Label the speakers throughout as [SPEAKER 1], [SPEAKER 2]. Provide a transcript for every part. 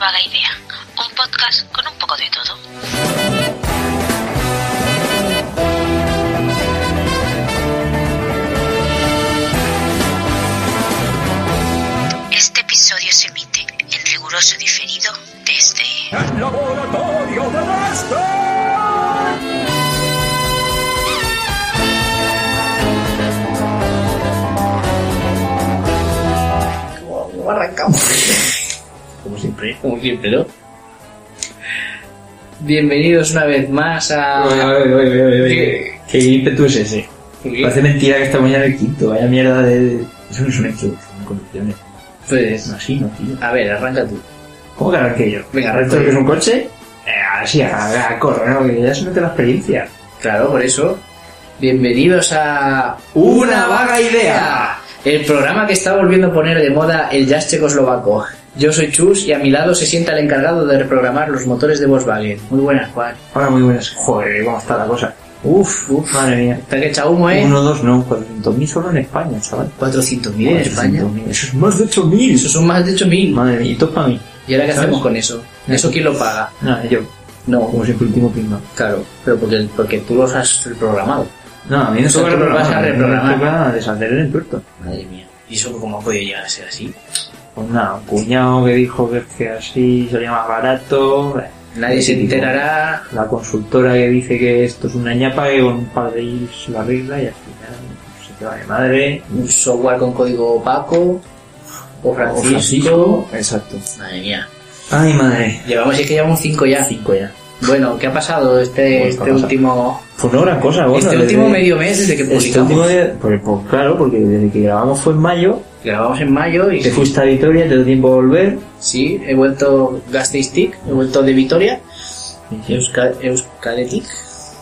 [SPEAKER 1] vaga idea. Un podcast con un poco de todo. Este episodio se emite en riguroso diferido desde...
[SPEAKER 2] El laboratorio de
[SPEAKER 3] Como, como arrancamos.
[SPEAKER 4] como siempre.
[SPEAKER 3] Como siempre, ¿no? Bienvenidos una vez más a.
[SPEAKER 4] Ah, Oye, oye, oye, oye.
[SPEAKER 3] ¿Qué?
[SPEAKER 4] ¿Qué ímpetu es ese? Parece mentira que esta mañana el quinto. Vaya mierda de... de- Eso no es una introducción en condiciones.
[SPEAKER 3] Pues,
[SPEAKER 4] No, así, no, tío. Ah,
[SPEAKER 3] a ver, arranca tú.
[SPEAKER 4] ¿Cómo que arranqué yo?
[SPEAKER 3] Venga, pues.
[SPEAKER 4] ¿Esto
[SPEAKER 3] arranca.
[SPEAKER 4] que es un coche? Eh, así, a, a corro, ¿no? Que ya se mete la experiencia.
[SPEAKER 3] Claro, por eso. Bienvenidos a.
[SPEAKER 4] Una vaga idea.
[SPEAKER 3] El programa que está volviendo a poner de moda el jazz checoslovaco. Yo soy Chus y a mi lado se sienta el encargado de reprogramar los motores de Volkswagen. Muy buenas, Juan.
[SPEAKER 4] Ahora muy buenas. Joder, eh, cómo está la cosa. Uf, uf, madre mía.
[SPEAKER 3] Te ha echado humo, ¿eh?
[SPEAKER 4] Uno, dos, no. 400.000 solo en España, chaval.
[SPEAKER 3] 400.000 en España.
[SPEAKER 4] 400.000. Eso es más de 8.000.
[SPEAKER 3] Eso son más de 8.000.
[SPEAKER 4] Madre mía, ¿y todo para mí?
[SPEAKER 3] ¿Y ahora qué
[SPEAKER 4] ¿Sabes?
[SPEAKER 3] hacemos con eso? ¿Eso quién lo paga?
[SPEAKER 4] Nada, yo.
[SPEAKER 3] No,
[SPEAKER 4] Como siempre, último pingo.
[SPEAKER 3] Claro, pero porque, porque tú los has reprogramado.
[SPEAKER 4] No, a mí no
[SPEAKER 3] Eso
[SPEAKER 4] se me
[SPEAKER 3] tú lo vas a
[SPEAKER 4] reprograma,
[SPEAKER 3] reprogramar.
[SPEAKER 4] Me toca deshacer el tuerto.
[SPEAKER 3] Madre mía. ¿Y eso cómo ha podido llegar a ser así?
[SPEAKER 4] Pues nada, un cuñado que dijo que, que así salía más barato.
[SPEAKER 3] Nadie se
[SPEAKER 4] Ese tipo.
[SPEAKER 3] enterará.
[SPEAKER 4] La consultora que dice que esto es una ñapa que con un par de hills la arregla y al final pues, se te va de madre.
[SPEAKER 3] Un software con código opaco. O Francisco.
[SPEAKER 4] Exacto.
[SPEAKER 3] Madre mía.
[SPEAKER 4] Ay, madre.
[SPEAKER 3] Llevamos, es que llevamos cinco ya.
[SPEAKER 4] Cinco ya.
[SPEAKER 3] Bueno, ¿qué ha pasado este,
[SPEAKER 4] Bueno, ¿qué
[SPEAKER 3] este
[SPEAKER 4] ha pasado?
[SPEAKER 3] último,
[SPEAKER 4] Pues no gran cosa, bueno.
[SPEAKER 3] este
[SPEAKER 4] desde-
[SPEAKER 3] último medio mes desde que
[SPEAKER 4] Este
[SPEAKER 3] publicamos?
[SPEAKER 4] último día, pues, pues claro, porque desde que grabamos fue en mayo,
[SPEAKER 3] Grabamos en mayo y
[SPEAKER 4] te fuiste a Vitoria, te dio tiempo a volver.
[SPEAKER 3] sí, he vuelto Gasteiz TIC, he vuelto de Vitoria, Euska, Euskadetic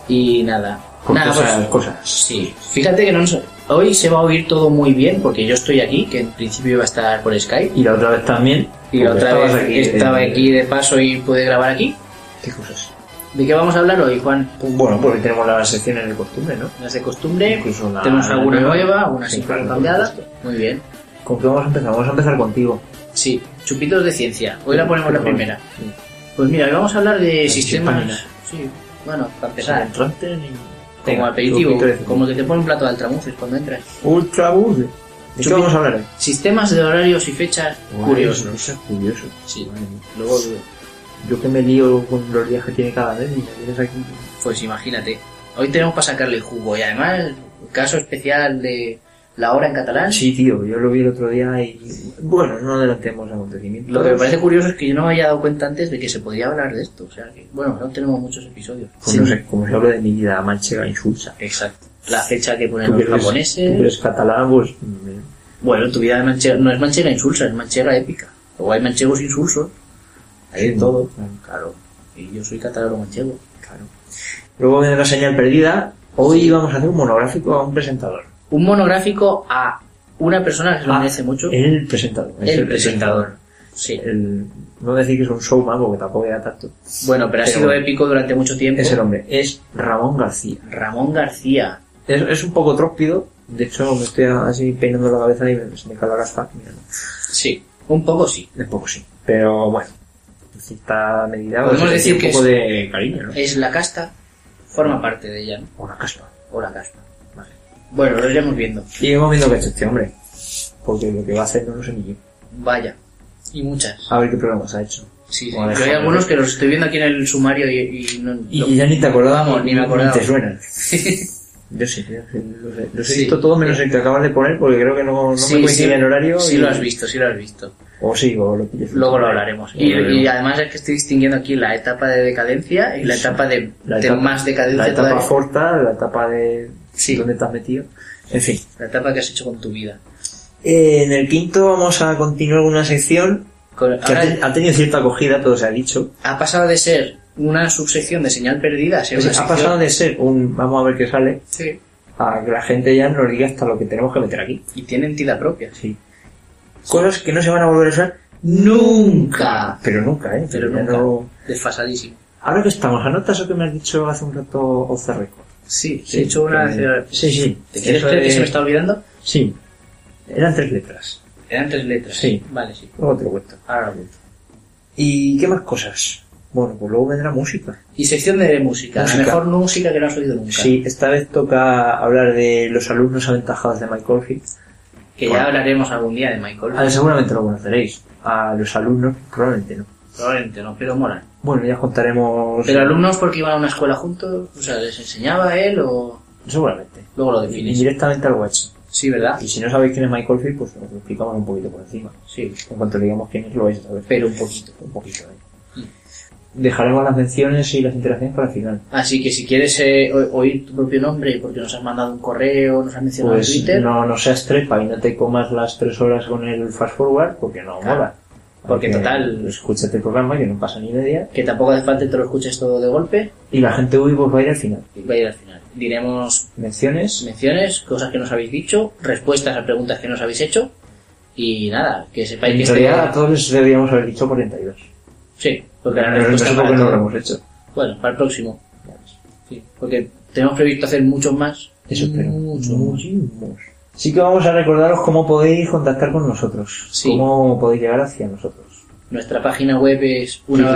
[SPEAKER 3] y nada.
[SPEAKER 4] Con
[SPEAKER 3] nada,
[SPEAKER 4] cosas,
[SPEAKER 3] pues,
[SPEAKER 4] cosas.
[SPEAKER 3] Sí, fíjate que no nos- hoy se va a oír todo muy bien porque yo estoy aquí, que en principio iba a estar por Skype.
[SPEAKER 4] Y la otra vez también.
[SPEAKER 3] Y la
[SPEAKER 4] porque
[SPEAKER 3] otra
[SPEAKER 4] estabas
[SPEAKER 3] vez estaba
[SPEAKER 4] en-
[SPEAKER 3] aquí de paso y pude grabar aquí.
[SPEAKER 4] ¿Qué cosas?
[SPEAKER 3] ¿De qué vamos a hablar hoy, Juan?
[SPEAKER 4] Bueno, porque tenemos las secciones de costumbre, ¿no?
[SPEAKER 3] Las de costumbre,
[SPEAKER 4] Incluso la-
[SPEAKER 3] tenemos alguna
[SPEAKER 4] la-
[SPEAKER 3] nueva, alguna
[SPEAKER 4] Sí,
[SPEAKER 3] sin
[SPEAKER 4] claro,
[SPEAKER 3] cambiada.
[SPEAKER 4] por supuesto.
[SPEAKER 3] Muy bien.
[SPEAKER 4] ¿Con qué vamos a empezar? Vamos a empezar contigo.
[SPEAKER 3] Sí, chupitos de ciencia. Hoy la ponemos la
[SPEAKER 4] Perdón.
[SPEAKER 3] primera.
[SPEAKER 4] Sí.
[SPEAKER 3] Pues mira, hoy vamos a hablar de
[SPEAKER 4] Ay,
[SPEAKER 3] sistemas...
[SPEAKER 4] chupanina.
[SPEAKER 3] Sí, bueno, para
[SPEAKER 4] Sin
[SPEAKER 3] empezar,
[SPEAKER 4] entrantes ni-
[SPEAKER 3] como
[SPEAKER 4] Venga,
[SPEAKER 3] aperitivo,
[SPEAKER 4] chupito de-
[SPEAKER 3] como que te pone un plato de altramuces cuando entras.
[SPEAKER 4] Ultra bus. ¿De qué
[SPEAKER 3] Chupito.
[SPEAKER 4] vamos a hablar? hoy?
[SPEAKER 3] Sistemas de horarios y fechas
[SPEAKER 4] Guay,
[SPEAKER 3] curiosos.
[SPEAKER 4] eso es curioso.
[SPEAKER 3] Sí,
[SPEAKER 4] Madre mía.
[SPEAKER 3] luego...
[SPEAKER 4] Yo que me lío con los días que tiene cada vez y me tienes aquí.
[SPEAKER 3] Pues imagínate, hoy tenemos para sacarle jugo y además caso especial de la hora en catalán.
[SPEAKER 4] Sí, tío, yo lo vi el otro día y. Bueno, no adelantemos acontecimientos.
[SPEAKER 3] Lo que me parece curioso es que yo no me haya dado cuenta antes de que se podía hablar de esto. O sea, que, bueno, no tenemos muchos episodios.
[SPEAKER 4] Pues no sé, como se habla de mi vida manchega insulsa.
[SPEAKER 3] Exacto. La fecha que ponen
[SPEAKER 4] Tú que
[SPEAKER 3] los
[SPEAKER 4] eres- tú que
[SPEAKER 3] japoneses.
[SPEAKER 4] eres catalán, pues. me-
[SPEAKER 3] Bueno, tu vida de manchega, no es manchega insulsa, es manchega épica. Luego hay manchegos insulsos. Hay de todo. Claro. Y yo soy catalano manchego.
[SPEAKER 4] Claro. Luego viene la señal perdida. Hoy vamos a hacer un monográfico a un presentador.
[SPEAKER 3] Un monográfico a una persona que se lo
[SPEAKER 4] Ah,
[SPEAKER 3] merece mucho.
[SPEAKER 4] El presentador.
[SPEAKER 3] El,
[SPEAKER 4] es
[SPEAKER 3] presentador. Sí.
[SPEAKER 4] El- no voy a decir que es un showman porque tampoco era tanto.
[SPEAKER 3] Bueno, pero ha
[SPEAKER 4] Pero
[SPEAKER 3] sido
[SPEAKER 4] bueno.
[SPEAKER 3] épico durante mucho tiempo.
[SPEAKER 4] Es el hombre. Es Ramón García.
[SPEAKER 3] Ramón García.
[SPEAKER 4] Es, es un poco tróspido. De hecho, me estoy así peinando la cabeza y me, se me cae la gasta. Mira, no.
[SPEAKER 3] Sí. Un poco sí.
[SPEAKER 4] De poco sí. Pero bueno. En cierta medida.
[SPEAKER 3] Podemos
[SPEAKER 4] pues,
[SPEAKER 3] decir
[SPEAKER 4] un
[SPEAKER 3] que
[SPEAKER 4] poco
[SPEAKER 3] es-
[SPEAKER 4] de cariño, ¿no?
[SPEAKER 3] Es la casta, forma parte de ella, ¿no?
[SPEAKER 4] O la caspa.
[SPEAKER 3] O la casta.
[SPEAKER 4] Vale.
[SPEAKER 3] Bueno, lo iremos viendo.
[SPEAKER 4] Y hemos viendo que es este hombre. Porque lo que va a hacer no lo sé ni yo.
[SPEAKER 3] Vaya. Y muchas.
[SPEAKER 4] A ver qué programas ha hecho.
[SPEAKER 3] Sí, sí.
[SPEAKER 4] Vale,
[SPEAKER 3] Yo hay
[SPEAKER 4] joder.
[SPEAKER 3] algunos que los estoy viendo aquí en el sumario y, y no...
[SPEAKER 4] Y
[SPEAKER 3] no-
[SPEAKER 4] ya ni te acordábamos,
[SPEAKER 3] Vamos, ni me acordaba.
[SPEAKER 4] te suenan. Yo sí, yo sí, los he, los he
[SPEAKER 3] Sí.
[SPEAKER 4] visto todo menos el que acabas de poner porque creo que no, no me coincide el horario.
[SPEAKER 3] Sí
[SPEAKER 4] y-
[SPEAKER 3] lo has visto, sí lo has visto.
[SPEAKER 4] O sí, o lo pillas.
[SPEAKER 3] Luego lo hablaremos.
[SPEAKER 4] Luego
[SPEAKER 3] Y,
[SPEAKER 4] lo
[SPEAKER 3] y
[SPEAKER 4] veremos.
[SPEAKER 3] además es que estoy distinguiendo aquí la etapa de decadencia y la
[SPEAKER 4] Sí.
[SPEAKER 3] etapa de,
[SPEAKER 4] La
[SPEAKER 3] de
[SPEAKER 4] etapa-
[SPEAKER 3] más decadencia
[SPEAKER 4] la etapa
[SPEAKER 3] todavía.
[SPEAKER 4] forta, la etapa de
[SPEAKER 3] Sí.
[SPEAKER 4] dónde te has metido. En fin.
[SPEAKER 3] La etapa que has hecho con tu vida.
[SPEAKER 4] Eh, en el quinto vamos a continuar con una sección
[SPEAKER 3] Con-
[SPEAKER 4] que ha,
[SPEAKER 3] ahora-
[SPEAKER 4] te- ha tenido cierta acogida, todo se ha dicho.
[SPEAKER 3] ha pasado de ser una subsección de señal perdida a ser
[SPEAKER 4] O sea,
[SPEAKER 3] una
[SPEAKER 4] Pues ha
[SPEAKER 3] sección-
[SPEAKER 4] pasado de ser un vamos a ver qué sale
[SPEAKER 3] Sí.
[SPEAKER 4] a que la gente ya nos diga hasta lo que tenemos que meter aquí.
[SPEAKER 3] y tiene entidad propia.
[SPEAKER 4] Sí. Cosas que no se van a volver a usar nunca. Pero nunca, ¿eh?
[SPEAKER 3] Pero
[SPEAKER 4] Ya
[SPEAKER 3] nunca.
[SPEAKER 4] no-
[SPEAKER 3] Desfasadísimo.
[SPEAKER 4] Ahora que estamos, ¿anotas lo que me has dicho hace un rato off the record?
[SPEAKER 3] Sí, te
[SPEAKER 4] Sí,
[SPEAKER 3] he hecho una...
[SPEAKER 4] que- sí, sí.
[SPEAKER 3] ¿Te quieres
[SPEAKER 4] Eso
[SPEAKER 3] creer que
[SPEAKER 4] de-
[SPEAKER 3] se me está olvidando?
[SPEAKER 4] Sí. Eran tres letras.
[SPEAKER 3] Eran tres letras.
[SPEAKER 4] Sí.
[SPEAKER 3] Vale, sí.
[SPEAKER 4] Luego te lo cuento.
[SPEAKER 3] Ahora lo cuento.
[SPEAKER 4] ¿Y qué más cosas? Bueno, pues luego vendrá música.
[SPEAKER 3] Y sección de música,
[SPEAKER 4] Música.
[SPEAKER 3] la mejor música que no has oído nunca.
[SPEAKER 4] Sí, esta vez toca hablar de los alumnos aventajados de Michael Field.
[SPEAKER 3] Que ya
[SPEAKER 4] Bueno.
[SPEAKER 3] hablaremos algún día de Michael.
[SPEAKER 4] A ver, seguramente lo conoceréis. A los alumnos, probablemente no.
[SPEAKER 3] Probablemente no, pero mola.
[SPEAKER 4] Bueno, ya os contaremos.
[SPEAKER 3] Pero alumnos porque iban a una escuela juntos, o sea, les enseñaba él o
[SPEAKER 4] Seguramente.
[SPEAKER 3] luego lo
[SPEAKER 4] Y
[SPEAKER 3] definís.
[SPEAKER 4] directamente al watch.
[SPEAKER 3] Sí, ¿verdad?
[SPEAKER 4] Y si no sabéis quién es Michael Field, pues os lo explicamos un poquito por encima.
[SPEAKER 3] Sí.
[SPEAKER 4] En cuanto digamos quién es, lo vais a saber.
[SPEAKER 3] Pero un poquito.
[SPEAKER 4] Un poquito, ¿eh? Dejaremos las menciones y las interacciones para el final.
[SPEAKER 3] Así que si quieres eh, o- oír tu propio nombre porque nos has mandado un correo, nos has mencionado en
[SPEAKER 4] Pues
[SPEAKER 3] Twitter,
[SPEAKER 4] no, no seas trepa y no te comas las tres horas con el fast forward porque no
[SPEAKER 3] Claro.
[SPEAKER 4] mola.
[SPEAKER 3] Porque,
[SPEAKER 4] Aunque
[SPEAKER 3] total-
[SPEAKER 4] Escúchate el programa que no pasa ni media
[SPEAKER 3] que tampoco hace falta que te lo escuches todo de golpe,
[SPEAKER 4] y la gente hoy pues va a ir al final.
[SPEAKER 3] y va a ir al final. Diremos
[SPEAKER 4] Menciones.
[SPEAKER 3] menciones, cosas que nos habéis dicho, respuestas a preguntas que nos habéis hecho, y nada, que sepáis
[SPEAKER 4] En
[SPEAKER 3] que este-
[SPEAKER 4] realidad a todos les deberíamos haber dicho 42.
[SPEAKER 3] Sí, porque la
[SPEAKER 4] Pero no
[SPEAKER 3] respuesta
[SPEAKER 4] sé
[SPEAKER 3] es
[SPEAKER 4] por qué
[SPEAKER 3] para
[SPEAKER 4] no lo
[SPEAKER 3] todo.
[SPEAKER 4] hemos hecho.
[SPEAKER 3] Bueno, para el próximo.
[SPEAKER 4] Ya ves.
[SPEAKER 3] Sí, porque tenemos previsto hacer muchos más.
[SPEAKER 4] Eso espero.
[SPEAKER 3] Muchos más.
[SPEAKER 4] Muchísimos. Sí que vamos a recordaros cómo podéis contactar con nosotros.
[SPEAKER 3] Sí.
[SPEAKER 4] Cómo podéis llegar hacia nosotros.
[SPEAKER 3] Nuestra página web es una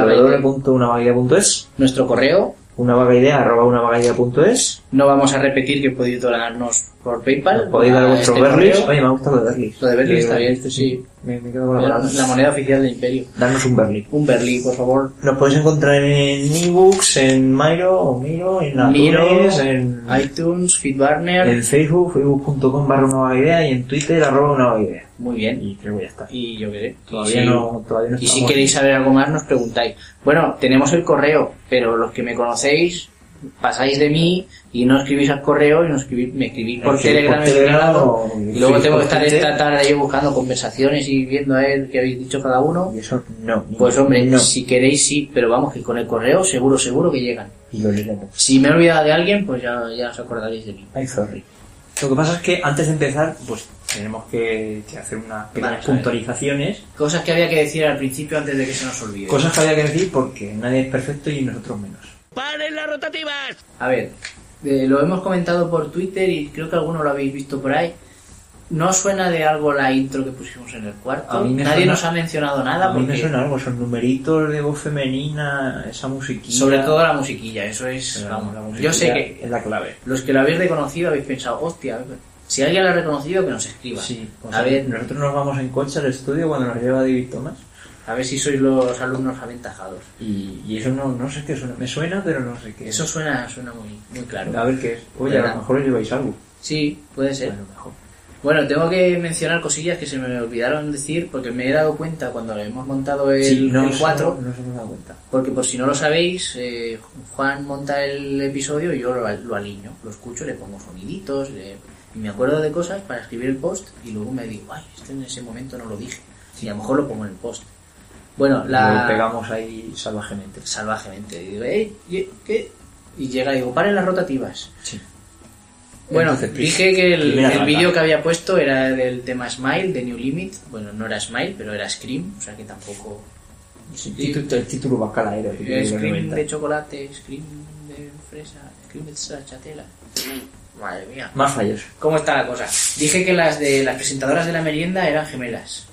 [SPEAKER 4] www.unavagaidea.es
[SPEAKER 3] Nuestro correo.
[SPEAKER 4] unavagaidea arroba unavagaidea.es
[SPEAKER 3] No vamos a repetir que podéis donarnos por PayPal.
[SPEAKER 4] Podéis dar
[SPEAKER 3] a
[SPEAKER 4] vuestro
[SPEAKER 3] este
[SPEAKER 4] Berlis.
[SPEAKER 3] correo.
[SPEAKER 4] Oye, me ha gustado lo de Berlis.
[SPEAKER 3] Lo de Berlis
[SPEAKER 4] Eh,
[SPEAKER 3] está bien, este sí.
[SPEAKER 4] Me, me quedo con la
[SPEAKER 3] La,
[SPEAKER 4] palabra.
[SPEAKER 3] la moneda oficial del imperio.
[SPEAKER 4] Darnos un Berlis.
[SPEAKER 3] Un Berlín, por favor.
[SPEAKER 4] Nos podéis encontrar en ebooks, en Miro, o Miro, en Natunes, en,
[SPEAKER 3] iTunes, Feedburner.
[SPEAKER 4] en Facebook, facebook.com barra unavagaidea y en Twitter arroba unavagaidea.
[SPEAKER 3] Muy bien.
[SPEAKER 4] Y creo que ya está.
[SPEAKER 3] Y yo qué sé.
[SPEAKER 4] Todavía
[SPEAKER 3] Sí.
[SPEAKER 4] no, todavía no
[SPEAKER 3] Y si
[SPEAKER 4] estamos-
[SPEAKER 3] queréis saber algo más, nos preguntáis. Bueno, tenemos el correo, pero los que me conocéis, pasáis de mí y no escribís al correo y no escribís, me escribís por
[SPEAKER 4] Sí,
[SPEAKER 3] Telegram.
[SPEAKER 4] por
[SPEAKER 3] en
[SPEAKER 4] Telegram
[SPEAKER 3] privado,
[SPEAKER 4] o-
[SPEAKER 3] y luego
[SPEAKER 4] sí,
[SPEAKER 3] tengo
[SPEAKER 4] por
[SPEAKER 3] que estar
[SPEAKER 4] Twitter.
[SPEAKER 3] esta tarde ahí buscando conversaciones y viendo a ver qué habéis dicho cada uno.
[SPEAKER 4] Y eso no. ni-
[SPEAKER 3] Pues hombre,
[SPEAKER 4] no.
[SPEAKER 3] si queréis sí, pero vamos, que con el correo seguro, seguro que llegan.
[SPEAKER 4] Y lo leeremos.
[SPEAKER 3] Si me he olvidado de alguien, pues ya, ya os acordaréis de mí.
[SPEAKER 4] Ay, sorry. Lo que pasa es que antes de empezar, pues tenemos que, que hacer unas pequeñas
[SPEAKER 3] Vale, vale.
[SPEAKER 4] puntualizaciones.
[SPEAKER 3] Cosas que había que decir al principio antes de que se nos olvide.
[SPEAKER 4] Cosas que había que decir porque nadie es perfecto y nosotros menos.
[SPEAKER 3] A ver, eh, lo hemos comentado por Twitter y creo que alguno lo habéis visto por ahí. ¿No suena de algo la intro que pusimos en el cuarto?
[SPEAKER 4] A mí me
[SPEAKER 3] Nadie
[SPEAKER 4] suena-
[SPEAKER 3] nos ha mencionado nada
[SPEAKER 4] A mí me
[SPEAKER 3] porque...
[SPEAKER 4] suena algo, esos numeritos de voz femenina, esa musiquilla.
[SPEAKER 3] Sobre todo la musiquilla, eso es...
[SPEAKER 4] Pero
[SPEAKER 3] vamos,
[SPEAKER 4] la
[SPEAKER 3] yo sé
[SPEAKER 4] musiquilla
[SPEAKER 3] que
[SPEAKER 4] Es la clave.
[SPEAKER 3] los que lo habéis reconocido habéis pensado, hostia, si alguien lo ha reconocido que nos escriba.
[SPEAKER 4] Sí, o
[SPEAKER 3] a,
[SPEAKER 4] sea,
[SPEAKER 3] ver,
[SPEAKER 4] nosotros nos vamos en coche al estudio cuando nos lleva David Thomas.
[SPEAKER 3] a ver si sois los alumnos aventajados.
[SPEAKER 4] Y, y eso no, no sé qué suena. Me suena, pero no sé qué.
[SPEAKER 3] Eso suena, suena muy, muy claro.
[SPEAKER 4] A ver qué es. Oye, a
[SPEAKER 3] ¿Verdad?
[SPEAKER 4] lo mejor os lleváis algo.
[SPEAKER 3] Sí, puede ser.
[SPEAKER 4] A lo mejor.
[SPEAKER 3] Bueno, tengo que mencionar cosillas que se me olvidaron decir porque me he dado cuenta cuando hemos montado el,
[SPEAKER 4] Sí, no,
[SPEAKER 3] el
[SPEAKER 4] eso
[SPEAKER 3] 4.
[SPEAKER 4] No, no se me da cuenta.
[SPEAKER 3] Porque por si no lo sabéis, eh, Juan monta el episodio y yo lo, lo aliño, lo escucho, le pongo soniditos, le- y me acuerdo de cosas para escribir el post y luego me digo, ay, esto en ese momento no lo dije. Y a lo mejor lo pongo en el post. Bueno,
[SPEAKER 4] La...
[SPEAKER 3] la...
[SPEAKER 4] Lo pegamos ahí salvajemente.
[SPEAKER 3] Salvajemente. Y digo, "Ey, ye- ¿qué? Y llega y digo, paren las rotativas.
[SPEAKER 4] Sí.
[SPEAKER 3] Bueno,
[SPEAKER 4] Entonces, pri-
[SPEAKER 3] dije que el,
[SPEAKER 4] primera
[SPEAKER 3] el
[SPEAKER 4] rata.
[SPEAKER 3] vídeo que había puesto era del tema Smile, de New Limit. Bueno, no era Smile, pero era Scream, o sea que tampoco...
[SPEAKER 4] El título, el título bacalaero. que tiene los
[SPEAKER 3] Scream
[SPEAKER 4] 90.
[SPEAKER 3] de chocolate, Scream de fresa, Scream de stracciatella. Madre mía.
[SPEAKER 4] Más fallos.
[SPEAKER 3] ¿Cómo está la cosa? Dije que las de las presentadoras de la merienda eran gemelas.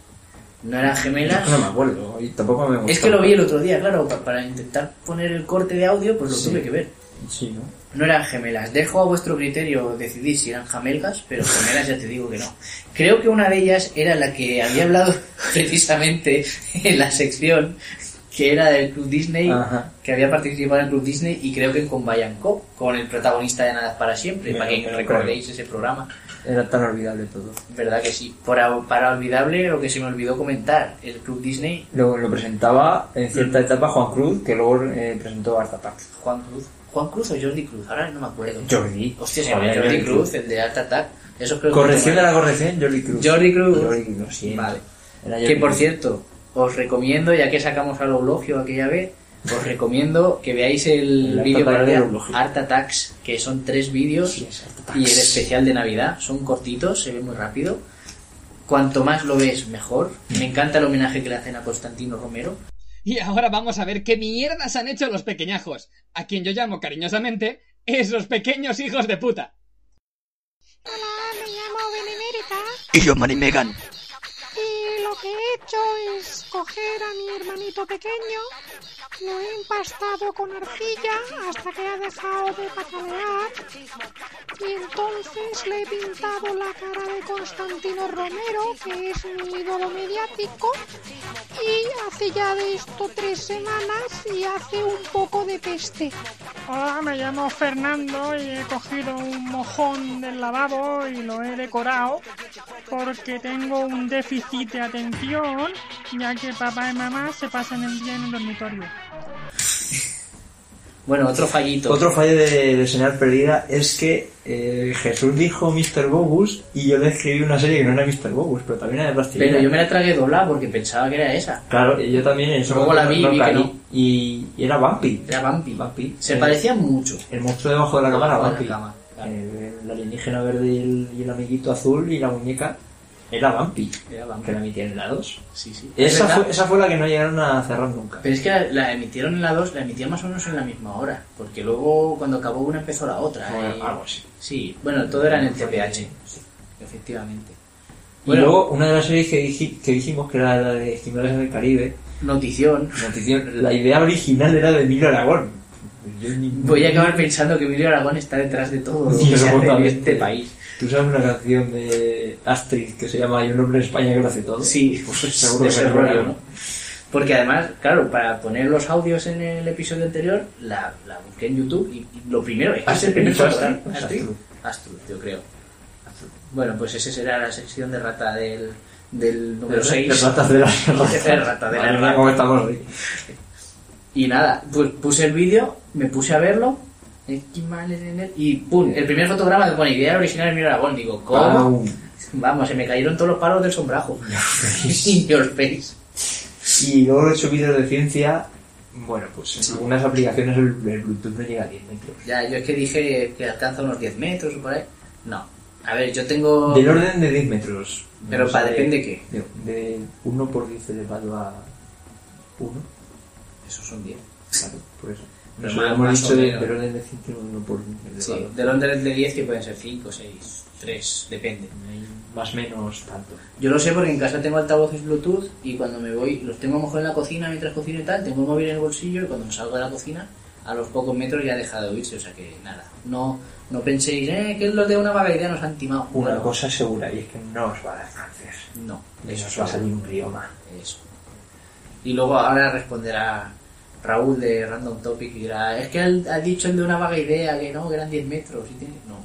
[SPEAKER 3] No eran gemelas.
[SPEAKER 4] No me acuerdo. Y tampoco me gustó.
[SPEAKER 3] es que lo vi el otro día, claro, pa- para intentar poner el corte de audio, pues lo
[SPEAKER 4] Sí.
[SPEAKER 3] tuve que ver.
[SPEAKER 4] Sí, ¿no?
[SPEAKER 3] No eran gemelas. Dejo a vuestro criterio decidir si eran jamelgas, pero gemelas ya te digo que no. Creo que una de ellas era la que había hablado precisamente en la sección que era del Club Disney,
[SPEAKER 4] Ajá.
[SPEAKER 3] que había participado en el Club Disney y creo que con Bayan Cop, con el protagonista de Nada es para siempre,
[SPEAKER 4] Me
[SPEAKER 3] para
[SPEAKER 4] lo-
[SPEAKER 3] que
[SPEAKER 4] me lo
[SPEAKER 3] recordéis ese programa.
[SPEAKER 4] Era tan olvidable todo.
[SPEAKER 3] Verdad que sí. Para, para olvidable lo que se me olvidó comentar, el Club Disney,
[SPEAKER 4] Lo, lo presentaba en
[SPEAKER 3] Mm.
[SPEAKER 4] cierta etapa Juan Cruz, que luego eh, presentó Arta Pack.
[SPEAKER 3] Juan Cruz. Juan Cruz o Jordi Cruz, ahora no me acuerdo.
[SPEAKER 4] Jordi.
[SPEAKER 3] Hostia, se llama
[SPEAKER 4] Joder,
[SPEAKER 3] Jordi Cruz, el de Art Attack. Eso creo que-
[SPEAKER 4] Corrección de la corrección, Jordi Cruz.
[SPEAKER 3] Jordi Cruz.
[SPEAKER 4] Jordi Cruz, lo siento.
[SPEAKER 3] Vale.
[SPEAKER 4] Era Jordi
[SPEAKER 3] Que por
[SPEAKER 4] Cruz.
[SPEAKER 3] cierto, os recomiendo, ya que sacamos al Eulogio aquella vez, os recomiento que veáis el
[SPEAKER 4] El
[SPEAKER 3] vídeo
[SPEAKER 4] Art Attack del
[SPEAKER 3] parodial
[SPEAKER 4] Eulogio.
[SPEAKER 3] Art Attacks, que son tres vídeos
[SPEAKER 4] Sí, es Art Attack.
[SPEAKER 3] y el especial de Navidad. Son cortitos, se ve muy rápido. Cuanto más lo ves, mejor.
[SPEAKER 4] Mm.
[SPEAKER 3] Me encanta el homenaje que le hacen a Constantino Romero.
[SPEAKER 5] Y ahora vamos a ver qué mierdas han hecho los pequeñajos, a quien yo llamo cariñosamente esos pequeños hijos de puta.
[SPEAKER 6] Hola, me llamo Benemérita
[SPEAKER 7] Y yo, Mari Megan,
[SPEAKER 6] y lo
[SPEAKER 7] que he hecho es coger a mi hermanito pequeño, lo he empastado con arcilla hasta que ha dejado de patalear y entonces le he pintado la cara de Constantino Romero, que es mi ídolo mediático, y hace ya de esto tres semanas y hace un poco de peste. Hola, me llamo Fernando y he cogido un mojón del lavabo y lo he decorado porque tengo un déficit de atención, ya que papá y mamá se pasan el día en el dormitorio.
[SPEAKER 3] Pues Bueno, otro fallito.
[SPEAKER 4] Otro fallo de, de señal perdida es que eh, Jesús dijo Mr. Bogus y yo le escribí una serie que no era Mr. Bogus, pero también era de plastilina.
[SPEAKER 3] Pero yo me la tragué doblada porque pensaba que era esa.
[SPEAKER 4] Claro, y Eh, yo también en eso
[SPEAKER 3] Luego la vi y vi que
[SPEAKER 4] caí.
[SPEAKER 3] no.
[SPEAKER 4] Y, y era Bumpy.
[SPEAKER 3] Era Bambi.
[SPEAKER 4] Bumpy.
[SPEAKER 3] Se
[SPEAKER 4] El-
[SPEAKER 3] parecían mucho.
[SPEAKER 4] El monstruo debajo de la cama era
[SPEAKER 3] Debajo de la
[SPEAKER 4] Bumpy.
[SPEAKER 3] cama, claro.
[SPEAKER 4] Eh, el alienígena verde y el, y el amiguito azul y la muñeca era Bumpy.
[SPEAKER 3] Era
[SPEAKER 4] Que
[SPEAKER 3] Bambi.
[SPEAKER 4] la emitieron en la 2.
[SPEAKER 3] Sí, sí. Es
[SPEAKER 4] Esa
[SPEAKER 3] verdad.
[SPEAKER 4] fue, esa fue la que no llegaron a cerrar nunca.
[SPEAKER 3] Pero es que la, la emitieron en la 2, la emitían más o menos en la misma hora. Porque luego, cuando acabó una, empezó la otra. y-
[SPEAKER 4] Bueno, algo así.
[SPEAKER 3] Sí, bueno, todo eh, era en el TPH. Efectivamente.
[SPEAKER 4] y
[SPEAKER 3] Bueno,
[SPEAKER 4] luego, una de las series que, dij- que dijimos que era la de Esquimadores del Caribe,
[SPEAKER 3] notición.
[SPEAKER 4] notición, la idea original era de Emilio Aragón. Yo ni-
[SPEAKER 3] Voy a acabar pensando que Emilio Aragón está detrás de todo lo que
[SPEAKER 4] Sí,
[SPEAKER 3] se hace en
[SPEAKER 4] seguramente.
[SPEAKER 3] este país.
[SPEAKER 4] ¿Tú sabes una canción de Astrid que se llama Hay un hombre en España que lo hace todo?
[SPEAKER 3] Sí,
[SPEAKER 4] Pues
[SPEAKER 3] seguro
[SPEAKER 4] seguro
[SPEAKER 3] que
[SPEAKER 4] que no,
[SPEAKER 3] rollo,
[SPEAKER 4] ¿no?
[SPEAKER 3] ¿no? Porque además, claro, para poner los audios en el episodio anterior, la, la busqué en YouTube y y lo primero es que es el
[SPEAKER 4] Astrid,
[SPEAKER 3] primer
[SPEAKER 4] ¿dijo
[SPEAKER 3] fotograma.
[SPEAKER 4] Astrid? Pues
[SPEAKER 3] Astrid.
[SPEAKER 4] Astrid.
[SPEAKER 3] Astrid, yo creo. Bueno, pues esa será la sección de rata del, del número
[SPEAKER 4] De
[SPEAKER 3] 6.
[SPEAKER 4] ratas de la
[SPEAKER 3] De rata de la
[SPEAKER 4] Madre mía,
[SPEAKER 3] rata.
[SPEAKER 4] cómo estamos hoy.
[SPEAKER 3] Y nada, pues puse el vídeo, me puse a verlo. Esquimales en el- Y pum, el primer fotograma que pone idea original de Mira Aragón. Digo, ¿cómo?
[SPEAKER 4] Pau.
[SPEAKER 3] Vamos, se me cayeron todos los palos del sombrajo. Y Your face.
[SPEAKER 4] Y luego he hecho vídeos de ciencia. Bueno, pues en algunas aplicaciones el, el Bluetooth no llega a 10 metros.
[SPEAKER 3] Ya, yo es que dije que alcanza unos 10 metros o por ahí. No. A ver, yo tengo...
[SPEAKER 4] Del orden de 10 metros.
[SPEAKER 3] Pero
[SPEAKER 4] No
[SPEAKER 3] pa-
[SPEAKER 4] sé,
[SPEAKER 3] depende qué.
[SPEAKER 4] De, de 1 por 10 elevado a 1.
[SPEAKER 3] Esos son 10.
[SPEAKER 4] Claro, por eso.
[SPEAKER 3] Pero
[SPEAKER 4] Nos
[SPEAKER 3] más-
[SPEAKER 4] hemos
[SPEAKER 3] más
[SPEAKER 4] dicho
[SPEAKER 3] o
[SPEAKER 4] de-
[SPEAKER 3] menos.
[SPEAKER 4] del orden de 100 1 por 10
[SPEAKER 3] Sí,
[SPEAKER 4] elevado.
[SPEAKER 3] del under de 10 que pueden ser 5, 6, 3, depende.
[SPEAKER 4] Más o menos tanto.
[SPEAKER 3] Yo lo sé porque en casa tengo altavoces Bluetooth y cuando me voy, los tengo a lo mejor en la cocina mientras cocino y tal, tengo el móvil en el bolsillo y cuando salgo de la cocina, a los pocos metros ya deja de oírse, o sea que nada. No, no penséis, eh, que los de una vaga idea nos han timado.
[SPEAKER 4] Una
[SPEAKER 3] No,
[SPEAKER 4] cosa segura y es que no os va a dar cáncer.
[SPEAKER 3] No, eso
[SPEAKER 4] Eso os va a
[SPEAKER 3] es
[SPEAKER 4] salir un rioma.
[SPEAKER 3] Eso. Y luego ahora responderá Raúl de Random Topic y dirá, es que él ha dicho el de una vaga idea que no, que eran 10 metros. Y tiene- No,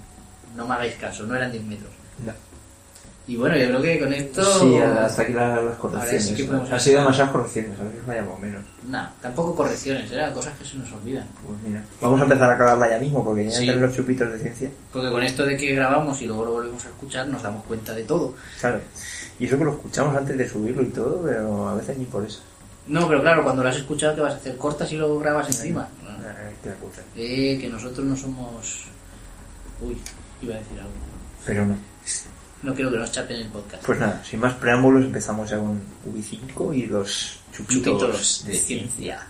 [SPEAKER 3] no me hagáis caso, no eran 10 metros.
[SPEAKER 4] No.
[SPEAKER 3] Y bueno, yo creo que con esto...
[SPEAKER 4] Sí, hasta aquí la- las correcciones.
[SPEAKER 3] sí que podemos
[SPEAKER 4] Han sido demasiadas correcciones, a veces vayamos menos.
[SPEAKER 3] Nah, tampoco correcciones, eran cosas que se nos olvidan.
[SPEAKER 4] Pues mira, vamos a empezar a acabarla ya mismo porque ya
[SPEAKER 3] Sí.
[SPEAKER 4] tenemos los chupitos de ciencia.
[SPEAKER 3] Porque con esto de que grabamos y luego lo volvemos a escuchar, nos damos cuenta de todo.
[SPEAKER 4] Claro. Y eso que lo escuchamos antes de subirlo y todo, pero a veces ni por eso.
[SPEAKER 3] No, pero claro, cuando lo has escuchado, ¿qué vas a hacer? ¿Cortas y luego grabas encima? No.
[SPEAKER 4] Ah, qué puta.
[SPEAKER 3] Eh, que nosotros no somos... Uy, iba a decir algo.
[SPEAKER 4] Pero no.
[SPEAKER 3] No quiero que nos chapen el podcast.
[SPEAKER 4] Pues nada, sin más preámbulos empezamos ya con UB5 y los chupitos,
[SPEAKER 3] Chupitos
[SPEAKER 4] de
[SPEAKER 3] de ciencia.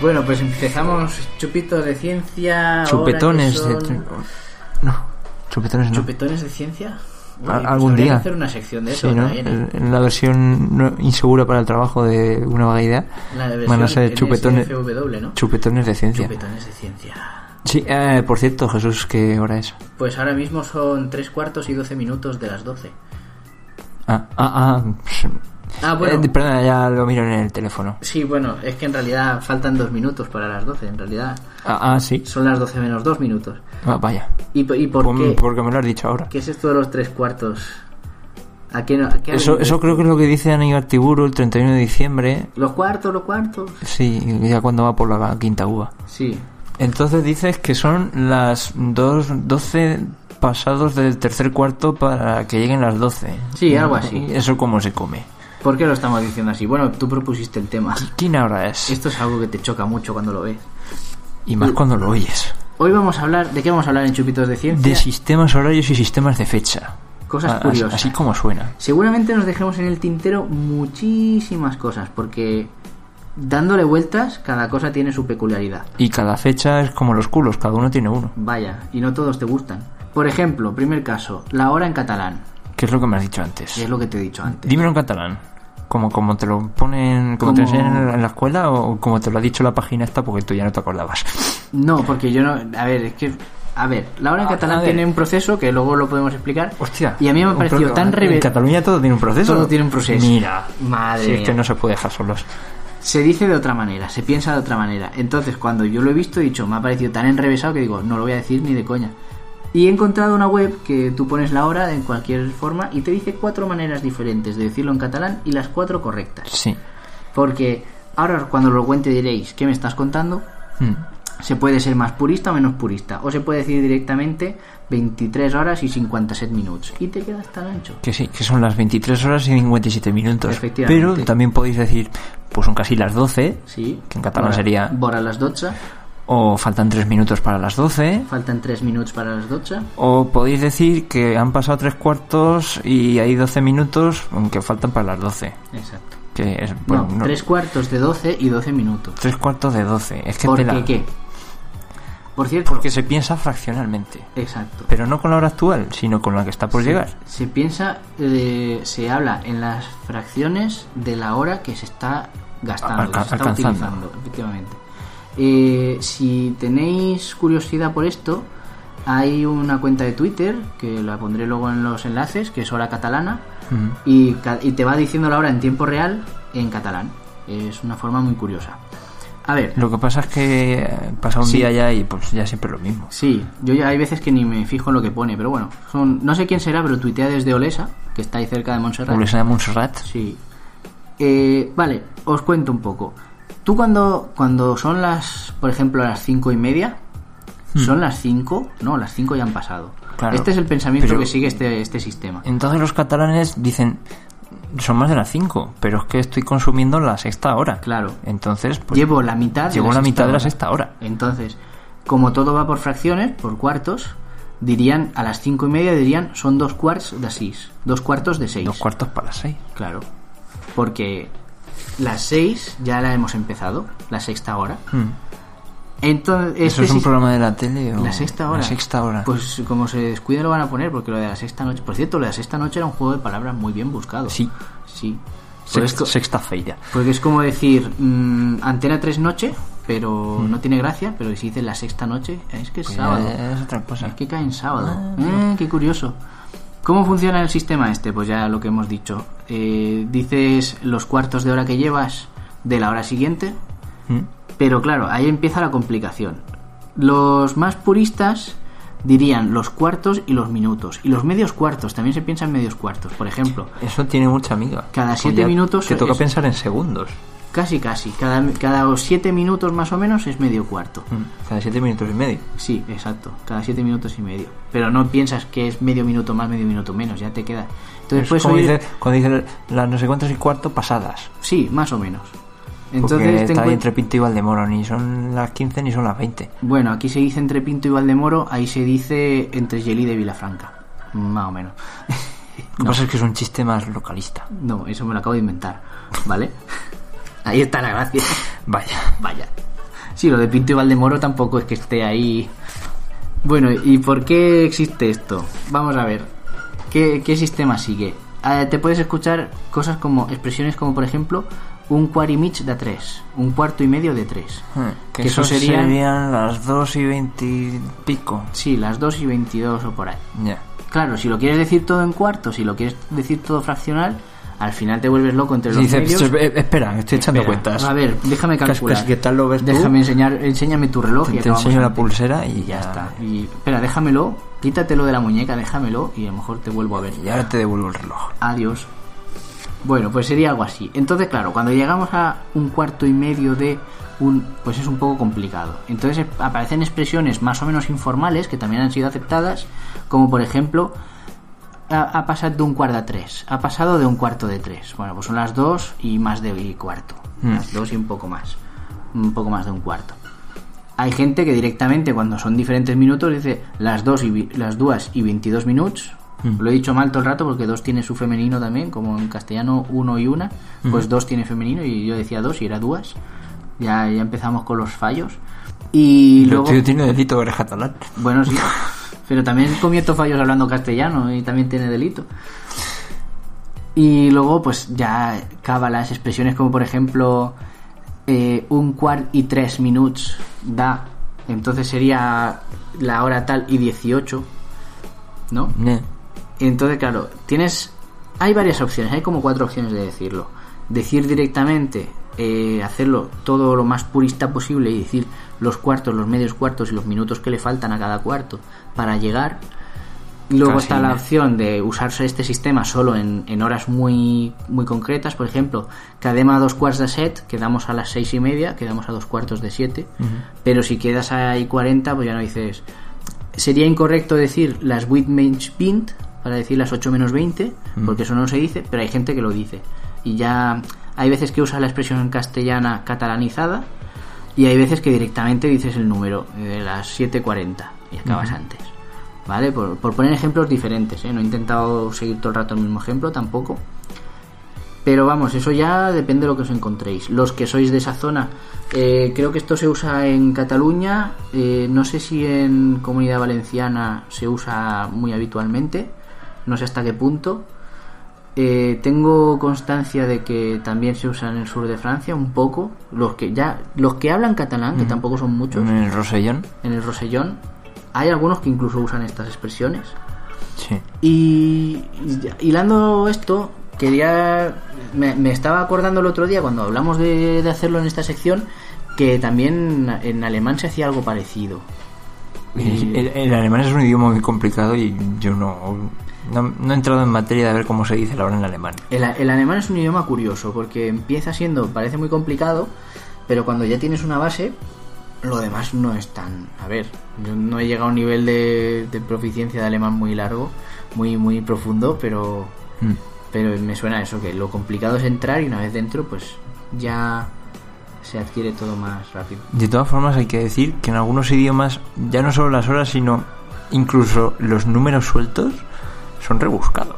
[SPEAKER 3] Bueno, pues empezamos chupitos de ciencia. ahora que
[SPEAKER 4] Chupetones de...
[SPEAKER 3] son-
[SPEAKER 4] tr- No, chupetones no.
[SPEAKER 3] ¿Chupetones de ciencia?
[SPEAKER 4] A-
[SPEAKER 3] Oye, pues
[SPEAKER 4] algún
[SPEAKER 3] habría que
[SPEAKER 4] día.
[SPEAKER 3] hacer una sección de
[SPEAKER 4] Sí,
[SPEAKER 3] eso
[SPEAKER 4] ¿no?
[SPEAKER 3] también, ¿eh?
[SPEAKER 4] En en la versión no- insegura para el trabajo de una vaga idea,
[SPEAKER 3] La de
[SPEAKER 4] van a
[SPEAKER 3] versión
[SPEAKER 4] ser chupetones,
[SPEAKER 3] NSFW, ¿no?
[SPEAKER 4] chupetones de ciencia.
[SPEAKER 3] Chupetones de ciencia.
[SPEAKER 4] Sí, eh, por cierto, Jesús, ¿qué hora es?
[SPEAKER 3] Pues ahora mismo son 3 cuartos y 12 minutos de las 12.
[SPEAKER 4] Ah, ah, ah. pues,
[SPEAKER 3] Ah, bueno.
[SPEAKER 4] eh, perdona, ya lo miro en el teléfono.
[SPEAKER 3] Sí, bueno, es que en realidad faltan 2 minutos para las 12. En realidad
[SPEAKER 4] Ah, ah sí.
[SPEAKER 3] son las 12 menos 2 minutos.
[SPEAKER 4] Ah, vaya.
[SPEAKER 3] ¿Y, po- y por
[SPEAKER 4] Pues,
[SPEAKER 3] qué?
[SPEAKER 4] Porque me lo has dicho ahora.
[SPEAKER 3] ¿Qué es esto de los 3 cuartos? ¿A qué, no- a qué ha
[SPEAKER 4] Eso,
[SPEAKER 3] venido
[SPEAKER 4] eso
[SPEAKER 3] esto?
[SPEAKER 4] creo que es lo que dice Aníbal Tiburo el 31 de diciembre.
[SPEAKER 3] Los cuartos, los cuartos.
[SPEAKER 4] Sí, ya cuando va por la quinta uva.
[SPEAKER 3] Sí,
[SPEAKER 4] Entonces dices que son las dos 12 pasados del tercer cuarto para que lleguen las 12.
[SPEAKER 3] Sí, algo así.
[SPEAKER 4] ¿Eso cómo se come?
[SPEAKER 3] ¿Por qué lo estamos diciendo así? Bueno, tú propusiste el tema.
[SPEAKER 4] ¿Quién ahora es?
[SPEAKER 3] Esto es algo que te choca mucho cuando lo ves.
[SPEAKER 4] Y más cuando lo oyes.
[SPEAKER 3] Hoy vamos a hablar, ¿de qué vamos a hablar en Chupitos de Ciencia?
[SPEAKER 4] De sistemas horarios y sistemas de fecha.
[SPEAKER 3] Cosas
[SPEAKER 4] A- as-
[SPEAKER 3] curiosas.
[SPEAKER 4] Así como suena.
[SPEAKER 3] Seguramente nos dejemos en el tintero muchísimas cosas, porque dándole vueltas, cada cosa tiene su peculiaridad.
[SPEAKER 4] Y cada fecha es como los culos, cada uno tiene uno.
[SPEAKER 3] Vaya, y no todos te gustan. Por ejemplo, primer caso, la hora en catalán,
[SPEAKER 4] Que es lo que me has dicho
[SPEAKER 3] que
[SPEAKER 4] antes.
[SPEAKER 3] es lo que te he dicho antes.
[SPEAKER 4] Dímelo en catalán. Como, como te lo ponen, como te
[SPEAKER 3] Como-
[SPEAKER 4] enseñan en la- en la escuela o como te lo ha dicho la página esta porque tú ya no te acordabas.
[SPEAKER 3] No, porque yo no. A ver, es que. A ver, la hora en
[SPEAKER 4] A- Ah, a
[SPEAKER 3] catalán
[SPEAKER 4] ver.
[SPEAKER 3] tiene un proceso que luego lo podemos explicar.
[SPEAKER 4] Hostia.
[SPEAKER 3] Y a mí me ha
[SPEAKER 4] un
[SPEAKER 3] parecido
[SPEAKER 4] proceso.
[SPEAKER 3] tan
[SPEAKER 4] En
[SPEAKER 3] rebelde.
[SPEAKER 4] Cataluña todo tiene un proceso.
[SPEAKER 3] Todo tiene un proceso.
[SPEAKER 4] Mira.
[SPEAKER 3] Madre
[SPEAKER 4] Si es que
[SPEAKER 3] mía.
[SPEAKER 4] no se puede dejar solos.
[SPEAKER 3] Se dice de otra manera, se piensa de otra manera. Entonces, cuando yo lo he visto, he dicho, me ha parecido tan enrevesado que digo, no lo voy a decir ni de coña. Y he encontrado una web que tú pones la hora en cualquier forma y te dice cuatro maneras diferentes de decirlo en catalán y las cuatro correctas.
[SPEAKER 4] Sí.
[SPEAKER 3] Porque ahora cuando lo cuente diréis, ¿qué me estás contando?
[SPEAKER 4] Mm.
[SPEAKER 3] Se puede ser más purista o menos purista. O se puede decir directamente 23 horas y 57 minutos. Y te quedas tan ancho.
[SPEAKER 4] Que sí, que son las 23 horas y 57 minutos.
[SPEAKER 3] Efectivamente.
[SPEAKER 4] Pero también podéis decir, pues son casi las 12.
[SPEAKER 3] Sí.
[SPEAKER 4] Que en catalán
[SPEAKER 3] Bora-
[SPEAKER 4] sería-
[SPEAKER 3] Bora las 12.
[SPEAKER 4] O faltan 3 minutos para las 12.
[SPEAKER 3] Faltan 3 minutos para las 12.
[SPEAKER 4] O podéis decir que han pasado 3 cuartos y hay 12 minutos, aunque faltan para las 12.
[SPEAKER 3] Exacto.
[SPEAKER 4] Que es, bueno,
[SPEAKER 3] no,
[SPEAKER 4] no-
[SPEAKER 3] tres cuartos de 12 y 12 minutos.
[SPEAKER 4] tres cuartos de 12. Es que
[SPEAKER 3] ¿Por
[SPEAKER 4] tela.
[SPEAKER 3] qué qué? Por cierto,
[SPEAKER 4] Porque se piensa fraccionalmente.
[SPEAKER 3] exacto.
[SPEAKER 4] Pero no con la hora actual, sino con la que está por llegar.
[SPEAKER 3] Se piensa, eh, se habla en las fracciones de la hora que se está gastando,
[SPEAKER 4] Alca-
[SPEAKER 3] que se está
[SPEAKER 4] alcanzando.
[SPEAKER 3] utilizando, efectivamente. Eh, si tenéis curiosidad por esto, hay una cuenta de Twitter, que la pondré luego en los enlaces, que es Hora Catalana,
[SPEAKER 4] Mm.
[SPEAKER 3] y, ca- y te va diciendo la hora en tiempo real en catalán. Es una forma muy curiosa. A ver,
[SPEAKER 4] Lo que pasa es que eh, pasa un
[SPEAKER 3] Sí.
[SPEAKER 4] día ya y pues ya siempre lo mismo.
[SPEAKER 3] Sí, yo ya hay veces que ni me fijo en lo que pone, pero bueno, son, no sé quién será, pero tuitea desde Olesa, que está ahí cerca de Montserrat.
[SPEAKER 4] Pobreza de Montserrat.
[SPEAKER 3] Sí. Eh, vale, os cuento un poco. Tú cuando, cuando son las, por ejemplo, las cinco y media, son las cinco, no, las cinco ya han pasado.
[SPEAKER 4] Hmm. Claro,
[SPEAKER 3] este es el pensamiento
[SPEAKER 4] pero-
[SPEAKER 3] que sigue este, este sistema.
[SPEAKER 4] Entonces los catalanes dicen, son más de las 5, pero es que estoy consumiendo la sexta hora.
[SPEAKER 3] Claro.
[SPEAKER 4] Entonces, pues,
[SPEAKER 3] Llevo la mitad de
[SPEAKER 4] llevo
[SPEAKER 3] la
[SPEAKER 4] la
[SPEAKER 3] sexta
[SPEAKER 4] mitad de la
[SPEAKER 3] hora.
[SPEAKER 4] sexta hora.
[SPEAKER 3] Entonces, como todo va por fracciones, por cuartos, dirían, a las cinco y media dirían, son dos cuartos de seis, dos cuartos de seis.
[SPEAKER 4] Dos cuartos para las 6.
[SPEAKER 3] Claro. Porque las 6 ya la hemos empezado, la sexta hora. Entonces,
[SPEAKER 4] Hmm. ¿Eso
[SPEAKER 3] este
[SPEAKER 4] es un
[SPEAKER 3] sis-
[SPEAKER 4] programa de la tele o...?
[SPEAKER 3] La sexta hora.
[SPEAKER 4] La sexta hora.
[SPEAKER 3] Pues como se descuide lo van a poner, porque lo de la sexta noche. Por cierto, lo de la sexta noche era un juego de palabras muy bien buscado.
[SPEAKER 4] Sí.
[SPEAKER 3] Sí.
[SPEAKER 4] Sext-
[SPEAKER 3] Por esto-
[SPEAKER 4] Sexta feira.
[SPEAKER 3] porque es como decir mm, antena 3 noche, pero no tiene gracia, pero si dices la sexta noche, es que es
[SPEAKER 4] Hmm. Pues ya
[SPEAKER 3] sábado.
[SPEAKER 4] es otra cosa. Ah,
[SPEAKER 3] Es que cae en sábado. Eh, qué curioso. ¿Cómo funciona el sistema este? Pues ya lo que hemos dicho. Eh, dices los cuartos de hora que llevas de la hora siguiente,
[SPEAKER 4] Mm.
[SPEAKER 3] pero claro, ahí empieza la complicación. Los más puristas dirían los cuartos y los minutos. Y los medios cuartos, también se piensa en medios cuartos. Por ejemplo,
[SPEAKER 4] Eso tiene mucha amiga.
[SPEAKER 3] Cada
[SPEAKER 4] Pues
[SPEAKER 3] siete
[SPEAKER 4] ya
[SPEAKER 3] minutos
[SPEAKER 4] Te toca
[SPEAKER 3] es-
[SPEAKER 4] pensar en segundos.
[SPEAKER 3] casi casi, cada, cada siete minutos más o menos es medio cuarto.
[SPEAKER 4] Mm. Cada siete minutos y medio.
[SPEAKER 3] Sí, exacto, cada siete minutos y medio. Pero no piensas que es medio minuto más, medio minuto menos, ya te queda. Entonces
[SPEAKER 4] Es
[SPEAKER 3] puedes
[SPEAKER 4] como
[SPEAKER 3] oír-
[SPEAKER 4] dice- cuando dice las no sé cuántas y cuarto pasadas.
[SPEAKER 3] Sí, más o menos.
[SPEAKER 4] porque
[SPEAKER 3] Entonces, te
[SPEAKER 4] está ahí
[SPEAKER 3] encuent-
[SPEAKER 4] entre Pinto y Valdemoro. Ni son las 15 ni son las 20.
[SPEAKER 3] bueno, aquí se dice entre Pinto y Valdemoro, ahí se dice entre Gelí de Vilafranca. Más o menos.
[SPEAKER 4] Lo que pasa es que es un chiste más localista.
[SPEAKER 3] No, eso me lo acabo de inventar, ¿vale? ahí está la gracia.
[SPEAKER 4] Vaya.
[SPEAKER 3] Vaya. Sí, lo de Pinto y Valdemoro tampoco es que esté ahí. Bueno, ¿y por qué existe esto? Vamos a ver. ¿Qué, qué sistema sigue? Eh, te puedes escuchar cosas como expresiones como, por ejemplo, un cuarimich de 3, un cuarto y medio de 3.
[SPEAKER 4] Hmm, Que,
[SPEAKER 3] Hmm, Que
[SPEAKER 4] eso
[SPEAKER 3] eso sería-
[SPEAKER 4] serían las 2 y 20 y pico.
[SPEAKER 3] Sí, las 2 y 22 o por ahí.
[SPEAKER 4] Ya.
[SPEAKER 3] Claro, si lo quieres decir todo en cuartos, si lo quieres decir todo fraccional, al final te vuelves loco entre los
[SPEAKER 4] Dice,
[SPEAKER 3] medios.
[SPEAKER 4] "Eh, espera, estoy echando
[SPEAKER 3] Espera,
[SPEAKER 4] cuentas.
[SPEAKER 3] A ver, déjame
[SPEAKER 4] Cas-
[SPEAKER 3] calcular.
[SPEAKER 4] cas- ¿qué tal lo ves tú?
[SPEAKER 3] Déjame enseñar, enséñame tu reloj. y
[SPEAKER 4] Te, te
[SPEAKER 3] acabamos
[SPEAKER 4] enseño la
[SPEAKER 3] antes.
[SPEAKER 4] pulsera y
[SPEAKER 3] Ya está. Y, espera, déjamelo, quítatelo de la muñeca, déjamelo y a lo mejor te vuelvo a ver.
[SPEAKER 4] Y ahora te devuelvo el reloj.
[SPEAKER 3] Adiós. Bueno, pues sería algo así. Entonces, claro, cuando llegamos a un cuarto y medio de un, pues es un poco complicado. Entonces ap- aparecen expresiones más o menos informales que también han sido aceptadas, como por ejemplo, ha, ha pasado de un cuarto a tres, ha pasado de un cuarto de tres. Bueno, pues son las dos y más de y cuarto,
[SPEAKER 4] Mm.
[SPEAKER 3] las dos y un poco más, un poco más de un cuarto. Hay gente que directamente cuando son diferentes minutos dice las dos y vi- las dos y 22 minutos.
[SPEAKER 4] Mm.
[SPEAKER 3] Lo he dicho mal todo el rato porque dos tiene su femenino también, como en castellano uno y una,
[SPEAKER 4] Mm.
[SPEAKER 3] pues dos tiene femenino y yo decía dos y era dos. Ya, ya empezamos con los fallos. Y
[SPEAKER 4] Pero
[SPEAKER 3] luego,
[SPEAKER 4] tío tiene delito que eres catalán.
[SPEAKER 3] bueno, sí, pero también comieto fallos hablando castellano y también tiene delito. Y luego, pues ya cava las expresiones como, por ejemplo, eh, un cuart y tres minutos da. Entonces sería la hora tal y 18, ¿no?
[SPEAKER 4] Ne.
[SPEAKER 3] Entonces, claro, tienes. Hay varias opciones, hay como cuatro opciones de decirlo. Decir directamente, eh, hacerlo todo lo más purista posible y decir los cuartos, los medios cuartos y los minutos que le faltan a cada cuarto para llegar. Luego
[SPEAKER 4] Casi,
[SPEAKER 3] está la
[SPEAKER 4] ¿no?
[SPEAKER 3] opción de usarse este sistema solo en, en horas muy, muy concretas. Por ejemplo, cadema a dos cuartos de set, quedamos a las seis y media, quedamos a dos cuartos de siete. Pero si quedas ahí 40, pues ya no dices sería incorrecto decir las 8 menos 20 para decir las 8 menos 20, porque eso no se dice, pero hay gente que lo dice. Y ya hay veces que usa la expresión castellana catalanizada y hay veces que directamente dices el número, eh, las 7.40 y acabas antes. ¿Vale? Por, por poner ejemplos diferentes, ¿eh? no he intentado seguir todo el rato el mismo ejemplo tampoco. Pero vamos, eso ya depende de lo que os encontréis. Los que sois de esa zona, eh, creo que esto se usa en Cataluña, eh, no sé si en Comunidad Valenciana se usa muy habitualmente, no sé hasta qué punto. Eh, tengo constancia de que también se usa en el sur de Francia un poco, los que ya, los que hablan catalán, que tampoco son muchos,
[SPEAKER 4] Mm. En el Rosellón.
[SPEAKER 3] en el Rosellón, hay algunos que incluso usan estas expresiones.
[SPEAKER 4] Sí.
[SPEAKER 3] Y y ya- hilando esto, quería. Me, me estaba acordando el otro día cuando hablamos de, de hacerlo en esta sección que también en alemán se hacía algo parecido.
[SPEAKER 4] El, el- el alemán es un idioma muy complicado y yo no, no, no he entrado en materia de ver cómo se dice la hora en alemán.
[SPEAKER 3] El, a- el alemán es un idioma curioso porque empieza siendo, parece muy complicado, pero cuando ya tienes una base, lo demás no es tan. A ver, yo no he llegado a un nivel de, de proficiencia de alemán muy largo, muy, muy profundo, pero.
[SPEAKER 4] Mm.
[SPEAKER 3] Pero me suena a eso, que lo complicado es entrar y una vez dentro, pues ya se adquiere todo más rápido.
[SPEAKER 4] De todas formas hay que decir que en algunos idiomas ya no solo las horas sino incluso los números sueltos son rebuscados.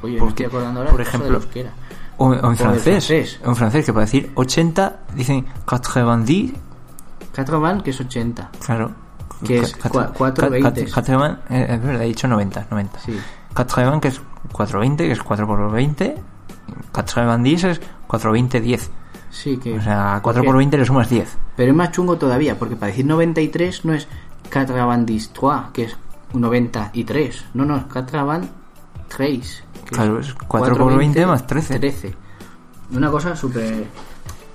[SPEAKER 3] Oye, me
[SPEAKER 4] Porque,
[SPEAKER 3] estoy acordando ahora
[SPEAKER 4] por
[SPEAKER 3] de eso de
[SPEAKER 4] ejemplo,
[SPEAKER 3] la euskera.
[SPEAKER 4] O, o en
[SPEAKER 3] del
[SPEAKER 4] francés,
[SPEAKER 3] francés.
[SPEAKER 4] En francés, que para decir 80 dicen 90,
[SPEAKER 3] Catraban, que es 80.
[SPEAKER 4] claro.
[SPEAKER 3] Que es
[SPEAKER 4] Cat-
[SPEAKER 3] cua- cuatro
[SPEAKER 4] cat-
[SPEAKER 3] veintes.
[SPEAKER 4] cat- 80, eh, es verdad, he dicho 90, 90.
[SPEAKER 3] Sí.
[SPEAKER 4] 80, que es 420, que es 4 por 20. 90 es 420, 10.
[SPEAKER 3] Sí, que.
[SPEAKER 4] O sea, 4
[SPEAKER 3] porque-
[SPEAKER 4] por 20 le sumas 10.
[SPEAKER 3] Pero es más chungo todavía, porque para decir 93 no es Catrabandis 3, que es 93. No, no, es Catraban 3. que
[SPEAKER 4] Claro, es 4 por 20 más 13.
[SPEAKER 3] 13. Una cosa súper.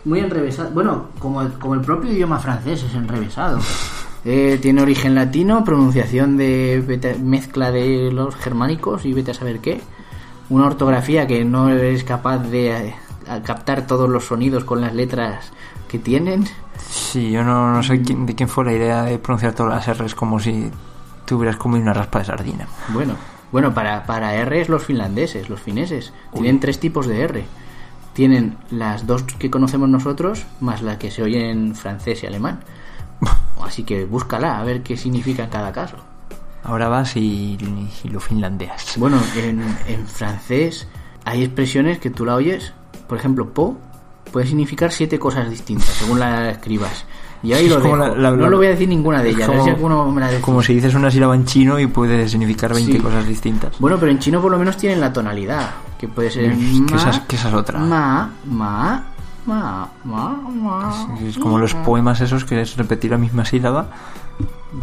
[SPEAKER 3] Muy enrevesada. Bueno, como el, como el propio idioma francés es enrevesado. Eh, tiene origen latino, pronunciación de vete- mezcla de los germánicos y vete a saber qué. Una ortografía que no es capaz de eh, captar todos los sonidos con las letras que tienen.
[SPEAKER 4] Sí, yo no, no sé quién- de quién fue la idea de pronunciar todas las R's como si tuvieras comido una raspa de sardina.
[SPEAKER 3] Bueno, bueno para, para R es los finlandeses, los fineses. Tienen tres tipos de R. Tienen las dos que conocemos nosotros, más la que se oye en francés y alemán. Así que búscala, a ver qué significa en cada caso.
[SPEAKER 4] Ahora vas y, y lo finlandeas.
[SPEAKER 3] Bueno, en, en francés hay expresiones que tú la oyes, por ejemplo, po, puede significar siete cosas distintas según la escribas. Y ahí
[SPEAKER 4] Es
[SPEAKER 3] lo
[SPEAKER 4] como
[SPEAKER 3] dejo.
[SPEAKER 4] la- la-
[SPEAKER 3] no
[SPEAKER 4] la-
[SPEAKER 3] lo voy a decir ninguna de ellas. a ver
[SPEAKER 4] como-
[SPEAKER 3] si alguno me la dice.
[SPEAKER 4] Como si dices una sílaba en chino y puede significar 20
[SPEAKER 3] Sí.
[SPEAKER 4] cosas distintas.
[SPEAKER 3] Bueno, pero en chino por lo menos tienen la tonalidad, que puede ser
[SPEAKER 4] Mm, que
[SPEAKER 3] ma,
[SPEAKER 4] esa es- que esa es otra.
[SPEAKER 3] Ma, ma, ma, ma, ma,
[SPEAKER 4] Es como los poemas esos que es repetir la misma sílaba,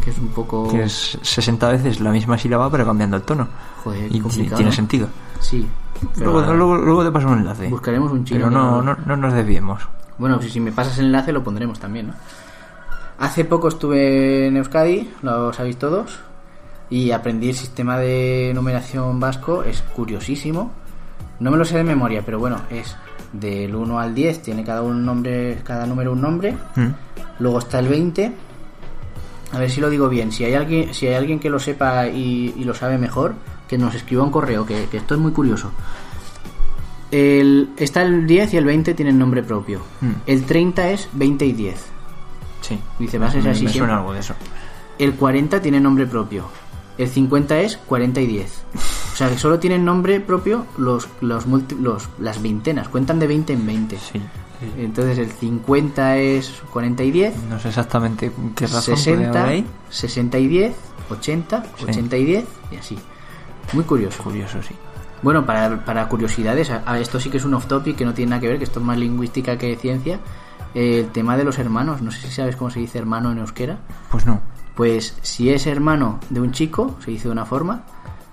[SPEAKER 3] que es un poco
[SPEAKER 4] que es 60 veces la misma sílaba pero cambiando el tono.
[SPEAKER 3] Joder,
[SPEAKER 4] y
[SPEAKER 3] complicado.
[SPEAKER 4] tiene sentido.
[SPEAKER 3] Sí. pero
[SPEAKER 4] Luego, luego- luego te paso un enlace.
[SPEAKER 3] Buscaremos un chino.
[SPEAKER 4] Pero no, no, no nos desviemos.
[SPEAKER 3] Bueno, si, si me pasas el enlace lo pondremos también, ¿no? Hace poco estuve en Euskadi, lo sabéis todos, y aprendí el sistema de numeración vasco, es curiosísimo. No me lo sé de memoria, pero bueno, es del 1 al 10, tiene cada un nombre, cada número un nombre.
[SPEAKER 4] Mm.
[SPEAKER 3] Luego está el 20. A ver si lo digo bien. Si hay alguien, si hay alguien que lo sepa y, y lo sabe mejor, que nos escriba un correo, que, que esto es muy curioso. El, está el 10 y el 20 tienen nombre propio.
[SPEAKER 4] Mm.
[SPEAKER 3] El 30 es 20 y 10.
[SPEAKER 4] Sí.
[SPEAKER 3] Dice, vas a ser
[SPEAKER 4] Me-
[SPEAKER 3] así
[SPEAKER 4] Hmm, me
[SPEAKER 3] siempre.
[SPEAKER 4] suena algo de eso.
[SPEAKER 3] El 40 tiene nombre propio. El 50 es 40 y 10. O sea que solo tienen nombre propio los, los, multi- los- las veintenas. Cuentan de 20 en 20.
[SPEAKER 4] Sí.
[SPEAKER 3] Entonces el 50 es 40 y 10.
[SPEAKER 4] No sé exactamente qué razón puede
[SPEAKER 3] 60,
[SPEAKER 4] haber ahí.
[SPEAKER 3] 60 y 10, 80,
[SPEAKER 4] Sí.
[SPEAKER 3] 80 y 10 y así. Muy curioso.
[SPEAKER 4] Curioso, sí.
[SPEAKER 3] Bueno, para, para curiosidades, a- a esto sí que es un off topic que no tiene nada que ver, que esto es más lingüística que ciencia. eh, el tema de los hermanos, no sé si sabes cómo se dice hermano en euskera.
[SPEAKER 4] Pues no.
[SPEAKER 3] Pues si es hermano de un chico, se dice de una forma.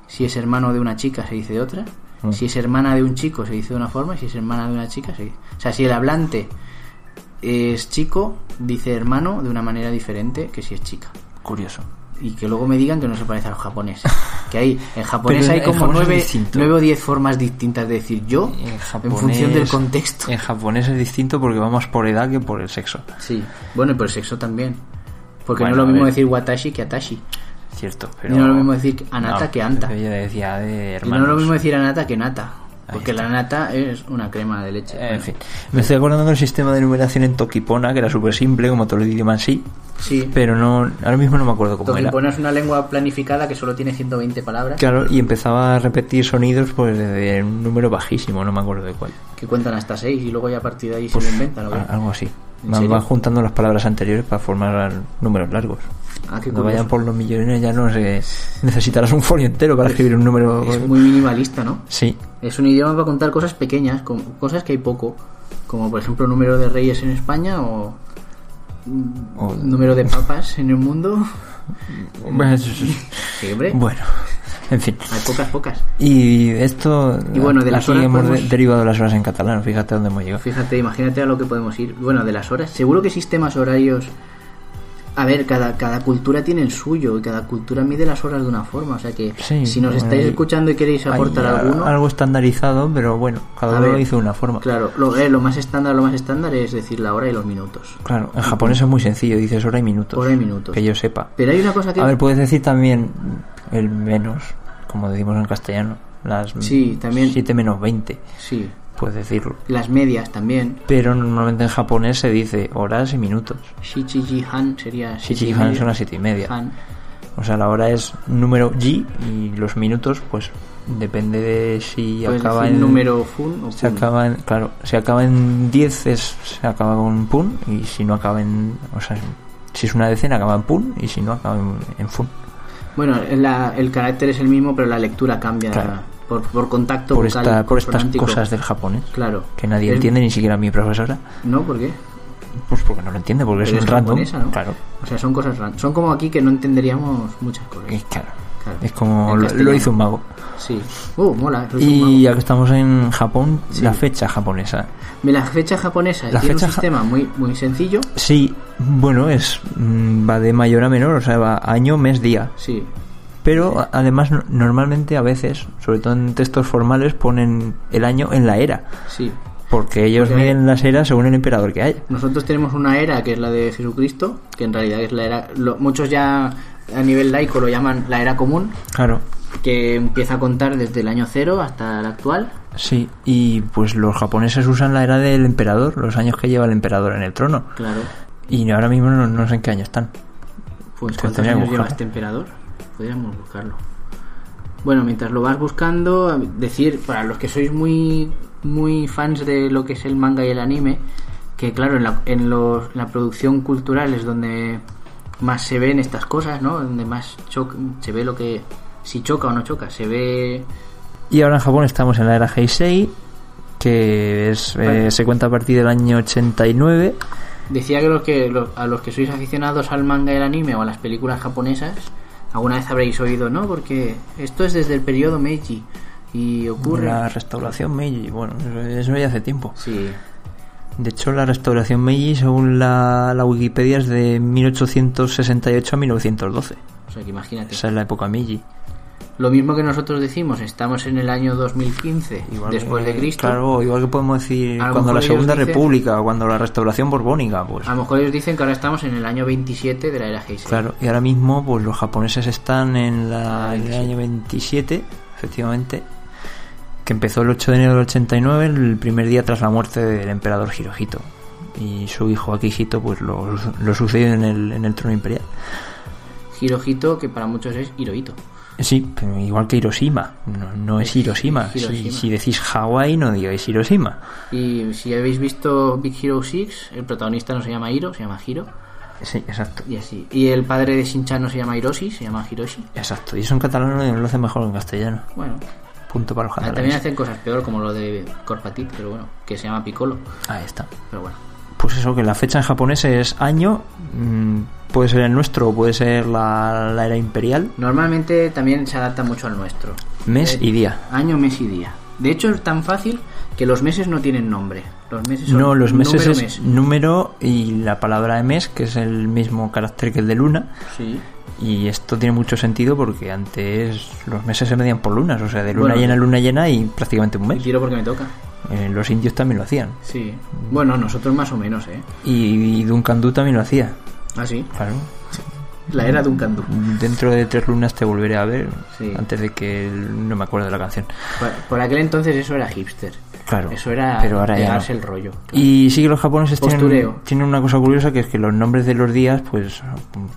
[SPEAKER 3] Si es hermano de una chica, se dice de otra.
[SPEAKER 4] Mm.
[SPEAKER 3] Si es hermana de un chico, se dice de una forma. y Si es hermana de una chica, se dice. O sea, si el hablante es chico, dice hermano de una manera diferente que si es chica.
[SPEAKER 4] Curioso.
[SPEAKER 3] Y que luego me digan que no se parece a los japoneses. Que hay, en japonés
[SPEAKER 4] Pero
[SPEAKER 3] hay
[SPEAKER 4] en
[SPEAKER 3] como
[SPEAKER 4] japonés es
[SPEAKER 3] nueve,
[SPEAKER 4] distinto.
[SPEAKER 3] nueve o diez formas distintas de decir yo
[SPEAKER 4] En,
[SPEAKER 3] en,
[SPEAKER 4] japonés,
[SPEAKER 3] función del contexto.
[SPEAKER 4] En japonés es distinto porque va más por edad que por el sexo.
[SPEAKER 3] Sí, bueno, y por el sexo también. Porque
[SPEAKER 4] Bueno,
[SPEAKER 3] no es
[SPEAKER 4] a
[SPEAKER 3] lo mismo
[SPEAKER 4] ver.
[SPEAKER 3] decir watashi que atashi.
[SPEAKER 4] Cierto,
[SPEAKER 3] Y
[SPEAKER 4] pero.
[SPEAKER 3] no es lo mismo decir anata
[SPEAKER 4] No,
[SPEAKER 3] que anta.
[SPEAKER 4] Yo decía de
[SPEAKER 3] Y no es
[SPEAKER 4] hermanos.
[SPEAKER 3] lo mismo decir anata que nata.
[SPEAKER 4] Ahí
[SPEAKER 3] Porque
[SPEAKER 4] está.
[SPEAKER 3] la nata es una crema de leche.
[SPEAKER 4] Eh,
[SPEAKER 3] Bueno,
[SPEAKER 4] En fin, me estoy acordando del sistema de numeración en Tokipona, que era súper simple, como todo el idioma en sí,
[SPEAKER 3] Sí.
[SPEAKER 4] pero no, ahora mismo no me acuerdo cómo era.
[SPEAKER 3] Tokipona es una lengua planificada que solo tiene 120 palabras
[SPEAKER 4] Claro, y empezaba a repetir sonidos pues de un número bajísimo, no me acuerdo de cuál.
[SPEAKER 3] que cuentan hasta 6 y luego ya a partir de ahí
[SPEAKER 4] Pues,
[SPEAKER 3] se lo inventan. ¿o qué?
[SPEAKER 4] a- algo así.
[SPEAKER 3] ¿En
[SPEAKER 4] Van,
[SPEAKER 3] serio?
[SPEAKER 4] van juntando las palabras anteriores para formar números largos.
[SPEAKER 3] Ah, qué
[SPEAKER 4] Cuando vayan
[SPEAKER 3] curioso.
[SPEAKER 4] por los millones ya no sé, necesitarás un folio entero para escribir un número.
[SPEAKER 3] Pues, Es muy minimalista, ¿no?
[SPEAKER 4] Sí,
[SPEAKER 3] Es un idioma para contar cosas pequeñas, como, cosas que hay poco. Como por ejemplo número de reyes en España o mm,
[SPEAKER 4] O-
[SPEAKER 3] número de papas en el mundo.
[SPEAKER 4] bueno,
[SPEAKER 3] Siempre.
[SPEAKER 4] en fin.
[SPEAKER 3] Hay pocas, pocas.
[SPEAKER 4] Y esto,
[SPEAKER 3] Y bueno, de las
[SPEAKER 4] aquí
[SPEAKER 3] horas pues,
[SPEAKER 4] hemos de-
[SPEAKER 3] podemos-
[SPEAKER 4] derivado las horas en catalán, fíjate dónde hemos llegado.
[SPEAKER 3] Fíjate, imagínate a lo que podemos ir. Bueno, de las horas. Seguro que sistemas horarios. A ver, cada, cada cultura tiene el suyo y cada cultura mide las horas de una forma. O sea que
[SPEAKER 4] Sí,
[SPEAKER 3] si nos
[SPEAKER 4] bueno,
[SPEAKER 3] estáis
[SPEAKER 4] hay-
[SPEAKER 3] escuchando y queréis aportar
[SPEAKER 4] Hay, a-
[SPEAKER 3] alguno.
[SPEAKER 4] Algo estandarizado, pero bueno, cada
[SPEAKER 3] a
[SPEAKER 4] uno
[SPEAKER 3] ver,
[SPEAKER 4] lo hizo de una forma.
[SPEAKER 3] Claro, lo, eh, lo más estándar, lo más estándar es decir la hora y los minutos.
[SPEAKER 4] Claro, en japonés es muy sencillo, dices hora y minutos.
[SPEAKER 3] Hora y minutos.
[SPEAKER 4] Que yo sepa.
[SPEAKER 3] Pero hay una cosa que.
[SPEAKER 4] A ver, puedes decir también el menos, como decimos en castellano, las
[SPEAKER 3] Sí, también.
[SPEAKER 4] 7 menos 20,
[SPEAKER 3] Sí,
[SPEAKER 4] puedes decirlo.
[SPEAKER 3] las medias también.
[SPEAKER 4] Pero normalmente en japonés se dice horas y minutos.
[SPEAKER 3] Shichiji Han sería. siete y
[SPEAKER 4] Shichiji Han
[SPEAKER 3] media.
[SPEAKER 4] son las 7 y media.
[SPEAKER 3] Han.
[SPEAKER 4] O sea, la hora es número G y los minutos, pues depende de si
[SPEAKER 3] Puedes
[SPEAKER 4] acaba
[SPEAKER 3] decir
[SPEAKER 4] en.
[SPEAKER 3] Pues número Fun o
[SPEAKER 4] Se
[SPEAKER 3] pun.
[SPEAKER 4] acaba en, claro, si acaba en 10 es, se acaba con pun y si no acaba en, o sea, si es una decena acaba en pun y si no acaba en, en fun.
[SPEAKER 3] Bueno, la- el carácter es el mismo, pero la lectura cambia
[SPEAKER 4] Claro.
[SPEAKER 3] por, por contacto
[SPEAKER 4] Por,
[SPEAKER 3] vocal
[SPEAKER 4] esta, por estas
[SPEAKER 3] consonántico.
[SPEAKER 4] cosas del japonés
[SPEAKER 3] Claro.
[SPEAKER 4] que nadie
[SPEAKER 3] Es-
[SPEAKER 4] entiende, ni siquiera mi profesora,
[SPEAKER 3] No, ¿por qué?
[SPEAKER 4] pues porque no lo entiende, porque es
[SPEAKER 3] Pero
[SPEAKER 4] un
[SPEAKER 3] es
[SPEAKER 4] random.
[SPEAKER 3] japonesa, ¿no?
[SPEAKER 4] Claro,
[SPEAKER 3] O sea, son cosas raras. Son como aquí que no entenderíamos muchas cosas.
[SPEAKER 4] y claro,
[SPEAKER 3] Claro.
[SPEAKER 4] es como
[SPEAKER 3] En
[SPEAKER 4] lo,
[SPEAKER 3] castellano.
[SPEAKER 4] lo hizo un mago.
[SPEAKER 3] Sí. Uh, mola. soy un
[SPEAKER 4] Y
[SPEAKER 3] mago.
[SPEAKER 4] ya que estamos en Japón, la fecha japonesa.
[SPEAKER 3] Mira, La fecha japonesa
[SPEAKER 4] La
[SPEAKER 3] tiene
[SPEAKER 4] fecha
[SPEAKER 3] un
[SPEAKER 4] ja-
[SPEAKER 3] sistema muy, muy sencillo.
[SPEAKER 4] Sí, bueno, es mm, va de mayor a menor, o sea, va año, mes, día.
[SPEAKER 3] Sí.
[SPEAKER 4] Pero a- además no- normalmente a veces, sobre todo en textos formales, ponen el año en la era,
[SPEAKER 3] Sí.
[SPEAKER 4] porque ellos
[SPEAKER 3] Porque-
[SPEAKER 4] miden las eras según el emperador que haya.
[SPEAKER 3] Nosotros tenemos una era que es la de Jesucristo, que en realidad es la era. lo- muchos ya a nivel laico lo llaman la era común,
[SPEAKER 4] Claro,
[SPEAKER 3] que empieza a contar desde el año cero hasta el actual.
[SPEAKER 4] sí, y pues los japoneses usan la era del emperador, los años que lleva el emperador en el trono.
[SPEAKER 3] Claro.
[SPEAKER 4] Y ahora mismo no, no sé en qué año están.
[SPEAKER 3] Pues
[SPEAKER 4] Te
[SPEAKER 3] ¿cuántos
[SPEAKER 4] tenía que
[SPEAKER 3] años lleva
[SPEAKER 4] buscar.
[SPEAKER 3] este emperador? Podríamos buscarlo. Bueno, mientras lo vas buscando, a- decir para los que sois muy muy fans de lo que es el manga y el anime, que claro, en la, en los- la producción cultural es donde más se ven estas cosas, ¿no? Donde más choc- se ve lo que si choca o no choca, se ve
[SPEAKER 4] Y ahora en Japón estamos en la era Heisei, que es, eh,
[SPEAKER 3] Vale.
[SPEAKER 4] se cuenta a partir del año 89.
[SPEAKER 3] Decía que, los que los- a los que sois aficionados al manga y al anime o a las películas japonesas, alguna vez habréis oído, ¿no? Porque esto es desde el periodo Meiji y ocurre.
[SPEAKER 4] La restauración Meiji, bueno, eso ya hace tiempo.
[SPEAKER 3] Sí,
[SPEAKER 4] De hecho, la restauración Meiji, según la, la Wikipedia, es de 1868 a 1912.
[SPEAKER 3] o sea que imagínate.
[SPEAKER 4] Esa es la época Meiji.
[SPEAKER 3] Lo mismo que nosotros decimos, estamos en el año 2015,
[SPEAKER 4] Igual
[SPEAKER 3] después
[SPEAKER 4] que-
[SPEAKER 3] de Cristo.
[SPEAKER 4] Claro, igual que podemos decir
[SPEAKER 3] A lo
[SPEAKER 4] cuando
[SPEAKER 3] mejor
[SPEAKER 4] la
[SPEAKER 3] ellos
[SPEAKER 4] Segunda
[SPEAKER 3] dicen-
[SPEAKER 4] República o cuando la restauración borbónica, pues.
[SPEAKER 3] A lo mejor ellos dicen que ahora estamos en el año 27 de la era Heisei.
[SPEAKER 4] Claro, y ahora mismo pues los japoneses están en, la, en el
[SPEAKER 3] 27.
[SPEAKER 4] año 27, efectivamente, que empezó el 8 de enero del 89, el primer día tras la muerte del emperador Hirohito. Y su hijo Akihito pues lo, lo sucedió en el, en el trono imperial.
[SPEAKER 3] Hirohito, que para muchos es Hirohito.
[SPEAKER 4] Sí, pero igual que Hiroshima, no, no es Hiroshima. Si-
[SPEAKER 3] Hiroshima.
[SPEAKER 4] Si, decís Hawái no digáis Hiroshima.
[SPEAKER 3] Y si habéis visto Big Hero 6, el protagonista no se llama Hiro, se llama Hiro.
[SPEAKER 4] Sí, exacto.
[SPEAKER 3] Y así. Y el padre de Shinchan no se llama Hiroshi, se llama Hiroshi.
[SPEAKER 4] Exacto, y eso en catalán lo hace mejor en castellano.
[SPEAKER 3] Bueno,
[SPEAKER 4] Punto para los
[SPEAKER 3] Ah, también
[SPEAKER 4] catalanes.
[SPEAKER 3] hacen cosas peor como lo de Corpatit, pero bueno, que se llama Piccolo.
[SPEAKER 4] Ahí está.
[SPEAKER 3] Pero bueno,
[SPEAKER 4] Pues eso, que la fecha en japonés es año, mm, puede ser el nuestro, o puede ser la, la era imperial,
[SPEAKER 3] normalmente también se adapta mucho al nuestro.
[SPEAKER 4] mes
[SPEAKER 3] Eh,
[SPEAKER 4] y día.
[SPEAKER 3] Año, mes y día. De hecho, es tan fácil que los meses no tienen nombre. Los meses son
[SPEAKER 4] No, los meses
[SPEAKER 3] número
[SPEAKER 4] es
[SPEAKER 3] mes.
[SPEAKER 4] número y la palabra de mes, que es el mismo carácter que el de luna.
[SPEAKER 3] Sí.
[SPEAKER 4] Y esto tiene mucho sentido porque antes los meses se medían por lunas, o sea, de luna
[SPEAKER 3] Bueno.
[SPEAKER 4] llena a luna llena y prácticamente un
[SPEAKER 3] Y
[SPEAKER 4] mes.
[SPEAKER 3] tiro porque me toca.
[SPEAKER 4] Eh, los indios también lo hacían.
[SPEAKER 3] Sí. Bueno, nosotros más o menos, ¿eh?
[SPEAKER 4] Y, y Duncan Du también lo hacía.
[SPEAKER 3] Así.
[SPEAKER 4] Claro.
[SPEAKER 3] La era de un candú.
[SPEAKER 4] Dentro de tres lunas te volveré a ver
[SPEAKER 3] Sí.
[SPEAKER 4] antes de que el- no me acuerdo de la canción.
[SPEAKER 3] Por, por aquel entonces eso era hipster.
[SPEAKER 4] Claro.
[SPEAKER 3] Eso era
[SPEAKER 4] pero ahora ya
[SPEAKER 3] pegarse
[SPEAKER 4] no.
[SPEAKER 3] el rollo.
[SPEAKER 4] Y sí que los japoneses tienen,
[SPEAKER 3] Postureo.
[SPEAKER 4] tienen una cosa curiosa que es que los nombres de los días pues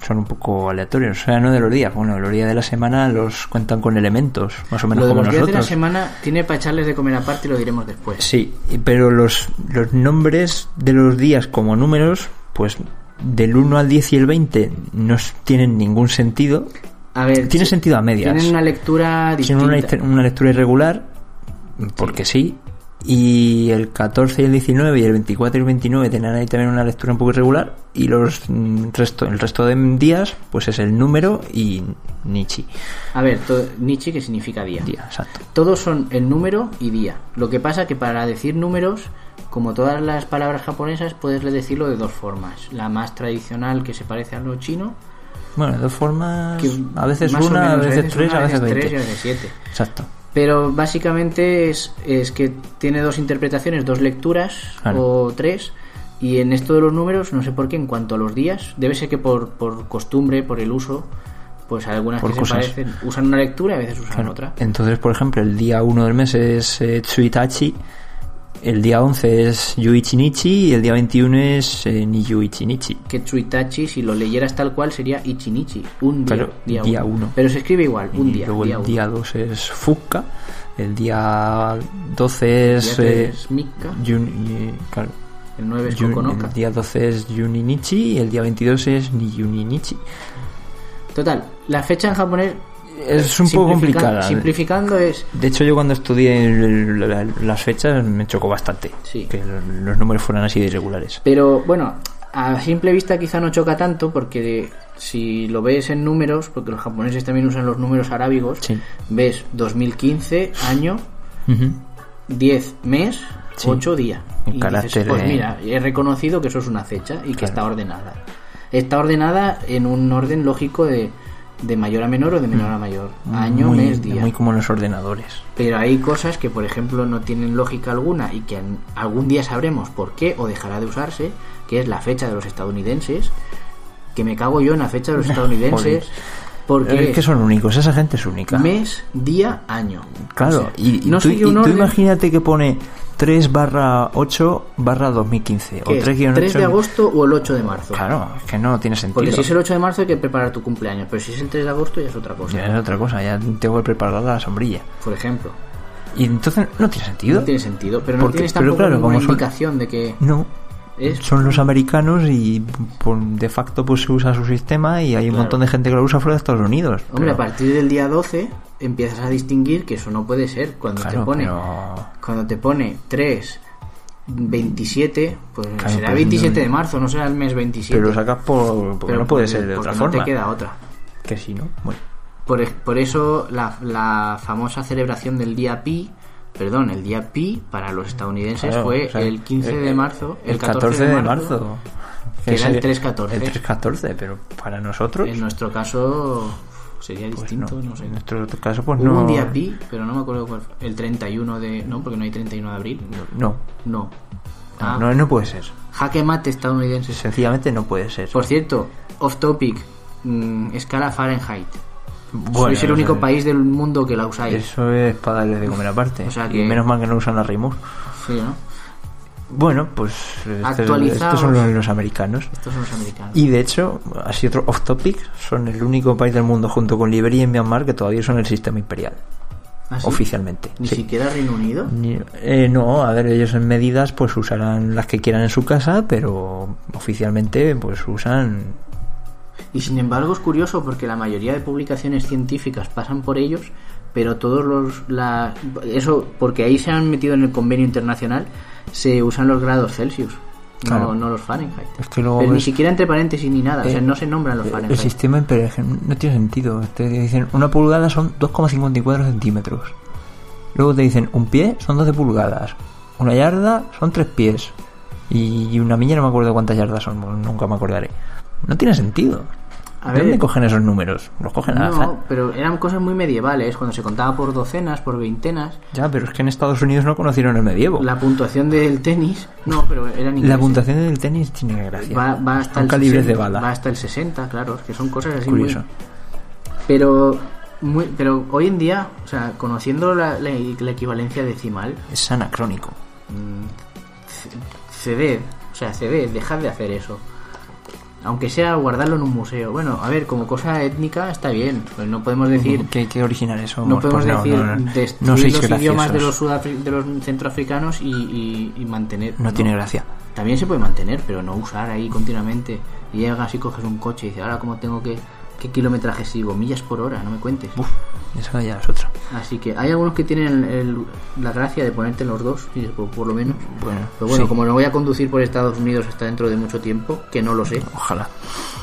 [SPEAKER 4] son un poco aleatorios. O sea, no de los días, bueno, los días de la semana los cuentan con elementos, más o menos
[SPEAKER 3] Lo de
[SPEAKER 4] como
[SPEAKER 3] los días de la
[SPEAKER 4] nosotros.
[SPEAKER 3] semana tiene para echarles de comer aparte y lo diremos después.
[SPEAKER 4] Sí, y- pero los, los nombres de los días como números, pues del 1 al 10 y el 20 no s- tienen ningún sentido.
[SPEAKER 3] A ver,
[SPEAKER 4] Tiene
[SPEAKER 3] Eh, sí,
[SPEAKER 4] sentido a medias.
[SPEAKER 3] Tienen una lectura
[SPEAKER 4] Tienen
[SPEAKER 3] distinta.
[SPEAKER 4] una, lect- una lectura irregular, porque sí. Y el 14 y el 19 y el 24 y el 29 tienen ahí también una lectura un poco irregular. Y los mm, resto, el resto de días, pues es el número y Nietzsche.
[SPEAKER 3] A ver, to- Nietzsche que significa día.
[SPEAKER 4] Día, exacto.
[SPEAKER 3] Todos son el número y día. Lo que pasa que para decir números, como todas las palabras japonesas, puedes decirlo de dos formas. La más tradicional que se parece a lo chino,
[SPEAKER 4] Bueno, de dos formas.
[SPEAKER 3] que
[SPEAKER 4] Pues, a veces
[SPEAKER 3] más o
[SPEAKER 4] una, a
[SPEAKER 3] menos, ¿eh?
[SPEAKER 4] veces, tres,
[SPEAKER 3] una,
[SPEAKER 4] a veces
[SPEAKER 3] tres y
[SPEAKER 4] veinte.
[SPEAKER 3] a veces siete.
[SPEAKER 4] Exacto.
[SPEAKER 3] Pero básicamente es, es que tiene dos interpretaciones, dos lecturas
[SPEAKER 4] Claro.
[SPEAKER 3] o tres. Y en esto de los números, no sé por qué, en cuanto a los días, debe ser que por, por costumbre, por el uso, pues algunas
[SPEAKER 4] Por
[SPEAKER 3] que
[SPEAKER 4] cosas.
[SPEAKER 3] se parecen usan una lectura y a veces usan
[SPEAKER 4] Claro.
[SPEAKER 3] otra.
[SPEAKER 4] Entonces, por ejemplo, el día 1 del mes es eh, Tsuitachi, el día 11 es Yuichi Nichi y el día 21 es eh, Niyuichi Nichi.
[SPEAKER 3] Que Tsuitachi, si lo leyeras tal cual, sería Ichinichi, un día,
[SPEAKER 4] Claro,
[SPEAKER 3] día,
[SPEAKER 4] día
[SPEAKER 3] uno.
[SPEAKER 4] uno.
[SPEAKER 3] Pero se escribe igual, un
[SPEAKER 4] y
[SPEAKER 3] día,
[SPEAKER 4] luego
[SPEAKER 3] día
[SPEAKER 4] el
[SPEAKER 3] uno.
[SPEAKER 4] día 2 es Fuka, el día 12
[SPEAKER 3] El día
[SPEAKER 4] es,
[SPEAKER 3] tres
[SPEAKER 4] eh,
[SPEAKER 3] es Mikka,
[SPEAKER 4] Yun- y- claro,
[SPEAKER 3] el 9 es
[SPEAKER 4] Yun-
[SPEAKER 3] Kokonoka.
[SPEAKER 4] el día 12 es Yuninichi y el día 22 es Niyuninichi.
[SPEAKER 3] Total, la fecha en japonés...
[SPEAKER 4] Es un
[SPEAKER 3] simplifica-
[SPEAKER 4] poco complicada.
[SPEAKER 3] Simplificando es...
[SPEAKER 4] De hecho, yo cuando estudié el- la- las fechas me chocó bastante
[SPEAKER 3] Sí.
[SPEAKER 4] que los, los números fueran así de irregulares.
[SPEAKER 3] Pero bueno, a simple vista quizá no choca tanto porque si lo ves en números, porque los japoneses también usan los números arábigos,
[SPEAKER 4] Sí.
[SPEAKER 3] ves 2015, año,
[SPEAKER 4] Ujú.
[SPEAKER 3] 10, mes,
[SPEAKER 4] Sí.
[SPEAKER 3] 8, día.
[SPEAKER 4] Un carácter,
[SPEAKER 3] pues
[SPEAKER 4] eh.
[SPEAKER 3] mira, he reconocido que eso es una fecha y que
[SPEAKER 4] Claro.
[SPEAKER 3] está ordenada. Está ordenada en un orden lógico de, de mayor a menor o de menor a mayor. Año,
[SPEAKER 4] Mm, muy,
[SPEAKER 3] mes, día.
[SPEAKER 4] Muy como los ordenadores.
[SPEAKER 3] Pero hay cosas que, por ejemplo, no tienen lógica alguna y que en- algún día sabremos por qué o dejará de usarse, que es la fecha de los estadounidenses, que me cago yo en la fecha de los estadounidenses, porque
[SPEAKER 4] Es que son únicos, esa gente es única.
[SPEAKER 3] mes, día, año.
[SPEAKER 4] Claro,
[SPEAKER 3] O sea,
[SPEAKER 4] y, y
[SPEAKER 3] no
[SPEAKER 4] tú,
[SPEAKER 3] sigue
[SPEAKER 4] y
[SPEAKER 3] un
[SPEAKER 4] tú
[SPEAKER 3] orden.
[SPEAKER 4] imagínate que pone 3 barra 8 barra 2015. O
[SPEAKER 3] ¿Qué es?
[SPEAKER 4] 3 guión
[SPEAKER 3] 3
[SPEAKER 4] ocho-
[SPEAKER 3] de agosto o el 8 de marzo.
[SPEAKER 4] Claro, es que no tiene sentido.
[SPEAKER 3] Porque si es el 8 de marzo hay que preparar tu cumpleaños, pero si es el 3 de agosto ya es otra cosa.
[SPEAKER 4] Ya es otra cosa, ya tengo que preparar la sombrilla.
[SPEAKER 3] Por ejemplo.
[SPEAKER 4] Y entonces no tiene sentido.
[SPEAKER 3] No tiene sentido, pero no
[SPEAKER 4] Porque-
[SPEAKER 3] tienes
[SPEAKER 4] pero
[SPEAKER 3] tampoco
[SPEAKER 4] claro,
[SPEAKER 3] ninguna
[SPEAKER 4] como son-
[SPEAKER 3] indicación de que
[SPEAKER 4] No.
[SPEAKER 3] es
[SPEAKER 4] Son los americanos y por- de facto pues se usa su sistema y hay un
[SPEAKER 3] Claro.
[SPEAKER 4] montón de gente que lo usa fuera de Estados Unidos.
[SPEAKER 3] Hombre, a
[SPEAKER 4] pero-
[SPEAKER 3] partir del día 12 empiezas a distinguir que eso no puede ser. Cuando te
[SPEAKER 4] claro,
[SPEAKER 3] pone
[SPEAKER 4] pero-
[SPEAKER 3] cuando te pone 3 27, pues
[SPEAKER 4] Claro,
[SPEAKER 3] será
[SPEAKER 4] pero
[SPEAKER 3] 27
[SPEAKER 4] no-
[SPEAKER 3] de marzo, no será el mes 27.
[SPEAKER 4] pero lo sacas por... porque
[SPEAKER 3] Pero
[SPEAKER 4] no puede
[SPEAKER 3] porque-
[SPEAKER 4] ser de
[SPEAKER 3] porque
[SPEAKER 4] otra
[SPEAKER 3] No
[SPEAKER 4] forma.
[SPEAKER 3] te queda otra.
[SPEAKER 4] Que sí, ¿no? Bueno.
[SPEAKER 3] Por, es- por eso la, la famosa celebración del día pi, perdón, el día pi para los estadounidenses
[SPEAKER 4] Claro,
[SPEAKER 3] fue
[SPEAKER 4] o sea, eh,
[SPEAKER 3] el 15 de marzo,
[SPEAKER 4] el 14 de marzo.
[SPEAKER 3] que era el
[SPEAKER 4] ese-
[SPEAKER 3] 3-14.
[SPEAKER 4] El 3-14, pero para nosotros.
[SPEAKER 3] En nuestro caso sería
[SPEAKER 4] pues
[SPEAKER 3] distinto,
[SPEAKER 4] no.
[SPEAKER 3] no, sé.
[SPEAKER 4] En nuestro caso, pues
[SPEAKER 3] Hubo
[SPEAKER 4] no.
[SPEAKER 3] un día pi, pero no me acuerdo cuál fue. El 31 de. No, porque no hay 31 de abril.
[SPEAKER 4] No,
[SPEAKER 3] No. Ah,
[SPEAKER 4] no, no, no puede ser.
[SPEAKER 3] Jaque mate estadounidense.
[SPEAKER 4] Sencillamente no puede ser.
[SPEAKER 3] Por cierto, off topic, mm, escala Fahrenheit.
[SPEAKER 4] Bueno,
[SPEAKER 3] Sois el
[SPEAKER 4] o
[SPEAKER 3] único
[SPEAKER 4] sea,
[SPEAKER 3] país del mundo que la usáis.
[SPEAKER 4] Eso es para darles de comer aparte.
[SPEAKER 3] O sea
[SPEAKER 4] Y
[SPEAKER 3] que-
[SPEAKER 4] menos mal que no usan la Remus.
[SPEAKER 3] Sí, ¿no?
[SPEAKER 4] Bueno, pues. este-
[SPEAKER 3] Actualizaos.
[SPEAKER 4] Estos son los, los americanos.
[SPEAKER 3] Estos son los americanos.
[SPEAKER 4] Y de hecho, así otro off topic, son el único país del mundo junto con Liberia y Myanmar que todavía son el sistema imperial,
[SPEAKER 3] ¿Ah, sí?
[SPEAKER 4] oficialmente.
[SPEAKER 3] Ni
[SPEAKER 4] Sí.
[SPEAKER 3] siquiera Reino Unido.
[SPEAKER 4] Ni- eh, no, a ver, ellos en medidas pues usarán las que quieran en su casa, pero oficialmente pues usan...
[SPEAKER 3] Y sin embargo es curioso porque la mayoría de publicaciones científicas pasan por ellos, pero todos los... La, eso, porque ahí se han metido en el convenio internacional, se usan los grados Celsius,
[SPEAKER 4] Claro.
[SPEAKER 3] no, no los Fahrenheit.
[SPEAKER 4] Es que luego
[SPEAKER 3] Pero ni
[SPEAKER 4] ves-
[SPEAKER 3] siquiera entre paréntesis ni nada, o sea,
[SPEAKER 4] Eh,
[SPEAKER 3] no se nombran los
[SPEAKER 4] eh,
[SPEAKER 3] Fahrenheit.
[SPEAKER 4] El sistema imperial que no tiene sentido. Te dicen una pulgada son 2,54 centímetros. Luego te dicen un pie son 12 pulgadas. Una yarda son 3 pies. Y una milla no me acuerdo cuántas yardas son, nunca me acordaré. No tiene sentido.
[SPEAKER 3] A
[SPEAKER 4] ¿De
[SPEAKER 3] ver.
[SPEAKER 4] dónde cogen esos números? Los cogen a la azar.
[SPEAKER 3] No, pero eran cosas muy medievales, cuando se contaba por docenas, por veintenas.
[SPEAKER 4] Ya, pero es que en Estados Unidos no conocieron el medievo.
[SPEAKER 3] La puntuación del tenis, no, pero ¿eh? eran
[SPEAKER 4] La
[SPEAKER 3] ingleses.
[SPEAKER 4] puntuación del tenis tiene gracia.
[SPEAKER 3] va, va hasta
[SPEAKER 4] Son
[SPEAKER 3] el
[SPEAKER 4] calibres
[SPEAKER 3] 60,
[SPEAKER 4] de bala.
[SPEAKER 3] Va hasta el 60, claro, es que son cosas así.
[SPEAKER 4] Curioso.
[SPEAKER 3] muy- pero muy, pero hoy en día, o sea, conociendo la, la- la equivalencia decimal,
[SPEAKER 4] Es anacrónico.
[SPEAKER 3] ceded, o sea, ceded, dejad de hacer eso. Aunque sea guardarlo en un museo. Bueno, a ver, como cosa étnica está bien, pues no podemos decir
[SPEAKER 4] ¿Qué, qué originales somos?
[SPEAKER 3] No podemos
[SPEAKER 4] Pues
[SPEAKER 3] decir
[SPEAKER 4] no, no, no.
[SPEAKER 3] destruir
[SPEAKER 4] No
[SPEAKER 3] los
[SPEAKER 4] sois graciosos.
[SPEAKER 3] idiomas de los, sudafri- de los centroafricanos y, y- y mantener.
[SPEAKER 4] No tiene gracia.
[SPEAKER 3] También se puede mantener, pero no usar ahí continuamente. Y llegas y coges un coche y dices, ahora cómo tengo que. ¿Qué kilometraje sigo? Millas por hora, no me cuentes.
[SPEAKER 4] Uf, eso ya es otro.
[SPEAKER 3] Así que hay algunos que tienen el- la gracia de ponerte los dos, y por, por lo menos.
[SPEAKER 4] Bueno,
[SPEAKER 3] pero bueno,
[SPEAKER 4] sí.
[SPEAKER 3] como no voy a conducir por Estados Unidos hasta dentro de mucho tiempo, que no lo sé.
[SPEAKER 4] Ojalá.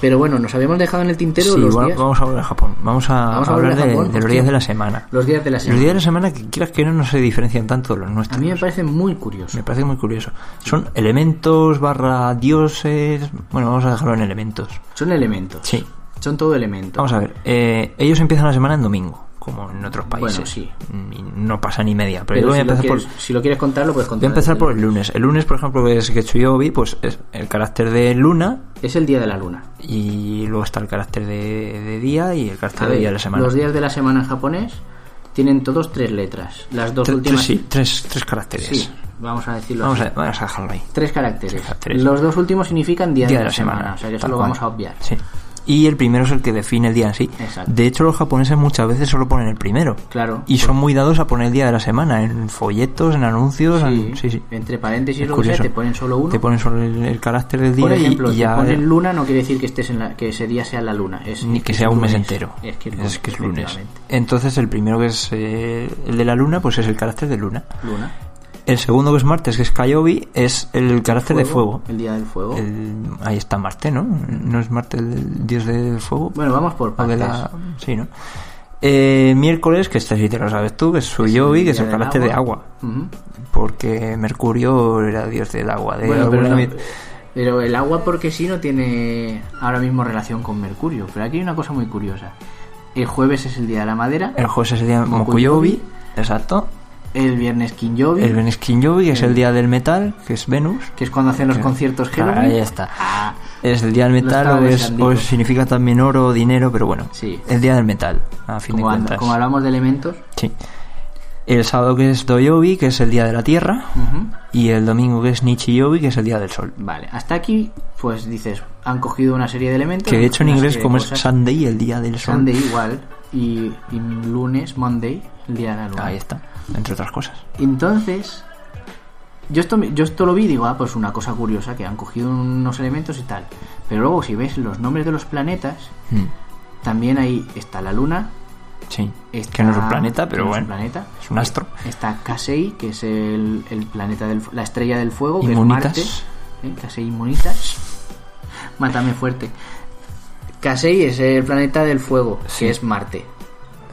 [SPEAKER 3] Pero bueno, nos habíamos dejado en el tintero
[SPEAKER 4] sí,
[SPEAKER 3] los,
[SPEAKER 4] igual
[SPEAKER 3] días,
[SPEAKER 4] vamos a hablar de Japón. Vamos a
[SPEAKER 3] Vamos a hablar de
[SPEAKER 4] hablar de,
[SPEAKER 3] Japón,
[SPEAKER 4] de los
[SPEAKER 3] hostia.
[SPEAKER 4] días de la semana.
[SPEAKER 3] los días de la semana.
[SPEAKER 4] Los días de la semana que quieras que no, no se diferencian tanto de los
[SPEAKER 3] A
[SPEAKER 4] nuestros.
[SPEAKER 3] mí me parece muy curioso.
[SPEAKER 4] Me parece muy curioso. Son elementos barra dioses. Bueno, vamos a dejarlo en elementos.
[SPEAKER 3] Son elementos.
[SPEAKER 4] Sí.
[SPEAKER 3] Son todo elementos.
[SPEAKER 4] Vamos a ver. eh, ellos empiezan la semana en domingo, como en otros países.
[SPEAKER 3] Bueno, sí.
[SPEAKER 4] Y no pasa ni media.
[SPEAKER 3] Pero
[SPEAKER 4] Pero, yo voy a
[SPEAKER 3] si, lo
[SPEAKER 4] empezar por.
[SPEAKER 3] quieres, si lo quieres contar, lo puedes
[SPEAKER 4] Voy a
[SPEAKER 3] contar.
[SPEAKER 4] empezar
[SPEAKER 3] desde
[SPEAKER 4] por el
[SPEAKER 3] el-
[SPEAKER 4] lunes. El lunes, por ejemplo, es Getsuyobi, pues es el carácter de luna
[SPEAKER 3] Es el día de la
[SPEAKER 4] Ah,
[SPEAKER 3] luna.
[SPEAKER 4] y luego está el carácter de, de día y el
[SPEAKER 3] A
[SPEAKER 4] carácter de
[SPEAKER 3] ver,
[SPEAKER 4] día de la semana.
[SPEAKER 3] Los días de la semana en japonés tienen todos tres letras. Las dos
[SPEAKER 4] Tre- tres,
[SPEAKER 3] últimas.
[SPEAKER 4] sí, tres, tres caracteres.
[SPEAKER 3] Sí, vamos a decirlo
[SPEAKER 4] Vamos,
[SPEAKER 3] así.
[SPEAKER 4] a, vamos a dejarlo ahí.
[SPEAKER 3] Tres caracteres.
[SPEAKER 4] Tres caracteres.
[SPEAKER 3] Los dos últimos significan día,
[SPEAKER 4] Día de la semana.
[SPEAKER 3] O sea que eso
[SPEAKER 4] tal
[SPEAKER 3] lo
[SPEAKER 4] cual.
[SPEAKER 3] vamos a obviar.
[SPEAKER 4] Sí. Y el primero es el que define el día en sí.
[SPEAKER 3] Exacto.
[SPEAKER 4] De hecho, los japoneses muchas veces solo ponen el primero.
[SPEAKER 3] Claro.
[SPEAKER 4] Y son muy dados a poner el día de la semana en folletos, en anuncios. en- sí, sí.
[SPEAKER 3] Entre
[SPEAKER 4] Es
[SPEAKER 3] paréntesis, lo que sea,
[SPEAKER 4] curioso.
[SPEAKER 3] te ponen solo uno.
[SPEAKER 4] Te ponen solo el, el carácter del día
[SPEAKER 3] Por
[SPEAKER 4] y-
[SPEAKER 3] ejemplo,
[SPEAKER 4] y,
[SPEAKER 3] si
[SPEAKER 4] ya.
[SPEAKER 3] ponen luna no quiere decir que estés en la, que ese día sea la luna. Es,
[SPEAKER 4] ni
[SPEAKER 3] es
[SPEAKER 4] que
[SPEAKER 3] es
[SPEAKER 4] sea un mes
[SPEAKER 3] lunes.
[SPEAKER 4] entero.
[SPEAKER 3] Es que es lunes.
[SPEAKER 4] Es que es lunes.
[SPEAKER 3] efectivamente.
[SPEAKER 4] Entonces, el primero que es eh, el de la luna, pues es el carácter de luna.
[SPEAKER 3] Luna.
[SPEAKER 4] El segundo que es martes, que es Kayobi, es el carácter Este de
[SPEAKER 3] El día del fuego.
[SPEAKER 4] fuego. El- ahí está Marte, ¿no? No es Marte el dios del fuego.
[SPEAKER 3] Bueno, vamos por
[SPEAKER 4] O de
[SPEAKER 3] partes.
[SPEAKER 4] la- sí, ¿no? Eh, miércoles, que este sí te lo sabes tú, que es Suyobi, que es
[SPEAKER 3] día
[SPEAKER 4] el
[SPEAKER 3] del
[SPEAKER 4] carácter de
[SPEAKER 3] agua.
[SPEAKER 4] agua.
[SPEAKER 3] Ujú.
[SPEAKER 4] Porque Mercurio era dios del agua. De
[SPEAKER 3] Bueno, pero,
[SPEAKER 4] alguna
[SPEAKER 3] no-
[SPEAKER 4] vez-
[SPEAKER 3] pero el agua porque sí no tiene ahora mismo relación con Mercurio. Pero aquí hay una cosa muy curiosa. El jueves es el día de la madera,
[SPEAKER 4] El jueves es el día
[SPEAKER 3] Mokuyobi.
[SPEAKER 4] Mokuyobi, exacto.
[SPEAKER 3] el viernes Kinyobi,
[SPEAKER 4] El Venus Kinyobi, que es el día del metal, que es Venus.
[SPEAKER 3] que es cuando hacen los
[SPEAKER 4] Ah,
[SPEAKER 3] conciertos Halloween.
[SPEAKER 4] Ahí está.
[SPEAKER 3] Ah,
[SPEAKER 4] Es el día del
[SPEAKER 3] Lo
[SPEAKER 4] metal
[SPEAKER 3] estaba
[SPEAKER 4] o, es-
[SPEAKER 3] pensando.
[SPEAKER 4] o significa también oro, dinero, pero bueno.
[SPEAKER 3] Sí.
[SPEAKER 4] El día del metal, a fin
[SPEAKER 3] como,
[SPEAKER 4] de
[SPEAKER 3] and-
[SPEAKER 4] cuentas.
[SPEAKER 3] como hablamos de elementos,
[SPEAKER 4] Sí. El sábado que es Doyobi, que es el día de la Tierra.
[SPEAKER 3] Ujú.
[SPEAKER 4] Y el domingo que es Nichiyobi, que es el día del sol.
[SPEAKER 3] Vale, hasta aquí, pues dices, han cogido una serie de elementos.
[SPEAKER 4] Que de hecho en
[SPEAKER 3] una
[SPEAKER 4] inglés
[SPEAKER 3] serie de
[SPEAKER 4] como es
[SPEAKER 3] cosas.
[SPEAKER 4] Sunday, el día del sol.
[SPEAKER 3] Sunday igual. Y, y lunes, Monday, el día de la luna.
[SPEAKER 4] Ahí está, entre otras cosas.
[SPEAKER 3] Entonces, yo esto, me- yo esto lo vi y digo, ah, pues una cosa curiosa, que han cogido unos elementos y tal. Pero luego, si ves los nombres de los planetas,
[SPEAKER 4] Mm,
[SPEAKER 3] también ahí está la luna.
[SPEAKER 4] Sí.
[SPEAKER 3] Está,
[SPEAKER 4] Que no es un planeta,
[SPEAKER 3] no
[SPEAKER 4] pero
[SPEAKER 3] es
[SPEAKER 4] bueno.
[SPEAKER 3] un planeta.
[SPEAKER 4] Es un astro.
[SPEAKER 3] Está Casey, que es el, el planeta del, la estrella del fuego,
[SPEAKER 4] Y
[SPEAKER 3] que es
[SPEAKER 4] Monitas.
[SPEAKER 3] Marte. ¿eh? Casey y Monitas. Mátame fuerte. Casey es el planeta del fuego,
[SPEAKER 4] Sí.
[SPEAKER 3] que es Marte.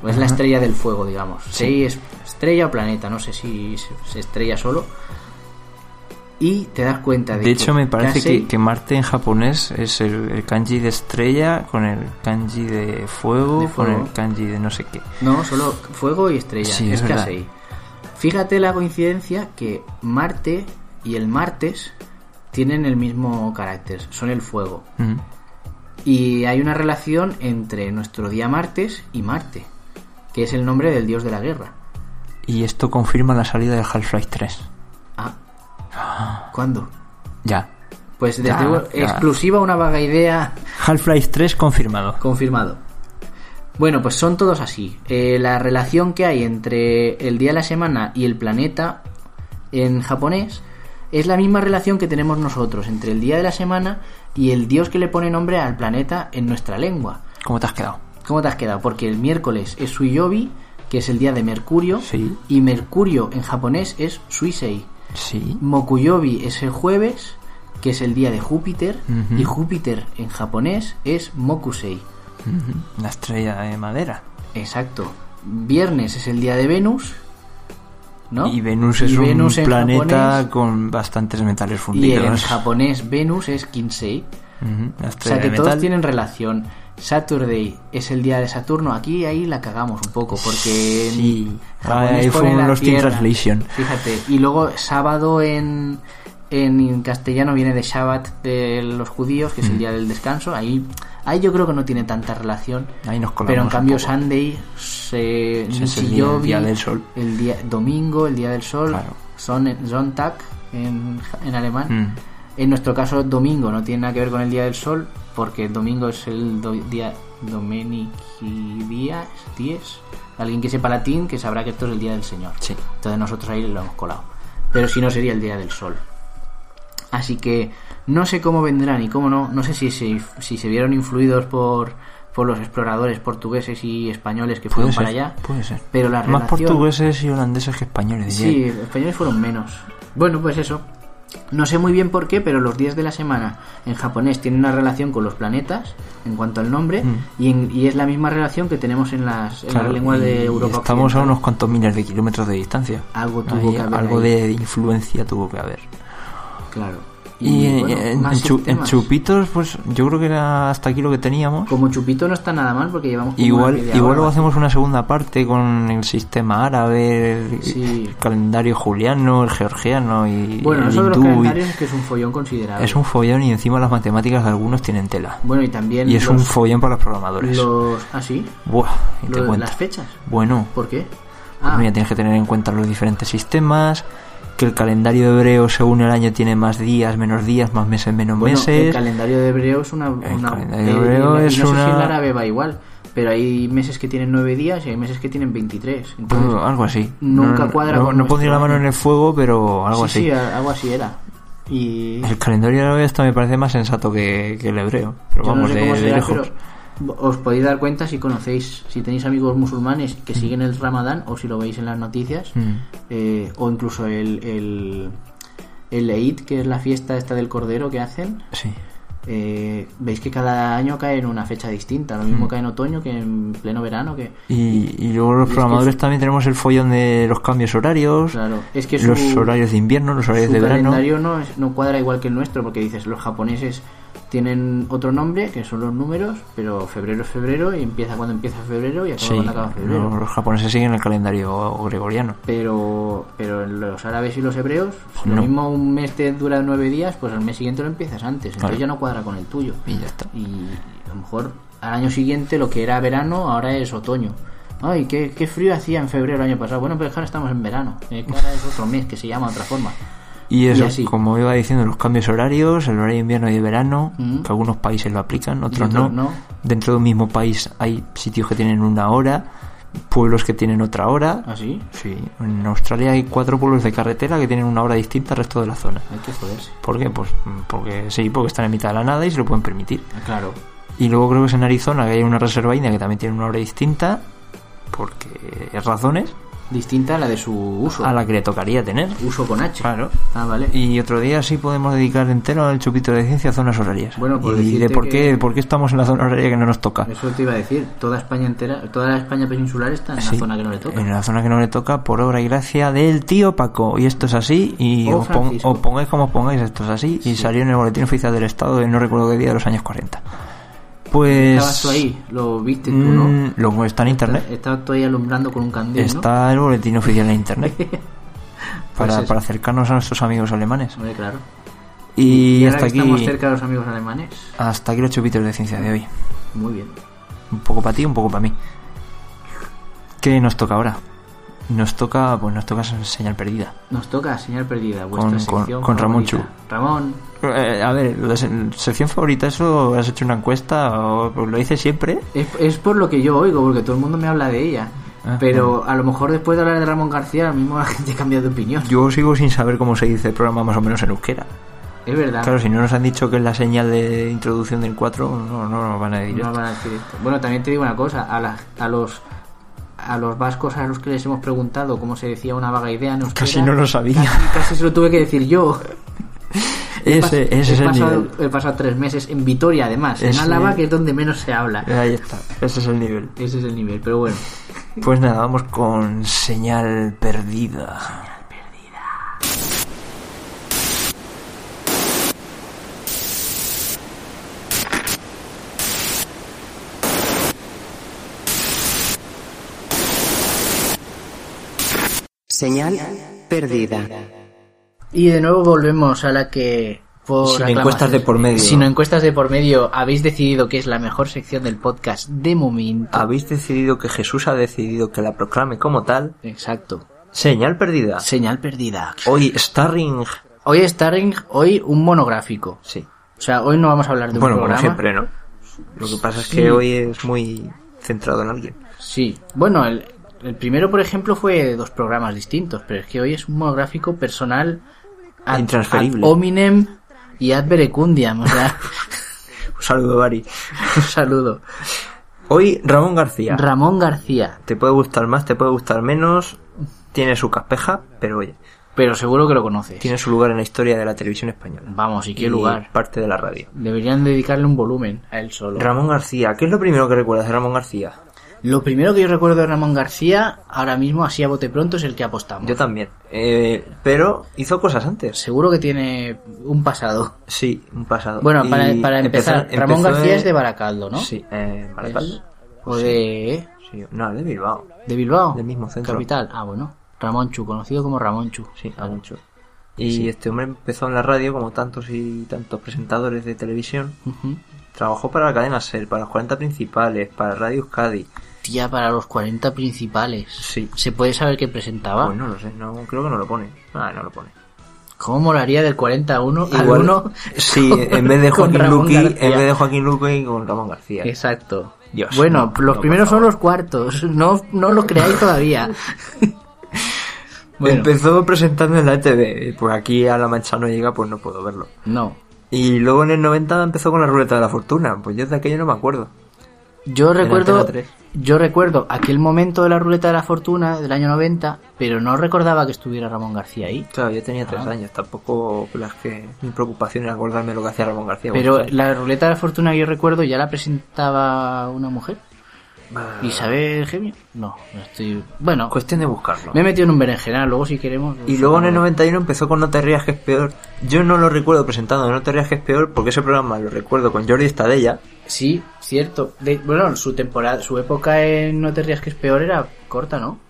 [SPEAKER 3] O es la estrella del fuego, digamos. Sí. es estrella o planeta, no sé si se- se estrella solo. Y te das cuenta de,
[SPEAKER 4] De hecho, me parece
[SPEAKER 3] Casey-
[SPEAKER 4] que, que Marte en japonés es el, el kanji de estrella con el kanji de fuego,
[SPEAKER 3] De fuego.
[SPEAKER 4] con el kanji de no sé qué.
[SPEAKER 3] No, solo fuego y estrella.
[SPEAKER 4] Sí,
[SPEAKER 3] es
[SPEAKER 4] es verdad.
[SPEAKER 3] Casey. Fíjate la coincidencia que Marte y el martes tienen el mismo carácter, son el fuego.
[SPEAKER 4] Mm.
[SPEAKER 3] Y hay una relación entre nuestro día martes y Marte, que es el nombre del dios de la guerra.
[SPEAKER 4] Y esto confirma la salida de Half-Life 3.
[SPEAKER 3] Ah, ¿cuándo?
[SPEAKER 4] Ya.
[SPEAKER 3] Pues desde
[SPEAKER 4] Ya,
[SPEAKER 3] luego,
[SPEAKER 4] ya.
[SPEAKER 3] exclusiva, una vaga idea
[SPEAKER 4] Half-Life 3 confirmado.
[SPEAKER 3] Confirmado. Bueno, pues son todos así. Eh, la relación que hay entre el día de la semana y el planeta en japonés es la misma relación que tenemos nosotros entre el día de la semana y el dios que le pone nombre al planeta en nuestra lengua.
[SPEAKER 4] ¿Cómo te has quedado?
[SPEAKER 3] ¿Cómo te has quedado? Porque el miércoles es Suiyobi, que es el día de Mercurio,
[SPEAKER 4] Sí.
[SPEAKER 3] y Mercurio en japonés es Suisei.
[SPEAKER 4] Sí.
[SPEAKER 3] Mokuyobi es el jueves, que es el día de Júpiter,
[SPEAKER 4] Ujú.
[SPEAKER 3] y Júpiter en japonés es Mokusei.
[SPEAKER 4] La estrella de madera.
[SPEAKER 3] Exacto. Viernes es el día de Venus, ¿no?
[SPEAKER 4] Y Venus
[SPEAKER 3] Y
[SPEAKER 4] es
[SPEAKER 3] Venus
[SPEAKER 4] un
[SPEAKER 3] en
[SPEAKER 4] planeta
[SPEAKER 3] japonés-
[SPEAKER 4] con bastantes metales
[SPEAKER 3] y
[SPEAKER 4] fundidos.
[SPEAKER 3] en japonés Venus es Kinsei.
[SPEAKER 4] Ujú, la
[SPEAKER 3] O sea
[SPEAKER 4] estrella
[SPEAKER 3] que
[SPEAKER 4] de
[SPEAKER 3] todos
[SPEAKER 4] metal.
[SPEAKER 3] tienen relación. Saturday es el día de Saturno. Aquí ahí la cagamos un poco porque en
[SPEAKER 4] Sí.
[SPEAKER 3] japonés
[SPEAKER 4] Ahí fue
[SPEAKER 3] ponen
[SPEAKER 4] un
[SPEAKER 3] la
[SPEAKER 4] Lost in
[SPEAKER 3] tierra.
[SPEAKER 4] Translation.
[SPEAKER 3] Fíjate. Y luego sábado en en castellano viene de Shabbat de los judíos, que es el
[SPEAKER 4] Mm.
[SPEAKER 3] día del descanso. Ahí ahí yo creo que no tiene tanta relación.
[SPEAKER 4] Ahí nos colamos
[SPEAKER 3] Pero en
[SPEAKER 4] un
[SPEAKER 3] cambio
[SPEAKER 4] poco.
[SPEAKER 3] Sunday, se,
[SPEAKER 4] Sí, es
[SPEAKER 3] Nichi
[SPEAKER 4] el día- el
[SPEAKER 3] Yobi,
[SPEAKER 4] día del sol.
[SPEAKER 3] el día domingo, el día del sol,
[SPEAKER 4] Claro.
[SPEAKER 3] son Sonntag en, en alemán.
[SPEAKER 4] Mm.
[SPEAKER 3] En nuestro caso domingo no tiene nada que ver con el día del sol porque el domingo es el do- día Domenici días, 10. Alguien que sepa latín que sabrá que esto es el día del Señor.
[SPEAKER 4] Sí.
[SPEAKER 3] Entonces nosotros ahí lo hemos colado. Pero si no sería el día del sol. Así que no sé cómo vendrán y cómo no. No sé si se, si se vieron influidos por, por los exploradores portugueses y españoles que fueron
[SPEAKER 4] Puede ser,
[SPEAKER 3] para allá.
[SPEAKER 4] puede ser.
[SPEAKER 3] Pero la
[SPEAKER 4] Más
[SPEAKER 3] relación-
[SPEAKER 4] portugueses y holandeses que españoles.
[SPEAKER 3] Sí, los españoles fueron menos. Bueno, pues eso. No sé muy bien por qué, pero los días de la semana en japonés tienen una relación con los planetas en cuanto al nombre
[SPEAKER 4] Mm.
[SPEAKER 3] y, en- y es la misma relación que tenemos en las, en las lenguas de
[SPEAKER 4] y
[SPEAKER 3] Europa.
[SPEAKER 4] Estamos a
[SPEAKER 3] Occidental.
[SPEAKER 4] unos cuantos miles de kilómetros de distancia.
[SPEAKER 3] Algo tuvo
[SPEAKER 4] Ahí,
[SPEAKER 3] que haber
[SPEAKER 4] Algo
[SPEAKER 3] ahí.
[SPEAKER 4] de influencia tuvo que haber.
[SPEAKER 3] Claro.
[SPEAKER 4] Y, eh,
[SPEAKER 3] bueno,
[SPEAKER 4] en,
[SPEAKER 3] más
[SPEAKER 4] en chu- en
[SPEAKER 3] subtemas.
[SPEAKER 4] chupitos, pues yo creo que era hasta aquí lo que teníamos.
[SPEAKER 3] Como chupito no está nada mal porque llevamos como
[SPEAKER 4] Igual,
[SPEAKER 3] una media
[SPEAKER 4] igual
[SPEAKER 3] hora.
[SPEAKER 4] luego hacemos una segunda parte con el sistema árabe, el,
[SPEAKER 3] Sí.
[SPEAKER 4] el calendario juliano, el georgiano y
[SPEAKER 3] Bueno,
[SPEAKER 4] el
[SPEAKER 3] eso de los
[SPEAKER 4] hindú. y-
[SPEAKER 3] calendarios es que es un follón considerable.
[SPEAKER 4] Es un follón y encima las matemáticas de algunos tienen tela.
[SPEAKER 3] Bueno, y también
[SPEAKER 4] y es
[SPEAKER 3] los,
[SPEAKER 4] un follón para los programadores.
[SPEAKER 3] los ah sí,
[SPEAKER 4] Buah, y te
[SPEAKER 3] Lo-
[SPEAKER 4] cuento.
[SPEAKER 3] las fechas.
[SPEAKER 4] Bueno,
[SPEAKER 3] ¿Por qué?
[SPEAKER 4] Pues
[SPEAKER 3] Ah,
[SPEAKER 4] mira, tienes que tener en cuenta los diferentes sistemas, que el calendario hebreo según el año tiene más días, menos días, más meses, menos
[SPEAKER 3] Bueno, el
[SPEAKER 4] meses.
[SPEAKER 3] calendario de hebreo es una. una- eh,
[SPEAKER 4] calendario hebreo
[SPEAKER 3] y- y
[SPEAKER 4] es
[SPEAKER 3] no sé si el
[SPEAKER 4] una-
[SPEAKER 3] árabe va igual, pero hay meses que tienen nueve días y hay meses que tienen 23. Entonces,
[SPEAKER 4] Todo- algo así.
[SPEAKER 3] nunca
[SPEAKER 4] no,
[SPEAKER 3] cuadra
[SPEAKER 4] No,
[SPEAKER 3] con
[SPEAKER 4] no pondría la
[SPEAKER 3] nuestro
[SPEAKER 4] mano en el fuego, pero algo
[SPEAKER 3] sí, sí,
[SPEAKER 4] así.
[SPEAKER 3] a- algo así era. Y.
[SPEAKER 4] El calendario hebreo hasta me parece más sensato que, que el hebreo. Pero
[SPEAKER 3] yo
[SPEAKER 4] vamos,
[SPEAKER 3] no sé
[SPEAKER 4] de,
[SPEAKER 3] cómo
[SPEAKER 4] de
[SPEAKER 3] será,
[SPEAKER 4] lejos.
[SPEAKER 3] pero os podéis dar cuenta si conocéis, si tenéis amigos musulmanes que siguen el Ramadán o si lo veis en las noticias,
[SPEAKER 4] Mm.
[SPEAKER 3] eh, o incluso el. el el Eid, que es la fiesta esta del cordero que hacen,
[SPEAKER 4] Sí.
[SPEAKER 3] eh, veis que cada año cae en una fecha distinta. Lo
[SPEAKER 4] Mm.
[SPEAKER 3] mismo cae en otoño que en pleno verano. que
[SPEAKER 4] Y, y luego los
[SPEAKER 3] que
[SPEAKER 4] programadores también tenemos el follón de los cambios horarios,
[SPEAKER 3] Claro, es que
[SPEAKER 4] los
[SPEAKER 3] su-
[SPEAKER 4] horarios de invierno, los horarios
[SPEAKER 3] Su
[SPEAKER 4] de verano.
[SPEAKER 3] calendario no, es- no cuadra igual que el nuestro, porque dices, los japoneses tienen otro nombre, que son los números, pero febrero es febrero y empieza cuando empieza febrero y acaba
[SPEAKER 4] Sí,
[SPEAKER 3] cuando acaba febrero.
[SPEAKER 4] los japoneses siguen el calendario gregoriano.
[SPEAKER 3] Pero, pero los árabes y los hebreos, lo
[SPEAKER 4] Pues No.
[SPEAKER 3] mismo un mes te dura nueve días, pues al mes siguiente lo empiezas antes, entonces
[SPEAKER 4] Claro.
[SPEAKER 3] ya no cuadra con el tuyo.
[SPEAKER 4] Y ya está.
[SPEAKER 3] Y a lo mejor al año siguiente lo que era verano ahora es otoño. Ay, qué, qué frío hacía en febrero el año pasado. Bueno, pero ahora estamos en verano. Eh, que ahora es otro mes que se llama de otra forma.
[SPEAKER 4] Y eso,
[SPEAKER 3] Y así.
[SPEAKER 4] como iba diciendo, los cambios horarios, el horario de invierno y de verano,
[SPEAKER 3] Mm.
[SPEAKER 4] que algunos países lo aplican, otros,
[SPEAKER 3] otros
[SPEAKER 4] no.
[SPEAKER 3] no.
[SPEAKER 4] Dentro de un mismo país hay sitios que tienen una hora, pueblos que tienen otra hora.
[SPEAKER 3] Así,
[SPEAKER 4] Sí, en Australia hay cuatro pueblos de carretera que tienen una hora distinta al resto de la zona.
[SPEAKER 3] hay que joderse.
[SPEAKER 4] ¿Por qué? Pues mm, porque sí, porque están en mitad de la nada y se lo pueden permitir.
[SPEAKER 3] Ah, Claro.
[SPEAKER 4] Y luego creo que es en Arizona que hay una reserva india que también tiene una hora distinta, porque razones,
[SPEAKER 3] Distinta a la de su uso.
[SPEAKER 4] a la que le tocaría tener.
[SPEAKER 3] Uso con H.
[SPEAKER 4] Claro.
[SPEAKER 3] Ah, vale.
[SPEAKER 4] Y otro día sí podemos dedicar entero al chupito de ciencia a zonas horarias.
[SPEAKER 3] Bueno, por
[SPEAKER 4] y de
[SPEAKER 3] decirte
[SPEAKER 4] por qué,
[SPEAKER 3] que-
[SPEAKER 4] por qué estamos en la zona horaria que no nos toca.
[SPEAKER 3] Eso te iba a decir. Toda España entera, toda la España peninsular está en
[SPEAKER 4] Sí,
[SPEAKER 3] la zona que no le toca.
[SPEAKER 4] En la zona que no le toca, por obra y gracia del tío Paco. Y esto es así, y
[SPEAKER 3] O
[SPEAKER 4] os, pon-
[SPEAKER 3] Oh, Francisco.
[SPEAKER 4] os pongáis como os pongáis, esto es así. Y salió en el boletín oficial del Estado de no recuerdo qué día de los años 40. Pues.
[SPEAKER 3] Estabas tú ahí, lo viste tú, ¿no?
[SPEAKER 4] mm, lo está en internet.
[SPEAKER 3] Estabas tú ahí alumbrando con un candil, ¿no? Pues
[SPEAKER 4] Está el boletín oficial en internet. para,
[SPEAKER 3] eso.
[SPEAKER 4] para acercarnos a nuestros amigos alemanes.
[SPEAKER 3] Hombre, claro.
[SPEAKER 4] Y,
[SPEAKER 3] ahora
[SPEAKER 4] hasta
[SPEAKER 3] que estamos
[SPEAKER 4] aquí.
[SPEAKER 3] cerca de los amigos alemanes.
[SPEAKER 4] Hasta aquí los chupitos de ciencia de hoy.
[SPEAKER 3] Muy bien.
[SPEAKER 4] Un poco para ti, un poco para mí. ¿Qué nos toca ahora? Nos toca, pues nos toca señal perdida.
[SPEAKER 3] Nos toca Señal Perdida, vuestra
[SPEAKER 4] Con- con-
[SPEAKER 3] sección
[SPEAKER 4] con Ramón
[SPEAKER 3] favorita. Ramón,
[SPEAKER 4] Eh, a ver, la se- sección favorita, eso has hecho una encuesta, o pues lo dices siempre.
[SPEAKER 3] es, es por lo que yo oigo, porque todo el mundo me habla de ella.
[SPEAKER 4] Ah,
[SPEAKER 3] pero a lo mejor después de hablar de Ramón García, ahora mismo la gente cambia de opinión.
[SPEAKER 4] Yo sigo sin saber cómo se dice el programa más o menos en euskera.
[SPEAKER 3] Es verdad.
[SPEAKER 4] Claro, si no nos han dicho que es la señal de introducción del 4, no, no nos van a decir.
[SPEAKER 3] no
[SPEAKER 4] esto.
[SPEAKER 3] van a decir esto. Bueno, también te digo una cosa, a, la- a los a los vascos a los que les hemos preguntado cómo se decía una vaga idea, nos
[SPEAKER 4] Casi no lo sabía.
[SPEAKER 3] Casi, casi se lo tuve que decir yo.
[SPEAKER 4] Ese,
[SPEAKER 3] He
[SPEAKER 4] ese es el
[SPEAKER 3] pasado,
[SPEAKER 4] nivel.
[SPEAKER 3] He pasado tres meses en Vitoria, además, en
[SPEAKER 4] Ese-
[SPEAKER 3] Álava, que es donde menos se habla.
[SPEAKER 4] Ahí está, ese es el nivel.
[SPEAKER 3] Ese es el nivel, pero bueno.
[SPEAKER 4] Pues nada, vamos con señal perdida.
[SPEAKER 8] Señal perdida.
[SPEAKER 3] Y de nuevo volvemos a la que... Por
[SPEAKER 4] Sin
[SPEAKER 3] aclamación-
[SPEAKER 4] encuestas de por medio.
[SPEAKER 3] Sin encuestas de por medio, habéis decidido que es la mejor sección del podcast de momento.
[SPEAKER 4] Habéis decidido que Jesús ha decidido que la proclame como tal.
[SPEAKER 3] Exacto.
[SPEAKER 4] Señal perdida.
[SPEAKER 3] Señal perdida.
[SPEAKER 4] Hoy Starring.
[SPEAKER 3] Hoy Starring, hoy un monográfico.
[SPEAKER 4] Sí.
[SPEAKER 3] O sea, hoy no vamos a hablar de un
[SPEAKER 4] Bueno, como
[SPEAKER 3] programa.
[SPEAKER 4] siempre, ¿no? Lo que pasa es
[SPEAKER 3] Sí.
[SPEAKER 4] que hoy es muy centrado en alguien.
[SPEAKER 3] Sí. Bueno, el, el primero, por ejemplo, fue de dos programas distintos, pero es que hoy es un monográfico personal ad,
[SPEAKER 4] Intransferible.
[SPEAKER 3] ad hominem y ad verecundiam. O sea,
[SPEAKER 4] Un saludo, Bari.
[SPEAKER 3] un saludo.
[SPEAKER 4] Hoy Ramón García.
[SPEAKER 3] Ramón García,
[SPEAKER 4] te puede gustar más, te puede gustar menos. Tiene su caspeja, pero oye,
[SPEAKER 3] pero seguro que lo conoces.
[SPEAKER 4] tiene su lugar en la historia de la televisión española.
[SPEAKER 3] Vamos, y qué lugar.
[SPEAKER 4] Parte de la radio.
[SPEAKER 3] Deberían dedicarle un volumen a él solo.
[SPEAKER 4] Ramón García, ¿qué es lo primero que recuerdas de Ramón García?
[SPEAKER 3] Lo primero que yo recuerdo de Ramón García, ahora mismo, así a bote pronto, es el que apostamos.
[SPEAKER 4] Yo también. Eh, pero hizo cosas antes.
[SPEAKER 3] Seguro que tiene un pasado.
[SPEAKER 4] Sí, un pasado.
[SPEAKER 3] Bueno, para,
[SPEAKER 4] Y
[SPEAKER 3] para
[SPEAKER 4] empezó-
[SPEAKER 3] empezar, Ramón
[SPEAKER 4] empezó
[SPEAKER 3] García
[SPEAKER 4] en-
[SPEAKER 3] es de Baracaldo, ¿no?
[SPEAKER 4] Sí, eh, Maracaldo.
[SPEAKER 3] O de, ¿eh?
[SPEAKER 4] Sí, no, de Bilbao.
[SPEAKER 3] de Bilbao.
[SPEAKER 4] Del mismo centro.
[SPEAKER 3] Capital. Ah, bueno. Ramonchu, conocido como Ramonchu.
[SPEAKER 4] Sí, a mucho. Y este hombre empezó en la radio, como tantos y tantos presentadores de televisión.
[SPEAKER 3] Ujú.
[SPEAKER 4] Trabajó para la cadena Ser, para los 40 principales, para Radio Euskadi.
[SPEAKER 3] Tía, para los 40 principales.
[SPEAKER 4] Sí.
[SPEAKER 3] ¿Se puede saber qué presentaba?
[SPEAKER 4] Pues no lo sé, no, creo que no lo pone. Ah, no lo pone.
[SPEAKER 3] ¿Cómo molaría del 41 al
[SPEAKER 4] Igual-
[SPEAKER 3] 1?
[SPEAKER 4] Sí, en vez de
[SPEAKER 3] Ah, Con
[SPEAKER 4] Joaquín
[SPEAKER 3] Ramón
[SPEAKER 4] Luqui,
[SPEAKER 3] García.
[SPEAKER 4] en vez de Joaquín Luqui con Ramón García.
[SPEAKER 3] Exacto.
[SPEAKER 4] Dios,
[SPEAKER 3] bueno,
[SPEAKER 4] no,
[SPEAKER 3] los
[SPEAKER 4] no,
[SPEAKER 3] primeros son
[SPEAKER 4] por favor.
[SPEAKER 3] los cuartos. No, no lo creáis todavía. bueno,
[SPEAKER 4] Empezó presentando en la ETV, pues aquí a La Mancha no llega, pues no puedo verlo.
[SPEAKER 3] no.
[SPEAKER 4] Y luego en el 90 empezó con la ruleta de la fortuna, pues yo de aquello no me acuerdo.
[SPEAKER 3] Yo recuerdo,
[SPEAKER 4] Antena 3.
[SPEAKER 3] yo recuerdo aquel momento de la ruleta de la fortuna del año 90, pero no recordaba que estuviera Ramón García ahí.
[SPEAKER 4] Claro, yo tenía
[SPEAKER 3] Ah.
[SPEAKER 4] tres años, tampoco las que mi preocupación era acordarme lo que hacía Ramón García.
[SPEAKER 3] Pero
[SPEAKER 4] Bueno,
[SPEAKER 3] la ruleta de la fortuna que yo recuerdo ya la presentaba una mujer.
[SPEAKER 4] bah,
[SPEAKER 3] Isabel Gemio. No, no estoy. Bueno,
[SPEAKER 4] cuestión de buscarlo.
[SPEAKER 3] me he metido en un berenjenal, luego si queremos.
[SPEAKER 4] Pues Y luego en el 91 empezó con No te rías que es peor. Yo no lo recuerdo presentando No te rías que es peor porque ese programa lo recuerdo con Jordi Estadella.
[SPEAKER 3] Sí, cierto. De- bueno, su temporada, su época en No te rías que es peor era corta, ¿no?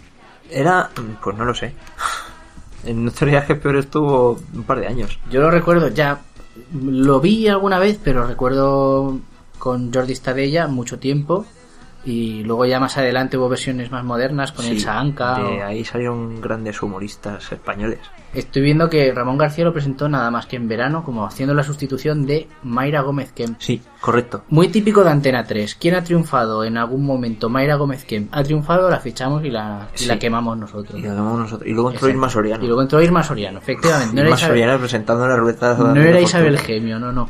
[SPEAKER 4] Era... mm, pues no lo sé. En No te rías que es peor estuvo un par de años.
[SPEAKER 3] Yo lo recuerdo ya. Lo vi alguna vez, pero recuerdo con Jordi Stadella mucho tiempo. Y luego ya más adelante hubo versiones más modernas con el
[SPEAKER 4] Sí,
[SPEAKER 3] Saanca.
[SPEAKER 4] De
[SPEAKER 3] o-
[SPEAKER 4] ahí salieron grandes humoristas españoles.
[SPEAKER 3] Estoy viendo que Ramón García lo presentó nada más que en verano, como haciendo la sustitución de Mayra Gómez Kemp.
[SPEAKER 4] Sí, correcto.
[SPEAKER 3] Muy típico de Antena 3. ¿Quién ha triunfado en algún momento? Mayra Gómez Kemp. Ha triunfado, la fichamos y la, y
[SPEAKER 4] Sí.
[SPEAKER 3] la quemamos nosotros.
[SPEAKER 4] Y, lo llamamos nosotros. y luego entró
[SPEAKER 3] Exacto.
[SPEAKER 4] Irma Soriano.
[SPEAKER 3] Y luego entró Irma Soriano, efectivamente. No era,
[SPEAKER 4] Irma
[SPEAKER 3] Isabel,
[SPEAKER 4] Soriano presentando la ruleta. de
[SPEAKER 3] no
[SPEAKER 4] la
[SPEAKER 3] era
[SPEAKER 4] fortuna.
[SPEAKER 3] Isabel Gemio, no, no.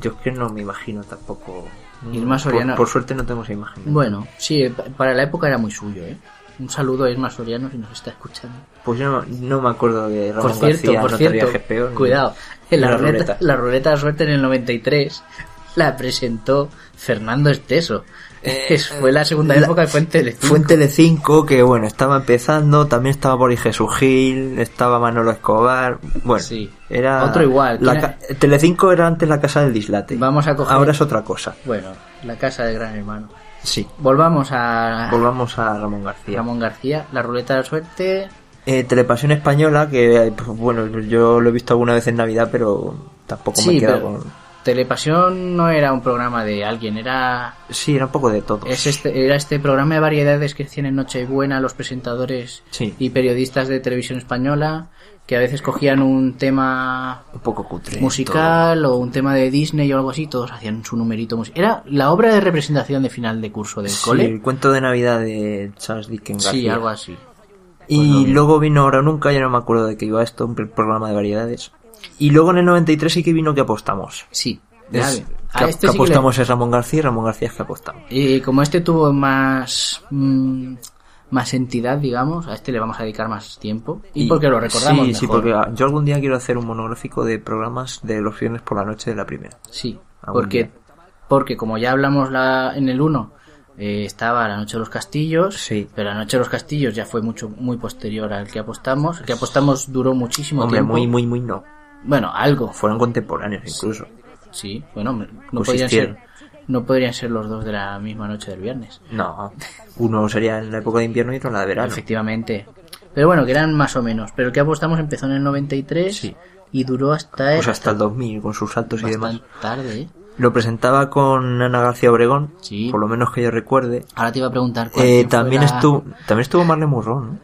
[SPEAKER 4] Yo es que no me imagino tampoco.
[SPEAKER 3] Irma
[SPEAKER 4] Por-
[SPEAKER 3] Soriano.
[SPEAKER 4] Por, suerte no tengo esa imagen.
[SPEAKER 3] Bueno, sí, eh, pa- para la época era muy suyo, ¿eh? Un saludo a Irma Soriano si nos está escuchando.
[SPEAKER 4] Pues yo no, no me acuerdo de Ramón
[SPEAKER 3] por cierto,
[SPEAKER 4] García,
[SPEAKER 3] por
[SPEAKER 4] no te
[SPEAKER 3] cierto,
[SPEAKER 4] viajes peor, ni-
[SPEAKER 3] cuidado.
[SPEAKER 4] ni
[SPEAKER 3] la,
[SPEAKER 4] la
[SPEAKER 3] ruleta,
[SPEAKER 4] ruleta.
[SPEAKER 3] la ruleta de suerte en el 93 la presentó Fernando Esteso. que fue la segunda
[SPEAKER 4] Eh, la-
[SPEAKER 3] época de Fuente del
[SPEAKER 4] Fue en Telecinco que bueno, estaba empezando, también estaba por ahí Jesús Gil, estaba Manolo Escobar, bueno,
[SPEAKER 3] Sí.
[SPEAKER 4] era
[SPEAKER 3] Otro igual,
[SPEAKER 4] la
[SPEAKER 3] tiene-
[SPEAKER 4] ca- Telecinco era antes la casa del dislate.
[SPEAKER 3] Vamos a coger-
[SPEAKER 4] Ahora es otra cosa.
[SPEAKER 3] Bueno, la casa de Gran Hermano.
[SPEAKER 4] Sí.
[SPEAKER 3] Volvamos a
[SPEAKER 4] Volvamos a Ramón García.
[SPEAKER 3] Ramón García. La ruleta de la suerte.
[SPEAKER 4] Eh, Telepasión española que eh, pues, bueno, yo lo he visto alguna vez en Navidad, pero tampoco me he
[SPEAKER 3] Sí,
[SPEAKER 4] quedado
[SPEAKER 3] pero
[SPEAKER 4] con
[SPEAKER 3] Telepasión no era un programa de alguien, era
[SPEAKER 4] Sí, era un poco de todo.
[SPEAKER 3] Es este, era este programa de variedades que hacían en Nochebuena los presentadores
[SPEAKER 4] Sí.
[SPEAKER 3] y periodistas de televisión española, que a veces cogían un tema
[SPEAKER 4] un poco cutre.
[SPEAKER 3] musical o un tema de Disney o algo así, todos hacían su numerito musical. Era la obra de representación de final de curso del
[SPEAKER 4] todo. Sí,
[SPEAKER 3] cole.
[SPEAKER 4] el cuento de Navidad de Charles Dickens
[SPEAKER 3] Sí,
[SPEAKER 4] García.
[SPEAKER 3] algo pues, así.
[SPEAKER 4] Y luego vino Ahora o Nunca, ya no me acuerdo de qué iba esto, un pr- programa de variedades. Y luego en el 93 sí que vino que apostamos.
[SPEAKER 3] Sí.
[SPEAKER 4] Es-
[SPEAKER 3] grave. A
[SPEAKER 4] que,
[SPEAKER 3] este sí
[SPEAKER 4] que
[SPEAKER 3] que le-
[SPEAKER 4] apostamos es Ramón García y Ramón García es que apostamos.
[SPEAKER 3] Y como este tuvo más mm, más entidad, digamos, a este le vamos a dedicar más tiempo y, porque lo recordamos
[SPEAKER 4] Sí,
[SPEAKER 3] mejor.
[SPEAKER 4] sí, porque ah, yo algún día quiero hacer un monográfico de programas de los viernes por la noche de la primera.
[SPEAKER 3] Sí,
[SPEAKER 4] Algún
[SPEAKER 3] porque,
[SPEAKER 4] día.
[SPEAKER 3] porque como ya hablamos la, en el 1, estaba La Noche de los Castillos,
[SPEAKER 4] Sí.
[SPEAKER 3] pero La Noche de los Castillos ya fue mucho muy posterior al que apostamos. El que apostamos duró muchísimo
[SPEAKER 4] Hombre,
[SPEAKER 3] tiempo.
[SPEAKER 4] muy, muy, muy no.
[SPEAKER 3] Bueno, algo,
[SPEAKER 4] Fueron contemporáneos incluso.
[SPEAKER 3] sí. Bueno, hombre, no podrían,
[SPEAKER 4] Consistieron.
[SPEAKER 3] ser, no podrían ser los dos de la misma noche del viernes.
[SPEAKER 4] No. Uno sería en la época de invierno y otro en la de verano.
[SPEAKER 3] Efectivamente. Pero bueno, que eran más o menos. Pero el que apostamos empezó en el 93
[SPEAKER 4] Sí.
[SPEAKER 3] y duró hasta...
[SPEAKER 4] Pues hasta el 2000 con sus saltos y demás.
[SPEAKER 3] bastante tarde, ¿eh?
[SPEAKER 4] Lo presentaba con Ana García Obregón,
[SPEAKER 3] Sí.
[SPEAKER 4] por lo menos que yo recuerde.
[SPEAKER 3] Ahora te iba a preguntar cuál
[SPEAKER 4] Eh,
[SPEAKER 3] quién fue
[SPEAKER 4] también,
[SPEAKER 3] la-
[SPEAKER 4] estuvo, también estuvo Marlene Murrón,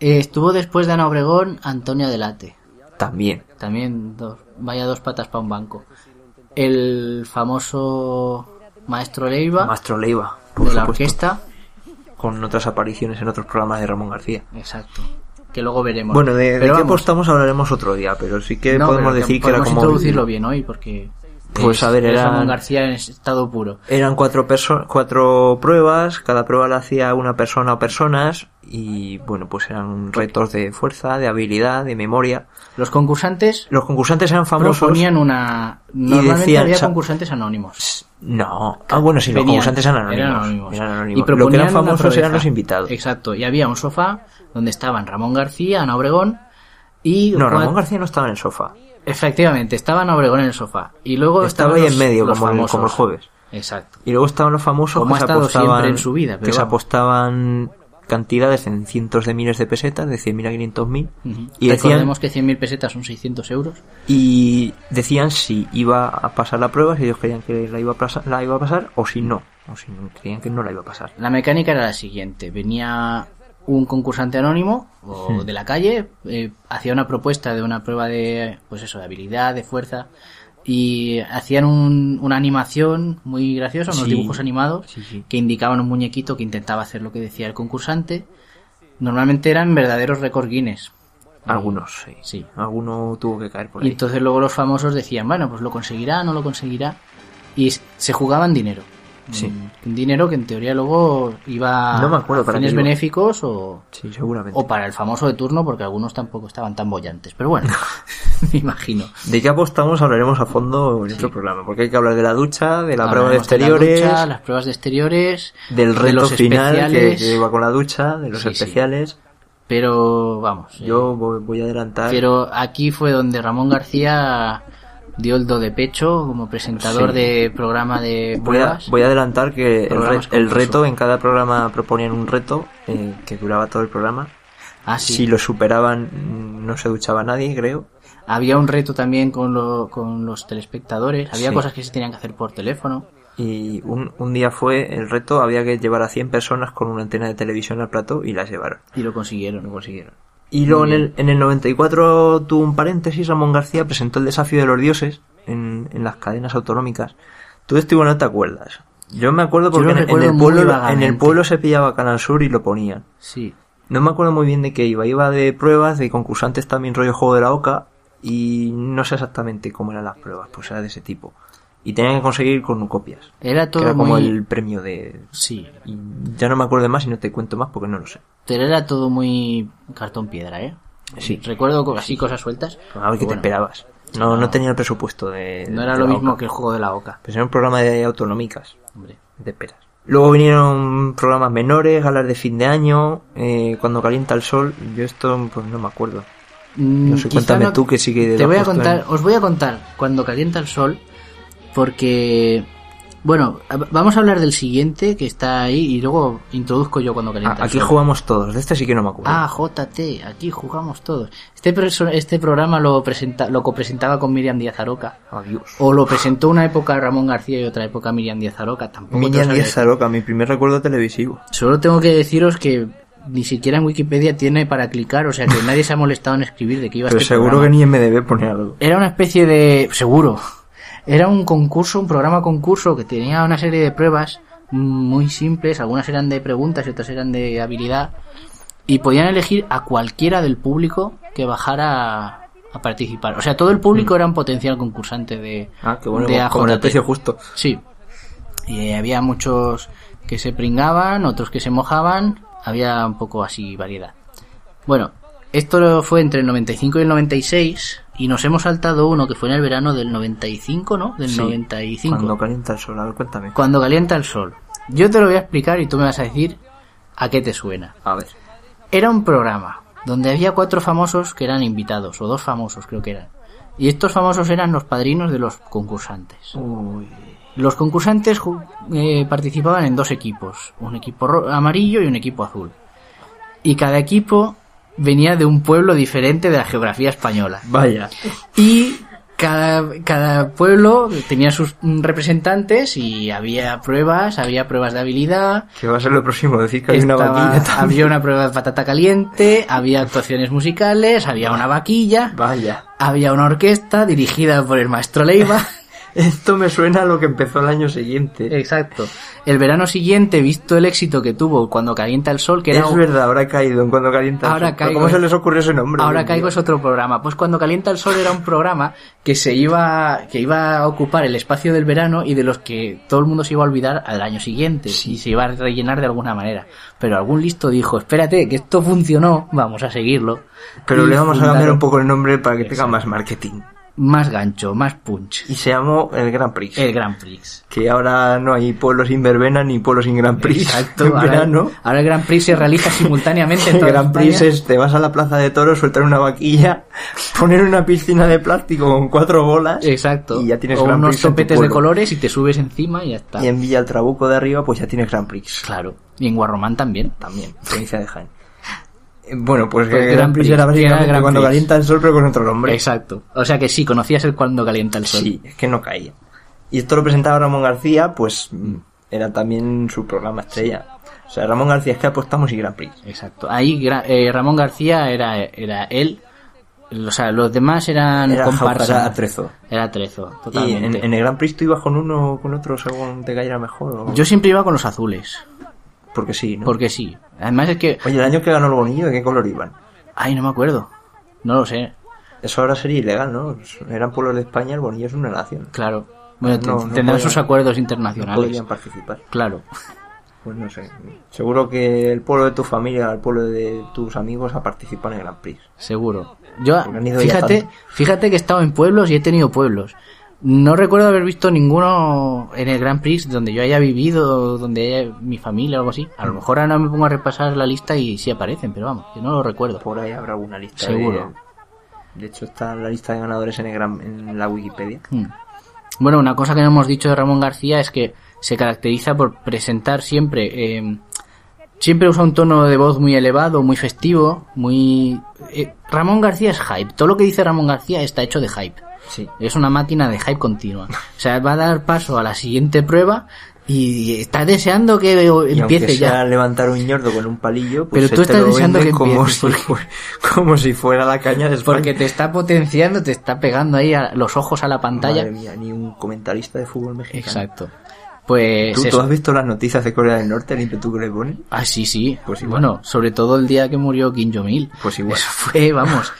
[SPEAKER 3] Eh, estuvo después de Ana Obregón, Antonia Delate.
[SPEAKER 4] ¿no? También.
[SPEAKER 3] También dos, vaya dos patas para un banco. El famoso maestro Leiva
[SPEAKER 4] Mastro Leiva,
[SPEAKER 3] de
[SPEAKER 4] por
[SPEAKER 3] la
[SPEAKER 4] supuesto,
[SPEAKER 3] orquesta.
[SPEAKER 4] Con otras apariciones en otros programas de Ramón García.
[SPEAKER 3] Exacto. Que luego veremos.
[SPEAKER 4] Bueno, de, de
[SPEAKER 3] Pero
[SPEAKER 4] qué
[SPEAKER 3] vamos,
[SPEAKER 4] apostamos hablaremos otro día, pero sí que
[SPEAKER 3] no,
[SPEAKER 4] podemos
[SPEAKER 3] pero que
[SPEAKER 4] decir que era
[SPEAKER 3] podemos
[SPEAKER 4] como.
[SPEAKER 3] introducirlo bien hoy porque.
[SPEAKER 4] Pues,
[SPEAKER 3] es-
[SPEAKER 4] a ver,
[SPEAKER 3] es
[SPEAKER 4] eran-
[SPEAKER 3] Ramón García en estado puro.
[SPEAKER 4] Eran cuatro, perso- cuatro pruebas, cada prueba la hacía una persona o personas, y bueno, pues eran retos de fuerza, de habilidad, de memoria.
[SPEAKER 3] Los concursantes
[SPEAKER 4] Los concursantes eran famosos.
[SPEAKER 3] proponían una. Normalmente
[SPEAKER 4] decían,
[SPEAKER 3] había
[SPEAKER 4] "Sa-
[SPEAKER 3] concursantes anónimos.
[SPEAKER 4] No. Ah, bueno, sí, los
[SPEAKER 3] Venían,
[SPEAKER 4] concursantes eran anónimos. eran anónimos.
[SPEAKER 3] Y
[SPEAKER 4] Lo que
[SPEAKER 3] proponían
[SPEAKER 4] eran
[SPEAKER 3] una
[SPEAKER 4] famosos
[SPEAKER 3] proeza.
[SPEAKER 4] eran los invitados.
[SPEAKER 3] Exacto. Y había un sofá donde estaban Ramón García, Ana Obregón y.
[SPEAKER 4] No,
[SPEAKER 3] cuatro-
[SPEAKER 4] Ramón García no estaba en el sofá.
[SPEAKER 3] Efectivamente, estaba en Obregón en el sofá. Y luego
[SPEAKER 4] Estaba
[SPEAKER 3] estaban
[SPEAKER 4] ahí en
[SPEAKER 3] los-
[SPEAKER 4] medio,
[SPEAKER 3] los
[SPEAKER 4] como el,
[SPEAKER 3] famosos.
[SPEAKER 4] como el jueves.
[SPEAKER 3] Exacto.
[SPEAKER 4] Y luego estaban los famosos
[SPEAKER 3] Como
[SPEAKER 4] que,
[SPEAKER 3] ha
[SPEAKER 4] se
[SPEAKER 3] estado
[SPEAKER 4] apostaban,
[SPEAKER 3] siempre en su vida, pero
[SPEAKER 4] que se
[SPEAKER 3] vamos.
[SPEAKER 4] apostaban cantidades en cientos de miles de pesetas, de 100.000 a 500.000.
[SPEAKER 3] Y
[SPEAKER 4] y, decían,
[SPEAKER 3] Recordemos que 100.000 pesetas son 600 euros.
[SPEAKER 4] y decían si iba a pasar la prueba, si ellos creían que la iba a pasar, la iba a pasar o si no. O si no- creían que no la iba a pasar.
[SPEAKER 3] La mecánica era la siguiente. Venía un concursante anónimo o
[SPEAKER 4] Hmm.
[SPEAKER 3] de la calle, eh, hacía una propuesta de una prueba de, pues eso, de habilidad, de fuerza. Y hacían un- una animación muy graciosa, unos
[SPEAKER 4] Sí.
[SPEAKER 3] dibujos animados,
[SPEAKER 4] Sí, sí.
[SPEAKER 3] que indicaban un muñequito que intentaba hacer lo que decía el concursante. Normalmente eran verdaderos récord Guinness.
[SPEAKER 4] Mm. Algunos, sí.
[SPEAKER 3] Sí.
[SPEAKER 4] Alguno tuvo que caer por
[SPEAKER 3] Y
[SPEAKER 4] ahí.
[SPEAKER 3] entonces luego los famosos decían, bueno, pues lo conseguirá, no lo conseguirá. Y s- se jugaban dinero.
[SPEAKER 4] Sí.
[SPEAKER 3] Mm, Un dinero que en teoría luego iba
[SPEAKER 4] No me acuerdo
[SPEAKER 3] a
[SPEAKER 4] para
[SPEAKER 3] fines
[SPEAKER 4] qué iba.
[SPEAKER 3] benéficos o,
[SPEAKER 4] Sí, seguramente.
[SPEAKER 3] o para el famoso de turno, porque algunos tampoco estaban tan bollantes. Pero bueno, me imagino.
[SPEAKER 4] ¿De qué apostamos hablaremos a fondo en otro programa? Porque hay que hablar de la ducha, de la prueba de
[SPEAKER 3] Hablaremos la
[SPEAKER 4] exteriores,
[SPEAKER 3] ducha, las pruebas de exteriores,
[SPEAKER 4] del
[SPEAKER 3] de
[SPEAKER 4] reto
[SPEAKER 3] los
[SPEAKER 4] final que,
[SPEAKER 3] especiales,
[SPEAKER 4] que iba con la ducha, de los
[SPEAKER 3] Sí, sí.
[SPEAKER 4] especiales.
[SPEAKER 3] Pero vamos, eh,
[SPEAKER 4] Yo voy, voy a adelantar.
[SPEAKER 3] Pero aquí fue donde Ramón García dio el do de pecho como presentador
[SPEAKER 4] Sí.
[SPEAKER 3] de programa de
[SPEAKER 4] Voy a,
[SPEAKER 3] pruebas.
[SPEAKER 4] voy a adelantar que el,
[SPEAKER 3] Programas
[SPEAKER 4] re- el
[SPEAKER 3] concurso.
[SPEAKER 4] reto, en cada programa proponían un reto eh, que duraba todo el programa.
[SPEAKER 3] Ah, sí.
[SPEAKER 4] Si lo superaban, mm, no se duchaba nadie, creo.
[SPEAKER 3] Había un reto también con, lo- con los telespectadores. Había
[SPEAKER 4] Sí.
[SPEAKER 3] cosas que se tenían que hacer por teléfono.
[SPEAKER 4] y un, un día fue el reto, había que llevar a 100 personas con una antena de televisión al plato y las llevaron.
[SPEAKER 3] Y lo consiguieron.
[SPEAKER 4] Lo consiguieron. Y luego en el, en el 94 tuvo un paréntesis, Ramón García presentó el desafío de los dioses en, en las cadenas autonómicas. Tú de esto igual no te acuerdas. Yo me acuerdo
[SPEAKER 3] Yo lo
[SPEAKER 4] porque en, en
[SPEAKER 3] recuerdo
[SPEAKER 4] el
[SPEAKER 3] muy
[SPEAKER 4] pueblo, en
[SPEAKER 3] vagamente.
[SPEAKER 4] el pueblo se pillaba Canal Sur y lo ponían.
[SPEAKER 3] Sí.
[SPEAKER 4] No me acuerdo muy bien de qué iba. Iba de pruebas, de concursantes también rollo juego de la oca y no sé exactamente cómo eran las pruebas, pues era de ese tipo. Y tenían que conseguir cornucopias.
[SPEAKER 3] Era
[SPEAKER 4] Que
[SPEAKER 3] todo
[SPEAKER 4] era como
[SPEAKER 3] muy...
[SPEAKER 4] el premio de...
[SPEAKER 3] Sí.
[SPEAKER 4] y ya no me acuerdo de más y no te cuento más porque no lo sé.
[SPEAKER 3] Pero era todo muy cartón piedra, ¿eh?
[SPEAKER 4] Sí.
[SPEAKER 3] Recuerdo co- así cosas sueltas.
[SPEAKER 4] A ver Ah, qué te
[SPEAKER 3] Bueno,
[SPEAKER 4] esperabas. No, no tenía el presupuesto de...
[SPEAKER 3] No era
[SPEAKER 4] de
[SPEAKER 3] lo
[SPEAKER 4] la
[SPEAKER 3] mismo
[SPEAKER 4] OCA.
[SPEAKER 3] que el juego de la boca.
[SPEAKER 4] Pues era un programa de autonómicas.
[SPEAKER 3] Hombre.
[SPEAKER 4] de peras. Luego vinieron programas menores, galas de fin de año, eh, cuando calienta el sol. Yo esto pues no me acuerdo.
[SPEAKER 3] Mm,
[SPEAKER 4] sé,
[SPEAKER 3] quizá
[SPEAKER 4] cuéntame tú que sí que
[SPEAKER 3] Te
[SPEAKER 4] lo
[SPEAKER 3] voy a
[SPEAKER 4] justo
[SPEAKER 3] contar,
[SPEAKER 4] en-
[SPEAKER 3] os voy a contar cuando calienta el sol, porque bueno, a- vamos a hablar del siguiente que está ahí y luego introduzco yo cuando
[SPEAKER 4] Ah,
[SPEAKER 3] calienta el
[SPEAKER 4] aquí
[SPEAKER 3] sol.
[SPEAKER 4] jugamos todos, de este sí que no me acuerdo.
[SPEAKER 3] Ah, JT, aquí jugamos todos. Este, preso- este programa lo, presenta, lo copresentaba con Miriam Díaz Aroca.
[SPEAKER 4] Adiós.
[SPEAKER 3] O lo presentó una época Ramón García y otra época Miriam Díaz Aroca. Tampoco te lo
[SPEAKER 4] Miriam
[SPEAKER 3] sabría
[SPEAKER 4] Díaz Aroca, mi primer recuerdo televisivo.
[SPEAKER 3] Solo tengo que deciros que ni siquiera en Wikipedia tiene para clicar, o sea que nadie se ha molestado en escribir de qué iba a
[SPEAKER 4] Pero seguro que ni MDB pone algo.
[SPEAKER 3] Era una especie de... seguro. Era un concurso, un programa concurso que tenía una serie de pruebas muy simples, algunas eran de preguntas y otras eran de habilidad, y podían elegir a cualquiera del público que bajara a participar. O sea, todo el público era un potencial concursante de,
[SPEAKER 4] Mm. Ah, qué bueno,
[SPEAKER 3] de
[SPEAKER 4] como en el
[SPEAKER 3] AJT.
[SPEAKER 4] precio justo.
[SPEAKER 3] Sí. Y había muchos que se pringaban, otros que se mojaban, había un poco así variedad. Bueno, esto lo fue entre el 95 y el 96 y nos hemos saltado uno que fue en el verano del 95, ¿no? Del
[SPEAKER 4] Sí,
[SPEAKER 3] 95.
[SPEAKER 4] Cuando
[SPEAKER 3] Cuando...
[SPEAKER 4] calienta el sol, a ver, cuéntame.
[SPEAKER 3] calienta el sol. Yo te lo voy a explicar y tú me vas a decir a qué te suena.
[SPEAKER 4] A ver.
[SPEAKER 3] Era un programa donde había cuatro famosos que eran invitados, o dos famosos creo que eran. Y estos famosos eran los padrinos de los concursantes. Los concursantes ju- eh, participaban en dos equipos, un equipo ro- amarillo y un equipo azul. Y cada equipo venía de un pueblo diferente de la geografía española.
[SPEAKER 4] Vaya.
[SPEAKER 3] Y cada, cada pueblo tenía sus mm, representantes y había pruebas, había pruebas de habilidad,
[SPEAKER 4] Que va a ser lo próximo, decir que hay una
[SPEAKER 3] estaba-
[SPEAKER 4] vaquilla también.
[SPEAKER 3] había una prueba de patata caliente, había actuaciones musicales, había una vaquilla,
[SPEAKER 4] Vaya.
[SPEAKER 3] había una orquesta dirigida por el maestro Leiva.
[SPEAKER 4] Esto me suena a lo que empezó el año siguiente.
[SPEAKER 3] Exacto. El verano siguiente, visto el éxito que tuvo cuando calienta el sol, que era
[SPEAKER 4] es
[SPEAKER 3] un-
[SPEAKER 4] verdad, ahora he caído en cuando calienta el
[SPEAKER 3] Ahora
[SPEAKER 4] sol. Pero
[SPEAKER 3] caigo
[SPEAKER 4] ¿Cómo
[SPEAKER 3] en-
[SPEAKER 4] se les ocurrió ese nombre?
[SPEAKER 3] Ahora
[SPEAKER 4] Dios
[SPEAKER 3] caigo
[SPEAKER 4] mío?
[SPEAKER 3] es otro programa. Pues cuando calienta el sol era un programa que se iba que iba a ocupar el espacio del verano y de los que todo el mundo se iba a olvidar al año siguiente y se iba a rellenar de alguna manera. Pero algún listo dijo, "Espérate, que esto funcionó, vamos a seguirlo."
[SPEAKER 4] Pero
[SPEAKER 3] Y
[SPEAKER 4] le vamos a cambiar
[SPEAKER 3] fundaron
[SPEAKER 4] un poco el nombre para que tenga más marketing.
[SPEAKER 3] más gancho, más punch.
[SPEAKER 4] Y se llamó el Grand Prix.
[SPEAKER 3] El Grand Prix.
[SPEAKER 4] Que ahora no hay pueblos sin verbena ni pueblos sin Grand Prix. En
[SPEAKER 3] ahora,
[SPEAKER 4] verano.
[SPEAKER 3] ahora el Grand Prix se realiza simultáneamente en
[SPEAKER 4] El
[SPEAKER 3] toda
[SPEAKER 4] Grand Prix
[SPEAKER 3] España.
[SPEAKER 4] es, te vas a la plaza de toros, soltar una vaquilla, poner una piscina de plástico con cuatro bolas.
[SPEAKER 3] Exacto.
[SPEAKER 4] Y ya tienes
[SPEAKER 3] o
[SPEAKER 4] Grand
[SPEAKER 3] unos
[SPEAKER 4] Prix en tu
[SPEAKER 3] topetes de
[SPEAKER 4] pueblo.
[SPEAKER 3] colores y te subes encima y ya está.
[SPEAKER 4] Y en Villa Trabuco de arriba, pues ya tienes Grand Prix.
[SPEAKER 3] Claro. Y en Guarromán también.
[SPEAKER 4] También, provincia de Jaén. Eh, Bueno, pues,
[SPEAKER 3] Pues
[SPEAKER 4] el
[SPEAKER 3] Grand
[SPEAKER 4] Grand Prix
[SPEAKER 3] Prix,
[SPEAKER 4] era básicamente
[SPEAKER 3] era Grand
[SPEAKER 4] cuando
[SPEAKER 3] Prix.
[SPEAKER 4] calienta el sol, pero con otro nombre.
[SPEAKER 3] Exacto. O sea que sí, conocías el cuando calienta el sol.
[SPEAKER 4] Sí, es que no caía. Y esto lo presentaba Ramón García, pues mm, era también su programa estrella. O sea, Ramón García es que apostamos y Grand Prix.
[SPEAKER 3] Exacto. Ahí Gra- eh, Ramón García era, era él. O sea, los demás eran
[SPEAKER 4] Era Jaujara
[SPEAKER 3] comparsas.
[SPEAKER 4] Atrezo.
[SPEAKER 3] Era Trezo,
[SPEAKER 4] Y en,
[SPEAKER 3] totalmente.
[SPEAKER 4] en el Grand Prix tú ibas con uno o con otro según te cayera mejor. o-
[SPEAKER 3] Yo siempre iba con los azules,
[SPEAKER 4] Porque sí, ¿no?
[SPEAKER 3] porque sí. Además es que...
[SPEAKER 4] Oye, el año que ganó el bonillo, ¿de qué color iban?
[SPEAKER 3] Ay, no me acuerdo. No lo sé,
[SPEAKER 4] Eso ahora sería ilegal, ¿no? Eran pueblos de España, el bonillo es una nación.
[SPEAKER 3] claro. Bueno,
[SPEAKER 4] No,
[SPEAKER 3] te-
[SPEAKER 4] no
[SPEAKER 3] tendrán
[SPEAKER 4] podían-
[SPEAKER 3] sus acuerdos
[SPEAKER 4] No
[SPEAKER 3] internacionales.
[SPEAKER 4] podrían participar.
[SPEAKER 3] claro.
[SPEAKER 4] Pues no sé. Seguro que el pueblo de tu familia, el pueblo de tus amigos ha participado en el Grand Prix.
[SPEAKER 3] Seguro. Yo,
[SPEAKER 4] Porque han ido
[SPEAKER 3] fíjate,
[SPEAKER 4] viajando.
[SPEAKER 3] fíjate que he estado en pueblos y he tenido pueblos. No recuerdo haber visto ninguno en el Grand Prix donde yo haya vivido, donde haya mi familia o algo así. A lo mejor ahora me pongo a repasar la lista y sí aparecen, pero vamos, yo no lo recuerdo.
[SPEAKER 4] Por ahí habrá alguna lista.
[SPEAKER 3] Seguro.
[SPEAKER 4] De, de hecho, está la lista de ganadores en, el gran- en la Wikipedia.
[SPEAKER 3] Hmm. Bueno, una cosa que no hemos dicho de Ramón García es que se caracteriza por presentar siempre, eh, siempre usa un tono de voz muy elevado, muy festivo, muy... eh, Ramón García es hype, todo lo que dice Ramón García está hecho de hype.
[SPEAKER 4] Sí.
[SPEAKER 3] Es una máquina de hype continua. O sea, va a dar paso a la siguiente prueba y está deseando que
[SPEAKER 4] Y aunque
[SPEAKER 3] empiece
[SPEAKER 4] sea
[SPEAKER 3] ya.
[SPEAKER 4] levantar un ñordo con un palillo, pues
[SPEAKER 3] Pero tú
[SPEAKER 4] él te
[SPEAKER 3] estás
[SPEAKER 4] lo
[SPEAKER 3] deseando
[SPEAKER 4] vende
[SPEAKER 3] que
[SPEAKER 4] como,
[SPEAKER 3] empiece,
[SPEAKER 4] si
[SPEAKER 3] porque-
[SPEAKER 4] fue- como si fuera la caña de España.
[SPEAKER 3] Porque te está potenciando, te está pegando ahí a- los ojos a la pantalla.
[SPEAKER 4] Madre mía, ni un comentarista de fútbol mexicano.
[SPEAKER 3] Exacto. Pues
[SPEAKER 4] ¿Tú, tú
[SPEAKER 3] eso.
[SPEAKER 4] has visto las noticias de Corea del Norte, el ímpetu que le ponen?
[SPEAKER 3] Ah, sí, sí.
[SPEAKER 4] Pues igual.
[SPEAKER 3] bueno, sobre todo el día que murió Kim Jong-il.
[SPEAKER 4] Pues igual.
[SPEAKER 3] Eso fue, vamos.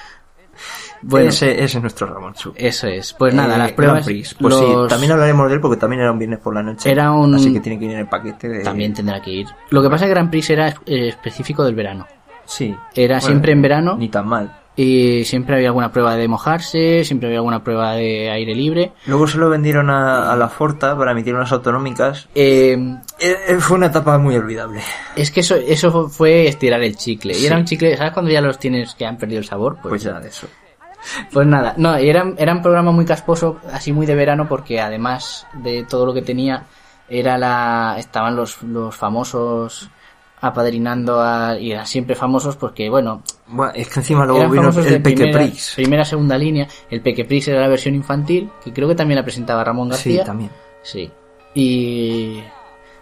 [SPEAKER 3] Bueno,
[SPEAKER 4] ese, ese es nuestro Ramón Chu.
[SPEAKER 3] eso es. Pues nada,
[SPEAKER 4] Eh,
[SPEAKER 3] las
[SPEAKER 4] Grand
[SPEAKER 3] pruebas.
[SPEAKER 4] Prix. Pues sí,
[SPEAKER 3] los-
[SPEAKER 4] también hablaremos de él porque también era un viernes por la noche.
[SPEAKER 3] Era un-
[SPEAKER 4] Así que tiene que ir en el paquete de...
[SPEAKER 3] también tendrá que ir. Lo que pasa es que Grand Prix era eh, específico del verano.
[SPEAKER 4] Sí.
[SPEAKER 3] Era siempre en verano.
[SPEAKER 4] Ni tan mal.
[SPEAKER 3] Y siempre había alguna prueba de mojarse, siempre había alguna prueba de aire libre.
[SPEAKER 4] Luego se lo vendieron a, a la Forta para emitir unas autonómicas.
[SPEAKER 3] Eh,
[SPEAKER 4] Eh, eh, fue una etapa muy olvidable.
[SPEAKER 3] es que eso, eso fue estirar el chicle. Y
[SPEAKER 4] Sí.
[SPEAKER 3] era un chicle, ¿sabes cuando ya los tienes que han perdido el sabor? Pues,
[SPEAKER 4] Pues ya de eso.
[SPEAKER 3] Pues nada, no, era, era un programa muy casposo, así muy de verano, porque además de todo lo que tenía, era la estaban los, los famosos apadrinando a, y eran siempre famosos porque, bueno,
[SPEAKER 4] Bueno, es que encima luego
[SPEAKER 3] Eh, eran
[SPEAKER 4] vino
[SPEAKER 3] famosos de
[SPEAKER 4] el Peque
[SPEAKER 3] primera,
[SPEAKER 4] Prix.
[SPEAKER 3] primera, segunda línea. El Peque Prix era la versión infantil, que creo que también la presentaba Ramón García.
[SPEAKER 4] Sí, también.
[SPEAKER 3] Sí. Y,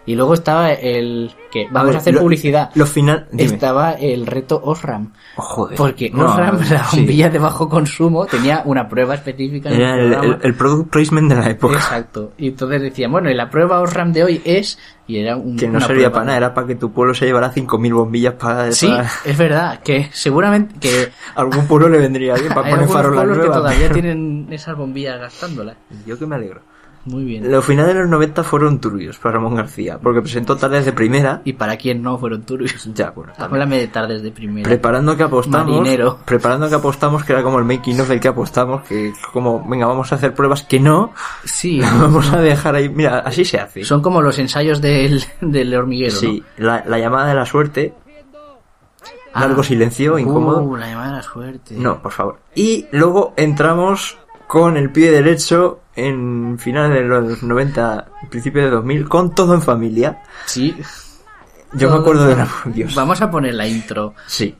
[SPEAKER 3] y luego estaba el... que Vamos a,
[SPEAKER 4] ver,
[SPEAKER 3] hacer
[SPEAKER 4] lo-
[SPEAKER 3] publicidad.
[SPEAKER 4] Los final... dime.
[SPEAKER 3] Estaba el reto Osram.
[SPEAKER 4] Oh, joder.
[SPEAKER 3] Porque
[SPEAKER 4] No,
[SPEAKER 3] Osram, la
[SPEAKER 4] sí.
[SPEAKER 3] bombilla de bajo consumo, tenía una prueba específica. En
[SPEAKER 4] Era
[SPEAKER 3] el
[SPEAKER 4] el,
[SPEAKER 3] programa.
[SPEAKER 4] el- el product placement de la época.
[SPEAKER 3] Exacto. Y entonces decían, bueno, y la prueba Osram de hoy es... Y era un,
[SPEAKER 4] Que no
[SPEAKER 3] una
[SPEAKER 4] servía
[SPEAKER 3] prueba.
[SPEAKER 4] para nada, era para que tu pueblo se llevara 5.000 bombillas para...
[SPEAKER 3] Sí,
[SPEAKER 4] para-
[SPEAKER 3] es verdad, que seguramente que
[SPEAKER 4] Algún pueblo le vendría bien para
[SPEAKER 3] hay
[SPEAKER 4] poner
[SPEAKER 3] algunos
[SPEAKER 4] farolas
[SPEAKER 3] pueblos que
[SPEAKER 4] nuevas,
[SPEAKER 3] todavía
[SPEAKER 4] pero-
[SPEAKER 3] tienen esas bombillas gastándolas.
[SPEAKER 4] Yo que me alegro.
[SPEAKER 3] Muy bien.
[SPEAKER 4] Los finales de los 90 fueron turbios para Ramón García, porque presentó tardes de primera.
[SPEAKER 3] Y pues, para quien no fueron turbios.
[SPEAKER 4] Ya, bueno, también.
[SPEAKER 3] Háblame de tardes de primera.
[SPEAKER 4] Preparando que apostamos.
[SPEAKER 3] Marinero.
[SPEAKER 4] Preparando que apostamos, que era como el making of del que apostamos, que como, venga, vamos a hacer pruebas que no.
[SPEAKER 3] sí,
[SPEAKER 4] Vamos a dejar ahí. Mira, así se hace.
[SPEAKER 3] Son como los ensayos del, del hormiguero,
[SPEAKER 4] sí, la, la llamada de la suerte.
[SPEAKER 3] ¿no?
[SPEAKER 4] Largo silencio,
[SPEAKER 3] Uh,
[SPEAKER 4] incómodo.
[SPEAKER 3] la llamada de la suerte.
[SPEAKER 4] No, por favor. Y luego entramos con el pie derecho en finales de los 90, principios de 2000, con todo en familia.
[SPEAKER 3] Sí.
[SPEAKER 4] Yo me acuerdo de la... Dios.
[SPEAKER 3] Vamos a poner la intro.
[SPEAKER 4] Sí.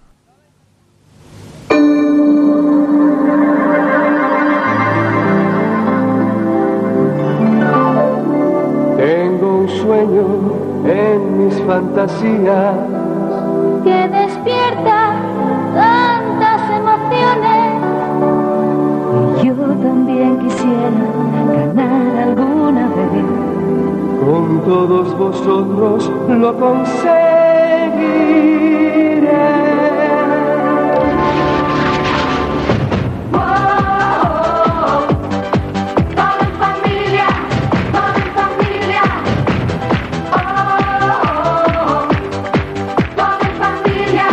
[SPEAKER 9] Tengo un sueño en mis fantasías.
[SPEAKER 10] que despierta tantas emociones. Y yo también quisiera ganar alguna vez.
[SPEAKER 9] Con todos vosotros lo conseguiré.
[SPEAKER 10] Todo en familia, todo en familia. Oh, oh, oh. Todo en familia,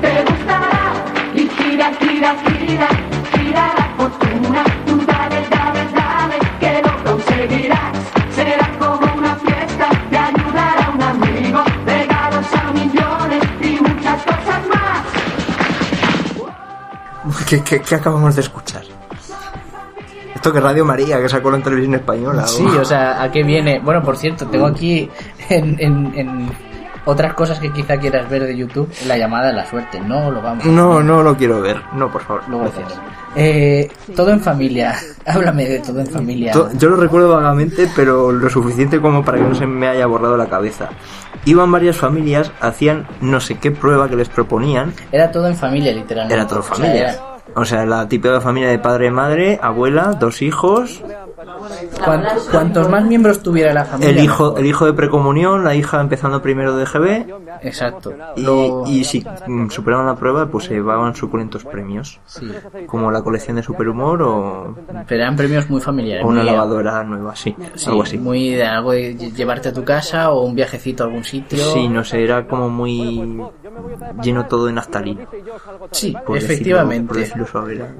[SPEAKER 10] te gustará. Y gira, gira, gira, gira la fortuna. Tú dale, dale, dale, que lo conseguirás. Será como una fiesta, te ayudará un amigo. Regalos a millones y muchas cosas más.
[SPEAKER 4] ¿Qué, qué, qué acabamos de escuchar? Esto que Radio María, que sacó la televisión española.
[SPEAKER 3] Sí, o sea, ¿a qué viene? Bueno, por cierto, tengo aquí en, en- en otras cosas que quizá quieras ver de YouTube la llamada de la suerte. No lo vamos a
[SPEAKER 4] No, no lo quiero ver. No, por favor.
[SPEAKER 3] Luego lo hacemos. Eh, todo en familia. Háblame de todo en familia.
[SPEAKER 4] To- Yo lo recuerdo vagamente, pero lo suficiente como para que no se me haya borrado la cabeza. Iban varias familias, hacían no sé qué prueba que les proponían.
[SPEAKER 3] Era todo en familia, literalmente.
[SPEAKER 4] Era todo
[SPEAKER 3] O sea,
[SPEAKER 4] familias.
[SPEAKER 3] era-
[SPEAKER 4] O sea, la típica familia de padre, madre, abuela, dos hijos,
[SPEAKER 3] cuan- cuantos más miembros tuviera la familia.
[SPEAKER 4] el hijo,
[SPEAKER 3] mejor.
[SPEAKER 4] el hijo de precomunión, la hija empezando primero de GB,
[SPEAKER 3] Exacto.
[SPEAKER 4] Y, y si mm, superaban la prueba, pues se llevaban suculentos premios,
[SPEAKER 3] Sí.
[SPEAKER 4] como la colección de superhumor o,
[SPEAKER 3] Pero eran premios muy familiares.
[SPEAKER 4] o una
[SPEAKER 3] muy-
[SPEAKER 4] lavadora nueva, sí,
[SPEAKER 3] sí,
[SPEAKER 4] algo así.
[SPEAKER 3] Muy de algo de lle- llevarte a tu casa o un viajecito a algún sitio.
[SPEAKER 4] Sí, no sé, era como muy lleno todo de naftalina.
[SPEAKER 3] Sí,
[SPEAKER 4] por decirlo-
[SPEAKER 3] efectivamente.
[SPEAKER 4] por decirlo suave, era-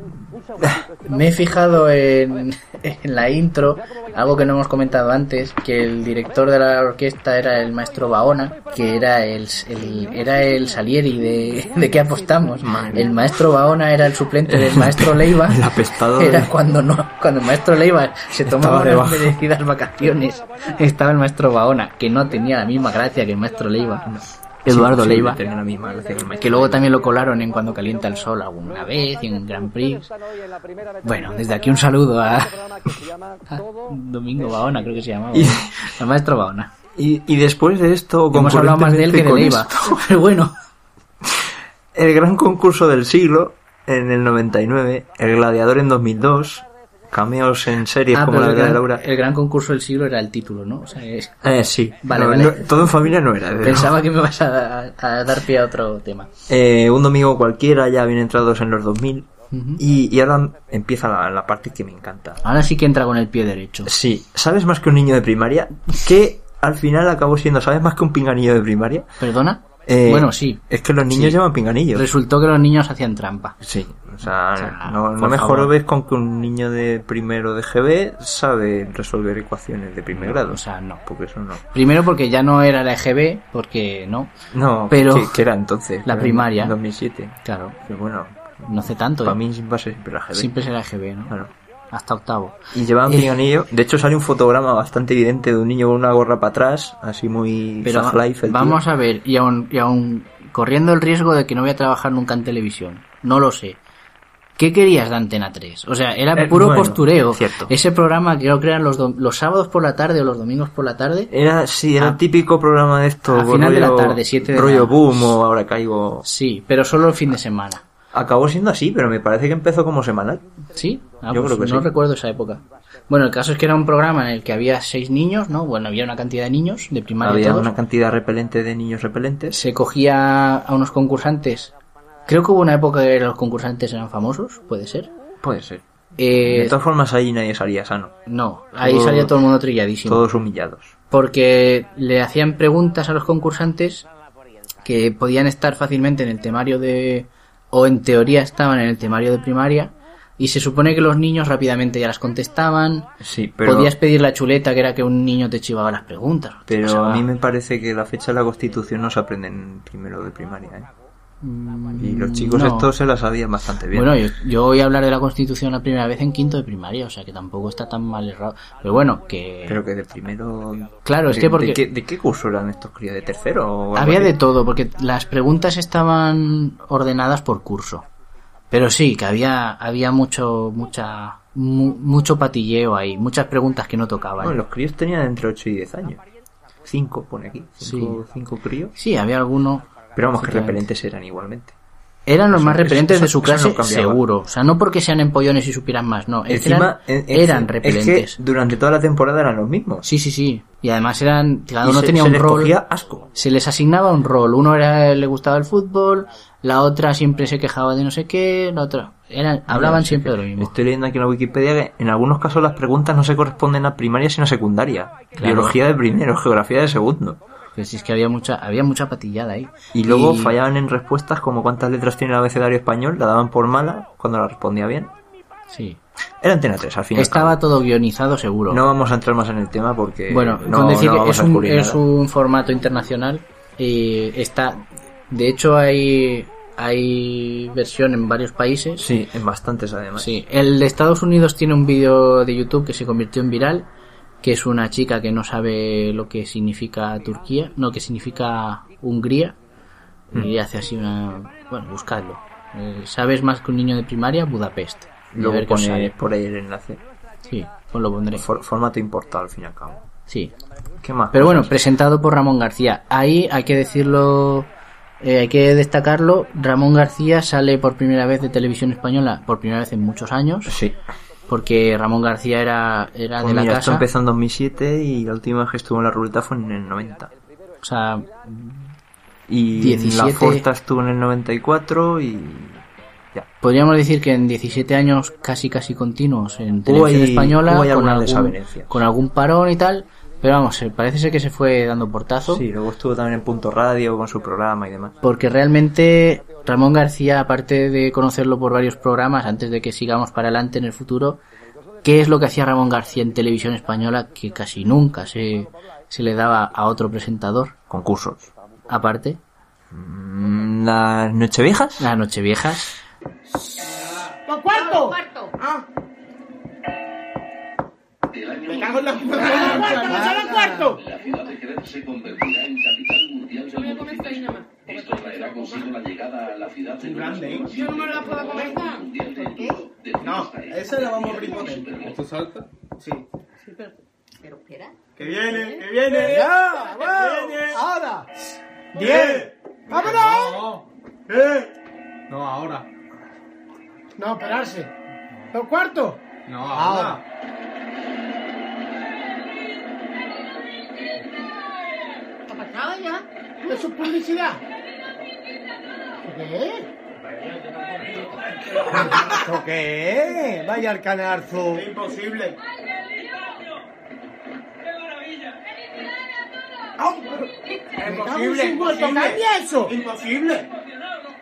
[SPEAKER 3] Me he fijado en, en la intro, algo que no hemos comentado antes, que el director de la orquesta era el maestro Baona, que era el, el- era el Salieri de, de qué apostamos. El maestro Baona era el suplente del maestro Leiva.
[SPEAKER 4] El apestado
[SPEAKER 3] Era
[SPEAKER 4] de-
[SPEAKER 3] cuando no, cuando el maestro Leiva se tomaba
[SPEAKER 4] de
[SPEAKER 3] unas
[SPEAKER 4] baja.
[SPEAKER 3] merecidas vacaciones, estaba el maestro Baona, que no tenía la misma gracia que el maestro Leiva. Eduardo Leiva,
[SPEAKER 4] tener la misma gracia que el maestro.
[SPEAKER 3] que luego también lo colaron en Cuando Calienta el Sol alguna vez, en un Grand Prix. Bueno, desde aquí un saludo a, a Domingo Baona, creo que se llamaba,
[SPEAKER 4] Y-
[SPEAKER 3] al maestro Baona.
[SPEAKER 4] Y, y después de esto,
[SPEAKER 3] Hemos hablado más de él que de
[SPEAKER 4] con
[SPEAKER 3] Leiva,
[SPEAKER 4] esto,
[SPEAKER 3] pero bueno.
[SPEAKER 4] el gran concurso del siglo en el 99, El Gladiador en 2002, cameos en series
[SPEAKER 3] Ah,
[SPEAKER 4] como
[SPEAKER 3] pero
[SPEAKER 4] la
[SPEAKER 3] el,
[SPEAKER 4] vida de
[SPEAKER 3] gran,
[SPEAKER 4] Laura.
[SPEAKER 3] el gran concurso del siglo era el título, ¿no? O sea, es-
[SPEAKER 4] Eh, sí,
[SPEAKER 3] Vale,
[SPEAKER 4] No,
[SPEAKER 3] vale.
[SPEAKER 4] no, todo en familia no era. desde
[SPEAKER 3] pensaba que me vas a, a dar pie a otro tema.
[SPEAKER 4] Eh, un domingo cualquiera, ya bien entrados en los 2000.
[SPEAKER 3] Ujú.
[SPEAKER 4] Y, y ahora empieza la, la parte que me encanta.
[SPEAKER 3] Ahora sí que entra con el pie derecho.
[SPEAKER 4] Sí, ¿sabes más que un niño de primaria? Que al final acabó siendo, ¿sabes más que un pinganillo de primaria?
[SPEAKER 3] ¿Perdona?
[SPEAKER 4] Eh,
[SPEAKER 3] bueno, sí.
[SPEAKER 4] Es que los niños
[SPEAKER 3] Sí.
[SPEAKER 4] llevan pinganillos.
[SPEAKER 3] Resultó que los niños hacían trampa.
[SPEAKER 4] sí, o sea,
[SPEAKER 3] O sea,
[SPEAKER 4] no,
[SPEAKER 3] por
[SPEAKER 4] no me
[SPEAKER 3] favor.
[SPEAKER 4] jorobes con que un niño de primero de GB sabe resolver ecuaciones de primer grado.
[SPEAKER 3] O sea, no.
[SPEAKER 4] Porque eso no.
[SPEAKER 3] Primero porque ya no era la EGB, porque no.
[SPEAKER 4] No,
[SPEAKER 3] Pero-
[SPEAKER 4] que, que era entonces.
[SPEAKER 3] La
[SPEAKER 4] Era en
[SPEAKER 3] primaria.
[SPEAKER 4] 2007.
[SPEAKER 3] Claro,
[SPEAKER 4] Que bueno,
[SPEAKER 3] no hace tanto.
[SPEAKER 4] para
[SPEAKER 3] ¿eh?
[SPEAKER 4] mí va a ser siempre la GB.
[SPEAKER 3] Siempre será EGB, ¿no?
[SPEAKER 4] Claro.
[SPEAKER 3] Hasta octavo.
[SPEAKER 4] Y llevaban
[SPEAKER 3] Eh.
[SPEAKER 4] pinganillo. De hecho, sale un fotograma bastante evidente de un niño con una gorra para atrás, así muy
[SPEAKER 3] Pero
[SPEAKER 4] Half Life.
[SPEAKER 3] vamos a ver, y aún, y aún corriendo el riesgo de que no voy a trabajar nunca en televisión, no lo sé. ¿Qué querías de Antena 3? O sea, era
[SPEAKER 4] Eh,
[SPEAKER 3] puro
[SPEAKER 4] bueno,
[SPEAKER 3] postureo.
[SPEAKER 4] cierto.
[SPEAKER 3] Ese programa que lo crean los, dom- los sábados por la tarde o los domingos por la tarde.
[SPEAKER 4] Era, sí, era
[SPEAKER 3] Ah.
[SPEAKER 4] el típico programa de esto.
[SPEAKER 3] Al final de la tarde, siete de
[SPEAKER 4] rollo
[SPEAKER 3] la-
[SPEAKER 4] boom o ahora caigo.
[SPEAKER 3] Sí, pero solo el fin de semana.
[SPEAKER 4] Acabó siendo así, pero me parece que empezó como semanal.
[SPEAKER 3] ¿Sí? Ah,
[SPEAKER 4] Yo
[SPEAKER 3] pues
[SPEAKER 4] creo que
[SPEAKER 3] no
[SPEAKER 4] sí.
[SPEAKER 3] recuerdo esa época. Bueno, el caso es que era un programa en el que había seis niños, ¿no? Bueno, había una cantidad de niños de primaria.
[SPEAKER 4] Había
[SPEAKER 3] todos.
[SPEAKER 4] una cantidad repelente de niños repelentes.
[SPEAKER 3] se cogía a unos concursantes. Creo que hubo una época que los concursantes eran famosos, puede ser.
[SPEAKER 4] Puede ser.
[SPEAKER 3] Eh,
[SPEAKER 4] de todas formas, ahí nadie salía sano.
[SPEAKER 3] no, ahí
[SPEAKER 4] Todo-
[SPEAKER 3] salía todo el mundo trilladísimo.
[SPEAKER 4] Todos humillados.
[SPEAKER 3] Porque le hacían preguntas a los concursantes que podían estar fácilmente en el temario de... o en teoría estaban en el temario de primaria. Y se supone que los niños rápidamente ya las contestaban.
[SPEAKER 4] Sí, pero.
[SPEAKER 3] Podías pedir la chuleta, que era que un niño te chivaba las preguntas. ¿Qué
[SPEAKER 4] Pero
[SPEAKER 3] pasaba?
[SPEAKER 4] a mí me parece que la fecha de la Constitución no se aprende en primero de primaria. ¿eh? Y los chicos
[SPEAKER 3] Mm, no.
[SPEAKER 4] estos se la sabían bastante bien.
[SPEAKER 3] Bueno, yo, yo oí hablar de la Constitución la primera vez en quinto de primaria, o sea que tampoco está tan mal errado. Pero bueno, que...
[SPEAKER 4] Pero que de primero.
[SPEAKER 3] Claro, es
[SPEAKER 4] de-
[SPEAKER 3] que porque-
[SPEAKER 4] ¿De qué, de qué curso eran estos críos? ¿De tercero? o algo
[SPEAKER 3] Había
[SPEAKER 4] así?
[SPEAKER 3] de todo, porque las preguntas estaban ordenadas por curso. Pero sí, que había, había mucho, mucha, mu- mucho patilleo ahí, muchas preguntas que no tocaban.
[SPEAKER 4] Bueno, los críos tenían entre 8 y 10 años. 5, pone aquí. 5 críos.
[SPEAKER 3] sí, había alguno.
[SPEAKER 4] Pero vamos, que
[SPEAKER 3] Efectivamente.
[SPEAKER 4] repelentes eran igualmente.
[SPEAKER 3] Eran los
[SPEAKER 4] Eso-
[SPEAKER 3] más
[SPEAKER 4] eso-
[SPEAKER 3] repelentes
[SPEAKER 4] eso-
[SPEAKER 3] de su
[SPEAKER 4] eso no
[SPEAKER 3] clase,
[SPEAKER 4] cambiaba.
[SPEAKER 3] seguro. O sea, no porque sean empollones y supieran más, no. es que
[SPEAKER 4] Encima,
[SPEAKER 3] eran,
[SPEAKER 4] en- en-
[SPEAKER 3] eran
[SPEAKER 4] es que
[SPEAKER 3] repelentes.
[SPEAKER 4] durante toda la temporada eran los mismos.
[SPEAKER 3] Sí, sí, sí. Y además eran, cada
[SPEAKER 4] Y
[SPEAKER 3] uno
[SPEAKER 4] se-
[SPEAKER 3] tenía
[SPEAKER 4] se
[SPEAKER 3] un
[SPEAKER 4] les
[SPEAKER 3] rol.
[SPEAKER 4] cogía asco.
[SPEAKER 3] se les asignaba un rol. Uno era le gustaba el fútbol, la otra siempre se quejaba de no sé qué, la otra eran, hablaban siempre de lo mismo.
[SPEAKER 4] Estoy leyendo aquí en la Wikipedia que en algunos casos las preguntas no se corresponden a primaria sino a secundaria.
[SPEAKER 3] Claro.
[SPEAKER 4] Este, Biología de primero, geografía de segundo.
[SPEAKER 3] Pero si es que había mucha había mucha patillada ahí.
[SPEAKER 4] Y luego fallaban en respuestas como cuántas letras tiene el abecedario español, la daban por mala cuando la respondía bien.
[SPEAKER 3] Sí.
[SPEAKER 4] Era Antena 3, al final.
[SPEAKER 3] Estaba todo guionizado seguro.
[SPEAKER 4] No vamos a entrar más en el tema porque
[SPEAKER 3] bueno,
[SPEAKER 4] no,
[SPEAKER 3] con decir
[SPEAKER 4] no
[SPEAKER 3] que
[SPEAKER 4] vamos
[SPEAKER 3] es
[SPEAKER 4] a
[SPEAKER 3] un,
[SPEAKER 4] descubrir
[SPEAKER 3] es
[SPEAKER 4] nada.
[SPEAKER 3] un formato internacional y está de hecho hay hay versión en varios países.
[SPEAKER 4] Sí, en bastantes además.
[SPEAKER 3] Sí, el de Estados Unidos tiene un vídeo de YouTube que se convirtió en viral, que es una chica que no sabe lo que significa Turquía, no, que significa Hungría,
[SPEAKER 4] Hmm.
[SPEAKER 3] y hace así una... Bueno, buscadlo. Eh, ¿Sabes más que un niño de primaria? Budapest. Y a
[SPEAKER 4] Luego
[SPEAKER 3] ver qué os
[SPEAKER 4] pone
[SPEAKER 3] sale.
[SPEAKER 4] por ahí el enlace.
[SPEAKER 3] Sí, os lo pondré.
[SPEAKER 4] For- formato importado al fin y al cabo.
[SPEAKER 3] Sí.
[SPEAKER 4] ¿Qué más?
[SPEAKER 3] Pero bueno, presentado por Ramón García. Ahí hay que decirlo, eh, hay que destacarlo. Ramón García sale por primera vez de televisión española, por primera vez en muchos años.
[SPEAKER 4] Sí.
[SPEAKER 3] porque Ramón García era, era
[SPEAKER 4] Pues
[SPEAKER 3] de
[SPEAKER 4] mira,
[SPEAKER 3] la
[SPEAKER 4] esto
[SPEAKER 3] casa.
[SPEAKER 4] empezó en 2007 y la última vez que estuvo en la ruleta fue en el 90.
[SPEAKER 3] O sea,
[SPEAKER 4] Y
[SPEAKER 3] 17.
[SPEAKER 4] la Forta estuvo en el 94 y...
[SPEAKER 3] podríamos decir que en 17 años casi casi continuos en
[SPEAKER 4] Hubo
[SPEAKER 3] televisión
[SPEAKER 4] ahí-
[SPEAKER 3] española,
[SPEAKER 4] hubo ahí
[SPEAKER 3] con,
[SPEAKER 4] algunas
[SPEAKER 3] algún,
[SPEAKER 4] desavenencias.
[SPEAKER 3] con algún parón y tal, pero vamos, eh, parece ser que se fue dando portazo,
[SPEAKER 4] Sí, luego estuvo también en Punto Radio con su programa y demás.
[SPEAKER 3] porque realmente Ramón García, aparte de conocerlo por varios programas, antes de que sigamos para adelante en el futuro, ¿qué es lo que hacía Ramón García en televisión española que casi nunca se, se le daba a otro presentador?
[SPEAKER 4] Concursos.
[SPEAKER 3] Aparte,
[SPEAKER 4] Mm, Las Nocheviejas.
[SPEAKER 3] las Nocheviejas.
[SPEAKER 11] ¡Cuarto!
[SPEAKER 10] ¡Cuarto!
[SPEAKER 11] La ciudad de Jerez se convertirá en capital mundial de Yo voy a comer esta niña más.
[SPEAKER 12] Esto traerá consigo la llegada a la ciudad de
[SPEAKER 11] grande,
[SPEAKER 12] nuevas
[SPEAKER 11] ¿eh? Yo no me la puedo comer.
[SPEAKER 12] ¿Por qué?
[SPEAKER 2] No, esa la vamos a abrir con él. ¿Esto salta? Sí.
[SPEAKER 11] Sí, pero... Pero espera.
[SPEAKER 2] ¡Que viene! ¡Que viene! ¡Ya! ¡Que viene!
[SPEAKER 13] ¡Ahora!
[SPEAKER 2] ¡Diez!
[SPEAKER 13] ¡Vámonos!
[SPEAKER 2] ¡Eh! No, ahora.
[SPEAKER 13] No, esperarse. ¿Por cuarto?
[SPEAKER 2] No, ahora.
[SPEAKER 11] ¿Está pasado ya?
[SPEAKER 13] ¿Eso es publicidad? ¿Qué?
[SPEAKER 2] ¿Esto qué es? Vaya el canarzo.
[SPEAKER 13] Es imposible.
[SPEAKER 2] Es
[SPEAKER 13] imposible, imposible.
[SPEAKER 2] ¡Cambia
[SPEAKER 13] eso!
[SPEAKER 2] ¡Imposible!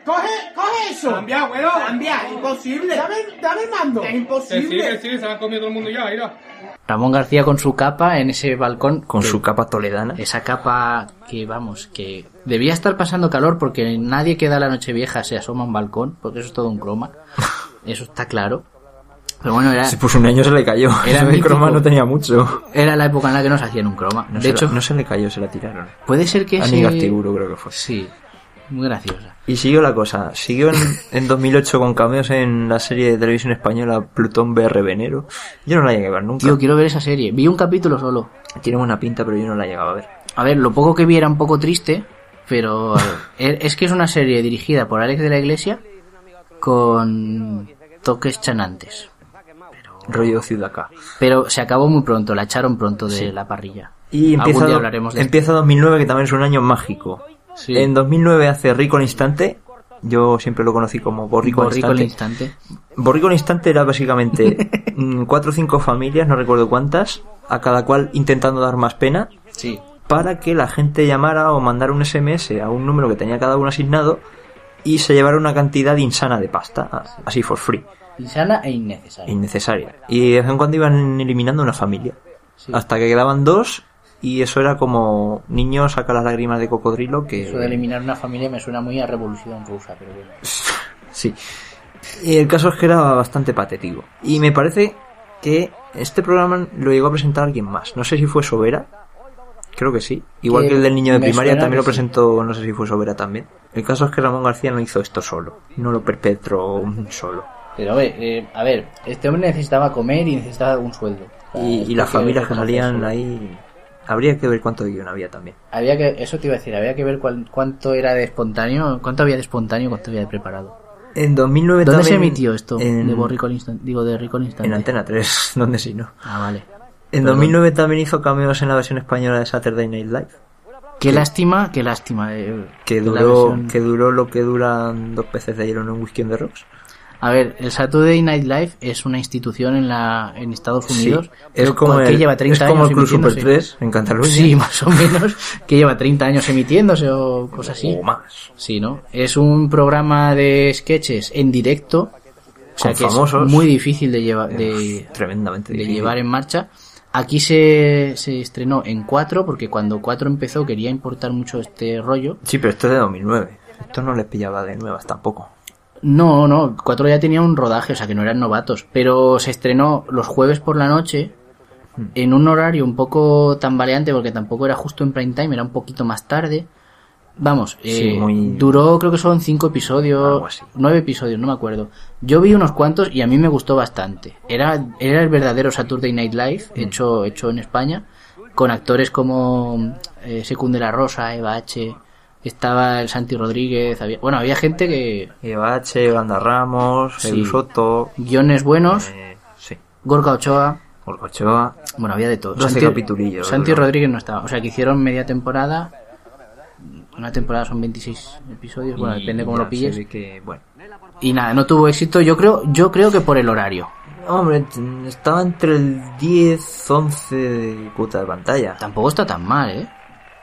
[SPEAKER 13] ¡Coge, coge eso!
[SPEAKER 2] ¡Cambia, abuelo! ¡Cambia! ¡Imposible!
[SPEAKER 13] Dame, dame el mando.
[SPEAKER 2] ¡Es
[SPEAKER 9] Que Eh, sí,
[SPEAKER 2] imposible!
[SPEAKER 9] que sí, se la han comido todo el mundo ya, mira.
[SPEAKER 3] Ramón García con su capa en ese balcón.
[SPEAKER 4] Con su capa toledana.
[SPEAKER 3] Esa capa que, vamos, que debía estar pasando calor porque nadie que da la noche vieja se asoma a un balcón, porque eso es todo un croma. Eso está claro. Pero bueno, era,
[SPEAKER 4] Pues un año se le cayó.
[SPEAKER 3] Era
[SPEAKER 4] Ese
[SPEAKER 3] mítico.
[SPEAKER 4] croma no tenía mucho.
[SPEAKER 3] era la época en la que no se hacían un croma.
[SPEAKER 4] No
[SPEAKER 3] de
[SPEAKER 4] se
[SPEAKER 3] hecho,
[SPEAKER 4] la- no se le cayó, se la tiraron.
[SPEAKER 3] puede ser que
[SPEAKER 4] A
[SPEAKER 3] ese-
[SPEAKER 4] Nigastiburu creo que fue.
[SPEAKER 3] Sí, muy graciosa.
[SPEAKER 4] Y siguió la cosa. Siguió en, en 2008 con cameos en la serie de televisión española Plutón BR Venero. Yo no la llegué a ver nunca.
[SPEAKER 3] Tío, quiero ver esa serie. Vi un capítulo solo.
[SPEAKER 4] Tiene buena pinta, pero yo no la llegaba a ver.
[SPEAKER 3] A ver, lo poco que vi era un poco triste, pero eh, es que es una serie dirigida por Alex de la Iglesia con toques chanantes.
[SPEAKER 4] Rollo Ciudad K.
[SPEAKER 3] Pero se acabó muy pronto, la echaron pronto de la parrilla.
[SPEAKER 4] Y empieza,
[SPEAKER 3] Algún día
[SPEAKER 4] do-
[SPEAKER 3] hablaremos de
[SPEAKER 4] empieza 2009, que también es un año mágico.
[SPEAKER 3] Sí.
[SPEAKER 4] En 2009 hace Rico al Instante. Yo siempre lo conocí como Borrico, al
[SPEAKER 3] Borrico al
[SPEAKER 4] Instante.
[SPEAKER 3] instante.
[SPEAKER 4] Borrico al Instante era básicamente mm, cuatro o cinco familias, no recuerdo cuántas, a cada cual intentando dar más pena.
[SPEAKER 3] Sí.
[SPEAKER 4] Para que la gente llamara o mandara un SMS a un número que tenía cada uno asignado y se llevara una cantidad insana de pasta, a- así for free,
[SPEAKER 3] Insana e innecesaria.
[SPEAKER 4] innecesaria. Y de vez en cuando iban eliminando una familia.
[SPEAKER 3] Sí.
[SPEAKER 4] Hasta que quedaban dos y eso era como niño saca las lágrimas de cocodrilo que...
[SPEAKER 3] Eso de eliminar una familia me suena muy a revolución rusa, pero bueno.
[SPEAKER 4] Sí. Y el caso es que era bastante patético. Y me parece que este programa lo llegó a presentar alguien más. No sé si fue Sobera. Creo que sí. Igual
[SPEAKER 3] Que
[SPEAKER 4] que el del niño de
[SPEAKER 3] me
[SPEAKER 4] primaria
[SPEAKER 3] suena
[SPEAKER 4] también lo
[SPEAKER 3] que sí.
[SPEAKER 4] presentó, no sé si fue Sobera también. El caso es que Ramón García no hizo esto solo. No lo perpetró un solo.
[SPEAKER 3] Pero a ver, eh, a ver, este hombre necesitaba comer y necesitaba un sueldo. O sea,
[SPEAKER 4] Y,
[SPEAKER 3] Ah,
[SPEAKER 4] y
[SPEAKER 3] esto
[SPEAKER 4] las
[SPEAKER 3] que-
[SPEAKER 4] familias que salían ahí... Habría que ver cuánto guión había también.
[SPEAKER 3] Había que, eso te iba a decir, había que ver cuál- cuánto era de espontáneo, cuánto había de espontáneo, cuánto había de preparado.
[SPEAKER 4] En 2009
[SPEAKER 3] ¿Dónde se
[SPEAKER 4] también-
[SPEAKER 3] emitió esto?
[SPEAKER 4] En,
[SPEAKER 3] De Borrico al instante, digo de Rico al
[SPEAKER 4] en
[SPEAKER 3] instante.
[SPEAKER 4] Antena 3, donde sí, ¿no?
[SPEAKER 3] Ah, vale.
[SPEAKER 4] En
[SPEAKER 3] Perdón.
[SPEAKER 4] 2009 también hizo cameos en la versión española de Saturday Night Live.
[SPEAKER 3] Qué lástima, qué lástima. eh,
[SPEAKER 4] que
[SPEAKER 3] la
[SPEAKER 4] duró
[SPEAKER 3] versión-
[SPEAKER 4] que duró lo que duran dos peces de hielo en un whisky on the rocks
[SPEAKER 3] A ver, el Saturday Night Live es una institución en la en Estados
[SPEAKER 4] Sí.
[SPEAKER 3] Unidos.
[SPEAKER 4] es como
[SPEAKER 3] que
[SPEAKER 4] el,
[SPEAKER 3] lleva 30
[SPEAKER 4] es como
[SPEAKER 3] años
[SPEAKER 4] el Club Super
[SPEAKER 3] emitiéndose.
[SPEAKER 4] 3 en Cataluña
[SPEAKER 3] Sí, más o menos, que lleva 30 años emitiéndose o cosas así.
[SPEAKER 4] o más
[SPEAKER 3] Sí, ¿no? Es un programa de sketches en directo, o sea
[SPEAKER 4] Con
[SPEAKER 3] que
[SPEAKER 4] famosos.
[SPEAKER 3] es muy difícil de, llevar de,
[SPEAKER 4] tremendamente
[SPEAKER 3] de
[SPEAKER 4] difícil.
[SPEAKER 3] llevar en marcha. Aquí se, se estrenó en 4, porque cuando 4 empezó quería importar mucho este rollo.
[SPEAKER 4] sí pero esto es de 2009 esto no les pillaba de nuevas tampoco
[SPEAKER 3] No, no, 4 ya tenía un rodaje, o sea que no eran novatos, pero se estrenó los jueves por la noche
[SPEAKER 4] Hmm.
[SPEAKER 3] en un horario un poco tambaleante, porque tampoco era justo en prime time, era un poquito más tarde. Vamos,
[SPEAKER 4] Sí,
[SPEAKER 3] eh,
[SPEAKER 4] muy-
[SPEAKER 3] duró creo que son cinco
[SPEAKER 4] Algo
[SPEAKER 3] episodios,
[SPEAKER 4] así.
[SPEAKER 3] nueve episodios, no me acuerdo. Yo vi unos cuantos y a mí me gustó bastante. Era, era el verdadero Saturday Night Live,
[SPEAKER 4] Hmm.
[SPEAKER 3] hecho, hecho en España, con actores como eh, Secund de la Rosa, Eva H., estaba el Santi Rodríguez, había, bueno, había gente que...
[SPEAKER 4] Ebache Ganda Ramos
[SPEAKER 3] Sí.
[SPEAKER 4] Edu Soto
[SPEAKER 3] Guiones buenos,
[SPEAKER 4] eh, sí
[SPEAKER 3] Gorka Ochoa,
[SPEAKER 4] Gorka Ochoa
[SPEAKER 3] bueno, había de todo.
[SPEAKER 4] 12 capitulillos,
[SPEAKER 3] Santi
[SPEAKER 4] ¿no?
[SPEAKER 3] Rodríguez no estaba. O sea, que hicieron media temporada. Una temporada son 26 episodios. Bueno,
[SPEAKER 4] Y
[SPEAKER 3] depende cómo
[SPEAKER 4] ya
[SPEAKER 3] lo
[SPEAKER 4] se
[SPEAKER 3] pilles.
[SPEAKER 4] ve que, bueno
[SPEAKER 3] Y nada, no tuvo éxito. Yo creo, yo creo que por el horario.
[SPEAKER 4] hombre t- estaba entre el 10 11 de cuota de pantalla
[SPEAKER 3] Tampoco está tan mal, ¿eh?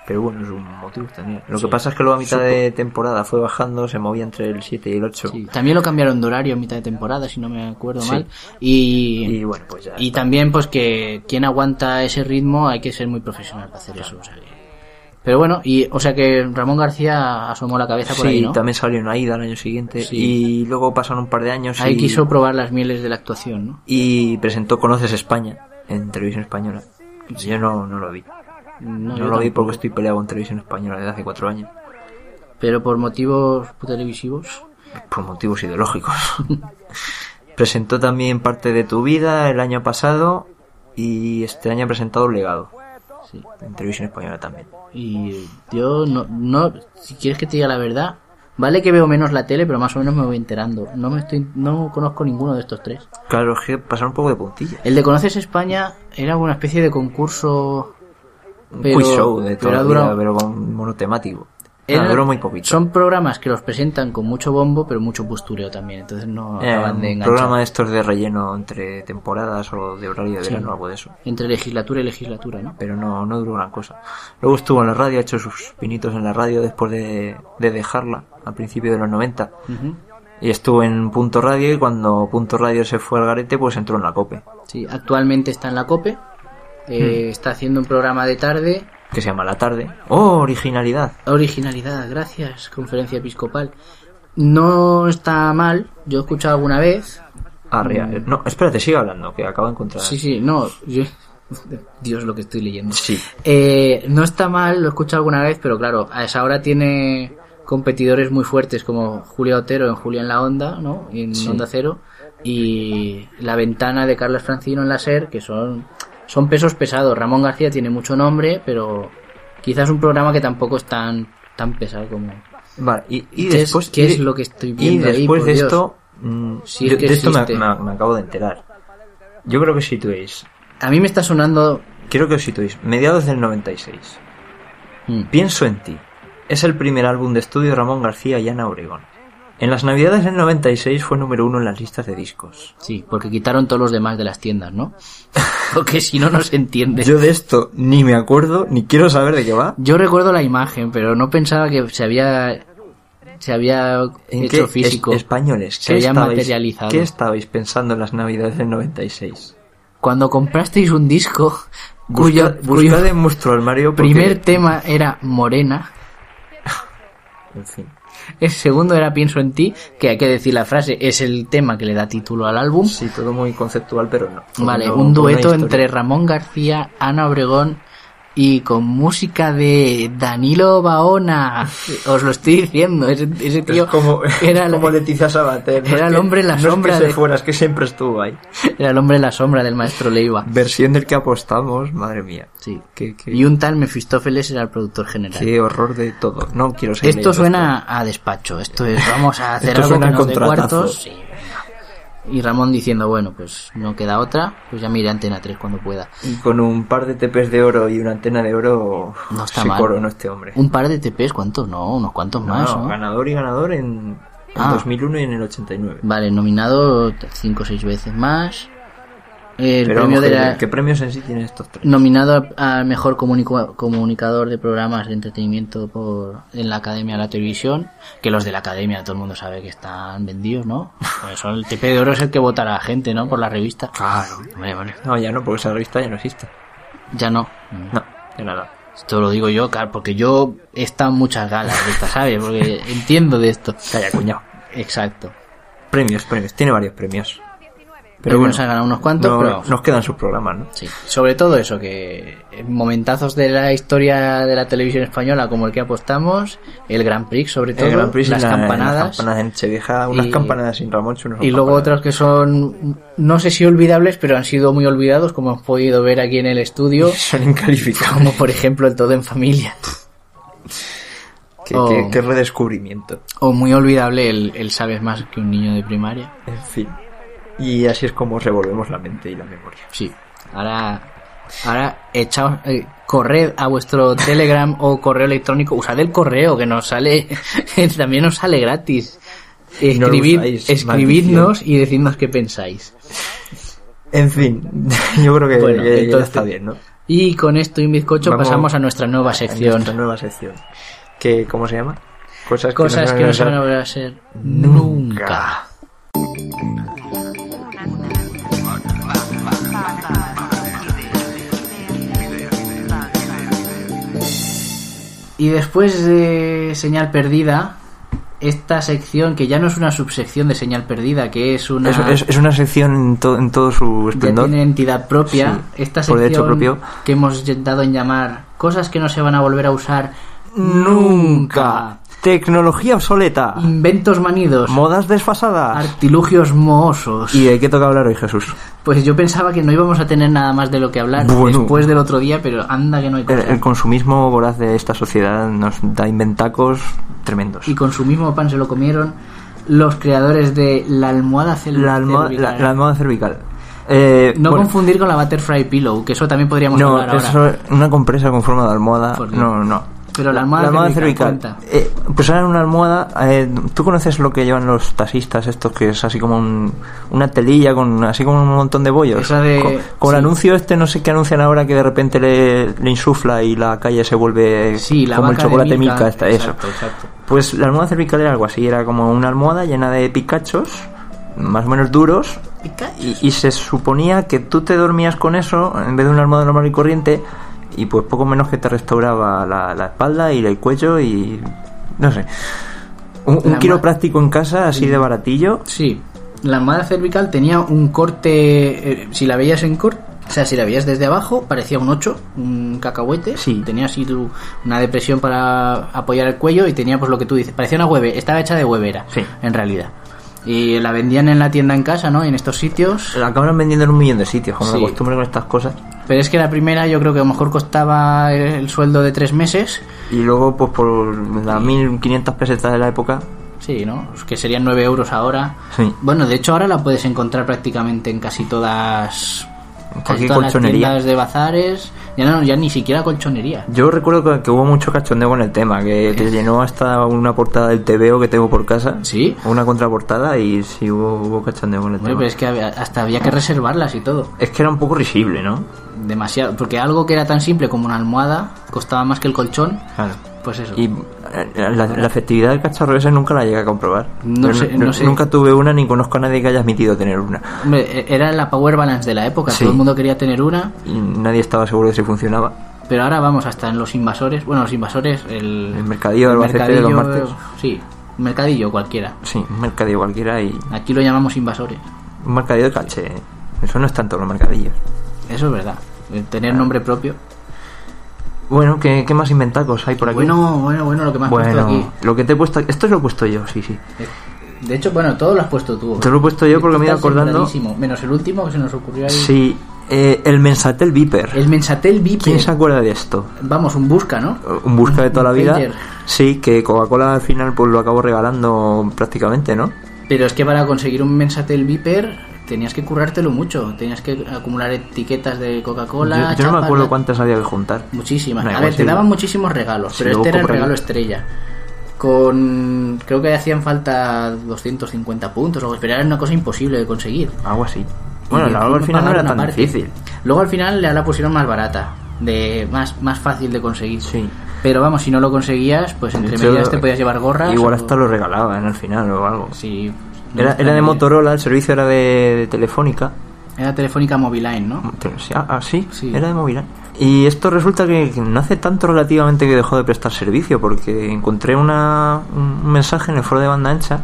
[SPEAKER 4] pero bueno es un motivo también lo
[SPEAKER 3] Sí.
[SPEAKER 4] que pasa es que luego a mitad
[SPEAKER 3] Supo-
[SPEAKER 4] de temporada fue bajando se movía entre el 7 y el 8
[SPEAKER 3] Sí. También lo cambiaron de horario a mitad de temporada, si no me acuerdo
[SPEAKER 4] Sí.
[SPEAKER 3] mal. Y,
[SPEAKER 4] y bueno pues ya
[SPEAKER 3] y también, pues que quien aguanta ese ritmo hay que ser muy profesional para hacer eso. o sea que- Pero bueno, y o sea que Ramón García asomó la cabeza por
[SPEAKER 4] sí,
[SPEAKER 3] ahí, ¿no?
[SPEAKER 4] también salió en Aida el año siguiente
[SPEAKER 3] Sí.
[SPEAKER 4] y luego pasan un par de años
[SPEAKER 3] Ahí
[SPEAKER 4] y,
[SPEAKER 3] quiso probar las mieles de la actuación, ¿no?
[SPEAKER 4] y presentó Conoces España en televisión española. Yo no, no lo vi. No,
[SPEAKER 3] yo
[SPEAKER 4] lo vi
[SPEAKER 3] tampoco.
[SPEAKER 4] porque estoy peleado con televisión española desde hace cuatro años.
[SPEAKER 3] pero por motivos televisivos,
[SPEAKER 4] por motivos ideológicos. Presentó también parte de tu vida el año pasado y este año ha presentado un legado. Sí, en televisión española también.
[SPEAKER 3] Y yo no, no, si quieres que te diga la verdad, vale que veo menos la tele, pero más o menos me voy enterando. No me estoy, no conozco ninguno de estos tres.
[SPEAKER 4] Claro, es que pasar un poco de puntilla.
[SPEAKER 3] El de Conoces España era una especie de concurso,
[SPEAKER 4] Un
[SPEAKER 3] pero,
[SPEAKER 4] quiz show de
[SPEAKER 3] pero
[SPEAKER 4] toda la
[SPEAKER 3] ha
[SPEAKER 4] vida,
[SPEAKER 3] durado-
[SPEAKER 4] pero con monotemático. Nada,
[SPEAKER 3] Era-
[SPEAKER 4] duró muy poquito.
[SPEAKER 3] Son programas que los presentan con mucho bombo, pero mucho postureo también. Entonces no
[SPEAKER 4] Eh,
[SPEAKER 3] acaban de
[SPEAKER 4] un
[SPEAKER 3] enganchar.
[SPEAKER 4] programa de estos de relleno entre temporadas o de horario de
[SPEAKER 3] Sí.
[SPEAKER 4] verano algo de eso.
[SPEAKER 3] Entre legislatura y legislatura, ¿no?
[SPEAKER 4] Pero no, no duró gran cosa. Luego estuvo en la radio, ha hecho sus pinitos en la radio después de, de dejarla, al principio de los 90.
[SPEAKER 3] Ujú.
[SPEAKER 4] Y estuvo en Punto Radio y cuando Punto Radio se fue al garete, pues entró en la COPE,
[SPEAKER 3] Sí, actualmente está en la COPE.
[SPEAKER 4] Hmm.
[SPEAKER 3] eh, Está haciendo un programa de tarde.
[SPEAKER 4] que se llama La Tarde. ¡Oh, originalidad!
[SPEAKER 3] Originalidad, gracias, conferencia episcopal. No está mal, yo he escuchado alguna vez.
[SPEAKER 4] Ah, real. No, espérate, sigue hablando, que acabo de encontrar.
[SPEAKER 3] Mm. Sí, sí, no, yo- Dios lo que estoy leyendo.
[SPEAKER 4] Sí.
[SPEAKER 3] Eh, no está mal, lo he escuchado alguna vez, pero claro, a esa hora tiene competidores muy fuertes como Julia Otero en Julia en la Onda, ¿no? Y En
[SPEAKER 4] Sí.
[SPEAKER 3] Onda Cero. Y La Ventana de Carlos Francino en la SER, que son, son pesos pesados. Ramón García tiene mucho nombre, pero quizás un programa que tampoco es tan, tan pesado como...
[SPEAKER 4] Vale, y, y
[SPEAKER 3] ¿Qué es-
[SPEAKER 4] después...
[SPEAKER 3] qué
[SPEAKER 4] y-
[SPEAKER 3] es lo que estoy
[SPEAKER 4] Y
[SPEAKER 3] viendo ahí,
[SPEAKER 4] después
[SPEAKER 3] por
[SPEAKER 4] de
[SPEAKER 3] Dios?
[SPEAKER 4] esto... mm,
[SPEAKER 3] Si es
[SPEAKER 4] yo-
[SPEAKER 3] que
[SPEAKER 4] de esto me,
[SPEAKER 3] existe.
[SPEAKER 4] me- me acabo de enterar. Yo creo que os situéis.
[SPEAKER 3] A mí me está sonando...
[SPEAKER 4] Quiero que os situéis. Mediados del 96.
[SPEAKER 3] Mm.
[SPEAKER 4] Pienso en ti. Es el primer álbum de estudio de Ramón García y Ana Obregón. En las navidades del 96 fue número uno en las listas de discos.
[SPEAKER 3] Sí, porque quitaron todos los demás de las tiendas, ¿no? Porque si no, no se entiende.
[SPEAKER 4] Yo de esto ni me acuerdo, ni quiero saber de qué va.
[SPEAKER 3] Yo recuerdo la imagen, pero no pensaba que se había se había
[SPEAKER 4] ¿En
[SPEAKER 3] hecho
[SPEAKER 4] qué
[SPEAKER 3] físico.
[SPEAKER 4] es- españoles?
[SPEAKER 3] Se
[SPEAKER 4] ¿qué
[SPEAKER 3] había
[SPEAKER 4] estabais-
[SPEAKER 3] materializado.
[SPEAKER 4] ¿Qué estabais pensando en las navidades del 96?
[SPEAKER 3] Cuando comprasteis un disco cuyo,
[SPEAKER 4] Busca-
[SPEAKER 3] cuyo
[SPEAKER 4] buscad en vuestro armario porque-
[SPEAKER 3] primer tema era Morena,
[SPEAKER 4] En fin.
[SPEAKER 3] el segundo era Pienso en ti, que hay que decir la frase, es el tema que le da título al álbum.
[SPEAKER 4] Sí, todo muy conceptual, pero no.
[SPEAKER 3] Vale,
[SPEAKER 4] No,
[SPEAKER 3] un
[SPEAKER 4] con una
[SPEAKER 3] dueto
[SPEAKER 4] historia.
[SPEAKER 3] entre Ramón García, Ana Obregón y con música de Danilo Baona. Os lo estoy diciendo, ese, ese tío
[SPEAKER 4] Es como,
[SPEAKER 3] era,
[SPEAKER 4] como
[SPEAKER 3] el,
[SPEAKER 4] Leticia Sabater.
[SPEAKER 3] era el hombre en la
[SPEAKER 4] no es que
[SPEAKER 3] sombra
[SPEAKER 4] se
[SPEAKER 3] de-
[SPEAKER 4] fuera, es que siempre estuvo ahí.
[SPEAKER 3] era el hombre en la sombra del maestro Leiva.
[SPEAKER 4] Versión del que apostamos, madre mía.
[SPEAKER 3] Sí.
[SPEAKER 4] Qué, qué-
[SPEAKER 3] Y un tal Mefistófeles era el productor general.
[SPEAKER 4] qué horror de todo. No quiero seguir
[SPEAKER 3] Esto
[SPEAKER 4] leyendo
[SPEAKER 3] suena a despacho, esto es vamos a hacer
[SPEAKER 4] Esto
[SPEAKER 3] algo que
[SPEAKER 4] suena a
[SPEAKER 3] nos dé
[SPEAKER 4] contratazo.
[SPEAKER 3] cuartos. Sí. Y Ramón diciendo, bueno, pues no queda otra, pues ya miré Antena 3 cuando pueda.
[SPEAKER 4] Y con un par de tepes de oro y una antena de oro
[SPEAKER 3] No está
[SPEAKER 4] se
[SPEAKER 3] mal.
[SPEAKER 4] coronó este hombre.
[SPEAKER 3] Un par de TPs, ¿cuántos? No, unos cuantos
[SPEAKER 4] No,
[SPEAKER 3] más.
[SPEAKER 4] no,
[SPEAKER 3] ¿no?
[SPEAKER 4] ganador y ganador en, en
[SPEAKER 3] Ah.
[SPEAKER 4] 2001 y en el 89.
[SPEAKER 3] Vale, nominado 5 o 6 veces más. El
[SPEAKER 4] Pero
[SPEAKER 3] premio
[SPEAKER 4] vamos,
[SPEAKER 3] de
[SPEAKER 4] ¿qué-
[SPEAKER 3] la-
[SPEAKER 4] ¿qué premios en sí tienen estos tres?
[SPEAKER 3] Nominado a a mejor comunico- comunicador de programas de entretenimiento por en la Academia de la Televisión. Que los de la Academia, todo el mundo sabe que están vendidos, ¿no? Pues son- el TP de Oro es el que vota la gente, ¿no? Por la revista.
[SPEAKER 4] Claro.
[SPEAKER 3] Hombre, vale.
[SPEAKER 4] No, ya no, porque esa revista ya no existe.
[SPEAKER 3] Ya no.
[SPEAKER 4] No, de nada.
[SPEAKER 3] Esto lo digo yo, claro, porque yo he estado en muchas galas de estas, ¿sabes? Porque entiendo de esto.
[SPEAKER 4] Calla, cuñado.
[SPEAKER 3] Exacto.
[SPEAKER 4] Premios, premios. Tiene varios premios.
[SPEAKER 3] Pero bueno, se han ganado unos cuantos,
[SPEAKER 4] no-
[SPEAKER 3] pero vamos.
[SPEAKER 4] nos quedan sus programas, ¿no?
[SPEAKER 3] Sí, sobre todo eso, que momentazos de la historia de la televisión española como el que apostamos, el Grand Prix sobre todo,
[SPEAKER 4] El Grand Prix y
[SPEAKER 3] las
[SPEAKER 4] la-
[SPEAKER 3] campanadas,
[SPEAKER 4] las campanadas en Chevieja, unas
[SPEAKER 3] Y-
[SPEAKER 4] campanadas sin Ramón son unas
[SPEAKER 3] y luego
[SPEAKER 4] campanadas.
[SPEAKER 3] otros que son, no sé si olvidables, pero han sido muy olvidados como hemos podido ver aquí en el estudio,
[SPEAKER 4] son incalificables.
[SPEAKER 3] como por ejemplo el Todo en Familia,
[SPEAKER 4] Qué,
[SPEAKER 3] Oh.
[SPEAKER 4] qué- qué redescubrimiento.
[SPEAKER 3] o muy olvidable el, el Sabes más que un niño de primaria.
[SPEAKER 4] En fin. Y así es como revolvemos la mente y la memoria.
[SPEAKER 3] Sí, ahora, ahora echaos, eh, corred a vuestro Telegram o correo electrónico, usad el correo que nos sale, también nos sale gratis.
[SPEAKER 4] No lo
[SPEAKER 3] Escribid,
[SPEAKER 4] usáis,
[SPEAKER 3] escribidnos y decidnos qué pensáis.
[SPEAKER 4] En fin, yo creo que,
[SPEAKER 3] Bueno,
[SPEAKER 4] que- que ya
[SPEAKER 3] entonces-
[SPEAKER 4] está bien, ¿no?
[SPEAKER 3] Y con esto y un bizcocho
[SPEAKER 4] Vamos
[SPEAKER 3] pasamos a nuestra nueva
[SPEAKER 4] En
[SPEAKER 3] sección.
[SPEAKER 4] nuestra nueva sección. Que, ¿Cómo se llama? Cosas,
[SPEAKER 3] Cosas que no se van
[SPEAKER 4] olvidar
[SPEAKER 3] a hacer nunca. Y después de Señal Perdida, esta sección que ya no es una subsección de Señal Perdida, que es una...
[SPEAKER 4] Es, es- es una sección en, to- en todo su
[SPEAKER 3] ya
[SPEAKER 4] esplendor.
[SPEAKER 3] tiene entidad propia.
[SPEAKER 4] Sí,
[SPEAKER 3] esta sección
[SPEAKER 4] por derecho propio.
[SPEAKER 3] que hemos dado en llamar cosas que no se van a volver a usar
[SPEAKER 4] Nunca. Tecnología obsoleta.
[SPEAKER 3] Inventos manidos.
[SPEAKER 4] Modas desfasadas.
[SPEAKER 3] Artilugios mohosos.
[SPEAKER 4] Ah. ¿Y de qué toca hablar hoy, Jesús?
[SPEAKER 3] Pues yo pensaba que no íbamos a tener nada más de lo que hablar
[SPEAKER 4] Bueno.
[SPEAKER 3] después del otro día, pero anda que no hay
[SPEAKER 4] El,
[SPEAKER 3] cosa.
[SPEAKER 4] el consumismo voraz de esta sociedad nos da inventacos tremendos.
[SPEAKER 3] Y con su mismo pan se lo comieron los creadores de la almohada cel-
[SPEAKER 4] La almohada,
[SPEAKER 3] cervical.
[SPEAKER 4] la, la almohada cervical. Eh,
[SPEAKER 3] No
[SPEAKER 4] bueno,
[SPEAKER 3] confundir con la Butterfly Pillow, que eso también podríamos
[SPEAKER 4] no,
[SPEAKER 3] hablar ahora.
[SPEAKER 4] eso mm, es una compresa con forma de almohada.
[SPEAKER 3] Por-
[SPEAKER 4] No, no.
[SPEAKER 3] Pero la almohada cervical
[SPEAKER 4] Eh, pues ahora en una almohada. eh, ¿Tú conoces lo que llevan los taxistas estos que es así como un- una telilla con así como un montón de bollos?
[SPEAKER 3] Esa de-
[SPEAKER 4] Con,
[SPEAKER 3] sí.
[SPEAKER 4] con el anuncio este, no sé qué anuncian ahora que de repente le, le insufla y la calle se vuelve
[SPEAKER 3] Sí, la
[SPEAKER 4] como el
[SPEAKER 3] vaca de
[SPEAKER 4] chocolate
[SPEAKER 3] Milka.
[SPEAKER 4] esta- eso.
[SPEAKER 3] Exacto, exacto.
[SPEAKER 4] Pues la almohada cervical era algo así, era como una almohada llena de picachos, más o menos duros, y, y se suponía que tú te dormías con eso en vez de una almohada normal y corriente, y pues poco menos que te restauraba la, la espalda y el cuello y no sé. Un, un
[SPEAKER 3] La
[SPEAKER 4] quiropráctico en casa así de baratillo.
[SPEAKER 3] Sí. La almohada cervical tenía un corte, eh, si la veías en corte, o sea, si la veías desde abajo, parecía un 8, un cacahuete. Sí. Tenía así tu- una depresión para apoyar el cuello y tenía pues lo que tú dices, parecía una hueve, estaba hecha de huevera, en realidad. Y la vendían en la tienda en casa, ¿no? Y en estos sitios.
[SPEAKER 4] La acabaron vendiendo en un millón de sitios, como de
[SPEAKER 3] Sí.
[SPEAKER 4] costumbre con estas cosas.
[SPEAKER 3] Pero es que la primera yo creo que a lo mejor costaba el sueldo de tres meses.
[SPEAKER 4] Y luego, pues por las 1500 pesetas de la época.
[SPEAKER 3] Sí, ¿no? Que serían 9 euros ahora.
[SPEAKER 4] Sí.
[SPEAKER 3] Bueno, de hecho ahora la puedes encontrar prácticamente en casi todas, casi
[SPEAKER 4] cualquier
[SPEAKER 3] todas las
[SPEAKER 4] colchonería.
[SPEAKER 3] tiendas de bazares. Ya no, ya ni siquiera colchonería.
[SPEAKER 4] Yo recuerdo que, que hubo mucho cachondeo con el tema, que, que llenó hasta una portada del TVO que tengo por casa.
[SPEAKER 3] Sí. pues,
[SPEAKER 4] Una contraportada y sí hubo, hubo cachondeo con el
[SPEAKER 3] Hombre,
[SPEAKER 4] tema.
[SPEAKER 3] pero es que había- hasta había que reservarlas y todo.
[SPEAKER 4] Es que era un poco risible, ¿no?
[SPEAKER 3] Demasiado. Porque algo que era tan simple como una almohada costaba más que el colchón.
[SPEAKER 4] Claro.
[SPEAKER 3] Pues eso.
[SPEAKER 4] Y eh, la, la efectividad del cacharro ese nunca la llegué a comprobar.
[SPEAKER 3] No
[SPEAKER 4] Yo
[SPEAKER 3] sé, no sé.
[SPEAKER 4] Nunca tuve una ni conozco a nadie que haya admitido tener una.
[SPEAKER 3] Hombre, e- era la power balance de la época.
[SPEAKER 4] Sí.
[SPEAKER 3] Todo el mundo quería tener una.
[SPEAKER 4] Y nadie estaba seguro de si funcionaba.
[SPEAKER 3] Pero ahora vamos hasta en los invasores. Bueno, los invasores, el,
[SPEAKER 4] El mercadillo de
[SPEAKER 3] el
[SPEAKER 4] Albacete de los
[SPEAKER 3] mercadillo-
[SPEAKER 4] martes.
[SPEAKER 3] Sí, un mercadillo cualquiera.
[SPEAKER 4] Sí, un mercadillo cualquiera y
[SPEAKER 3] Aquí lo llamamos invasores.
[SPEAKER 4] un mercadillo de caché. ¿eh? Eso no es tanto los mercadillos.
[SPEAKER 3] Eso es verdad. El Tener nombre propio.
[SPEAKER 4] Bueno, ¿qué, qué más inventacos hay por aquí?
[SPEAKER 3] Bueno, bueno, bueno, lo que me has
[SPEAKER 4] Bueno,
[SPEAKER 3] puesto aquí.
[SPEAKER 4] lo que te he puesto, esto lo he puesto yo, sí, sí.
[SPEAKER 3] De hecho, bueno, todo lo has puesto tú.
[SPEAKER 4] Te lo he puesto yo porque me he ido
[SPEAKER 3] Estás
[SPEAKER 4] acordando.
[SPEAKER 3] sembradísimo, Menos el último que se nos ocurrió ahí.
[SPEAKER 4] Sí, eh, el Mensatel Viper.
[SPEAKER 3] El Mensatel Viper.
[SPEAKER 4] ¿Quién se acuerda de esto?
[SPEAKER 3] Vamos, un busca, ¿no?
[SPEAKER 4] Un busca de toda la
[SPEAKER 3] Un
[SPEAKER 4] vida.
[SPEAKER 3] pager.
[SPEAKER 4] Sí, que Coca-Cola al final pues lo acabo regalando prácticamente, ¿no?
[SPEAKER 3] Pero es que para conseguir un Mensatel Viper tenías que currártelo mucho. Tenías que acumular etiquetas de Coca-Cola.
[SPEAKER 4] yo, yo no me
[SPEAKER 3] chapas,
[SPEAKER 4] acuerdo
[SPEAKER 3] la-
[SPEAKER 4] cuántas había que juntar.
[SPEAKER 3] Muchísimas.
[SPEAKER 4] Da
[SPEAKER 3] A
[SPEAKER 4] igual,
[SPEAKER 3] ver, te
[SPEAKER 4] pues sí.
[SPEAKER 3] daban muchísimos regalos,
[SPEAKER 4] Sí,
[SPEAKER 3] pero
[SPEAKER 4] luego
[SPEAKER 3] este era el
[SPEAKER 4] por ahí.
[SPEAKER 3] regalo estrella. Con. Creo que hacían falta 250 puntos, o algo, pero era una cosa imposible de conseguir.
[SPEAKER 4] Algo así. Bueno,
[SPEAKER 3] Y
[SPEAKER 4] la
[SPEAKER 3] encima
[SPEAKER 4] al final no era
[SPEAKER 3] pagaron
[SPEAKER 4] tan
[SPEAKER 3] aparte.
[SPEAKER 4] difícil.
[SPEAKER 3] Luego al final ya la pusieron más barata, de más, más fácil de conseguir. Pero vamos, si no lo conseguías, pues entre
[SPEAKER 4] Yo-
[SPEAKER 3] medias te podías llevar gorras.
[SPEAKER 4] Igual
[SPEAKER 3] o-
[SPEAKER 4] hasta lo regalaban al final o algo.
[SPEAKER 3] Sí.
[SPEAKER 4] Era, era de
[SPEAKER 3] También.
[SPEAKER 4] Motorola, el servicio era de, de Telefónica.
[SPEAKER 3] Era Telefónica Moviline, ¿no?
[SPEAKER 4] Sí, Ah, ah, sí, era de Moviline. Y esto resulta que que no hace tanto relativamente que dejó de prestar servicio, porque encontré una, un mensaje en el foro de banda ancha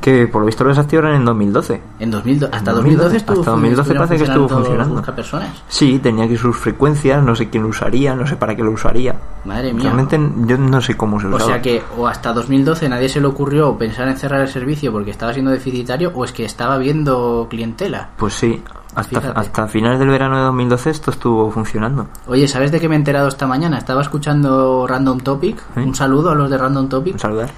[SPEAKER 4] que por lo visto lo desactivaron en 2012.
[SPEAKER 3] En 2012, hasta 2012
[SPEAKER 4] 2012
[SPEAKER 3] estuvo
[SPEAKER 4] hasta 2012
[SPEAKER 3] estuvieron
[SPEAKER 4] parece que estuvo funcionando.
[SPEAKER 3] busca personas.
[SPEAKER 4] Sí, tenía que sus frecuencias, no sé quién lo usaría, no sé para qué lo usaría.
[SPEAKER 3] Madre mía.
[SPEAKER 4] Realmente yo no sé cómo se
[SPEAKER 3] O
[SPEAKER 4] usaba.
[SPEAKER 3] sea que o hasta 2012 nadie se le ocurrió pensar en cerrar el servicio porque estaba siendo deficitario o es que estaba viendo clientela.
[SPEAKER 4] Pues sí, hasta,
[SPEAKER 3] Fíjate.
[SPEAKER 4] hasta finales del verano de 2012 esto estuvo funcionando.
[SPEAKER 3] Oye, ¿sabes de qué me he enterado esta mañana? Estaba escuchando Random Topic. Un saludo a los de Random Topic. Eh,
[SPEAKER 4] saludar.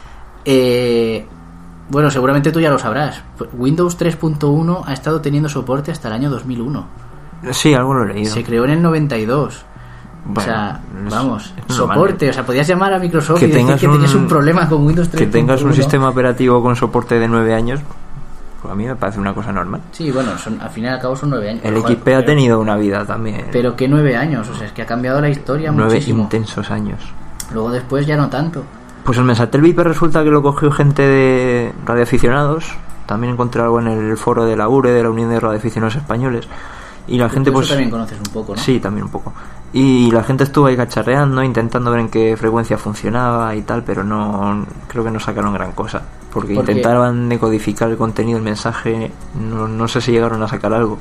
[SPEAKER 3] bueno, seguramente tú ya lo sabrás. Windows 3.1 ha estado teniendo soporte hasta el año 2001.
[SPEAKER 4] Sí, algo lo he leído.
[SPEAKER 3] Se creó en el 92. o sea,
[SPEAKER 4] es-
[SPEAKER 3] vamos,
[SPEAKER 4] es normal. ¿eh?
[SPEAKER 3] soporte. O sea, podías llamar a Microsoft
[SPEAKER 4] Que
[SPEAKER 3] y decir
[SPEAKER 4] tengas
[SPEAKER 3] que tienes
[SPEAKER 4] un-
[SPEAKER 3] un problema con Windows 3.1.
[SPEAKER 4] ¿eh? Que tengas un sistema operativo con soporte de 9 años, pues a mí me parece una cosa normal.
[SPEAKER 3] Sí, bueno, son, al fin y al cabo son nueve años.
[SPEAKER 4] El
[SPEAKER 3] Pero,
[SPEAKER 4] XP
[SPEAKER 3] joder,
[SPEAKER 4] ha tenido una vida también.
[SPEAKER 3] Pero que nueve años, o sea, es que ha cambiado la historia
[SPEAKER 4] Nueve
[SPEAKER 3] muchísimo.
[SPEAKER 4] intensos años.
[SPEAKER 3] Luego después ya no tanto.
[SPEAKER 4] Pues el Mensatel Viper resulta que lo cogió gente de radioaficionados. También encontré algo en el foro de la URE, de la Unión de Radioaficionados Españoles. Y la
[SPEAKER 3] Tú
[SPEAKER 4] gente
[SPEAKER 3] eso
[SPEAKER 4] pues...
[SPEAKER 3] también conoces un poco, ¿no?
[SPEAKER 4] Sí, también un poco. Y la gente estuvo ahí cacharreando, intentando ver en qué frecuencia funcionaba y tal, pero no creo que no sacaron gran cosa. Porque
[SPEAKER 3] Porque-
[SPEAKER 4] intentaban decodificar el contenido, el mensaje, no, no sé si llegaron a sacar algo.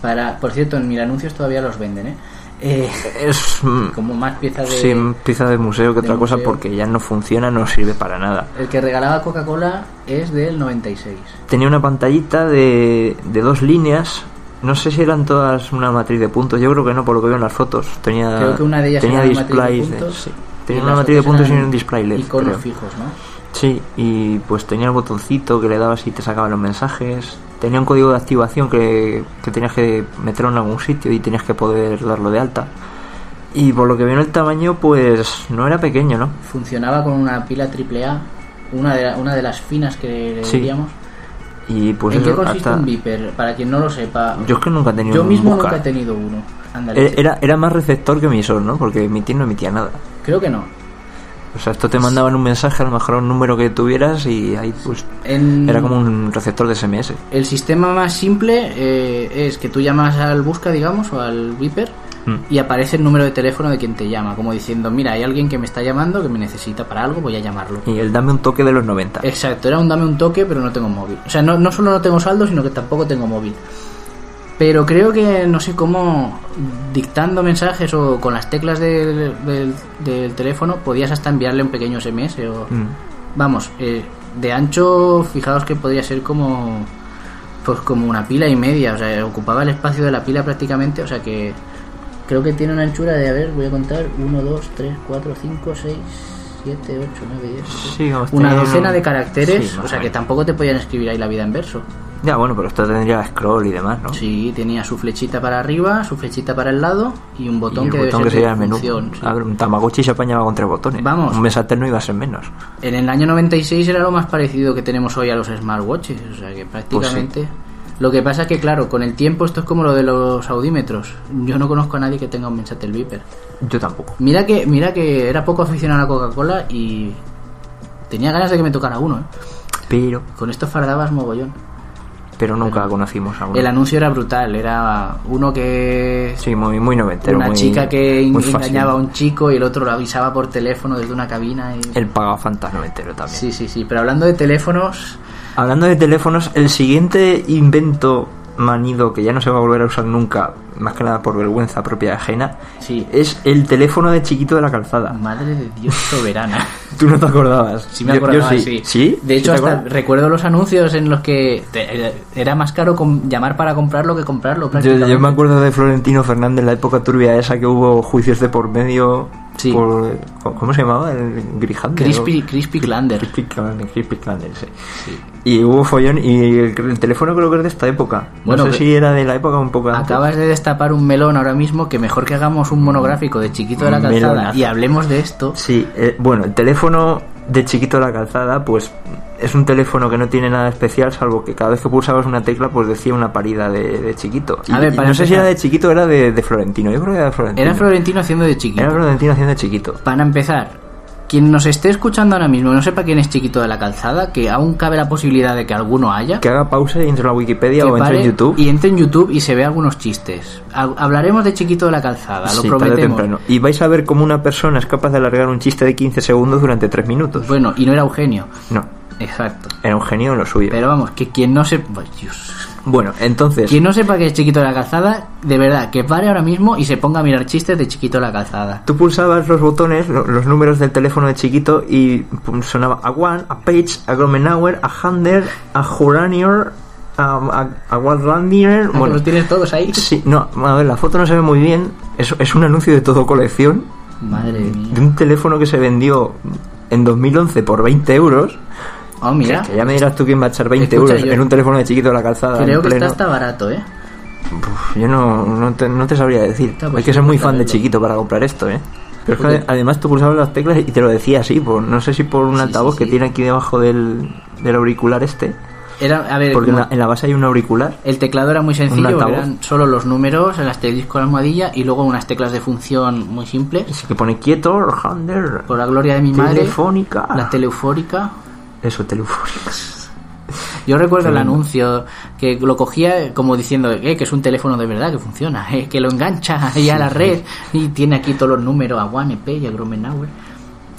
[SPEAKER 3] Para, por cierto, en mil anuncios todavía los venden, ¿eh? Eh,
[SPEAKER 4] es mm,
[SPEAKER 3] como más piezas de...
[SPEAKER 4] sí, pieza de museo que
[SPEAKER 3] de
[SPEAKER 4] otra cosa
[SPEAKER 3] museo.
[SPEAKER 4] porque ya no funciona, no sirve para nada.
[SPEAKER 3] El que regalaba Coca-Cola es del 96.
[SPEAKER 4] Tenía una pantallita de, de dos líneas. No sé si eran todas una matriz de puntos. Yo creo que no, por lo que veo en las fotos. Tenía,
[SPEAKER 3] Creo que una de ellas
[SPEAKER 4] Ah, tenía
[SPEAKER 3] era una matriz de
[SPEAKER 4] displays
[SPEAKER 3] puntos
[SPEAKER 4] sí.
[SPEAKER 3] y
[SPEAKER 4] Tenía
[SPEAKER 3] las
[SPEAKER 4] una matriz de
[SPEAKER 3] otras
[SPEAKER 4] puntos y
[SPEAKER 3] eran
[SPEAKER 4] un display LED.
[SPEAKER 3] iconos
[SPEAKER 4] creo.
[SPEAKER 3] fijos, ¿no?
[SPEAKER 4] Sí, y pues tenía el botoncito que le dabas y te sacaba los mensajes. Tenía un código de activación que, que tenías que meterlo en algún sitio y tenías que poder darlo de alta. Y por lo que veo en el tamaño, pues no era pequeño, ¿no?
[SPEAKER 3] Funcionaba con una pila AAA, una de, la- una de las finas que le
[SPEAKER 4] Sí.
[SPEAKER 3] diríamos.
[SPEAKER 4] Y pues
[SPEAKER 3] ¿En qué
[SPEAKER 4] eso,
[SPEAKER 3] consiste
[SPEAKER 4] hasta-
[SPEAKER 3] un Viper? Para quien no lo sepa,
[SPEAKER 4] Yo es que nunca he tenido
[SPEAKER 3] yo
[SPEAKER 4] un
[SPEAKER 3] mismo
[SPEAKER 4] Bucar.
[SPEAKER 3] nunca he tenido uno. Ándale.
[SPEAKER 4] Eh, Era, era más receptor que emisor, ¿no? Porque emitir no emitía nada.
[SPEAKER 3] Creo que no.
[SPEAKER 4] O sea, esto te mandaban un mensaje, a lo mejor a un número que tuvieras y ahí pues
[SPEAKER 3] En-
[SPEAKER 4] era como un receptor de SMS.
[SPEAKER 3] El sistema más simple eh, es que tú llamas al busca, digamos, o al Viper
[SPEAKER 4] Mm.
[SPEAKER 3] y aparece el número de teléfono de quien te llama, como diciendo, mira, hay alguien que me está llamando, que me necesita para algo, voy a llamarlo.
[SPEAKER 4] Y el dame un toque de los 90.
[SPEAKER 3] Exacto, era un dame un toque, pero no tengo móvil. O sea, no, no solo no tengo saldo, sino que tampoco tengo móvil. Pero creo que, no sé cómo, dictando mensajes o con las teclas del, del- del teléfono, podías hasta enviarle un pequeño SMS o...
[SPEAKER 4] Mm.
[SPEAKER 3] Vamos, eh, de ancho, fijaos que podría ser como... Pues como una pila y media, o sea, ocupaba el espacio de la pila prácticamente, o sea que... Creo que tiene una anchura de, a ver, voy a contar, 1, 2, 3, 4, 5, 6, 7, 8, 9, 10,
[SPEAKER 4] Sí, vamos,
[SPEAKER 3] una
[SPEAKER 4] tenía
[SPEAKER 3] docena
[SPEAKER 4] un-
[SPEAKER 3] de caracteres,
[SPEAKER 4] Sí, más
[SPEAKER 3] o sea
[SPEAKER 4] o
[SPEAKER 3] que
[SPEAKER 4] menos.
[SPEAKER 3] tampoco te podían escribir ahí la vida en verso.
[SPEAKER 4] Ya, bueno, pero esto tendría scroll y demás, ¿no?
[SPEAKER 3] Sí, tenía su flechita para arriba, su flechita para el lado y un botón
[SPEAKER 4] y el
[SPEAKER 3] que
[SPEAKER 4] botón
[SPEAKER 3] debe ser
[SPEAKER 4] que
[SPEAKER 3] de
[SPEAKER 4] sería el menú. Ah.
[SPEAKER 3] función, sí.
[SPEAKER 4] A ver, un Tamagotchi se apañaba con tres botones.
[SPEAKER 3] Vamos.
[SPEAKER 4] Un mesatel no iba a ser menos.
[SPEAKER 3] En el año 96 era lo más parecido que tenemos hoy a los smartwatches, o sea que
[SPEAKER 4] Pues
[SPEAKER 3] prácticamente... Lo que pasa es que, claro, con el tiempo esto es como lo de los audímetros. Yo no conozco a nadie que tenga un Mensatel Viper.
[SPEAKER 4] Yo tampoco.
[SPEAKER 3] Mira que, mira que era poco aficionado a la Coca-Cola y tenía ganas de que me tocara uno. ¿eh?
[SPEAKER 4] Pero,
[SPEAKER 3] Con esto fardabas mogollón.
[SPEAKER 4] pero nunca conocimos a uno.
[SPEAKER 3] El anuncio era brutal, era uno que
[SPEAKER 4] Sí, muy, muy noventero.
[SPEAKER 3] una
[SPEAKER 4] muy-
[SPEAKER 3] chica que
[SPEAKER 4] muy
[SPEAKER 3] en-
[SPEAKER 4] fácil.
[SPEAKER 3] engañaba a un chico y el otro lo avisaba por teléfono desde una cabina. y-
[SPEAKER 4] El pagafantas noventero también.
[SPEAKER 3] Sí, sí, sí, pero hablando de teléfonos,
[SPEAKER 4] Hablando de teléfonos, el siguiente invento manido que ya no se va a volver a usar nunca, más que nada por vergüenza propia ajena,
[SPEAKER 3] Sí.
[SPEAKER 4] es el teléfono de chiquito de la calzada.
[SPEAKER 3] madre de Dios soberana.
[SPEAKER 4] Tú no te acordabas.
[SPEAKER 3] Sí me
[SPEAKER 4] Yo- yo
[SPEAKER 3] acordaba,
[SPEAKER 4] sí.
[SPEAKER 3] sí.
[SPEAKER 4] ¿Sí?
[SPEAKER 3] De
[SPEAKER 4] ¿Sí
[SPEAKER 3] hecho,
[SPEAKER 4] te
[SPEAKER 3] hasta
[SPEAKER 4] acuerdas?
[SPEAKER 3] recuerdo los anuncios en los que te- eh, era más caro com- llamar para comprarlo que comprarlo
[SPEAKER 4] Yo,
[SPEAKER 3] prácticamente.
[SPEAKER 4] yo me acuerdo de Florentino Fernández, la época turbia esa que hubo juicios de por medio.
[SPEAKER 3] Sí.
[SPEAKER 4] por- ¿Cómo se llamaba? El Grijander.
[SPEAKER 3] Crispy,
[SPEAKER 4] ¿no?
[SPEAKER 3] Crispy Clander.
[SPEAKER 4] Crispy Clander, Crispy Clander, sí. Y hubo follón y el, el teléfono creo que es de esta época.
[SPEAKER 3] Bueno,
[SPEAKER 4] no
[SPEAKER 3] que-
[SPEAKER 4] sé si era de la época o un poco antes.
[SPEAKER 3] Acabas de destapar un melón ahora mismo que mejor que hagamos un monográfico de Chiquito de la Calzada
[SPEAKER 4] Melonazo.
[SPEAKER 3] y hablemos de esto.
[SPEAKER 4] Sí, eh, bueno, el teléfono de chiquito de la calzada, pues es un teléfono que no tiene nada especial, salvo que cada vez que pulsabas una tecla, pues decía una parida de, de chiquito.
[SPEAKER 3] A
[SPEAKER 4] Y-
[SPEAKER 3] ver,
[SPEAKER 4] y
[SPEAKER 3] para
[SPEAKER 4] no sé si
[SPEAKER 3] empezar.
[SPEAKER 4] era de chiquito, era de, de Florentino. Yo creo que era de Florentino.
[SPEAKER 3] Era Florentino haciendo de Chiquito.
[SPEAKER 4] Era Florentino haciendo de chiquito.
[SPEAKER 3] Para empezar, quien nos esté escuchando ahora mismo y no sepa quién es Chiquito de la Calzada, que aún cabe la posibilidad de que alguno haya,
[SPEAKER 4] Que haga pausa y entre en la Wikipedia
[SPEAKER 3] que
[SPEAKER 4] o entre en
[SPEAKER 3] pare
[SPEAKER 4] YouTube.
[SPEAKER 3] y entre en YouTube y se vea algunos chistes. Ha- Hablaremos de Chiquito de la Calzada,
[SPEAKER 4] Sí,
[SPEAKER 3] lo
[SPEAKER 4] tarde o
[SPEAKER 3] prometemos.
[SPEAKER 4] temprano. Y vais a ver cómo una persona es capaz de alargar un chiste de 15 segundos durante 3 minutos.
[SPEAKER 3] Bueno, y no era Eugenio.
[SPEAKER 4] No,
[SPEAKER 3] Exacto.
[SPEAKER 4] era un genio en lo suyo.
[SPEAKER 3] Pero vamos, que quien no sepa... Dios.
[SPEAKER 4] Bueno, entonces...
[SPEAKER 3] Quien no sepa que es Chiquito de la Calzada, de verdad, que pare ahora mismo y se ponga a mirar chistes de Chiquito de la Calzada.
[SPEAKER 4] Tú pulsabas los botones, lo- los números del teléfono de chiquito y pum, sonaba a One, a Page, a Gromenauer, a Hander, a Juranior, a, a, a Waldlandier.
[SPEAKER 3] Ah,
[SPEAKER 4] Bueno,
[SPEAKER 3] ¿Los tienes todos ahí?
[SPEAKER 4] sí, no, a ver, la foto no se ve muy bien. Es, es un anuncio de todo colección
[SPEAKER 3] Madre mía.
[SPEAKER 4] de un teléfono que se vendió en 2011 por 20 euros.
[SPEAKER 3] Oh, mira.
[SPEAKER 4] Que ya me dirás tú quién va a echar 20
[SPEAKER 3] Escucha,
[SPEAKER 4] euros
[SPEAKER 3] yo-
[SPEAKER 4] en un teléfono de chiquito de la calzada. en
[SPEAKER 3] Creo que está
[SPEAKER 4] pleno-
[SPEAKER 3] hasta barato, ¿eh?
[SPEAKER 4] Uf, Yo no, no, te, no te sabría decir.
[SPEAKER 3] Está, pues,
[SPEAKER 4] Hay que ser muy fan de
[SPEAKER 3] saberlo.
[SPEAKER 4] chiquito para comprar esto, ¿eh? Pero es que
[SPEAKER 3] Oye.
[SPEAKER 4] ade- además tú pulsabas las teclas y te lo decía así, por, no sé si por un
[SPEAKER 3] Sí,
[SPEAKER 4] altavoz
[SPEAKER 3] sí,
[SPEAKER 4] que
[SPEAKER 3] sí.
[SPEAKER 4] tiene aquí debajo del, del auricular este,
[SPEAKER 3] Era, a ver,
[SPEAKER 4] porque en
[SPEAKER 3] como-
[SPEAKER 4] la, en la base hay un auricular.
[SPEAKER 3] El teclado era muy sencillo,
[SPEAKER 4] altavoz.
[SPEAKER 3] eran solo los números, el asterisco, la almohadilla y luego unas teclas de función muy simples.
[SPEAKER 4] Así que pone quieto, Hander,
[SPEAKER 3] Por la gloria de mi madre,
[SPEAKER 4] telefónica.
[SPEAKER 3] la teleufórica.
[SPEAKER 4] Eso, telefónica.
[SPEAKER 3] Yo recuerdo el
[SPEAKER 4] Tremendo.
[SPEAKER 3] anuncio que lo cogía como diciendo eh, que es un teléfono de verdad que funciona, eh, que lo engancha ahí a la red y tiene aquí todos los números a One, P y a Grummenauer.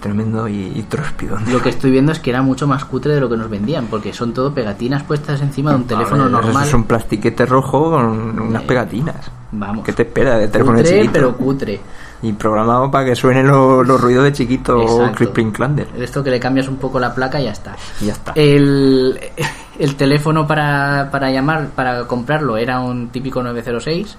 [SPEAKER 4] tremendo y, y tróspido.
[SPEAKER 3] Lo que estoy viendo es que era mucho más cutre de lo que nos vendían, porque son todo pegatinas puestas encima de un teléfono
[SPEAKER 4] Vale, eso
[SPEAKER 3] normal.
[SPEAKER 4] Es un plastiquete rojo con unas pegatinas.
[SPEAKER 3] Vamos.
[SPEAKER 4] ¿Qué te espera de teléfono
[SPEAKER 3] Cutre,
[SPEAKER 4] chiquito?
[SPEAKER 3] pero cutre.
[SPEAKER 4] Y programado para que suenen lo- los ruidos de chiquito o
[SPEAKER 3] Exacto.
[SPEAKER 4] Crispin Clander.
[SPEAKER 3] Esto que le cambias un poco la placa y ya está.
[SPEAKER 4] Y ya está.
[SPEAKER 3] Eh, El, el teléfono para, para llamar, para comprarlo, era un típico 906.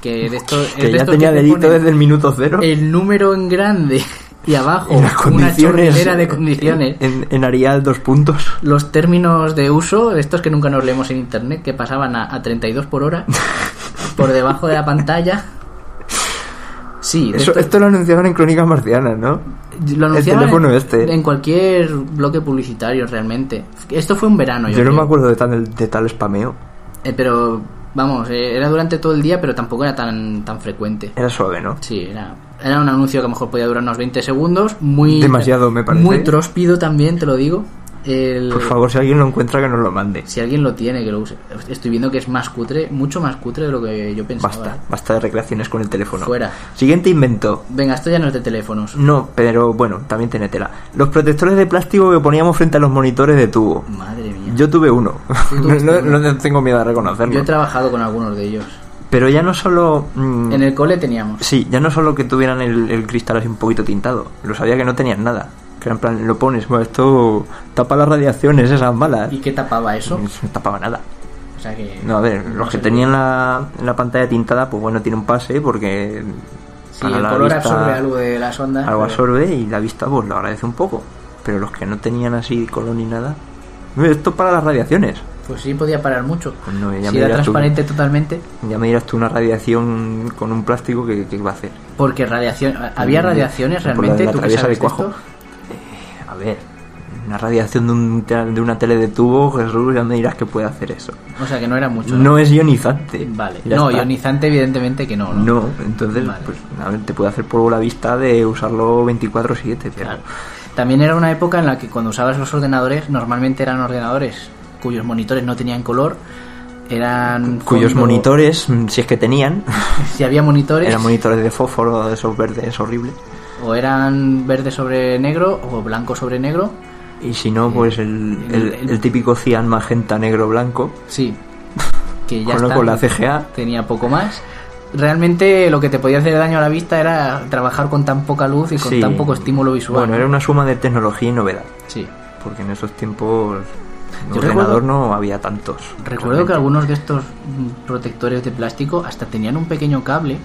[SPEAKER 3] Que, de esto, es
[SPEAKER 4] que
[SPEAKER 3] de
[SPEAKER 4] ya
[SPEAKER 3] estos
[SPEAKER 4] tenía
[SPEAKER 3] que te Eh,
[SPEAKER 4] delito
[SPEAKER 3] ponen
[SPEAKER 4] desde el minuto cero.
[SPEAKER 3] El número en grande y abajo
[SPEAKER 4] En las
[SPEAKER 3] una
[SPEAKER 4] condiciones.
[SPEAKER 3] chorrera de condiciones.
[SPEAKER 4] En, en Arial dos puntos.
[SPEAKER 3] Los términos de uso, estos que nunca nos leemos en internet, que pasaban a, a 32 por hora, por debajo de la pantalla. Sí, de
[SPEAKER 4] Eso-
[SPEAKER 3] esto-
[SPEAKER 4] esto lo anunciaban en Crónicas Marcianas, ¿no?
[SPEAKER 3] Lo
[SPEAKER 4] el
[SPEAKER 3] anunciaban
[SPEAKER 4] teléfono
[SPEAKER 3] en,
[SPEAKER 4] este.
[SPEAKER 3] en cualquier bloque publicitario realmente. Esto fue un verano, yo,
[SPEAKER 4] Yo no
[SPEAKER 3] creo.
[SPEAKER 4] me acuerdo de tal, de tal spameo.
[SPEAKER 3] Eh, pero vamos, eh, era durante todo el día, pero tampoco era tan tan frecuente.
[SPEAKER 4] Era suave, ¿no?
[SPEAKER 3] Sí, era era un anuncio que a lo mejor podía durar unos 20 segundos, muy
[SPEAKER 4] Demasiado, me parece. ¿eh?
[SPEAKER 3] Muy tróspido también, te lo digo. El-
[SPEAKER 4] Por favor, si alguien lo encuentra, que nos lo mande.
[SPEAKER 3] si alguien lo tiene que lo use. Estoy viendo que es más cutre, mucho más cutre de lo que yo pensaba.
[SPEAKER 4] Basta,
[SPEAKER 3] ¿eh?
[SPEAKER 4] basta de recreaciones con el teléfono.
[SPEAKER 3] Fuera.
[SPEAKER 4] Siguiente invento.
[SPEAKER 3] Venga, esto ya no es de teléfonos.
[SPEAKER 4] No, pero bueno, también tiene tela. Los protectores de plástico que poníamos frente a los monitores de tubo.
[SPEAKER 3] Madre mía.
[SPEAKER 4] Yo tuve uno.
[SPEAKER 3] Tú
[SPEAKER 4] No,
[SPEAKER 3] tuviste
[SPEAKER 4] no-
[SPEAKER 3] uno.
[SPEAKER 4] no tengo miedo a
[SPEAKER 3] Yo
[SPEAKER 4] reconocerlo.
[SPEAKER 3] he trabajado con algunos de ellos.
[SPEAKER 4] Pero ya no solo... mm,
[SPEAKER 3] En el cole teníamos.
[SPEAKER 4] Sí, ya no solo que tuvieran el, el cristal así un poquito tintado. Lo sabía que no tenían nada. Que era en plan, lo pones, bueno, esto tapa las radiaciones esas malas.
[SPEAKER 3] ¿Y qué tapaba eso?
[SPEAKER 4] No tapaba nada.
[SPEAKER 3] O sea que
[SPEAKER 4] Mm. No, a ver, los que
[SPEAKER 3] sé.
[SPEAKER 4] tenían la, la pantalla tintada, pues bueno, tiene un pase porque...
[SPEAKER 3] Sí,
[SPEAKER 4] para
[SPEAKER 3] el
[SPEAKER 4] la
[SPEAKER 3] color
[SPEAKER 4] vista-
[SPEAKER 3] absorbe algo de las ondas.
[SPEAKER 4] algo
[SPEAKER 3] pero-
[SPEAKER 4] absorbe y la vista pues lo agradece un poco. Pero los que no tenían así color ni nada... Mira, Esto para las radiaciones.
[SPEAKER 3] Pues sí, podía parar mucho.
[SPEAKER 4] Pues no, ya,
[SPEAKER 3] si
[SPEAKER 4] me
[SPEAKER 3] era
[SPEAKER 4] dirás tú,
[SPEAKER 3] transparente totalmente,
[SPEAKER 4] ya me dirás tú una radiación con un plástico que, que va a hacer.
[SPEAKER 3] porque radiación había
[SPEAKER 4] Mm,
[SPEAKER 3] radiaciones
[SPEAKER 4] por la-
[SPEAKER 3] realmente.
[SPEAKER 4] la
[SPEAKER 3] ¿Tú qué
[SPEAKER 4] traviesa
[SPEAKER 3] sabes
[SPEAKER 4] de
[SPEAKER 3] de
[SPEAKER 4] cuajo.
[SPEAKER 3] esto?
[SPEAKER 4] A ver, una radiación de, un te- de una tele de tubo, Jesús, ya me dirás que puede hacer eso.
[SPEAKER 3] O sea que no era mucho.
[SPEAKER 4] No es ionizante.
[SPEAKER 3] Vale.
[SPEAKER 4] Ya
[SPEAKER 3] no,
[SPEAKER 4] está. Mm.
[SPEAKER 3] ionizante evidentemente que no. No.
[SPEAKER 4] No, entonces,
[SPEAKER 3] Vale.
[SPEAKER 4] pues, a ver, te puede hacer polvo la vista de usarlo 24-7, pero
[SPEAKER 3] Claro. También era una época en la que cuando usabas los ordenadores, normalmente eran ordenadores cuyos monitores no tenían color, eran
[SPEAKER 4] cuyos
[SPEAKER 3] fondo-
[SPEAKER 4] monitores, mm, si es que tenían,
[SPEAKER 3] si había monitores
[SPEAKER 4] eran monitores de fósforo, de esos verdes horribles.
[SPEAKER 3] o eran verde sobre negro o blanco sobre negro.
[SPEAKER 4] Y si no, pues el, el-
[SPEAKER 3] el-
[SPEAKER 4] el típico cian magenta negro blanco,
[SPEAKER 3] Sí. Que ya
[SPEAKER 4] con, lo-
[SPEAKER 3] está.
[SPEAKER 4] con la CGA.
[SPEAKER 3] tenía poco más. Realmente lo que te podía hacer daño a la vista era trabajar con tan poca luz y con
[SPEAKER 4] Sí.
[SPEAKER 3] tan poco estímulo visual.
[SPEAKER 4] Bueno, era una suma de tecnología y novedad.
[SPEAKER 3] Sí.
[SPEAKER 4] porque en esos tiempos
[SPEAKER 3] Yo
[SPEAKER 4] ordenador
[SPEAKER 3] recuerdo-
[SPEAKER 4] no había tantos.
[SPEAKER 3] Recuerdo que
[SPEAKER 4] realmente.
[SPEAKER 3] algunos de estos mm, protectores de plástico hasta tenían un pequeño cable,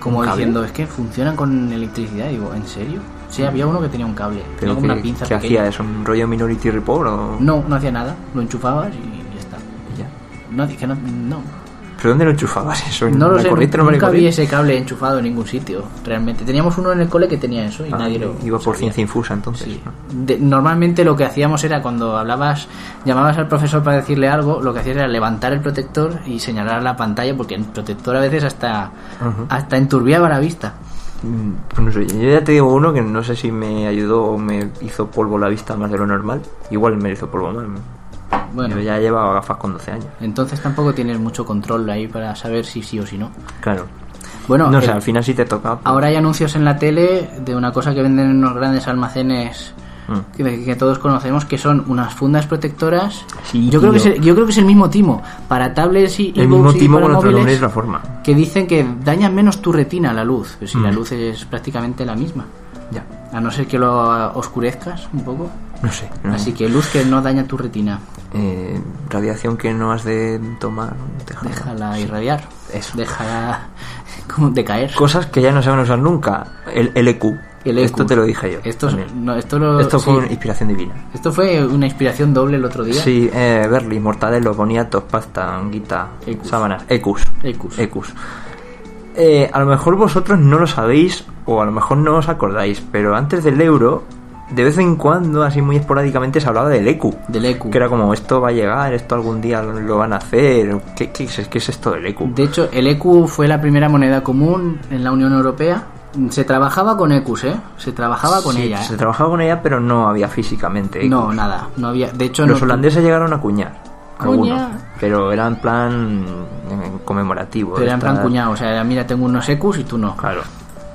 [SPEAKER 3] como
[SPEAKER 4] ¿Un cable?
[SPEAKER 3] diciendo, es que funcionan con electricidad. Digo, ¿en serio? Sí, había uno que tenía un cable, tenía
[SPEAKER 4] Pero
[SPEAKER 3] como
[SPEAKER 4] que,
[SPEAKER 3] una pinza
[SPEAKER 4] que
[SPEAKER 3] pequeña.
[SPEAKER 4] hacía eso, un rollo Minority Report o
[SPEAKER 3] No, no hacía nada, lo enchufabas y ya está.
[SPEAKER 4] y ya.
[SPEAKER 3] No, es que no, no,
[SPEAKER 4] ¿Pero dónde lo enchufabas eso? ¿En
[SPEAKER 3] No lo
[SPEAKER 4] Pues la
[SPEAKER 3] sé,
[SPEAKER 4] corriente normal y
[SPEAKER 3] nunca vi
[SPEAKER 4] corriente?
[SPEAKER 3] ese cable enchufado en ningún sitio, realmente. Teníamos uno en el cole que tenía eso y
[SPEAKER 4] Ah,
[SPEAKER 3] nadie lo
[SPEAKER 4] iba por
[SPEAKER 3] sabía.
[SPEAKER 4] ciencia infusa entonces.
[SPEAKER 3] Sí.
[SPEAKER 4] ¿no?
[SPEAKER 3] De- normalmente lo que hacíamos era cuando hablabas, llamabas al profesor para decirle algo, lo que hacías era levantar el protector y señalar la pantalla, porque el protector a veces hasta,
[SPEAKER 4] Ajá.
[SPEAKER 3] hasta enturbiaba la vista.
[SPEAKER 4] Mm, pues no sé, yo ya te digo uno que no sé si me ayudó o me hizo polvo la vista más de lo normal. Igual me hizo polvo mal.
[SPEAKER 3] Bueno,
[SPEAKER 4] Yo ya llevaba gafas con 12 años.
[SPEAKER 3] entonces tampoco tienes mucho control ahí para saber si sí o si no.
[SPEAKER 4] Claro.
[SPEAKER 3] Bueno,
[SPEAKER 4] No, sé,
[SPEAKER 3] el- Ah,
[SPEAKER 4] al final sí te toca. pues,
[SPEAKER 3] ahora hay anuncios en la tele de una cosa que venden en unos grandes almacenes
[SPEAKER 4] mm.
[SPEAKER 3] que, que todos conocemos que son unas fundas protectoras.
[SPEAKER 4] Sí,
[SPEAKER 3] yo creo que es
[SPEAKER 4] tío.
[SPEAKER 3] el, yo creo que es el mismo timo para tablets y
[SPEAKER 4] El
[SPEAKER 3] ebooks
[SPEAKER 4] mismo
[SPEAKER 3] y
[SPEAKER 4] timo
[SPEAKER 3] para
[SPEAKER 4] con otro
[SPEAKER 3] móviles,
[SPEAKER 4] nombre y otra forma.
[SPEAKER 3] que dicen que daña menos tu retina la luz, pero si la
[SPEAKER 4] Mm.
[SPEAKER 3] luz es prácticamente la misma,
[SPEAKER 4] Ya,
[SPEAKER 3] a no ser que lo oscurezcas un poco.
[SPEAKER 4] no sé. no-
[SPEAKER 3] Así que luz que no daña tu retina,
[SPEAKER 4] eh, radiación que no has de tomar, déjala.
[SPEAKER 3] déjala irradiar, déjala como decaer.
[SPEAKER 4] Cosas que ya no se van a usar nunca. El LQ.
[SPEAKER 3] El EQ.
[SPEAKER 4] Esto te lo dije yo.
[SPEAKER 3] Esto, es-
[SPEAKER 4] también.
[SPEAKER 3] no, esto, lo-
[SPEAKER 4] Esto fue
[SPEAKER 3] sí.
[SPEAKER 4] una inspiración divina.
[SPEAKER 3] Esto fue una inspiración doble el otro día.
[SPEAKER 4] Sí, eh, Berlis, mortadelos, boniatos, pasta, anguita, E
[SPEAKER 3] Ecus.
[SPEAKER 4] sábanas, ecus.
[SPEAKER 3] Ecus.
[SPEAKER 4] Ecus. Eh, a lo mejor vosotros no lo sabéis o a lo mejor no os acordáis, pero antes del euro, de vez en cuando, así muy esporádicamente, se hablaba del EQ.
[SPEAKER 3] Del EQ.
[SPEAKER 4] Que era como, esto va a llegar, esto algún día lo van a hacer. ¿Qué, qué es, qué es esto del E EQ?
[SPEAKER 3] De hecho, el EQ fue la primera moneda común en la Unión Europea. Se trabajaba con EQs, ¿eh? Se trabajaba con
[SPEAKER 4] Sí, pues,
[SPEAKER 3] ella.
[SPEAKER 4] Se
[SPEAKER 3] ¿eh?
[SPEAKER 4] trabajaba con ella, pero no había físicamente.
[SPEAKER 3] No,
[SPEAKER 4] ecus.
[SPEAKER 3] nada. No había. De hecho,
[SPEAKER 4] Los
[SPEAKER 3] no-
[SPEAKER 4] holandeses llegaron a cuñar. Algunos,
[SPEAKER 3] Cuñar.
[SPEAKER 4] pero era en plan eh, conmemorativo.
[SPEAKER 3] Pero eran
[SPEAKER 4] esta-
[SPEAKER 3] plan cuñado. O sea, era, mira, tengo unos EQs y tú no.
[SPEAKER 4] Claro.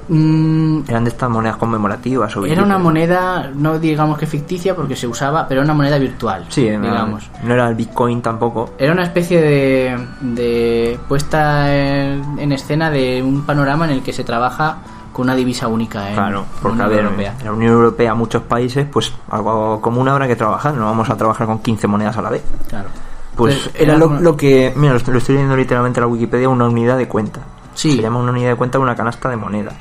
[SPEAKER 3] Mm,
[SPEAKER 4] Eran de estas monedas conmemorativas o
[SPEAKER 3] era una moneda, no digamos que ficticia porque se usaba, pero era una moneda virtual.
[SPEAKER 4] Sí, era-
[SPEAKER 3] digamos.
[SPEAKER 4] No era el Bitcoin tampoco.
[SPEAKER 3] Era una especie de, de puesta en, en escena de un panorama en el que se trabaja con una divisa única ¿eh? en
[SPEAKER 4] Claro, porque
[SPEAKER 3] Unión
[SPEAKER 4] a ver,
[SPEAKER 3] Europea.
[SPEAKER 4] en la Unión Europea, muchos países, pues algo común habrá que trabajar. No vamos a trabajar con 15 monedas a la vez.
[SPEAKER 3] Claro.
[SPEAKER 4] Pues
[SPEAKER 3] Entonces,
[SPEAKER 4] era
[SPEAKER 3] era
[SPEAKER 4] lo,
[SPEAKER 3] una-
[SPEAKER 4] lo que. Mira, lo estoy, lo estoy leyendo literalmente en la Wikipedia, una unidad de cuenta. Se llama una unidad de cuenta una canasta de monedas.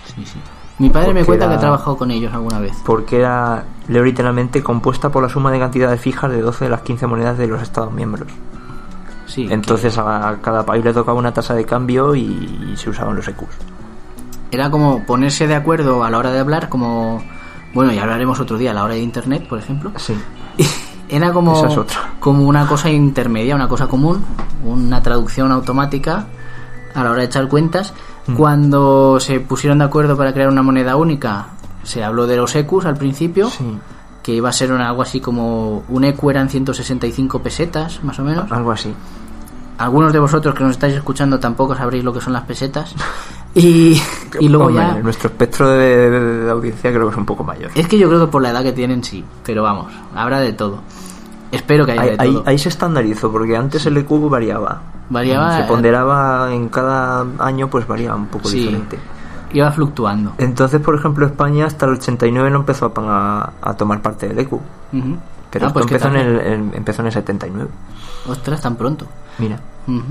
[SPEAKER 3] Mi padre me
[SPEAKER 4] Porque
[SPEAKER 3] cuenta que
[SPEAKER 4] era-
[SPEAKER 3] ha trabajado con ellos alguna vez.
[SPEAKER 4] Porque era, leo literalmente, compuesta por la suma de cantidades fijas de 12 de las 15 monedas de los Estados miembros.
[SPEAKER 3] Sí.
[SPEAKER 4] Entonces a cada país le tocaba una tasa de cambio y se usaban los E EQs.
[SPEAKER 3] Era como ponerse de acuerdo a la hora de hablar, como. Bueno, ya hablaremos otro día, a la hora de internet, por ejemplo.
[SPEAKER 4] Sí.
[SPEAKER 3] Era como,
[SPEAKER 4] Esa es otra.
[SPEAKER 3] como una cosa intermedia, una cosa común, una traducción automática a la hora de echar cuentas.
[SPEAKER 4] Mm.
[SPEAKER 3] Cuando se pusieron de acuerdo para crear una moneda única, se habló de los EQs al principio, que iba a ser una- algo así como un EQ eran 165 pesetas, más o menos.
[SPEAKER 4] Algo así.
[SPEAKER 3] Algunos de vosotros que nos estáis escuchando tampoco sabréis lo que son las pesetas. Y, y luego
[SPEAKER 4] Hombre,
[SPEAKER 3] ya...
[SPEAKER 4] Nuestro espectro de, de- de audiencia creo que es un poco mayor.
[SPEAKER 3] Es que yo creo que por la edad que tienen sí, pero vamos, habrá de todo. Espero que haya de
[SPEAKER 4] Ahí, ahí-
[SPEAKER 3] todo.
[SPEAKER 4] ahí se estandarizó, porque antes el EQ variaba.
[SPEAKER 3] Variaba,
[SPEAKER 4] Se
[SPEAKER 3] eh,
[SPEAKER 4] ponderaba en cada año, pues variaba un poco
[SPEAKER 3] Sí.
[SPEAKER 4] diferente.
[SPEAKER 3] eh, Iba fluctuando.
[SPEAKER 4] Entonces, por ejemplo, España hasta el 89 no empezó a, pa- a tomar parte del EQ.
[SPEAKER 3] Ujú.
[SPEAKER 4] Eh, Pero
[SPEAKER 3] Ah,
[SPEAKER 4] esto
[SPEAKER 3] pues qué
[SPEAKER 4] empezó, en
[SPEAKER 3] tal,
[SPEAKER 4] el, en- empezó en el 79.
[SPEAKER 3] Ostras, tan pronto.
[SPEAKER 4] Mira.
[SPEAKER 3] Ujú.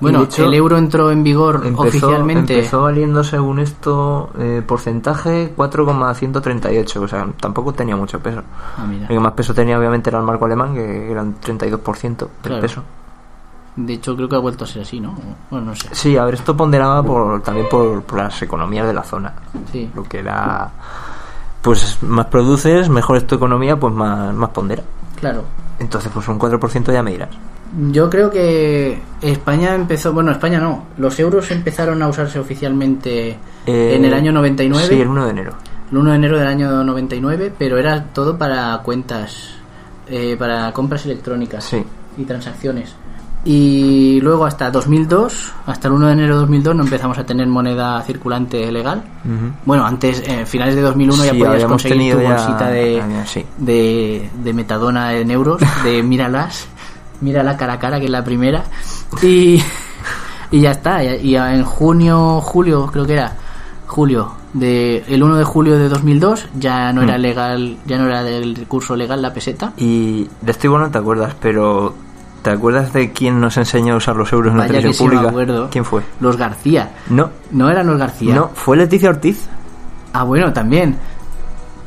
[SPEAKER 3] Bueno,
[SPEAKER 4] de hecho,
[SPEAKER 3] el euro entró en vigor
[SPEAKER 4] Empezó-
[SPEAKER 3] oficialmente.
[SPEAKER 4] Empezó valiendo, según esto, eh, porcentaje 4,138. O sea, tampoco tenía mucho peso.
[SPEAKER 3] Ah, mira.
[SPEAKER 4] Lo que más peso tenía, obviamente, era el marco alemán, que era un 32% del
[SPEAKER 3] Claro.
[SPEAKER 4] peso.
[SPEAKER 3] De hecho, creo que ha vuelto a ser así, ¿no? Bueno, no sé.
[SPEAKER 4] Sí, a ver, esto ponderaba por, también por, por las economías de la zona.
[SPEAKER 3] Sí.
[SPEAKER 4] Lo que da. Pues más produces, mejor es tu economía, pues más, más pondera.
[SPEAKER 3] Claro.
[SPEAKER 4] Entonces, pues un 4% ya me dirás.
[SPEAKER 3] Yo creo que España empezó, bueno, España no, los euros empezaron a usarse oficialmente
[SPEAKER 4] Eh,
[SPEAKER 3] en el año 99.
[SPEAKER 4] Sí, el 1 de enero.
[SPEAKER 3] el 1 de enero del año 99, pero era todo para cuentas, eh, para compras electrónicas y transacciones. Y luego hasta 2002, hasta el 1 de enero de 2002 no empezamos a tener moneda circulante legal. Bueno, antes, eh, finales de 2001 ya
[SPEAKER 4] Sí,
[SPEAKER 3] podías
[SPEAKER 4] habíamos
[SPEAKER 3] conseguir tu
[SPEAKER 4] tenido ya-
[SPEAKER 3] bolsita de,
[SPEAKER 4] había- sí.
[SPEAKER 3] de, de metadona en euros, de míralas, mírala cara a cara, que es la primera. Y, y ya está. Y, y en junio, julio, creo que era, julio, de, el 1 de julio de 2002 ya no era
[SPEAKER 4] Mm.
[SPEAKER 3] legal, ya no era del recurso legal la peseta.
[SPEAKER 4] Y de esto igual no te acuerdas, pero ¿te acuerdas de quién nos enseñó a usar los euros en la
[SPEAKER 3] Vaya que
[SPEAKER 4] televisión
[SPEAKER 3] sí me
[SPEAKER 4] pública?
[SPEAKER 3] acuerdo.
[SPEAKER 4] ¿Quién fue?
[SPEAKER 3] Los García.
[SPEAKER 4] No.
[SPEAKER 3] No eran los García.
[SPEAKER 4] No, fue Leticia Ortiz.
[SPEAKER 3] Ah, bueno, también.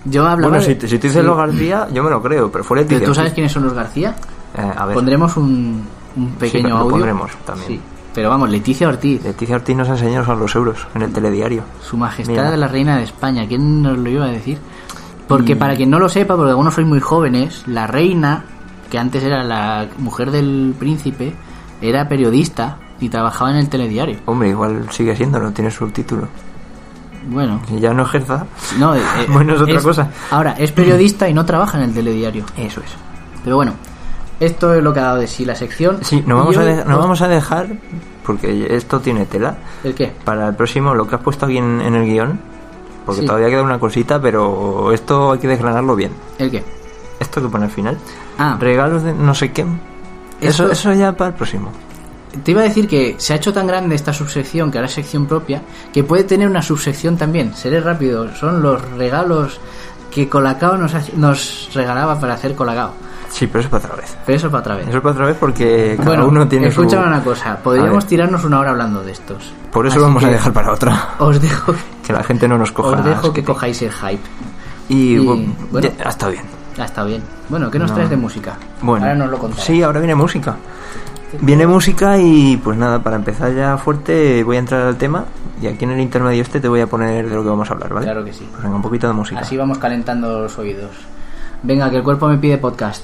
[SPEAKER 3] Yo hablaba.
[SPEAKER 4] bueno,
[SPEAKER 3] de-
[SPEAKER 4] si, te- si tú dices
[SPEAKER 3] sí.
[SPEAKER 4] los García, yo me lo creo, pero fue Leticia
[SPEAKER 3] Pero tú sabes
[SPEAKER 4] Ortiz.
[SPEAKER 3] quiénes son los García.
[SPEAKER 4] Eh, a ver.
[SPEAKER 3] Pondremos un, un
[SPEAKER 4] Sí,
[SPEAKER 3] pequeño
[SPEAKER 4] lo
[SPEAKER 3] audio.
[SPEAKER 4] pondremos también.
[SPEAKER 3] Sí. Pero vamos, Leticia Ortiz,
[SPEAKER 4] Leticia Ortiz nos enseñó a usar los euros en el telediario.
[SPEAKER 3] su majestad
[SPEAKER 4] Mira.
[SPEAKER 3] la reina de España, ¿quién nos lo iba a decir? Porque
[SPEAKER 4] Y-
[SPEAKER 3] para quien no lo sepa, porque algunos sois muy jóvenes, la reina, que antes era la mujer del príncipe, era periodista y trabajaba en el telediario.
[SPEAKER 4] Hombre, igual sigue siendo, no tiene subtítulo.
[SPEAKER 3] Bueno,
[SPEAKER 4] Que ya no ejerza.
[SPEAKER 3] no, eh, eh,
[SPEAKER 4] Bueno, es otra cosa.
[SPEAKER 3] Ahora, es periodista y no trabaja en el telediario.
[SPEAKER 4] Eso es.
[SPEAKER 3] Pero bueno, esto es lo que ha dado de sí la sección.
[SPEAKER 4] Sí, nos
[SPEAKER 3] Y
[SPEAKER 4] vamos,
[SPEAKER 3] yo-
[SPEAKER 4] a de- nos vamos a dejar, porque esto tiene tela.
[SPEAKER 3] ¿El qué?
[SPEAKER 4] Para el próximo, lo que has puesto aquí en, en el guión, porque
[SPEAKER 3] Sí.
[SPEAKER 4] todavía queda una cosita, pero esto hay que desgranarlo bien.
[SPEAKER 3] ¿El qué?
[SPEAKER 4] Esto que pone al final.
[SPEAKER 3] Ah.
[SPEAKER 4] Regalos de no sé qué. Eso,
[SPEAKER 3] Esto-
[SPEAKER 4] eso ya para el próximo.
[SPEAKER 3] Te iba a decir que se ha hecho tan grande esta subsección, que ahora es sección propia, que puede tener una subsección también. Seré rápido, son los regalos que Colacao nos, hace- nos regalaba para hacer Colacao.
[SPEAKER 4] Sí, pero eso para otra vez.
[SPEAKER 3] Pero eso para otra vez.
[SPEAKER 4] Eso para otra vez porque cada
[SPEAKER 3] bueno,
[SPEAKER 4] uno tiene su-
[SPEAKER 3] escúchame una cosa, podríamos
[SPEAKER 4] A ver.
[SPEAKER 3] tirarnos una hora hablando de estos.
[SPEAKER 4] Por eso
[SPEAKER 3] Así
[SPEAKER 4] lo vamos a
[SPEAKER 3] que
[SPEAKER 4] dejar para otra.
[SPEAKER 3] Os dejo,
[SPEAKER 4] Que la gente no nos coja.
[SPEAKER 3] os dejo
[SPEAKER 4] las-
[SPEAKER 3] que cojáis el hype.
[SPEAKER 4] Y,
[SPEAKER 3] y,
[SPEAKER 4] bu-
[SPEAKER 3] bueno.
[SPEAKER 4] ya- ha estado bien.
[SPEAKER 3] Ya está bien. Bueno, ¿qué nos
[SPEAKER 4] No.
[SPEAKER 3] traes de música?
[SPEAKER 4] Bueno.
[SPEAKER 3] Ahora nos lo contarás.
[SPEAKER 4] Sí, ahora viene música. Viene música y pues nada, para empezar ya fuerte voy a entrar al tema y aquí en el intermedio este te voy a poner de lo que vamos a hablar, ¿vale?
[SPEAKER 3] Claro que sí.
[SPEAKER 4] Pues venga, un poquito de música.
[SPEAKER 3] Así vamos calentando los oídos. Venga, que el cuerpo me pide podcast.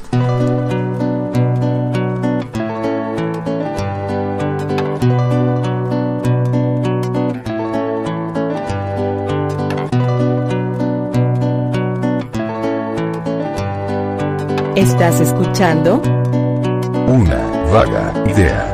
[SPEAKER 14] ¿Estás escuchando?
[SPEAKER 10] Ah,
[SPEAKER 15] Una vaga idea.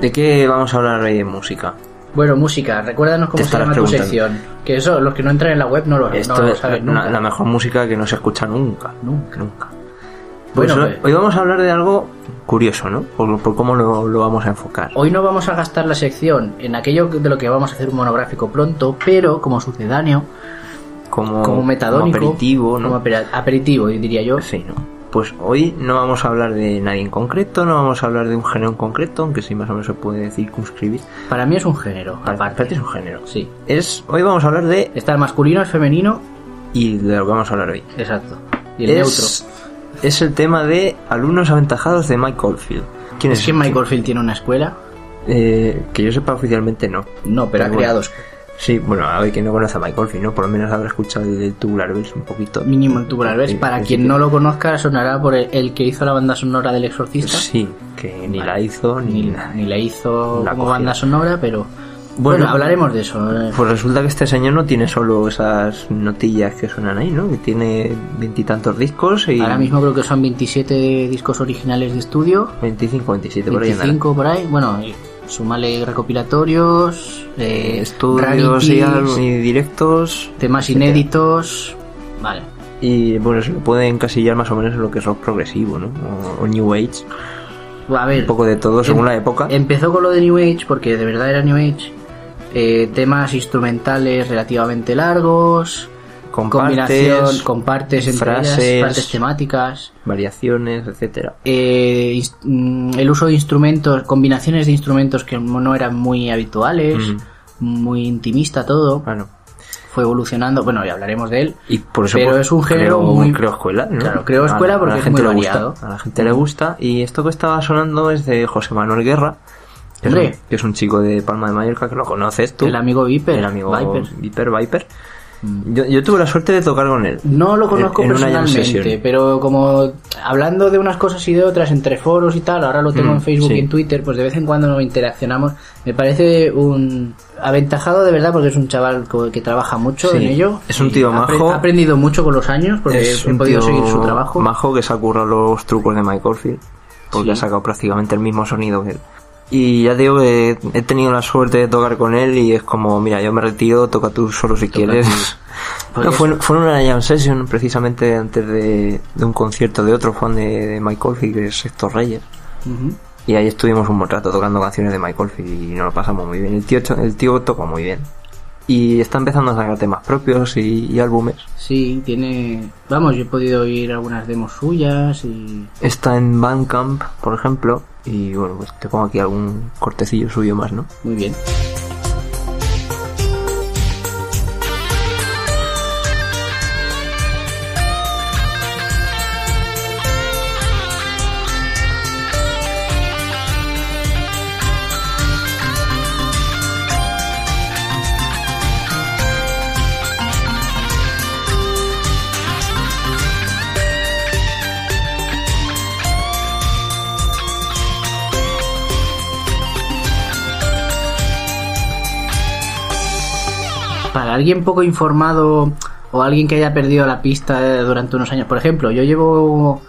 [SPEAKER 4] ¿de qué vamos a hablar hoy de música?
[SPEAKER 3] Bueno, música, recuérdanos cómo
[SPEAKER 4] Te
[SPEAKER 3] se
[SPEAKER 4] estarás
[SPEAKER 3] llama tu
[SPEAKER 4] preguntando.
[SPEAKER 3] sección. Que eso, los que no entran en la web no lo, Pues no
[SPEAKER 4] Esto
[SPEAKER 3] lo
[SPEAKER 4] es la,
[SPEAKER 3] saben nunca.
[SPEAKER 4] la mejor música que no se escucha nunca. Nunca. Pues
[SPEAKER 3] Bueno,
[SPEAKER 4] hoy-
[SPEAKER 3] pues-
[SPEAKER 4] hoy vamos a hablar de algo curioso, ¿no? Por, por cómo lo, lo vamos a enfocar.
[SPEAKER 3] Hoy no vamos a gastar la sección en aquello de lo que vamos a hacer un monográfico pronto, pero como sucedáneo,
[SPEAKER 4] Como,
[SPEAKER 3] como metadónico,
[SPEAKER 4] como aperitivo, ¿no?
[SPEAKER 3] como apera- aperitivo, diría yo.
[SPEAKER 4] Sí, ¿no? Pues hoy no vamos a hablar de nadie en concreto, no vamos a hablar de un género en concreto, aunque sí más o menos se puede circunscribir.
[SPEAKER 3] Para mí es un género,
[SPEAKER 4] Para, para ti es un género.
[SPEAKER 3] Sí.
[SPEAKER 4] Es, hoy vamos a hablar de...
[SPEAKER 3] Está el masculino, el femenino.
[SPEAKER 4] Y de lo que vamos a hablar hoy.
[SPEAKER 3] Exacto. Y el
[SPEAKER 4] es, es el tema de alumnos aventajados de Mike Oldfield. ¿Quién
[SPEAKER 3] neutro.
[SPEAKER 4] es?
[SPEAKER 3] Es que Mike Oldfield tiene una escuela.
[SPEAKER 4] Eh, que yo sepa oficialmente no.
[SPEAKER 3] No, pero ha
[SPEAKER 4] bueno.
[SPEAKER 3] creado escuela.
[SPEAKER 4] Sí, bueno, a ver, quien no conoce a Mike Oldfield, ¿no? Por lo menos habrá escuchado el Tubular Bells un poquito.
[SPEAKER 3] Mínimo en tubular Bells.
[SPEAKER 4] Sí,
[SPEAKER 3] Para
[SPEAKER 4] sí,
[SPEAKER 3] quien
[SPEAKER 4] sí.
[SPEAKER 3] no lo conozca, sonará por el, el que hizo la banda sonora del Exorcista.
[SPEAKER 4] Sí, que ni la hizo ni, nada.
[SPEAKER 3] Ni la hizo
[SPEAKER 4] Mm. La
[SPEAKER 3] como
[SPEAKER 4] cogió.
[SPEAKER 3] banda sonora, pero.
[SPEAKER 4] Bueno,
[SPEAKER 3] Bueno, hablaremos de eso. eh.
[SPEAKER 4] Pues resulta que este señor no tiene solo esas notillas que suenan ahí, ¿no? Que tiene eh, veintitantos discos y...
[SPEAKER 3] Ahora mismo creo que son 27 discos originales de estudio,
[SPEAKER 4] 25, 27, por ahí andará.
[SPEAKER 3] 25 por ahí. Bueno, y súmale recopilatorios, eh,
[SPEAKER 4] Eh, estudios y,
[SPEAKER 3] rarities,
[SPEAKER 4] al- y directos...
[SPEAKER 3] temas
[SPEAKER 4] etcétera.
[SPEAKER 3] inéditos. Vale.
[SPEAKER 4] Y bueno, se lo puede encasillar más o menos en lo que es rock progresivo, ¿no? O, o New Age.
[SPEAKER 3] A ver,
[SPEAKER 4] Un poco de todo según
[SPEAKER 3] em-
[SPEAKER 4] la época.
[SPEAKER 3] empezó con lo de New Age porque de verdad era New Age. Eh, temas instrumentales relativamente largos,
[SPEAKER 4] con
[SPEAKER 3] combinación, compartes entre ellas,
[SPEAKER 4] frases,
[SPEAKER 3] partes temáticas.
[SPEAKER 4] variaciones, etcétera.
[SPEAKER 3] eh, ins- mm, el uso de instrumentos, combinaciones de instrumentos que no eran muy habituales, muy intimista todo,
[SPEAKER 4] Bueno,
[SPEAKER 3] fue evolucionando, bueno, ya hablaremos de él,
[SPEAKER 4] y por eso
[SPEAKER 3] pero
[SPEAKER 4] pues,
[SPEAKER 3] es un género
[SPEAKER 4] creo,
[SPEAKER 3] muy...
[SPEAKER 4] creo escuela, ¿no?
[SPEAKER 3] Claro, creo
[SPEAKER 4] A-
[SPEAKER 3] escuela
[SPEAKER 4] a la
[SPEAKER 3] porque es
[SPEAKER 4] gente
[SPEAKER 3] muy
[SPEAKER 4] le gusta,
[SPEAKER 3] variado.
[SPEAKER 4] a la gente le gusta y esto que estaba sonando es de José Manuel Guerra. Que es,
[SPEAKER 3] Hombre.
[SPEAKER 4] un, que es un chico de Palma de Mallorca que lo conoces tú.
[SPEAKER 3] El amigo Viper,
[SPEAKER 4] El amigo
[SPEAKER 3] Viper. Mm.
[SPEAKER 4] Viper. Viper. Yo, yo tuve la suerte de tocar con él.
[SPEAKER 3] No lo conozco
[SPEAKER 4] en- en una jam
[SPEAKER 3] personalmente,
[SPEAKER 4] session.
[SPEAKER 3] pero como hablando de unas cosas y de otras entre foros y tal, ahora lo tengo
[SPEAKER 4] Mm,
[SPEAKER 3] en Facebook
[SPEAKER 4] sí.
[SPEAKER 3] y en Twitter, pues de vez en cuando nos interaccionamos. Me parece un aventajado de verdad porque es un chaval co- que trabaja mucho
[SPEAKER 4] Sí,
[SPEAKER 3] en ello.
[SPEAKER 4] es un
[SPEAKER 3] y
[SPEAKER 4] tío
[SPEAKER 3] ha apre-
[SPEAKER 4] majo.
[SPEAKER 3] Ha aprendido mucho con los años porque
[SPEAKER 4] Eh, es
[SPEAKER 3] he
[SPEAKER 4] un
[SPEAKER 3] podido
[SPEAKER 4] tío
[SPEAKER 3] seguir su trabajo.
[SPEAKER 4] Majo que se ha currado los trucos de Mike Oldfield porque
[SPEAKER 3] Sí.
[SPEAKER 4] ha sacado prácticamente el mismo sonido que él. Y ya te digo que he tenido la suerte de tocar con él y es como, mira, yo me retiro, toca tú solo si quieres.
[SPEAKER 3] Porque
[SPEAKER 4] No,
[SPEAKER 3] es-
[SPEAKER 4] fue, fue en una jam session precisamente antes de, de un concierto de otro fan de, de Mike Oldfield que es Sextos Reyes.
[SPEAKER 3] Ujú.
[SPEAKER 4] Y ahí estuvimos un buen rato tocando canciones de Mike Oldfield y nos lo pasamos muy bien. El tío, el tío toca muy bien. Y está empezando a sacar temas propios y- y álbumes.
[SPEAKER 3] Sí, tiene. Vamos, yo he podido oír algunas demos suyas y.
[SPEAKER 4] Está en Bandcamp, por ejemplo, y bueno, pues te pongo aquí algún cortecillo suyo más, ¿no?
[SPEAKER 3] Muy bien. Para alguien poco informado o alguien que haya perdido la pista eh, durante unos años, por ejemplo, yo llevo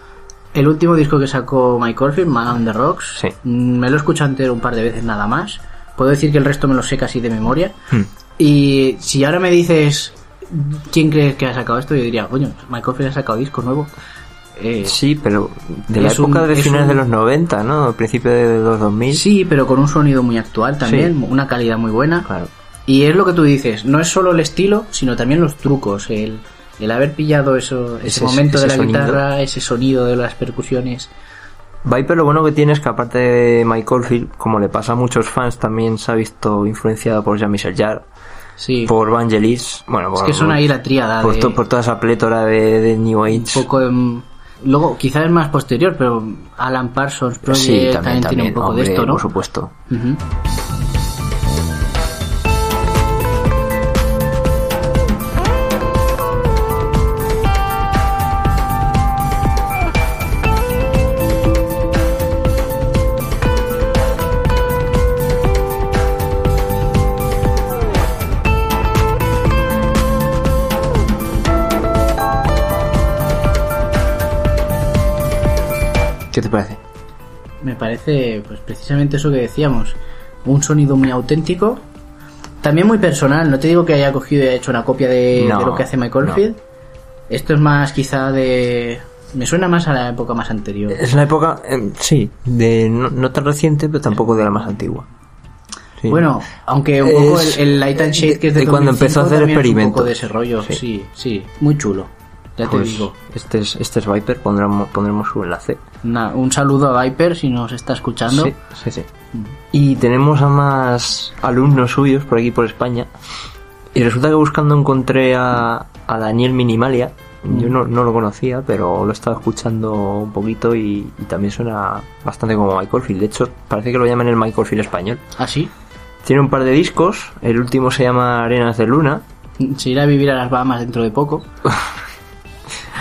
[SPEAKER 3] el último disco que sacó Mike Oldfield, Man on the Rocks,
[SPEAKER 4] Sí.
[SPEAKER 3] Mm, me lo he escuchado entero un par de veces nada más. Puedo decir que el resto me lo sé casi de memoria.
[SPEAKER 4] Hmm.
[SPEAKER 3] Y si ahora me dices quién crees que ha sacado esto, yo diría, coño, Mike Oldfield ha sacado disco nuevo. Eh,
[SPEAKER 4] Sí, pero de la
[SPEAKER 3] Es un-
[SPEAKER 4] época de
[SPEAKER 3] es
[SPEAKER 4] finales
[SPEAKER 3] un-
[SPEAKER 4] de los 90, ¿no? Al principio de los 2000.
[SPEAKER 3] Sí, pero con un sonido muy actual también,
[SPEAKER 4] Sí.
[SPEAKER 3] una calidad muy buena.
[SPEAKER 4] Claro.
[SPEAKER 3] Y es lo que tú dices, no es solo el estilo, sino también los trucos, el, el haber pillado eso, ese,
[SPEAKER 4] Ese-
[SPEAKER 3] momento
[SPEAKER 4] ese
[SPEAKER 3] de la
[SPEAKER 4] sonido.
[SPEAKER 3] guitarra, ese sonido de las percusiones.
[SPEAKER 4] Viper lo bueno que tiene es que aparte de Mike Oldfield, como le pasa a muchos fans, también se ha visto influenciado por Jean-Michel Jarre,
[SPEAKER 3] Sí,
[SPEAKER 4] por Vangelis, bueno,
[SPEAKER 3] es
[SPEAKER 4] por,
[SPEAKER 3] que son ahí la tríada
[SPEAKER 4] por,
[SPEAKER 3] de-
[SPEAKER 4] to- por toda esa plétora de, de New Age.
[SPEAKER 3] un poco em, luego quizás es más posterior, pero Alan Parsons Project
[SPEAKER 4] sí,
[SPEAKER 3] también,
[SPEAKER 4] también,
[SPEAKER 3] tiene
[SPEAKER 4] también,
[SPEAKER 3] un poco
[SPEAKER 4] hombre,
[SPEAKER 3] de esto, ¿no?
[SPEAKER 4] Por supuesto.
[SPEAKER 3] Ujú.
[SPEAKER 4] ¿Qué te parece?
[SPEAKER 3] Me parece pues precisamente eso que decíamos. un sonido muy auténtico, también muy personal. No te digo que haya cogido y haya hecho una copia de,
[SPEAKER 4] No,
[SPEAKER 3] de lo que hace Michael
[SPEAKER 4] no.
[SPEAKER 3] Field. Esto es más quizá de... Me suena más a la época más anterior.
[SPEAKER 4] Es una época, eh, sí, de no, no tan reciente, pero tampoco de la más antigua. Sí.
[SPEAKER 3] Bueno, aunque un poco
[SPEAKER 4] Es-
[SPEAKER 3] el, el Light and Shade que es de,
[SPEAKER 4] de cuando
[SPEAKER 3] 2005
[SPEAKER 4] empezó a hacer
[SPEAKER 3] también es Un poco
[SPEAKER 4] experimentos.
[SPEAKER 3] de ese rollo, sí, sí, muy chulo. Ya
[SPEAKER 4] Pues,
[SPEAKER 3] te digo.
[SPEAKER 4] Este es, este es Viper, pondremos, pondremos su enlace.
[SPEAKER 3] Nada, un saludo a Viper si nos está escuchando.
[SPEAKER 4] Sí, sí, sí. Y tenemos a más alumnos suyos por aquí, por España. Y resulta que buscando encontré a, a Daniel Minimalia. Yo no, no lo conocía, pero lo he estado escuchando un poquito y, y también suena bastante como Michael Field. De hecho, parece que lo llaman el Michael Field español.
[SPEAKER 3] ¿Ah, sí?
[SPEAKER 4] Tiene un par de discos. El último se llama Arenas de Luna.
[SPEAKER 3] Se irá a vivir a las Bahamas dentro de poco.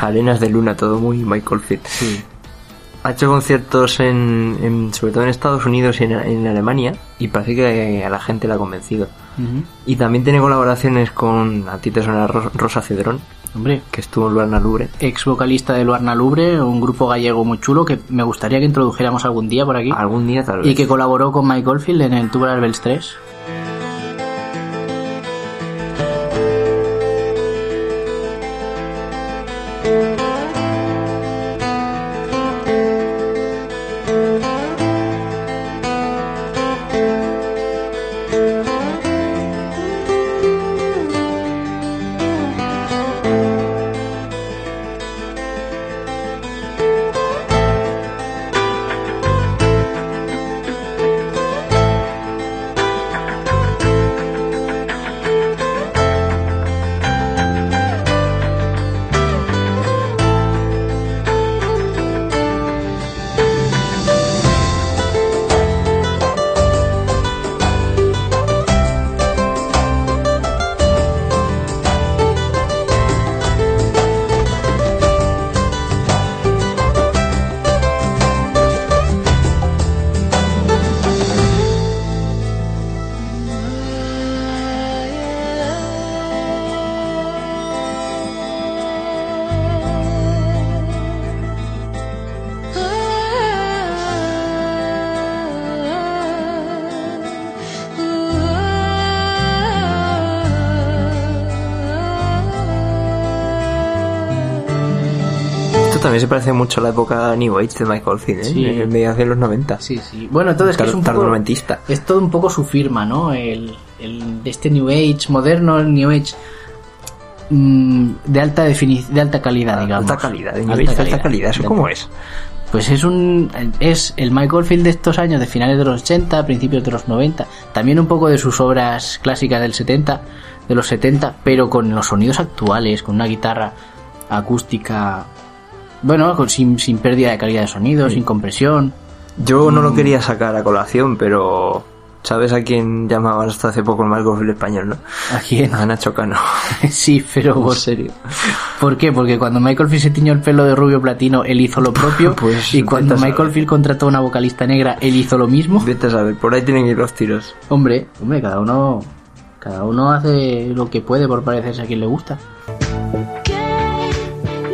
[SPEAKER 4] Arenas de Luna, todo muy Michael Field.
[SPEAKER 3] Sí.
[SPEAKER 4] Ha hecho conciertos en, en- sobre todo en Estados Unidos y en, en Alemania y parece que a la gente la ha convencido.
[SPEAKER 3] Ujú.
[SPEAKER 4] Y también tiene colaboraciones con, a ti te suena Ro- Rosa Cedrón,
[SPEAKER 3] Hombre,
[SPEAKER 4] que estuvo en Luarna Lubre.
[SPEAKER 3] ex vocalista de Luarna Lubre, un grupo gallego muy chulo que me gustaría que introdujéramos algún día por aquí.
[SPEAKER 4] Algún día tal vez.
[SPEAKER 3] Y que colaboró con Mike Oldfield en el Tubular Bells 3.
[SPEAKER 10] ah, ah, ah,
[SPEAKER 4] Esto también se parece mucho a la época New Age de Michael Field, ¿eh?
[SPEAKER 3] Sí.
[SPEAKER 4] en mediados de los 90. Sí,
[SPEAKER 3] sí. Bueno, todo es que es un poco-
[SPEAKER 4] noventista.
[SPEAKER 3] Es todo un poco su firma, ¿no? El, el- de este New Age moderno, el New Age mm, de alta defini- de alta calidad, digamos.
[SPEAKER 4] Alta calidad, de New Age de alta calidad, ¿eso cómo es?
[SPEAKER 3] Pues es un es el Michael Field de estos años de finales de los 80, principios de los 90, también un poco de sus obras clásicas del 70, de los 70, pero con los sonidos actuales, con una guitarra acústica bueno, con, sin, sin pérdida de calidad de sonido, sin compresión.
[SPEAKER 4] Yo no lo quería sacar a colación, pero ¿sabes a quién llamaban hasta hace poco el Michael Field español, no?
[SPEAKER 3] ¿A quién?
[SPEAKER 4] A Nacho Cano.
[SPEAKER 3] Sí, pero
[SPEAKER 4] En
[SPEAKER 3] por
[SPEAKER 4] serio.
[SPEAKER 3] ¿Por qué? Porque cuando Michael Field se tiñó el pelo de rubio platino, él hizo lo propio.
[SPEAKER 4] Pues,
[SPEAKER 3] y cuando
[SPEAKER 4] vete a saber.
[SPEAKER 3] Michael Field contrató a una vocalista negra, él hizo lo mismo.
[SPEAKER 4] Vete a saber, por ahí tienen que ir los tiros.
[SPEAKER 3] Hombre, hombre, cada uno, cada uno hace lo que puede por parecerse a quien le gusta.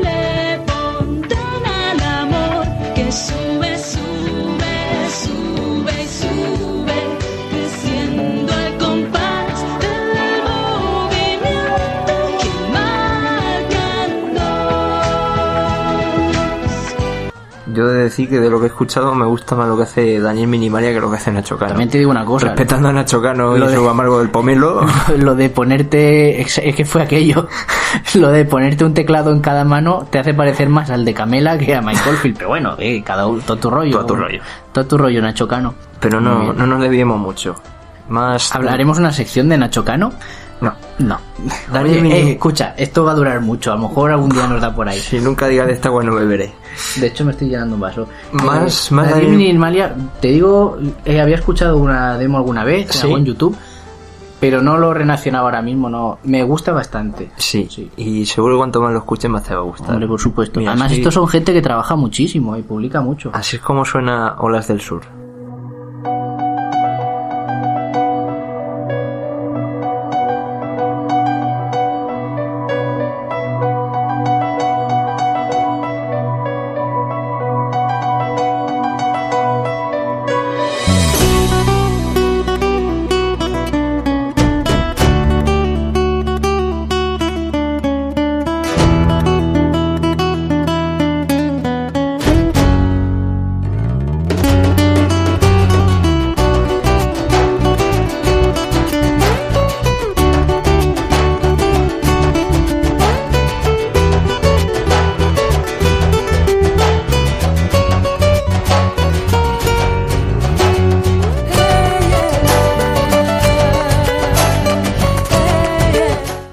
[SPEAKER 10] Le pondrán al amor que sube, sube, sube y sube, creciendo al compás del movimiento que marcan dos.
[SPEAKER 4] Yo he de decir que de lo que he escuchado me gusta más lo que hace Daniel Minimalia que lo que hace Nacho Cano.
[SPEAKER 3] También te digo una cosa.
[SPEAKER 4] Respetando a Nacho Cano y
[SPEAKER 3] Lo de-
[SPEAKER 4] su amargo del pomelo.
[SPEAKER 3] Lo de ponerte, es es que fue aquello, lo de ponerte un teclado en cada mano te hace parecer más al de Camela que a Michael Field. Pero bueno, eh, cada uno, todo tu rollo.
[SPEAKER 4] Todo tu rollo.
[SPEAKER 3] Todo tu rollo, Nacho Cano.
[SPEAKER 4] Pero
[SPEAKER 3] Muy
[SPEAKER 4] no,
[SPEAKER 3] bien.
[SPEAKER 4] no nos debíamos mucho. Más.
[SPEAKER 3] ¿Hablaremos una sección de Nacho Cano?
[SPEAKER 4] No.
[SPEAKER 3] No.
[SPEAKER 4] Daniel
[SPEAKER 3] Oye,
[SPEAKER 4] Mini-
[SPEAKER 3] eh, escucha, esto va a durar mucho. A lo mejor algún día nos da por ahí.
[SPEAKER 4] Si nunca digas de esta agua no beberé.
[SPEAKER 3] De hecho, me estoy llenando un vaso.
[SPEAKER 4] Más-
[SPEAKER 3] Eh,
[SPEAKER 4] más
[SPEAKER 3] Daniel
[SPEAKER 4] Daniel-
[SPEAKER 3] Minimalia, te digo, eh, había escuchado una demo alguna vez,
[SPEAKER 4] Sí.
[SPEAKER 3] algo en YouTube, pero no lo relacionaba ahora mismo. No, me gusta bastante.
[SPEAKER 4] Sí. Y seguro que cuanto más lo escuches más te va a gustar.
[SPEAKER 3] Hombre, por supuesto.
[SPEAKER 4] Mira,
[SPEAKER 3] Además,
[SPEAKER 4] sí. Ah.
[SPEAKER 3] estos son gente que trabaja muchísimo y publica mucho.
[SPEAKER 4] Así es como suena Olas del Sur.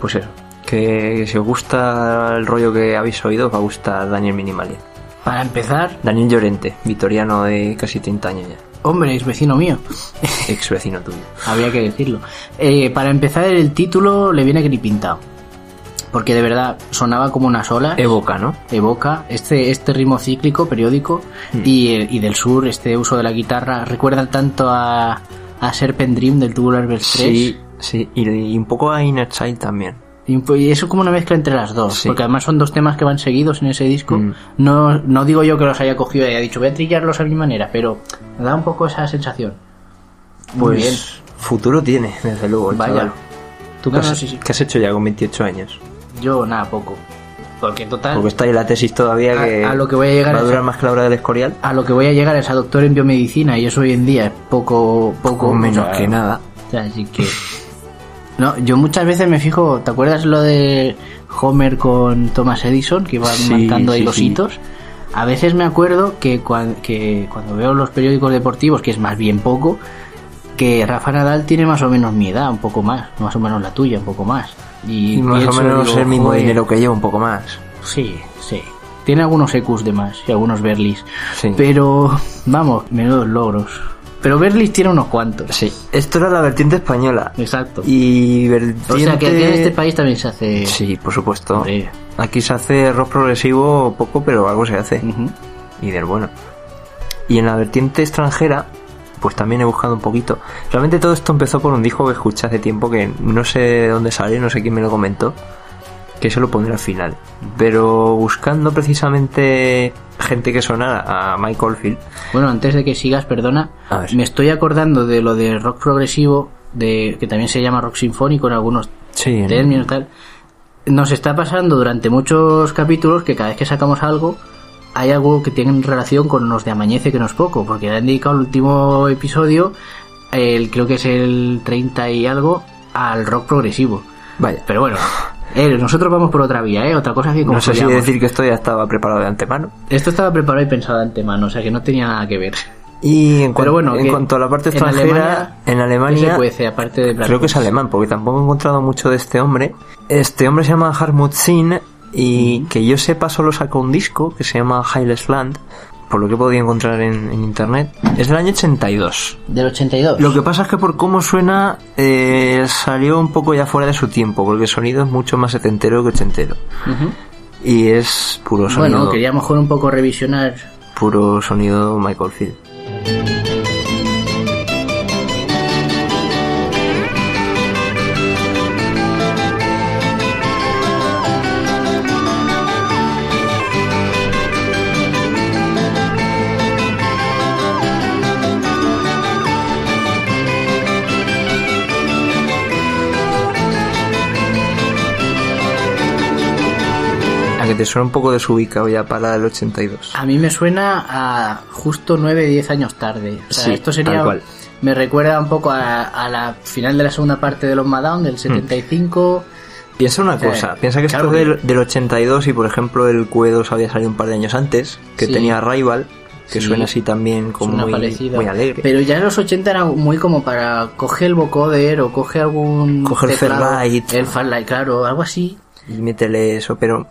[SPEAKER 4] pues que si os gusta el rollo que habéis oído, os va a gustar Daniel Minimali.
[SPEAKER 3] Para empezar,
[SPEAKER 4] Daniel Llorente, vitoriano de casi 30 años ya.
[SPEAKER 3] hombre, es vecino mío.
[SPEAKER 4] Ex vecino tuyo.
[SPEAKER 3] Habría que decirlo. Eh, para empezar, el título le viene gripintado. Porque de verdad sonaba como una sola.
[SPEAKER 4] Evoca, ¿no?
[SPEAKER 3] Evoca este, este ritmo cíclico, periódico.
[SPEAKER 4] Hmm.
[SPEAKER 3] Y, el- y del sur, este uso de la guitarra. Recuerda tanto a, a Serpent Dream del Tubular Bells 3.
[SPEAKER 4] Sí, sí. Y, y un poco a Inner Child también.
[SPEAKER 3] Y un po- y eso como una mezcla entre las dos,
[SPEAKER 4] Sí. Hmm.
[SPEAKER 3] porque además son dos temas que van seguidos en ese disco. No, no digo yo que los haya cogido y haya dicho voy a trillarlos a mi manera, pero me da un poco esa sensación. Muy
[SPEAKER 4] Pues
[SPEAKER 3] bien.
[SPEAKER 4] futuro tiene, desde luego. el
[SPEAKER 3] Vaya.
[SPEAKER 4] chaval. ¿Tú qué,
[SPEAKER 3] No,
[SPEAKER 4] has,
[SPEAKER 3] no, sí, sí.
[SPEAKER 4] qué has hecho ya con 28 años?
[SPEAKER 3] Yo nada, poco. Porque total,
[SPEAKER 4] Porque está ahí la tesis todavía que,
[SPEAKER 3] a lo que voy a llegar
[SPEAKER 4] va a
[SPEAKER 3] es-
[SPEAKER 4] durar más que la hora del escorial.
[SPEAKER 3] a lo que voy a llegar es a doctor en biomedicina y eso hoy en día es poco, poco
[SPEAKER 4] O menos
[SPEAKER 3] o sea,
[SPEAKER 4] que nada.
[SPEAKER 3] Así que... No, yo muchas veces me fijo, ¿te acuerdas lo de Homer con Thomas Edison, que iban
[SPEAKER 4] Sí,
[SPEAKER 3] marcando ahí
[SPEAKER 4] sí,
[SPEAKER 3] los
[SPEAKER 4] sí.
[SPEAKER 3] hitos? A veces me acuerdo que, cuan- que cuando veo los periódicos deportivos, que es más bien poco, que Rafa Nadal tiene más o menos mi edad, un poco más, más o menos la tuya, un poco más. Y,
[SPEAKER 4] Y más o
[SPEAKER 3] pienso,
[SPEAKER 4] menos
[SPEAKER 3] digo,
[SPEAKER 4] el mismo
[SPEAKER 3] "Joder".
[SPEAKER 4] dinero que llevo, un poco más.
[SPEAKER 3] Sí, sí. Tiene algunos EQs de más y algunos Berlis. Pero, vamos, menudos logros. Pero Berlis tiene unos cuantos.
[SPEAKER 4] Sí. Esto era la vertiente española.
[SPEAKER 3] Exacto.
[SPEAKER 4] Y vertiente...
[SPEAKER 3] O sea que aquí en este país también se hace.
[SPEAKER 4] Sí, por supuesto. Aquí se hace rock progresivo poco, pero algo se hace. Y del bueno. Y en la vertiente extranjera, pues también he buscado un poquito. Realmente todo esto empezó por un disco que escuché hace tiempo que no sé de dónde salió, no sé quién me lo comentó. Que se lo pondré al final. Pero buscando precisamente gente que sonara a Mike Oldfield.
[SPEAKER 3] Bueno, antes de que sigas, perdona, me estoy acordando de lo de rock progresivo, de que también se llama rock sinfónico en algunos
[SPEAKER 4] Sí,
[SPEAKER 3] términos tal. Nos está pasando durante muchos capítulos que cada vez que sacamos algo hay algo que tiene relación con los de Amañece que no es poco, porque le han dedicado el último episodio, el creo que es el 30 y algo, al rock progresivo.
[SPEAKER 4] Vaya.
[SPEAKER 3] Pero bueno, eh, nosotros vamos por otra vía, ¿eh? Otra cosa es que
[SPEAKER 4] No sé si
[SPEAKER 3] construyamos.
[SPEAKER 4] decir que esto ya estaba preparado de antemano.
[SPEAKER 3] Esto estaba preparado y pensado de antemano, o sea que no tenía nada que ver.
[SPEAKER 4] Y en,
[SPEAKER 3] Pero
[SPEAKER 4] cuan-
[SPEAKER 3] bueno,
[SPEAKER 4] en
[SPEAKER 3] que
[SPEAKER 4] cuanto a la parte
[SPEAKER 3] en
[SPEAKER 4] extranjera, en Alemania,
[SPEAKER 3] ¿qué se cuece, aparte de Black
[SPEAKER 4] creo que es
[SPEAKER 3] Pumas?
[SPEAKER 4] alemán, porque tampoco he encontrado mucho de este hombre. Este hombre se llama Harmut Zinn y que yo sepa solo sacó un disco que se llama Heilesland, por lo que he podido encontrar en, en internet. Es del año 82.
[SPEAKER 3] Del 82.
[SPEAKER 4] Lo que pasa es que por cómo suena eh, salió un poco ya fuera de su tiempo, porque el sonido es mucho más setentero que ochentero.
[SPEAKER 3] Ujú.
[SPEAKER 4] Y es puro sonido,
[SPEAKER 3] Bueno, quería a lo mejor un poco revisionar.
[SPEAKER 4] puro sonido Michael Field. A que te suena un poco desubicado ya para el 82.
[SPEAKER 3] A mí me suena a justo 9, 10 años tarde. O sea,
[SPEAKER 4] Sí,
[SPEAKER 3] esto sería.
[SPEAKER 4] tal cual.
[SPEAKER 3] Me recuerda un poco a, a la final de la segunda parte de los Madown
[SPEAKER 4] Hmm.
[SPEAKER 3] del 75.
[SPEAKER 4] Piensa una
[SPEAKER 3] O sea,
[SPEAKER 4] cosa, piensa que
[SPEAKER 3] claro
[SPEAKER 4] esto es del, del 82 y por ejemplo el Q2 había salido un par de años antes, que
[SPEAKER 3] Sí.
[SPEAKER 4] tenía Rival, que
[SPEAKER 3] Sí.
[SPEAKER 4] suena así también como
[SPEAKER 3] suena
[SPEAKER 4] muy,
[SPEAKER 3] parecido.
[SPEAKER 4] muy alegre.
[SPEAKER 3] Pero ya en los 80 era muy como para coger el vocoder o coge algún.
[SPEAKER 4] Coge el
[SPEAKER 3] teclado,
[SPEAKER 4] Fairlight.
[SPEAKER 3] El Fairlight, claro, algo así.
[SPEAKER 4] Y métele eso, pero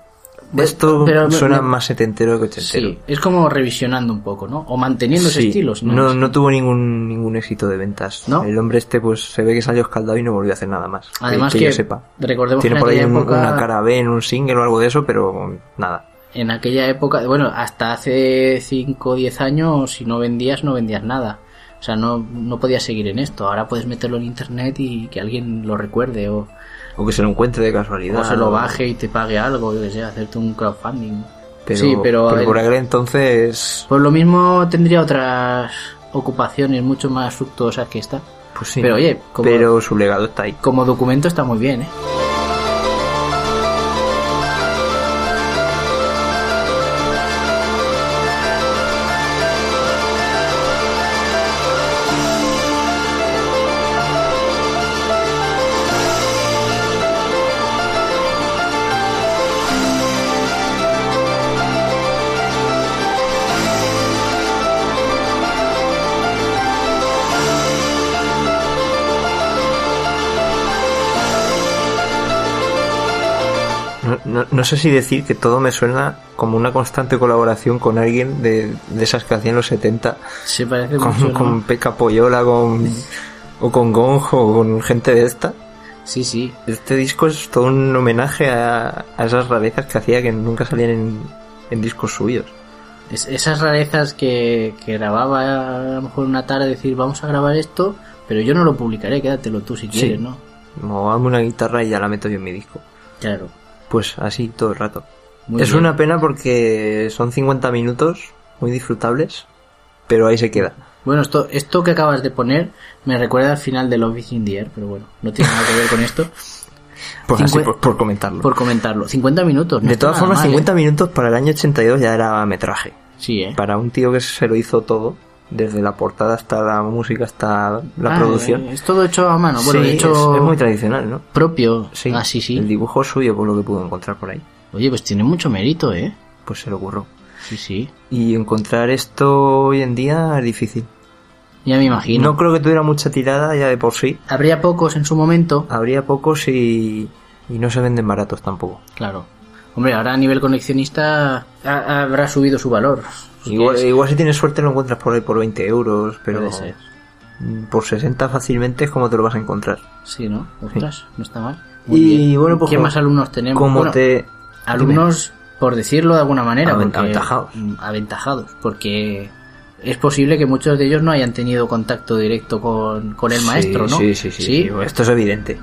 [SPEAKER 3] Ve-
[SPEAKER 4] esto
[SPEAKER 3] pero me-
[SPEAKER 4] suena
[SPEAKER 3] me-
[SPEAKER 4] más setentero que ochentero.
[SPEAKER 3] Sí, es como revisionando un poco, ¿no? O manteniendo ese
[SPEAKER 4] Sí.
[SPEAKER 3] estilo. si
[SPEAKER 4] no, no tuvo ningún ningún éxito de ventas.
[SPEAKER 3] ¿No?
[SPEAKER 4] El hombre este pues se ve que salió escaldado y no volvió a hacer nada más.
[SPEAKER 3] Además
[SPEAKER 4] yo
[SPEAKER 3] que
[SPEAKER 4] sepa.
[SPEAKER 3] recordemos
[SPEAKER 4] Tiene
[SPEAKER 3] que en
[SPEAKER 4] por ahí
[SPEAKER 3] aquella
[SPEAKER 4] un-
[SPEAKER 3] época-
[SPEAKER 4] una cara B en un single o algo de eso, pero nada.
[SPEAKER 3] En aquella época, bueno, hasta hace 5 o 10 años, si no vendías, no vendías nada. O sea, no, no podías seguir en esto. Ahora puedes meterlo en internet y que alguien lo recuerde o,
[SPEAKER 4] O que se lo encuentre de casualidad.
[SPEAKER 3] o se lo baje y te pague algo, yo que sé, hacerte un crowdfunding.
[SPEAKER 4] Pero,
[SPEAKER 3] sí, pero, a ver,
[SPEAKER 4] por aquel entonces
[SPEAKER 3] por lo mismo tendría otras ocupaciones mucho más fructuosas que esta.
[SPEAKER 4] Pues sí.
[SPEAKER 3] Pero oye, como,
[SPEAKER 4] Pero su legado está ahí.
[SPEAKER 3] como documento está muy bien, ¿eh?
[SPEAKER 4] no, no sé si decir que todo me suena como una constante colaboración con alguien de, de esas que hacían los 70.
[SPEAKER 3] Se parece
[SPEAKER 4] con,
[SPEAKER 3] mucho, ¿no?
[SPEAKER 4] con Peca Poyola, con, o con Gonjo, o con gente de esta.
[SPEAKER 3] Sí, sí.
[SPEAKER 4] Este disco es todo un homenaje a, a esas rarezas que hacía que nunca salían en, en discos suyos.
[SPEAKER 3] Es- esas rarezas que, que grababa a lo mejor una tarde, decir, vamos a grabar esto, pero yo no lo publicaré, quédatelo tú si quieres, ¿no?
[SPEAKER 4] Como hazme una guitarra y ya la meto yo en mi disco.
[SPEAKER 3] Claro.
[SPEAKER 4] Pues así todo el rato.
[SPEAKER 3] Muy
[SPEAKER 4] es
[SPEAKER 3] bien.
[SPEAKER 4] una pena porque son 50 minutos muy disfrutables, pero ahí se queda.
[SPEAKER 3] Bueno, esto, esto que acabas de poner me recuerda al final de Love is in the Air, pero bueno, no tiene nada que ver con esto.
[SPEAKER 4] Pues así,
[SPEAKER 3] Cincuen-
[SPEAKER 4] por, por comentarlo.
[SPEAKER 3] Por comentarlo. 50 minutos. no
[SPEAKER 4] de
[SPEAKER 3] está
[SPEAKER 4] todas
[SPEAKER 3] nada
[SPEAKER 4] formas,
[SPEAKER 3] mal, ¿eh?
[SPEAKER 4] 50 minutos para el año 82 ya era metraje.
[SPEAKER 3] Sí, ¿eh?
[SPEAKER 4] Para un tío que se lo hizo todo, desde la portada hasta la música, hasta la
[SPEAKER 3] Ah,
[SPEAKER 4] producción.
[SPEAKER 3] eh, Es todo hecho a mano. Bueno,
[SPEAKER 4] Sí,
[SPEAKER 3] de
[SPEAKER 4] es,
[SPEAKER 3] hecho...
[SPEAKER 4] es muy tradicional, ¿no?
[SPEAKER 3] propio. así Ah, sí.
[SPEAKER 4] El dibujo es suyo, por lo que pudo encontrar por ahí.
[SPEAKER 3] Oye, pues tiene mucho mérito, ¿eh?
[SPEAKER 4] Pues se lo ocurrió.
[SPEAKER 3] Sí, sí.
[SPEAKER 4] Y encontrar esto hoy en día es difícil.
[SPEAKER 3] Ya me imagino.
[SPEAKER 4] No creo que tuviera mucha tirada ya de por sí.
[SPEAKER 3] Habría pocos en su momento.
[SPEAKER 4] Habría pocos y, y no se venden baratos tampoco.
[SPEAKER 3] Claro. Hombre, ahora a nivel coleccionista ha- habrá subido su valor.
[SPEAKER 4] Igual,
[SPEAKER 3] Es-
[SPEAKER 4] igual si tienes suerte lo encuentras por ahí por 20 euros, pero
[SPEAKER 3] Puede ser.
[SPEAKER 4] por 60 fácilmente es como te lo vas a encontrar.
[SPEAKER 3] Sí, ¿no? Ostras, no está mal. Muy
[SPEAKER 4] Y
[SPEAKER 3] bien.
[SPEAKER 4] bueno, pues
[SPEAKER 3] ¿Qué
[SPEAKER 4] como-
[SPEAKER 3] más alumnos tenemos?
[SPEAKER 4] Como
[SPEAKER 3] Bueno,
[SPEAKER 4] te...
[SPEAKER 3] Alumnos, por decirlo de alguna manera,
[SPEAKER 4] Aven-
[SPEAKER 3] porque-
[SPEAKER 4] aventajados.
[SPEAKER 3] mm, aventajados, porque es posible que muchos de ellos no hayan tenido contacto directo con, con el
[SPEAKER 4] Sí,
[SPEAKER 3] maestro, ¿no?
[SPEAKER 4] Sí, sí, sí, sí. Esto es evidente.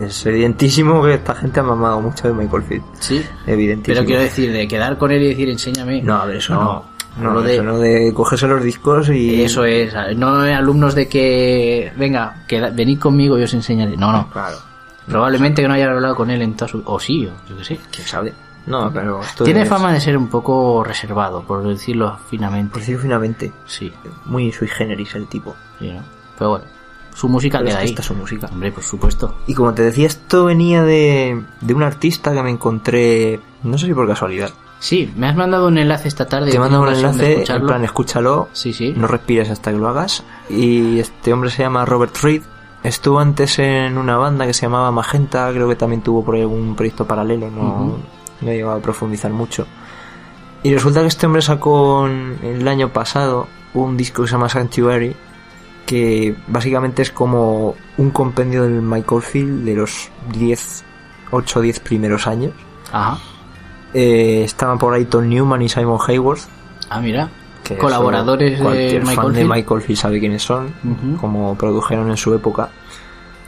[SPEAKER 4] Es evidentísimo que esta gente ha mamado mucho de Michael Field.
[SPEAKER 3] Sí.
[SPEAKER 4] Evidentísimo.
[SPEAKER 3] Pero quiero decir, de quedar con él y decir, enséñame.
[SPEAKER 4] No, a ver, eso
[SPEAKER 3] No,
[SPEAKER 4] no. No,
[SPEAKER 3] lo de-
[SPEAKER 4] eso no de cogerse los discos y...
[SPEAKER 3] Eso es, no alumnos de que, venga, queda- venid conmigo y os enseñaré. No, no.
[SPEAKER 4] Claro.
[SPEAKER 3] Probablemente que no hayan hablado con él en toda su... O sí, o yo qué sé.
[SPEAKER 4] ¿Quién sabe? No, pero esto
[SPEAKER 3] Tiene
[SPEAKER 4] es-
[SPEAKER 3] fama de ser un poco reservado, por decirlo finamente.
[SPEAKER 4] Por decirlo finamente,
[SPEAKER 3] Sí,
[SPEAKER 4] muy sui generis el tipo.
[SPEAKER 3] sí, ¿no? Pero bueno, su música
[SPEAKER 4] Pero es
[SPEAKER 3] queda
[SPEAKER 4] que
[SPEAKER 3] ahí.
[SPEAKER 4] esta es su música.
[SPEAKER 3] Hombre, por supuesto.
[SPEAKER 4] Y como te decía, esto venía de, de un artista que me encontré, no sé si por casualidad.
[SPEAKER 3] Sí, me has mandado un enlace esta tarde.
[SPEAKER 4] Te
[SPEAKER 3] he
[SPEAKER 4] mando
[SPEAKER 3] tenido
[SPEAKER 4] un
[SPEAKER 3] ocasión de
[SPEAKER 4] enlace, en
[SPEAKER 3] escucharlo.
[SPEAKER 4] plan, escúchalo,
[SPEAKER 3] Sí, sí.
[SPEAKER 4] no respires hasta que lo hagas. Y este hombre se llama Robert Reed. Estuvo antes en una banda que se llamaba Magenta, creo que también tuvo por ahí algún proyecto paralelo, no,
[SPEAKER 3] Ujú.
[SPEAKER 4] no he llegado a profundizar mucho. Y resulta que este hombre sacó en- el año pasado un disco que se llama Sanctuary, que básicamente es como un compendio del Michael Field de los 10, 8 o 10 primeros años.
[SPEAKER 3] Ajá.
[SPEAKER 4] Eh, estaban por ahí Tom Newman y Simon Hayworth,
[SPEAKER 3] Ah, mira.
[SPEAKER 4] que
[SPEAKER 3] Colaboradores
[SPEAKER 4] solo
[SPEAKER 3] de
[SPEAKER 4] cualquier
[SPEAKER 3] Michael
[SPEAKER 4] fan de
[SPEAKER 3] Field.
[SPEAKER 4] Michael Field sabe quiénes son,
[SPEAKER 3] Ujú.
[SPEAKER 4] como produjeron en su época.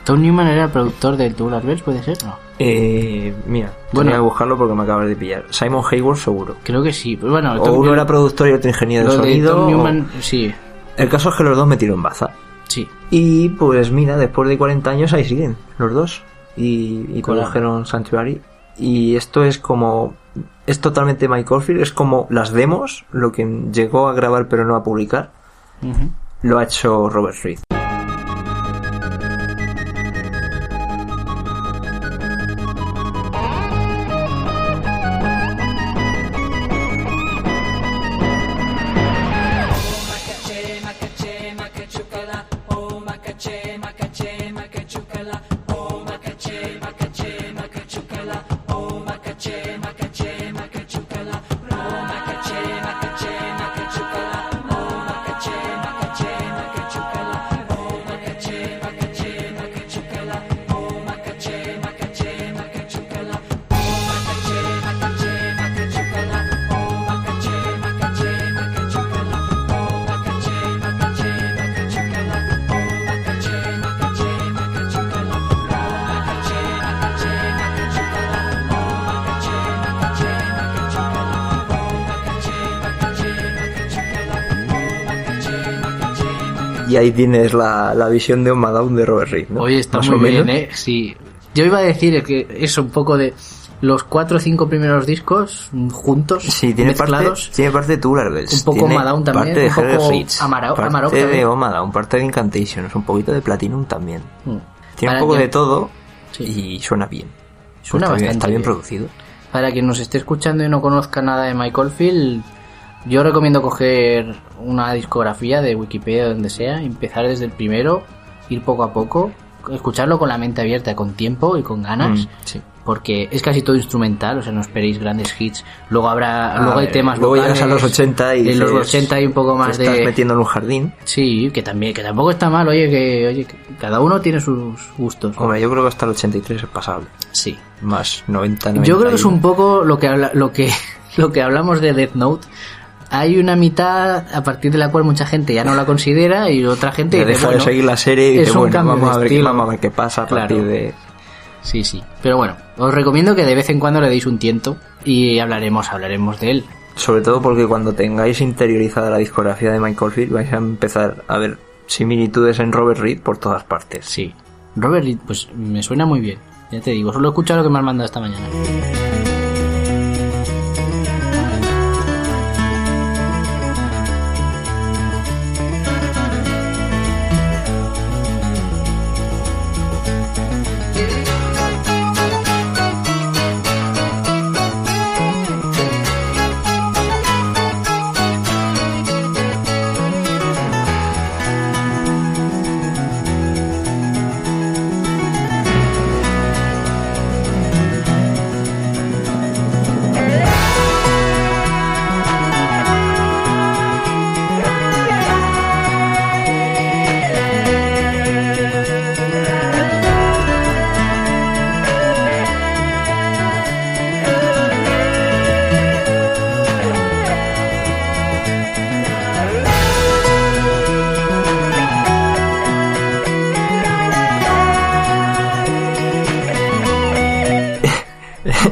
[SPEAKER 3] Tom Newman era el productor del Tubular Bells, ¿puede ser? No.
[SPEAKER 4] Eh, mira,
[SPEAKER 3] Bueno.
[SPEAKER 4] voy a buscarlo porque me acabas de pillar. Simon Hayworth seguro.
[SPEAKER 3] Creo que sí. Pues bueno,
[SPEAKER 4] O uno era productor y otro ingeniero de
[SPEAKER 3] lo de
[SPEAKER 4] sonido.
[SPEAKER 3] Tom
[SPEAKER 4] o-
[SPEAKER 3] Newman, sí,
[SPEAKER 4] El caso es que los dos metieron baza.
[SPEAKER 3] sí.
[SPEAKER 4] Y pues mira, después de 40 años ahí siguen los dos. Y, y
[SPEAKER 3] Claro.
[SPEAKER 4] produjeron Sanctuary. Y esto es como... Es totalmente Mike Oldfield. Es como las demos, lo que llegó a grabar pero no a publicar.
[SPEAKER 3] Ujú.
[SPEAKER 4] Lo ha hecho Robert Reed. Y ahí tienes la, la visión de un Down de Robert Reed, ¿no?
[SPEAKER 3] Oye, está
[SPEAKER 4] Más
[SPEAKER 3] muy
[SPEAKER 4] o
[SPEAKER 3] bien,
[SPEAKER 4] menos.
[SPEAKER 3] ¿eh? Sí. Yo iba a decir que es un poco de los cuatro o cinco primeros discos mm, juntos,
[SPEAKER 4] Sí, tiene parte,
[SPEAKER 3] mezclados.
[SPEAKER 4] tiene parte de Tubular Bells.
[SPEAKER 3] Un poco
[SPEAKER 4] tiene
[SPEAKER 3] Madown también,
[SPEAKER 4] Parte de
[SPEAKER 3] un poco
[SPEAKER 4] Heather Reeds,
[SPEAKER 3] Amaro-
[SPEAKER 4] parte
[SPEAKER 3] Amarok
[SPEAKER 4] de
[SPEAKER 3] también.
[SPEAKER 4] Omadown, parte de Incantations, un poquito de Platinum también.
[SPEAKER 3] Mm.
[SPEAKER 4] Tiene
[SPEAKER 3] Para
[SPEAKER 4] un poco
[SPEAKER 3] quien-
[SPEAKER 4] de todo
[SPEAKER 3] Sí.
[SPEAKER 4] y suena bien. Pues
[SPEAKER 3] Suena
[SPEAKER 4] está bien-
[SPEAKER 3] bastante
[SPEAKER 4] Está bien
[SPEAKER 3] bien.
[SPEAKER 4] producido.
[SPEAKER 3] Para quien nos esté escuchando y no conozca nada de Michael Field, yo recomiendo coger una discografía de Wikipedia donde sea, empezar desde el primero, ir poco a poco, escucharlo con la mente abierta, con tiempo y con ganas.
[SPEAKER 4] Mm, sí.
[SPEAKER 3] porque es casi todo instrumental, o sea, no esperéis grandes hits. Luego habrá, luego hay
[SPEAKER 4] ver,
[SPEAKER 3] temas
[SPEAKER 4] luego
[SPEAKER 3] locales.
[SPEAKER 4] llegas a los 80 y
[SPEAKER 3] en los
[SPEAKER 4] dices,
[SPEAKER 3] 80 hay un poco más
[SPEAKER 4] te estás
[SPEAKER 3] de
[SPEAKER 4] metiendo en un jardín.
[SPEAKER 3] Sí, que también que tampoco está mal, oye, que oye, que cada uno tiene sus gustos.
[SPEAKER 4] Hombre, yo creo que hasta el 83 es pasable.
[SPEAKER 3] Sí.
[SPEAKER 4] Más 90, 90
[SPEAKER 3] Yo creo que es un poco lo que habla- lo que lo que hablamos de Death Note. Hay una mitad a partir de la cual mucha gente ya no la considera y otra gente
[SPEAKER 4] Te
[SPEAKER 3] dice,
[SPEAKER 4] deja de
[SPEAKER 3] bueno,
[SPEAKER 4] seguir la serie y
[SPEAKER 3] es
[SPEAKER 4] dices,
[SPEAKER 3] un
[SPEAKER 4] bueno,
[SPEAKER 3] cambio
[SPEAKER 4] vamos
[SPEAKER 3] de
[SPEAKER 4] a, ver, qué-
[SPEAKER 3] estilo.
[SPEAKER 4] vamos a ver qué pasa a
[SPEAKER 3] Claro.
[SPEAKER 4] partir de...
[SPEAKER 3] Sí, sí. Pero bueno, os recomiendo que de vez en cuando le deis un tiento y hablaremos, hablaremos de él.
[SPEAKER 4] Sobre todo porque cuando tengáis interiorizada la discografía de Michael Field vais a empezar a ver similitudes en Robert Reed por todas partes.
[SPEAKER 3] Sí. Robert Reed, pues me suena muy bien. Ya te digo, solo he escuchado lo que me han mandado esta mañana.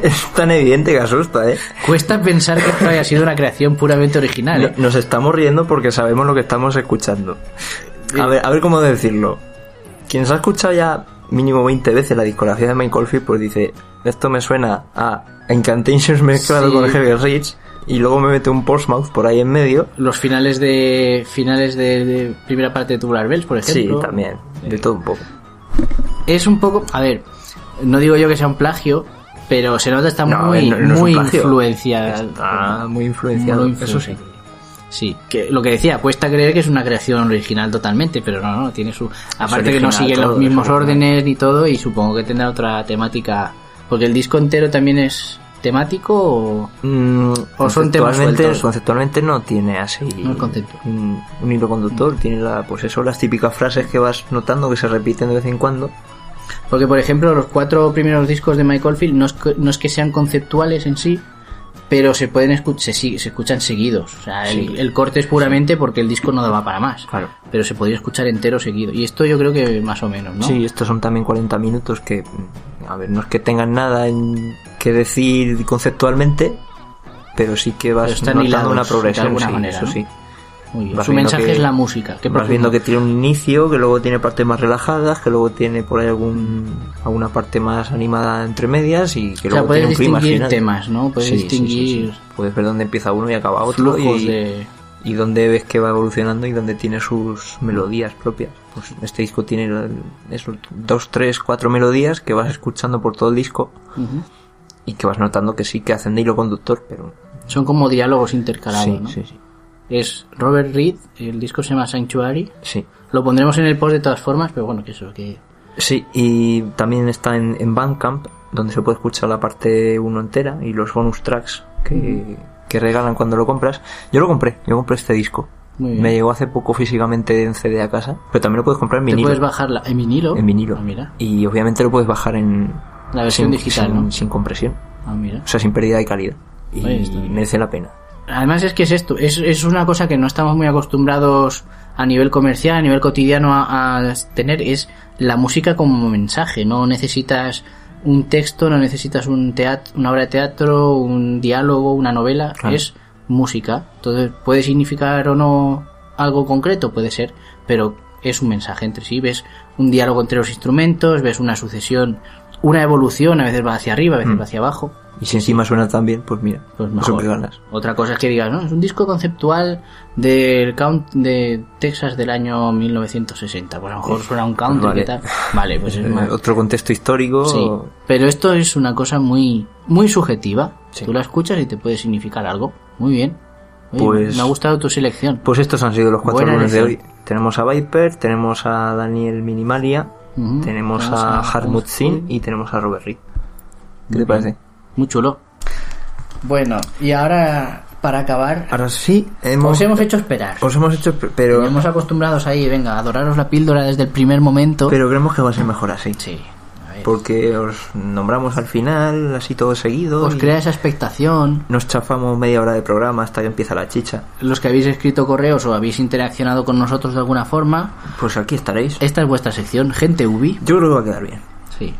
[SPEAKER 4] es tan evidente que asusta, ¿eh?
[SPEAKER 3] Cuesta pensar que esto haya sido una creación puramente original. ¿eh?
[SPEAKER 4] No- Nos estamos riendo porque sabemos lo que estamos escuchando. A ver, a ver cómo decirlo. Quien se ha escuchado ya mínimo 20 veces la discografía de Michael Field, pues dice, esto me suena a Incantations mezclado
[SPEAKER 3] Sí.
[SPEAKER 4] con Helga Rich y luego me mete un Portsmouth por ahí en medio.
[SPEAKER 3] Los finales de finales de, de primera parte de Tubular Bells, por
[SPEAKER 4] Sí,
[SPEAKER 3] ejemplo.
[SPEAKER 4] también, de todo un poco.
[SPEAKER 3] Es un poco, a ver, no digo yo que sea un plagio, pero se nota está
[SPEAKER 4] No,
[SPEAKER 3] muy
[SPEAKER 4] no- no es un
[SPEAKER 3] muy
[SPEAKER 4] plagio.
[SPEAKER 3] influenciada.
[SPEAKER 4] Está Ah, muy influenciado,
[SPEAKER 3] Muy
[SPEAKER 4] eso sí.
[SPEAKER 3] Sí, que lo que decía, cuesta creer que es una creación original totalmente, pero no, no, tiene su... Aparte que no
[SPEAKER 4] original
[SPEAKER 3] sigue
[SPEAKER 4] todo,
[SPEAKER 3] los
[SPEAKER 4] es
[SPEAKER 3] mismos
[SPEAKER 4] original.
[SPEAKER 3] órdenes ni todo y supongo que tendrá otra temática, porque el disco entero también es temático o...
[SPEAKER 4] Mm,
[SPEAKER 3] O son temas
[SPEAKER 4] conceptualmente-
[SPEAKER 3] sueltos.
[SPEAKER 4] conceptualmente no tiene así
[SPEAKER 3] No es conceptual.
[SPEAKER 4] un, un hilo conductor, tiene la, pues eso, las típicas frases que vas notando que se repiten de vez en cuando.
[SPEAKER 3] Porque, por ejemplo, los cuatro primeros discos de Michael Field no es que, no es que sean conceptuales en sí, pero se pueden escuchar, se, sig- se escuchan seguidos. O sea, el,
[SPEAKER 4] Sí.
[SPEAKER 3] el corte es puramente porque el disco no daba para más.
[SPEAKER 4] Claro.
[SPEAKER 3] Pero se podía escuchar entero seguido. Y esto yo creo que más o menos, ¿no?
[SPEAKER 4] Sí, estos son también 40 minutos que, mm, a ver, no es que tengan nada en que decir conceptualmente, pero sí que
[SPEAKER 3] Pero
[SPEAKER 4] vas
[SPEAKER 3] están
[SPEAKER 4] notando
[SPEAKER 3] hilados,
[SPEAKER 4] una progresión,
[SPEAKER 3] de alguna
[SPEAKER 4] sí,
[SPEAKER 3] manera,
[SPEAKER 4] eso
[SPEAKER 3] ¿no?
[SPEAKER 4] sí.
[SPEAKER 3] Muy bien.
[SPEAKER 4] Vas
[SPEAKER 3] Su
[SPEAKER 4] viendo
[SPEAKER 3] mensaje
[SPEAKER 4] que-
[SPEAKER 3] es la música. Qué
[SPEAKER 4] vas
[SPEAKER 3] profundo.
[SPEAKER 4] viendo que tiene un inicio, que luego tiene partes más relajadas, que luego tiene por ahí algún, alguna parte más animada entre medias y que
[SPEAKER 3] O sea,
[SPEAKER 4] luego
[SPEAKER 3] puedes
[SPEAKER 4] tiene un clima
[SPEAKER 3] distinguir
[SPEAKER 4] final.
[SPEAKER 3] temas, ¿no? Puedes
[SPEAKER 4] Sí, sí, sí, sí.
[SPEAKER 3] distinguir
[SPEAKER 4] Puedes ver dónde empieza uno y acaba otro
[SPEAKER 3] flujos
[SPEAKER 4] y,
[SPEAKER 3] de...
[SPEAKER 4] y dónde ves que va evolucionando y dónde tiene sus melodías propias. Pues este disco tiene el- eso, dos, tres, cuatro melodías que vas escuchando por todo el disco
[SPEAKER 3] Ujú.
[SPEAKER 4] y que vas notando que sí que hacen de hilo conductor, pero
[SPEAKER 3] Son como diálogos intercalados,
[SPEAKER 4] sí,
[SPEAKER 3] ¿no?
[SPEAKER 4] sí, sí,
[SPEAKER 3] Es Robert Reed, el disco se llama Sanctuary.
[SPEAKER 4] sí.
[SPEAKER 3] Lo pondremos en el post de todas formas, pero bueno, que eso, que
[SPEAKER 4] Sí, y también está en, en Bandcamp, donde se puede escuchar la parte 1 entera y los bonus tracks que, que regalan cuando lo compras. Yo lo compré, yo compré este disco.
[SPEAKER 3] Muy bien.
[SPEAKER 4] Me llegó hace poco físicamente en CD a casa, pero también lo puedes comprar en
[SPEAKER 3] Te
[SPEAKER 4] vinilo.
[SPEAKER 3] puedes bajarla en vinilo.
[SPEAKER 4] en vinilo.
[SPEAKER 3] Ah, mira.
[SPEAKER 4] Y obviamente lo puedes bajar en...
[SPEAKER 3] La versión
[SPEAKER 4] sin-
[SPEAKER 3] digital,
[SPEAKER 4] sin-
[SPEAKER 3] ¿no?
[SPEAKER 4] Sin compresión,
[SPEAKER 3] Ah, mira.
[SPEAKER 4] o sea, sin pérdida de calidad. Y
[SPEAKER 3] Oye, está bien.
[SPEAKER 4] merece la pena.
[SPEAKER 3] Además es que es esto, es, es una cosa que no estamos muy acostumbrados a nivel comercial, a nivel cotidiano a, a tener, es la música como mensaje, no necesitas un texto, no necesitas un teatro, una obra de teatro, un diálogo, una novela,
[SPEAKER 4] Claro.
[SPEAKER 3] es música. Entonces puede significar o no algo concreto, puede ser, pero es un mensaje entre sí, ves un diálogo entre los instrumentos, ves una sucesión, una evolución, a veces va hacia arriba, a veces
[SPEAKER 4] Mm.
[SPEAKER 3] va hacia abajo.
[SPEAKER 4] Y si encima suena tan bien, pues mira,
[SPEAKER 3] Pues
[SPEAKER 4] eso
[SPEAKER 3] mejor.
[SPEAKER 4] que ganas.
[SPEAKER 3] Otra cosa es que digas, ¿no? Es un disco conceptual del count de Texas del año 1960. Pues a lo mejor suena un country
[SPEAKER 4] Vale.
[SPEAKER 3] que tal. Vale, pues es
[SPEAKER 4] Eh,
[SPEAKER 3] más.
[SPEAKER 4] Otro contexto histórico.
[SPEAKER 3] Sí. Pero esto es una cosa muy, muy subjetiva.
[SPEAKER 4] Sí.
[SPEAKER 3] Tú la escuchas y te puede significar algo. Muy bien. Oye,
[SPEAKER 4] Pues-
[SPEAKER 3] Me ha gustado tu selección.
[SPEAKER 4] Pues estos han sido los cuatro
[SPEAKER 3] Buena
[SPEAKER 4] lunes de hoy.
[SPEAKER 3] elección.
[SPEAKER 4] Tenemos a Viper, tenemos a Daniel Minimalia,
[SPEAKER 3] Ujú.
[SPEAKER 4] tenemos
[SPEAKER 3] Vamos
[SPEAKER 4] a Harmut
[SPEAKER 3] Zinn
[SPEAKER 4] Zinn y tenemos a Robert Reed. ¿Qué te parece?
[SPEAKER 16] Muy chulo.
[SPEAKER 3] Bueno, y ahora, para acabar,
[SPEAKER 4] Ahora sí, hemos, Pues
[SPEAKER 3] os hemos hecho esperar.
[SPEAKER 4] os hemos hecho, espe- pero,
[SPEAKER 3] Teníamos acostumbrados ahí, venga, a adoraros la píldora desde el primer momento.
[SPEAKER 4] pero creemos que va a ser mejor así.
[SPEAKER 3] Sí.
[SPEAKER 4] Porque os nombramos al final, así todo seguido.
[SPEAKER 3] Os
[SPEAKER 4] y
[SPEAKER 3] crea esa expectación.
[SPEAKER 4] Nos chafamos media hora de programa hasta que empieza la chicha.
[SPEAKER 3] Los que habéis escrito correos o habéis interaccionado con nosotros de alguna forma,
[SPEAKER 4] Pues aquí estaréis.
[SPEAKER 3] esta es vuestra sección, gente Ubi.
[SPEAKER 4] Yo creo que va a quedar bien.
[SPEAKER 3] Sí.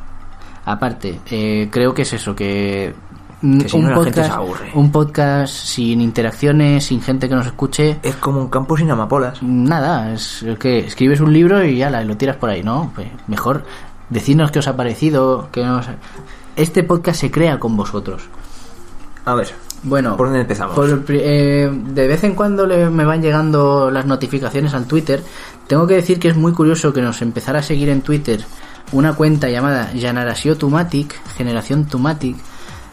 [SPEAKER 3] Aparte, eh, creo que es eso, que,
[SPEAKER 4] si no, la gente se aburre.
[SPEAKER 3] un podcast sin interacciones, sin gente que nos escuche,
[SPEAKER 4] Es como un campo sin amapolas.
[SPEAKER 3] nada, es que escribes un libro y ya la- lo tiras por ahí, ¿no? Pues mejor decidnos qué os ha parecido, que nos... Este podcast se crea con vosotros.
[SPEAKER 4] A ver,
[SPEAKER 3] Bueno,
[SPEAKER 4] ¿por dónde empezamos?
[SPEAKER 3] por el pri- eh, de vez en cuando le- me van llegando las notificaciones al Twitter. Tengo que decir que es muy curioso que nos empezara a seguir en Twitter una cuenta llamada Generación Tumatic, Generación Tumatic,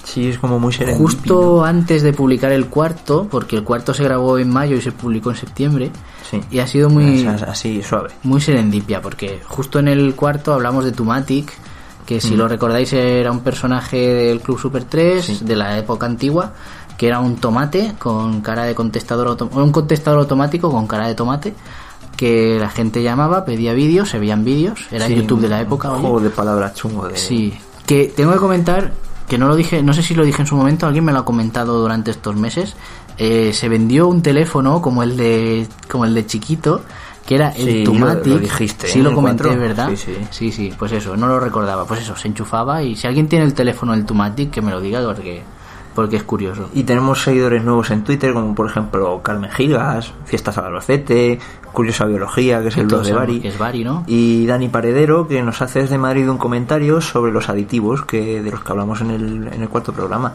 [SPEAKER 4] Sí, es como muy sereno.
[SPEAKER 3] justo antes de publicar el cuarto, porque el cuarto se grabó en mayo y se publicó en septiembre.
[SPEAKER 4] Sí.
[SPEAKER 3] Y ha sido muy,
[SPEAKER 4] Es así, suave.
[SPEAKER 3] muy serendipia, porque justo en el cuarto hablamos de Tumatic, que si lo recordáis era un personaje del Club Super 3, de la época antigua, que era un tomate con cara de contestador, autom- un contestador automático con cara de tomate, que la gente llamaba, pedía vídeos, se veían vídeos, era
[SPEAKER 4] Sí,
[SPEAKER 3] YouTube de la
[SPEAKER 4] un
[SPEAKER 3] época. oye.
[SPEAKER 4] Juego de palabras chungo. De...
[SPEAKER 3] Sí, que tengo que comentar que no lo dije, no sé si lo dije en su momento, alguien me lo ha comentado durante estos meses. eh, se vendió un teléfono como el de como el de chiquito que era el
[SPEAKER 4] Sí, lo-
[SPEAKER 3] Tumatic.
[SPEAKER 4] lo dijiste,
[SPEAKER 3] sí
[SPEAKER 4] ¿eh?
[SPEAKER 3] lo
[SPEAKER 4] El
[SPEAKER 3] comenté,
[SPEAKER 4] cuatro.
[SPEAKER 3] ¿verdad?
[SPEAKER 4] Sí, sí.
[SPEAKER 3] sí, sí, pues eso, no lo recordaba, pues eso, se enchufaba y si alguien tiene el teléfono del Tumatic que me lo diga porque porque es curioso.
[SPEAKER 4] Y tenemos seguidores nuevos en Twitter, como por ejemplo Carmen Gigas, Fiestas al Albacete, Curiosa Biología, que es
[SPEAKER 3] Que
[SPEAKER 4] el blog
[SPEAKER 3] todos
[SPEAKER 4] de
[SPEAKER 3] sabemos
[SPEAKER 4] Bari.
[SPEAKER 3] que es Bari, ¿no?
[SPEAKER 4] Y Dani Paredero, que nos hace desde Madrid un comentario sobre los aditivos que de los que hablamos en el, en el cuarto programa.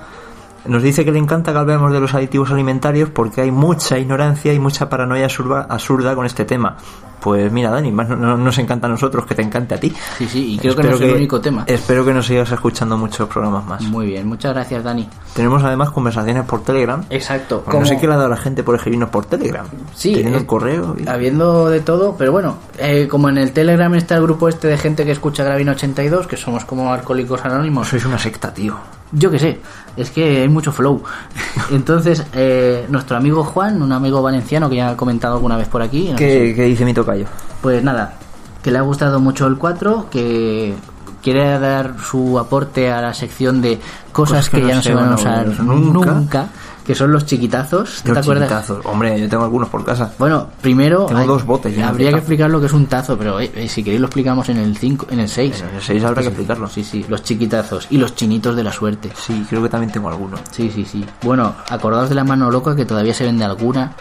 [SPEAKER 4] Nos dice que le encanta que hablemos de los aditivos alimentarios porque hay mucha ignorancia y mucha paranoia absurda, absurda con este tema. Pues mira, Dani, más no- no- nos encanta a nosotros que te encante a ti.
[SPEAKER 3] Sí, sí, y creo que no es el único tema. Mm.
[SPEAKER 4] Espero que nos sigas escuchando muchos programas más.
[SPEAKER 3] Muy bien, muchas gracias, Dani.
[SPEAKER 4] Tenemos además conversaciones por Telegram.
[SPEAKER 3] Exacto.
[SPEAKER 4] Porque No sé qué le ha dado la gente por escribirnos por Telegram.
[SPEAKER 3] Sí,
[SPEAKER 4] Teniendo
[SPEAKER 3] eh,
[SPEAKER 4] el correo. y-
[SPEAKER 3] Habiendo de todo, pero bueno, eh, como en el Telegram está el grupo este de gente que escucha Gravina82, que somos como alcohólicos anónimos,
[SPEAKER 4] Sois una secta, tío.
[SPEAKER 3] yo qué sé, es que hay mucho flow. Entonces, eh, nuestro amigo Juan, un amigo valenciano que ya he comentado alguna vez por aquí, no sé
[SPEAKER 4] ¿Qué, qué dice mi
[SPEAKER 3] si-
[SPEAKER 4] tocayo?
[SPEAKER 3] pues nada, que le ha gustado mucho el 4, que quiere dar su aporte a la sección de cosas, que, ya no se van a usar nunca, que son los chiquitazos. ¿Tú
[SPEAKER 4] Los
[SPEAKER 3] te acuerdas?
[SPEAKER 4] chiquitazos. Hombre, yo tengo algunos por casa.
[SPEAKER 3] Bueno, primero
[SPEAKER 4] Tengo dos botes llenos de
[SPEAKER 3] habría que
[SPEAKER 4] tazo.
[SPEAKER 3] explicar lo que es un tazo, pero eh, eh, si queréis lo explicamos en el 5, en el 6.
[SPEAKER 4] En el seis habrá que explicarlo.
[SPEAKER 3] Sí, sí, los chiquitazos y los chinitos de la suerte.
[SPEAKER 4] Sí, creo que también tengo algunos.
[SPEAKER 3] Sí, sí, sí. Bueno, acordaos de la mano loca que todavía se vende alguna,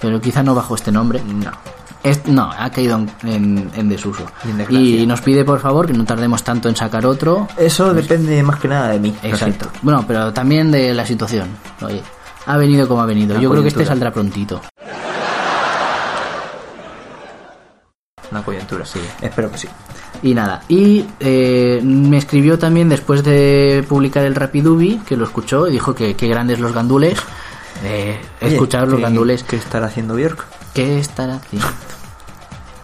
[SPEAKER 3] pero quizá no bajo este nombre. No. no, ha caído en, en- en desuso.
[SPEAKER 4] Y en desgracia.
[SPEAKER 3] Y nos pide, por favor, que no tardemos tanto en sacar otro.
[SPEAKER 4] Eso depende más que nada de mí. lo
[SPEAKER 3] Exacto.
[SPEAKER 4] siento.
[SPEAKER 3] Bueno, pero también de la situación. Oye, ha venido como ha venido.
[SPEAKER 4] La
[SPEAKER 3] Yo creo que este
[SPEAKER 4] coyuntura.
[SPEAKER 3] saldrá prontito.
[SPEAKER 4] Una coyuntura, sí. Espero que sí.
[SPEAKER 3] Y nada, y eh, me escribió también después de publicar el Rapidubi, que lo escuchó y dijo que qué grandes los gandules. Eh,
[SPEAKER 4] Oye,
[SPEAKER 3] escuchar los
[SPEAKER 4] ¿qué-
[SPEAKER 3] gandules.
[SPEAKER 4] ¿Qué estará haciendo Björk?
[SPEAKER 3] ¿Qué estará haciendo?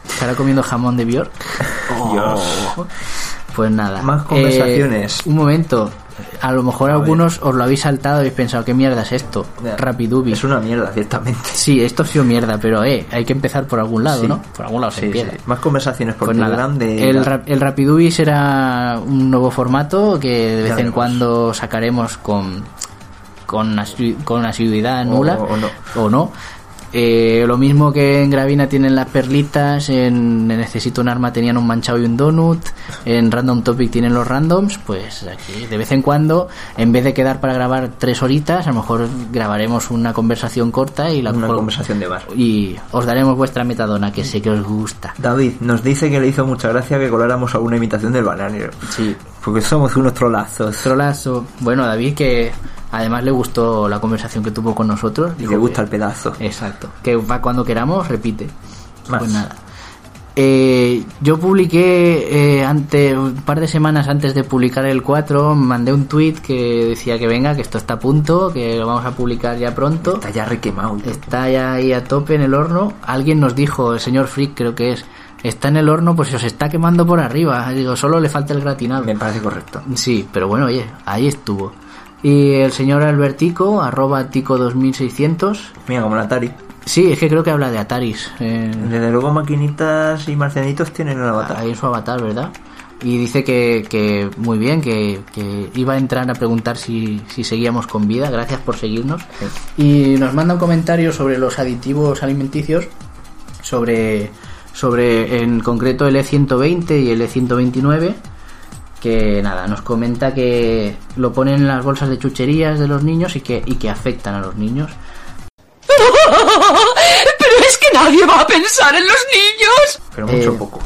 [SPEAKER 3] ¿Estará comiendo jamón de Bjork? Pues nada.
[SPEAKER 4] Oh. Más conversaciones.
[SPEAKER 3] Eh, un momento. A lo mejor algunos os lo habéis saltado y habéis pensado, ¿qué mierda es esto?
[SPEAKER 4] Ya.
[SPEAKER 3] Rapidubi.
[SPEAKER 4] Es una mierda, ciertamente.
[SPEAKER 3] Sí, esto ha sido mierda, pero eh, hay que empezar por algún lado,
[SPEAKER 4] Sí.
[SPEAKER 3] ¿no? Por algún lado se
[SPEAKER 4] Sí,
[SPEAKER 3] empieza.
[SPEAKER 4] sí. Más conversaciones por
[SPEAKER 3] Pues nada,
[SPEAKER 4] Telegram de...
[SPEAKER 3] el, rap- el Rapidubi será un nuevo formato que de vez en
[SPEAKER 4] veremos.
[SPEAKER 3] cuando sacaremos con con, asidu- con asiduidad
[SPEAKER 4] O-
[SPEAKER 3] nula
[SPEAKER 4] o no.
[SPEAKER 3] o no. Eh, lo mismo que en Gravina tienen las perlitas, en Necesito un arma tenían un manchado y un donut, en Random Topic tienen los randoms, pues aquí de vez en cuando, en vez de quedar para grabar tres horitas, a lo mejor grabaremos una conversación corta y la
[SPEAKER 4] Una
[SPEAKER 3] col-
[SPEAKER 4] conversación de bar.
[SPEAKER 3] y os daremos vuestra metadona que sé que os gusta.
[SPEAKER 4] David nos dice que le hizo mucha gracia que coláramos alguna imitación del bananero.
[SPEAKER 3] Sí,
[SPEAKER 4] Porque somos unos trolazos.
[SPEAKER 3] Trolazo. Bueno, David, que además le gustó la conversación que tuvo con nosotros.
[SPEAKER 4] y
[SPEAKER 3] Dijo
[SPEAKER 4] le gusta
[SPEAKER 3] que-
[SPEAKER 4] el pedazo.
[SPEAKER 3] Exacto. Que va cuando queramos, repite.
[SPEAKER 4] Más.
[SPEAKER 3] Pues nada. Eh, yo publiqué eh, ante, un par de semanas antes de publicar el 4, mandé un tweet que decía que venga, que esto está a punto, que lo vamos a publicar ya pronto.
[SPEAKER 4] Está ya requemado.
[SPEAKER 3] Está ya ahí a tope en el horno. Alguien nos dijo, el señor Frick creo que es, Está en el horno, pues se os está quemando por arriba. Digo, solo le falta el gratinado.
[SPEAKER 4] Me parece correcto.
[SPEAKER 3] Sí, pero bueno, oye, ahí estuvo. Y el señor Albertico, arroba tico2600.
[SPEAKER 4] Mira, como el Atari.
[SPEAKER 3] Sí, es que creo que habla de Ataris. eh,
[SPEAKER 4] Desde luego, maquinitas y marcenitos tienen un avatar.
[SPEAKER 3] ahí en su avatar, ¿verdad? Y dice que, que muy bien, que, que iba a entrar a preguntar si, si seguíamos con vida. Gracias por seguirnos. Y nos manda un comentario sobre los aditivos alimenticios, sobre, sobre en concreto el E120 y el E129. Que nada, nos comenta que lo ponen en las bolsas de chucherías de los niños y que, y que afectan a los niños.
[SPEAKER 10] Pero es que nadie va a pensar en los niños.
[SPEAKER 4] Pero mucho
[SPEAKER 3] Eh,
[SPEAKER 4] o poco.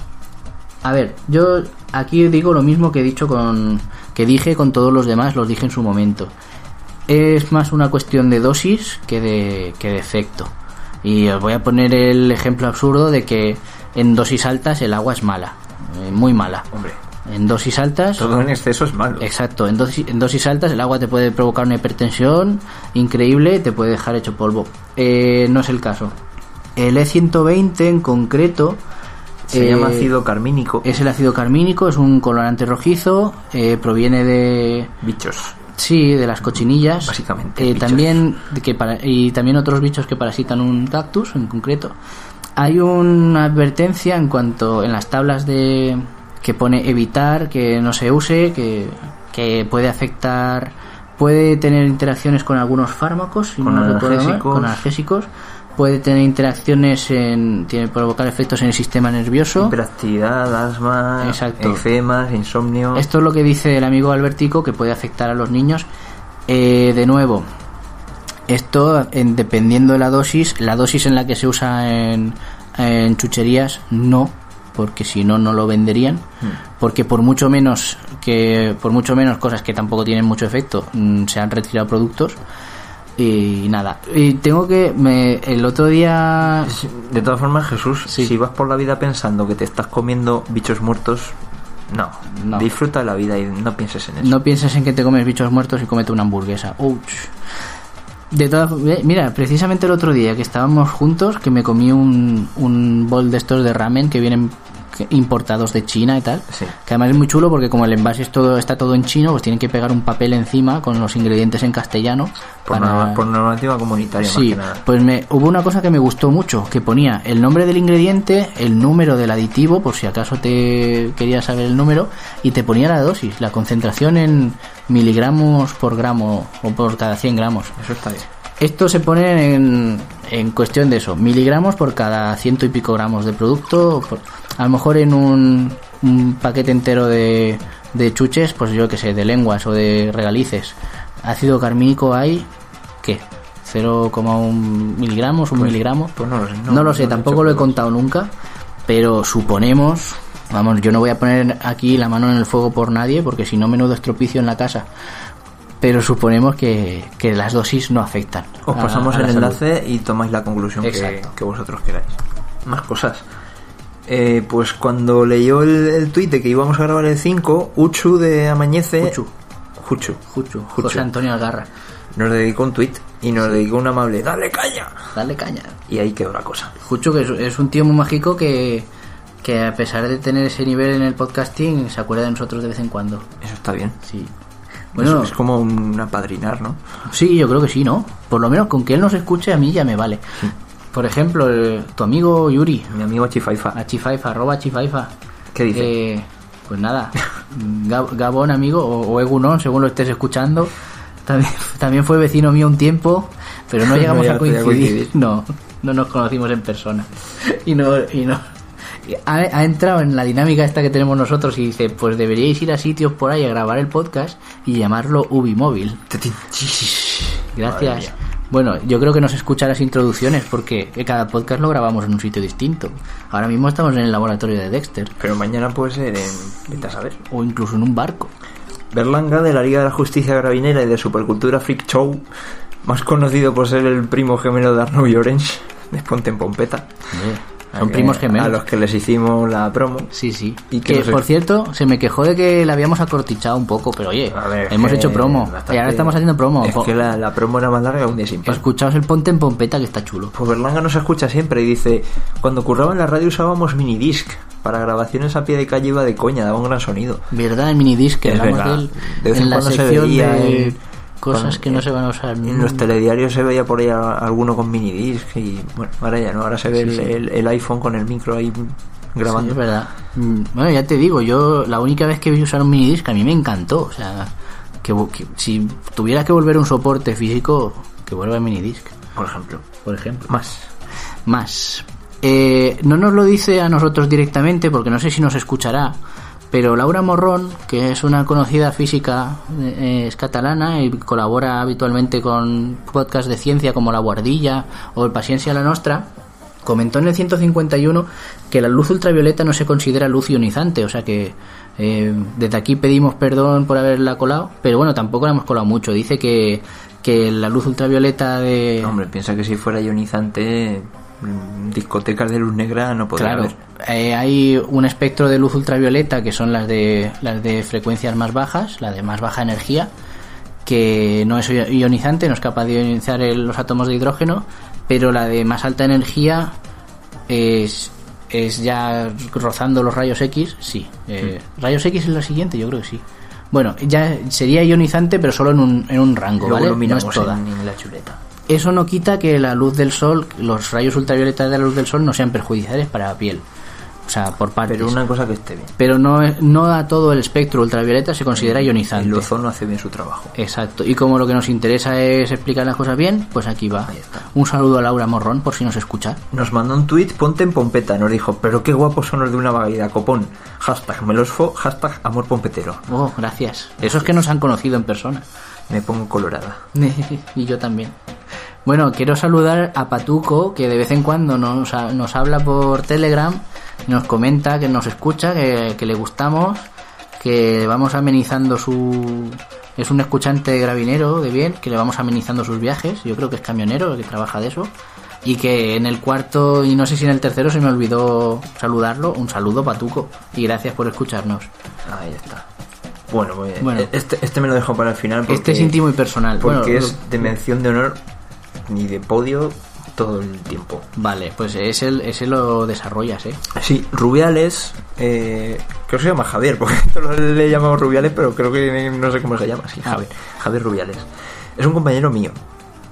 [SPEAKER 3] A ver, yo aquí digo lo mismo que he dicho con que dije con todos los demás, los dije en su momento. Es más una cuestión de dosis que de, que de efecto. Y os voy a poner el ejemplo absurdo de que en dosis altas el agua es mala, eh, muy mala.
[SPEAKER 4] Hombre,
[SPEAKER 3] En dosis altas
[SPEAKER 4] todo en exceso es malo.
[SPEAKER 3] Exacto, en dosis, en dosis altas el agua te puede provocar una hipertensión increíble, te puede dejar hecho polvo. Eh, no es el caso. El E120 en concreto
[SPEAKER 4] Se
[SPEAKER 3] eh,
[SPEAKER 4] llama ácido carmínico.
[SPEAKER 3] Es el ácido carmínico, es un colorante rojizo, eh, proviene de
[SPEAKER 4] Bichos.
[SPEAKER 3] sí, de las cochinillas,
[SPEAKER 4] Básicamente,
[SPEAKER 3] Eh,
[SPEAKER 4] bichos.
[SPEAKER 3] también de que para- y también otros bichos que parasitan un cactus en concreto. Hay una advertencia en cuanto en las tablas de que pone evitar que no se use, que, que puede afectar, puede tener interacciones con algunos fármacos, si
[SPEAKER 4] Con
[SPEAKER 3] no recuerdo mal,
[SPEAKER 4] analgésicos.
[SPEAKER 3] con analgésicos, puede tener interacciones en, tiene provocar efectos en el sistema nervioso.
[SPEAKER 4] Hiperactividad, asma,
[SPEAKER 3] Exacto.
[SPEAKER 4] eczemas, insomnio.
[SPEAKER 3] Esto es lo que dice el amigo Albertico que puede afectar a los niños. Eh, de nuevo, esto en- dependiendo de la dosis, la dosis en la que se usa en, en chucherías no, porque si no no lo venderían, porque por mucho menos que por mucho menos cosas que tampoco tienen mucho efecto mm, se han retirado productos y nada. Y tengo que me, el otro día
[SPEAKER 4] De todas formas, Jesús, si vas por la vida pensando que te estás comiendo bichos muertos, no.
[SPEAKER 3] No.
[SPEAKER 4] Disfruta de la vida y no pienses en eso.
[SPEAKER 3] No pienses en que te comes bichos muertos y comete una hamburguesa. Ouch. De todas, eh, mira, precisamente el otro día que estábamos juntos, que me comí un, un bol de estos de ramen que vienen que- importados de China y tal. Que además es muy chulo porque como el envase es todo, está todo en chino, pues tienen que pegar un papel encima con los ingredientes en castellano.
[SPEAKER 4] Por,
[SPEAKER 3] para-
[SPEAKER 4] norma- por normativa comunitaria, más
[SPEAKER 3] Sí,
[SPEAKER 4] que nada.
[SPEAKER 3] pues me, hubo una cosa que me gustó mucho, que ponía el nombre del ingrediente, el número del aditivo, por si acaso te querías saber el número, y te ponía la dosis, la concentración en miligramos por gramo o por cada 100 gramos.
[SPEAKER 4] Eso está bien.
[SPEAKER 3] Esto se pone en, en cuestión de eso, miligramos por cada ciento y pico gramos de producto. o por- a lo mejor en un, un paquete entero de, de chuches, pues yo que sé, de lenguas o de regalices. Ácido carmínico hay, ¿qué? 0,1 miligramos, un miligramo.
[SPEAKER 4] Pues no lo sé.
[SPEAKER 3] No, lo sé, tampoco lo he contado nunca, pero suponemos, vamos, yo no voy a poner aquí la mano en el fuego por nadie, porque si no, menudo estropicio en la casa. Pero suponemos que, que las dosis no afectan.
[SPEAKER 4] Os
[SPEAKER 3] a-
[SPEAKER 4] pasamos
[SPEAKER 3] a la
[SPEAKER 4] el
[SPEAKER 3] salud.
[SPEAKER 4] enlace y tomáis la conclusión que,
[SPEAKER 3] Exacto.
[SPEAKER 4] que vosotros queráis. Más cosas. Eh, pues cuando leyó el, el tuit de que íbamos a grabar el 5, Uchu de Amañece.
[SPEAKER 3] Juchu.
[SPEAKER 4] Juchu.
[SPEAKER 3] Juchu,
[SPEAKER 4] Juchu.
[SPEAKER 3] José Antonio Algarra.
[SPEAKER 4] Nos dedicó un tuit y nos dedicó un amable. ¡Dale caña!
[SPEAKER 3] Dale caña.
[SPEAKER 4] Y ahí quedó la cosa.
[SPEAKER 3] Juchu, que es, es un tío muy mágico que, que a pesar de tener ese nivel en el podcasting, se acuerda de nosotros de vez en cuando.
[SPEAKER 4] Eso está bien.
[SPEAKER 3] Sí.
[SPEAKER 4] Bueno,
[SPEAKER 3] Bueno,
[SPEAKER 4] es, como un apadrinar, ¿no?
[SPEAKER 3] Sí, yo creo que sí, ¿no? Por lo menos con que él nos escuche a mí ya me vale. Por ejemplo, el- tu amigo Yuri,
[SPEAKER 4] Mi amigo Chifaifa.
[SPEAKER 3] a Chifaifa, arroba Chifaifa.
[SPEAKER 4] ¿Qué dice?
[SPEAKER 3] Ah, Eh, pues nada, Gab- Gabón, amigo, o, o Egunon, según lo estés escuchando. También, también fue vecino mío un tiempo, pero no
[SPEAKER 4] No
[SPEAKER 3] llegamos a
[SPEAKER 4] llegaste a
[SPEAKER 3] coincidir.
[SPEAKER 4] coincidir.
[SPEAKER 3] No, no nos conocimos en persona. Y no. Y no y ha, ha entrado en la dinámica esta que tenemos nosotros y dice: Pues deberíais ir a sitios por ahí a grabar el podcast y llamarlo Ubimóvil.
[SPEAKER 4] Madre
[SPEAKER 3] Gracias.
[SPEAKER 4] mía.
[SPEAKER 3] Bueno, yo creo que nos escucha las introducciones porque cada podcast lo grabamos en un sitio distinto. Ahora mismo estamos en el laboratorio de Dexter
[SPEAKER 4] Pero mañana puede ser en. Vete a saber.
[SPEAKER 3] o incluso en un barco.
[SPEAKER 4] Berlanga de la Liga de la Justicia Carabinera y de Supercultura Freak Show, más conocido por ser el primo gemelo de Arnold y Orange, de Ponte en Pompeta.
[SPEAKER 3] Son
[SPEAKER 4] A-
[SPEAKER 3] primos
[SPEAKER 4] A
[SPEAKER 3] gemelos.
[SPEAKER 4] los que les hicimos la promo.
[SPEAKER 3] Sí, sí.
[SPEAKER 4] Y que
[SPEAKER 3] que,
[SPEAKER 4] nos-
[SPEAKER 3] por cierto, se me quejó de que la habíamos acortichado un poco, pero oye,
[SPEAKER 4] A ver,
[SPEAKER 3] hemos
[SPEAKER 4] que
[SPEAKER 3] hecho promo.
[SPEAKER 4] bastante-
[SPEAKER 3] Y ahora estamos haciendo promo.
[SPEAKER 4] Es
[SPEAKER 3] Po- Pues-
[SPEAKER 4] que la, la promo era más larga que un día sin pan.
[SPEAKER 3] Escuchaos el ponte en pompeta que está chulo.
[SPEAKER 4] Pues Berlanga nos escucha siempre y dice: Cuando curraba en la radio usábamos minidisc. para grabaciones a pie de calle iba de coña, daba un gran sonido.
[SPEAKER 3] ¿Verdad? El minidisc que
[SPEAKER 4] Es
[SPEAKER 3] hablamos
[SPEAKER 4] verdad.
[SPEAKER 3] de él.
[SPEAKER 4] De vez en
[SPEAKER 3] en la
[SPEAKER 4] cuando se
[SPEAKER 3] sección
[SPEAKER 4] veía
[SPEAKER 3] de
[SPEAKER 4] el-
[SPEAKER 3] cosas
[SPEAKER 4] con-
[SPEAKER 3] que no se van a usar.
[SPEAKER 4] En los telediarios se veía por ahí a- alguno con minidisc y bueno, ahora ya no, ahora se
[SPEAKER 3] Sí,
[SPEAKER 4] ve el,
[SPEAKER 3] sí.
[SPEAKER 4] el- el iPhone con el micro ahí grabando.
[SPEAKER 3] Sí, es verdad. Mm, Bueno, ya te digo, yo la única vez que vi usar un minidisc a mí me encantó. O sea, que, bu- que si tuviera que volver a un soporte físico, que vuelva el minidisc.
[SPEAKER 4] Por ejemplo.
[SPEAKER 3] Por ejemplo.
[SPEAKER 4] Más.
[SPEAKER 3] Más. Eh, no nos lo dice a nosotros directamente porque no sé si nos escuchará, pero Laura Morrón, que es una conocida física, eh, eh, es catalana y colabora habitualmente con podcasts de ciencia como La Guardilla o El Paciencia la Nostra, comentó en el 151 que la luz ultravioleta no se considera luz ionizante, o sea que eh, desde aquí pedimos perdón por haberla colado, pero bueno, tampoco la hemos colado mucho. Dice que, que la luz ultravioleta de...
[SPEAKER 4] Hombre, piensa que si fuera ionizante, mm, discotecas de luz negra no podría
[SPEAKER 3] Claro,
[SPEAKER 4] haber.
[SPEAKER 3] eh, hay un espectro de luz ultravioleta que son las de las de frecuencias más bajas, la de más baja energía, que no es ionizante, no es capaz de ionizar el- los átomos de hidrógeno, pero la de más alta energía es es ya rozando los rayos X, sí. eh,
[SPEAKER 4] Hmm.
[SPEAKER 3] Rayos X es la siguiente, yo creo que sí. Bueno, ya sería ionizante, pero solo en un, en un rango,
[SPEAKER 4] Luego
[SPEAKER 3] ¿vale?
[SPEAKER 4] lo miramos
[SPEAKER 3] no es toda.
[SPEAKER 4] en, en la chuleta.
[SPEAKER 3] Eso no quita que la luz del sol, los rayos ultravioletas de la luz del sol no sean perjudiciales para la piel. O sea, por partes.
[SPEAKER 4] Pero una cosa que esté bien.
[SPEAKER 3] Pero no, no a todo el espectro ultravioleta se considera ionizante.
[SPEAKER 4] El ozono hace bien su trabajo.
[SPEAKER 3] Exacto. Y como lo que nos interesa es explicar las cosas bien, pues aquí va. Un saludo a Laura Morrón por si nos escucha.
[SPEAKER 4] Nos mandó un tuit, ponte en pompeta, nos dijo, pero qué guapos son los de una vaguedad, copón. Hashtag melosfo, hashtag amor pompetero.
[SPEAKER 3] Oh, gracias. Esos que nos han conocido en persona.
[SPEAKER 4] Me pongo colorada.
[SPEAKER 3] y yo también. Bueno, quiero saludar a Patuco, que de vez en cuando nos, ha- nos habla por Telegram, nos comenta que nos escucha, que, que le gustamos, que vamos amenizando su... Es un escuchante de gravinero, de bien, que le vamos amenizando sus viajes, yo creo que es camionero, que trabaja de eso, y que en el cuarto, y no sé si en el tercero se me olvidó saludarlo, un saludo Patuco, y gracias por escucharnos.
[SPEAKER 4] Ahí está. Bueno, pues,
[SPEAKER 3] Bueno.
[SPEAKER 4] eh, Este, este me lo dejo para el final. Porque,
[SPEAKER 3] Este es íntimo y personal.
[SPEAKER 4] Porque
[SPEAKER 3] Bueno,
[SPEAKER 4] es
[SPEAKER 3] lo-
[SPEAKER 4] de mención de honor ni de podio todo el tiempo.
[SPEAKER 3] Vale, pues ese, ese lo desarrollas, ¿eh?
[SPEAKER 4] Sí, Rubiales, eh, creo que se llama Javier, porque esto lo- le llamamos Rubiales, pero creo que eh, no sé cómo se llama. Sí, Javier, Javier Rubiales. Es un compañero mío.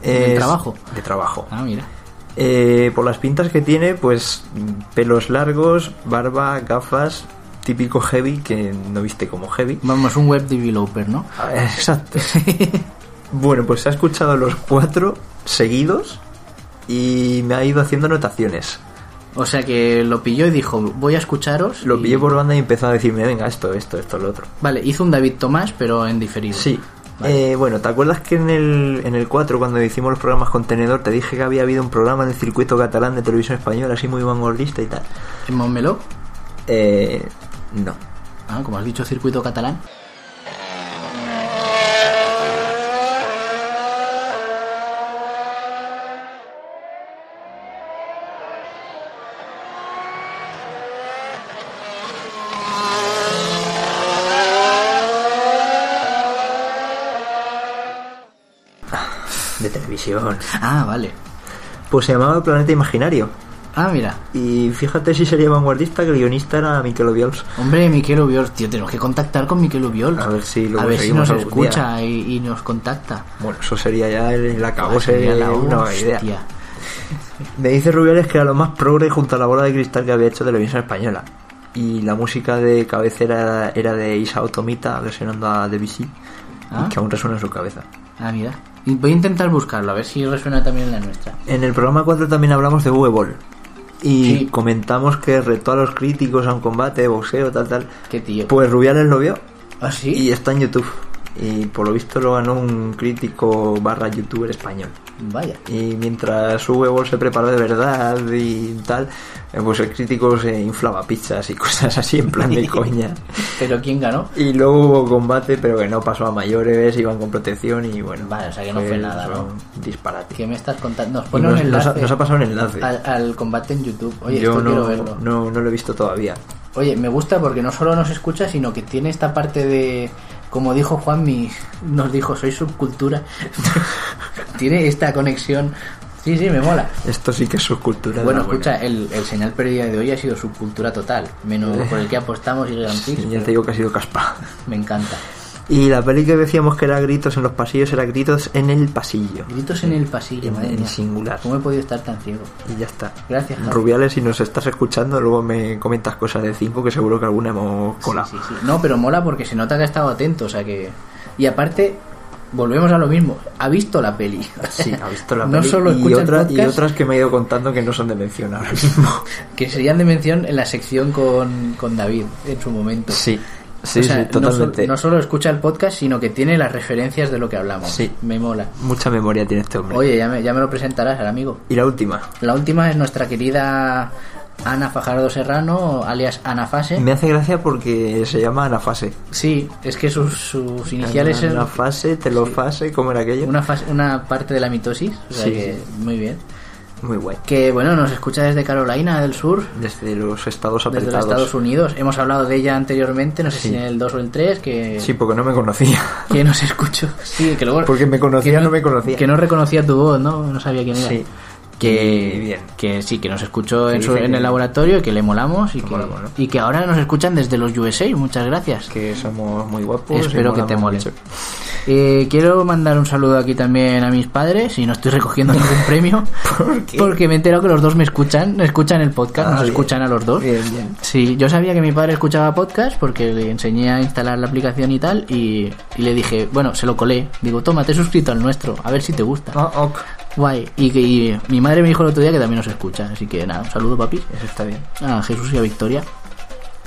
[SPEAKER 3] ¿De
[SPEAKER 4] Es-
[SPEAKER 3] trabajo?
[SPEAKER 4] De trabajo.
[SPEAKER 3] Ah, mira.
[SPEAKER 4] Eh, por las pintas que tiene, pues pelos largos, barba, gafas, típico heavy, que no viste como heavy.
[SPEAKER 3] Vamos, un web developer, ¿no?
[SPEAKER 4] Exacto. bueno, pues se ha escuchado los cuatro seguidos y me ha ido haciendo anotaciones.
[SPEAKER 3] O sea que lo pilló y dijo, voy a escucharos.
[SPEAKER 4] Lo
[SPEAKER 3] y-
[SPEAKER 4] pillé por banda y empezó a decirme, venga, esto, esto, esto, lo otro.
[SPEAKER 3] Vale, hizo un David Tomás, pero en diferido.
[SPEAKER 4] Sí. Eh, bueno, ¿te acuerdas que en el, en el 4, cuando hicimos los programas contenedor, te dije que había habido un programa en el circuito catalán de televisión española, así muy vanguardista y tal?
[SPEAKER 3] ¿En Montmeló?
[SPEAKER 4] Eh, no.
[SPEAKER 3] Ah, como has dicho, circuito catalán.
[SPEAKER 4] De televisión.
[SPEAKER 3] Ah, vale.
[SPEAKER 4] Pues se llamaba Planeta Imaginario.
[SPEAKER 3] Ah, mira.
[SPEAKER 4] Y fíjate si sería vanguardista que el guionista era Miquel Obiols.
[SPEAKER 3] Hombre, Miquel Ubiol, tío, tenemos que contactar con Miquel Ubiol.
[SPEAKER 4] A ver si lo
[SPEAKER 3] A ver si
[SPEAKER 4] conseguimos
[SPEAKER 3] nos
[SPEAKER 4] algún día.
[SPEAKER 3] escucha y, y nos contacta.
[SPEAKER 4] Bueno, eso sería ya el, el acabo,
[SPEAKER 3] Ah, sería
[SPEAKER 4] sería
[SPEAKER 3] la
[SPEAKER 4] una buena
[SPEAKER 3] hostia.
[SPEAKER 4] idea. Me dice Rubiales que era lo más progre junto a la bola de cristal que había hecho Televisión Española. Y la música de cabecera era de Isao Tomita versionando a Debussy,
[SPEAKER 3] Ah.
[SPEAKER 4] y que aún resuena en su cabeza.
[SPEAKER 3] Ah, mira. Y Voy a intentar buscarlo, a ver si resuena también en la nuestra.
[SPEAKER 4] En el programa 4 también hablamos de Ball Y
[SPEAKER 3] Sí.
[SPEAKER 4] comentamos que retó a los críticos a un combate de boxeo, tal, tal.
[SPEAKER 3] Qué tío.
[SPEAKER 4] Pues Rubiales lo vio
[SPEAKER 3] ¿Ah, sí?
[SPEAKER 4] y está en YouTube. Y por lo visto lo ganó un crítico barra youtuber español.
[SPEAKER 3] Vaya.
[SPEAKER 4] Y mientras Ball se preparó de verdad y tal, eh, pues el crítico se inflaba pizzas y cosas así en plan de coña.
[SPEAKER 3] ¿Pero quién ganó?
[SPEAKER 4] Y luego hubo combate, pero que no pasó a mayores, iban con protección y bueno.
[SPEAKER 3] Vale, o sea que no fue nada, ¿no?
[SPEAKER 4] un disparate.
[SPEAKER 3] ¿Qué me estás contando? Nos
[SPEAKER 4] Y
[SPEAKER 3] pone un
[SPEAKER 4] nos- nos ha-
[SPEAKER 3] enlace
[SPEAKER 4] nos ha pasado un enlace.
[SPEAKER 3] Al, al combate en YouTube. Oye,
[SPEAKER 4] Yo
[SPEAKER 3] esto quiero
[SPEAKER 4] no,
[SPEAKER 3] verlo.
[SPEAKER 4] no, no lo he visto todavía.
[SPEAKER 3] Oye, me gusta porque no solo nos escucha, sino que tiene esta parte de, como dijo Juan, nos dijo, soy subcultura. tiene esta conexión Sí, sí, me mola.
[SPEAKER 16] Esto sí que es subcultura.
[SPEAKER 3] Bueno,
[SPEAKER 4] Ah,
[SPEAKER 3] escucha, el, el señal perdida de hoy ha sido subcultura total, menos por el que apostamos y el Grand Prix.
[SPEAKER 16] ya te digo que ha sido caspa.
[SPEAKER 3] Me encanta.
[SPEAKER 16] Y la peli que decíamos que era gritos en los pasillos era gritos en el pasillo.
[SPEAKER 3] Gritos en el pasillo,
[SPEAKER 16] En,
[SPEAKER 3] madre
[SPEAKER 16] en
[SPEAKER 3] mía.
[SPEAKER 16] singular.
[SPEAKER 3] ¿Cómo he podido estar tan ciego?
[SPEAKER 16] Y ya está.
[SPEAKER 3] Gracias, Javi.
[SPEAKER 16] Rubiales, si nos estás escuchando, luego me comentas cosas de cinco que seguro que alguna hemos colado.
[SPEAKER 3] Sí, sí, sí. No, pero mola porque se nota que ha estado atento, o sea que... Y aparte, volvemos a lo mismo, ha visto la peli.
[SPEAKER 16] Sí, ha visto la
[SPEAKER 3] No
[SPEAKER 16] peli.
[SPEAKER 3] solo
[SPEAKER 16] y,
[SPEAKER 3] escucha el
[SPEAKER 16] otra- y
[SPEAKER 3] podcast.
[SPEAKER 16] otras que me he ido contando que no son de mención ahora mismo.
[SPEAKER 3] Que serían de mención en la sección con, con David en su momento.
[SPEAKER 16] Sí, sí,
[SPEAKER 3] O sea,
[SPEAKER 16] sí,
[SPEAKER 3] no
[SPEAKER 16] totalmente.
[SPEAKER 3] sol- No, solo escucha el podcast, sino que tiene las referencias de lo que hablamos.
[SPEAKER 16] Sí.
[SPEAKER 3] Me mola.
[SPEAKER 16] Mucha memoria tiene este hombre.
[SPEAKER 3] Oye, ya me, ya me lo presentarás al amigo.
[SPEAKER 16] Y la última.
[SPEAKER 3] La última es nuestra querida Ana Fajardo Serrano, alias Ana Fase.
[SPEAKER 16] Me hace gracia porque se llama anafase.
[SPEAKER 3] Sí, es que sus, sus iniciales es
[SPEAKER 16] Anafase, telofase, ¿cómo era aquello?
[SPEAKER 3] una, fase- una parte de la mitosis. o sea
[SPEAKER 16] Sí,
[SPEAKER 3] que,
[SPEAKER 16] sí.
[SPEAKER 3] Muy bien.
[SPEAKER 16] Muy guay.
[SPEAKER 3] Que bueno, nos escucha desde Carolina del Sur,
[SPEAKER 16] Desde los estados
[SPEAKER 3] desde
[SPEAKER 16] apretados.
[SPEAKER 3] los Estados Unidos. Hemos hablado de ella anteriormente, no sé
[SPEAKER 16] Sí.
[SPEAKER 3] si en el 2 o el 3, que,
[SPEAKER 16] Sí, porque no me conocía.
[SPEAKER 3] que nos escuchó. Sí, que luego.
[SPEAKER 16] Porque me conocía,
[SPEAKER 3] que
[SPEAKER 16] no me conocía.
[SPEAKER 3] Que no reconocía tu voz, ¿no? No sabía quién era.
[SPEAKER 16] Sí.
[SPEAKER 3] Que,
[SPEAKER 16] Y bien.
[SPEAKER 3] que sí, que nos escuchó
[SPEAKER 16] Que
[SPEAKER 3] en, su-
[SPEAKER 16] dice
[SPEAKER 3] en
[SPEAKER 16] que-
[SPEAKER 3] el laboratorio, que le molamos y que,
[SPEAKER 16] molamos, ¿no?
[SPEAKER 3] y que ahora nos escuchan desde los USA. Muchas gracias.
[SPEAKER 16] Que somos muy guapos. y
[SPEAKER 3] Espero que te mole.
[SPEAKER 16] molamos mucho.
[SPEAKER 3] Eh, quiero mandar un saludo aquí también a mis padres y no estoy recogiendo ningún premio porque me he enterado que los dos me escuchan, escuchan el podcast,
[SPEAKER 16] Ah,
[SPEAKER 3] nos
[SPEAKER 16] bien.
[SPEAKER 3] escuchan a los dos.
[SPEAKER 16] Bien, bien.
[SPEAKER 3] Sí, yo sabía que mi padre escuchaba podcast porque le enseñé a instalar la aplicación y tal y, y le dije, bueno, se lo colé, digo, toma, te he suscrito al nuestro, a ver si te gusta.
[SPEAKER 16] Ah, ok.
[SPEAKER 3] Guay, y que y mi madre me dijo el otro día que también nos escucha, así que nada, un saludo papi,
[SPEAKER 16] Eso está bien.
[SPEAKER 3] a Jesús y a Victoria.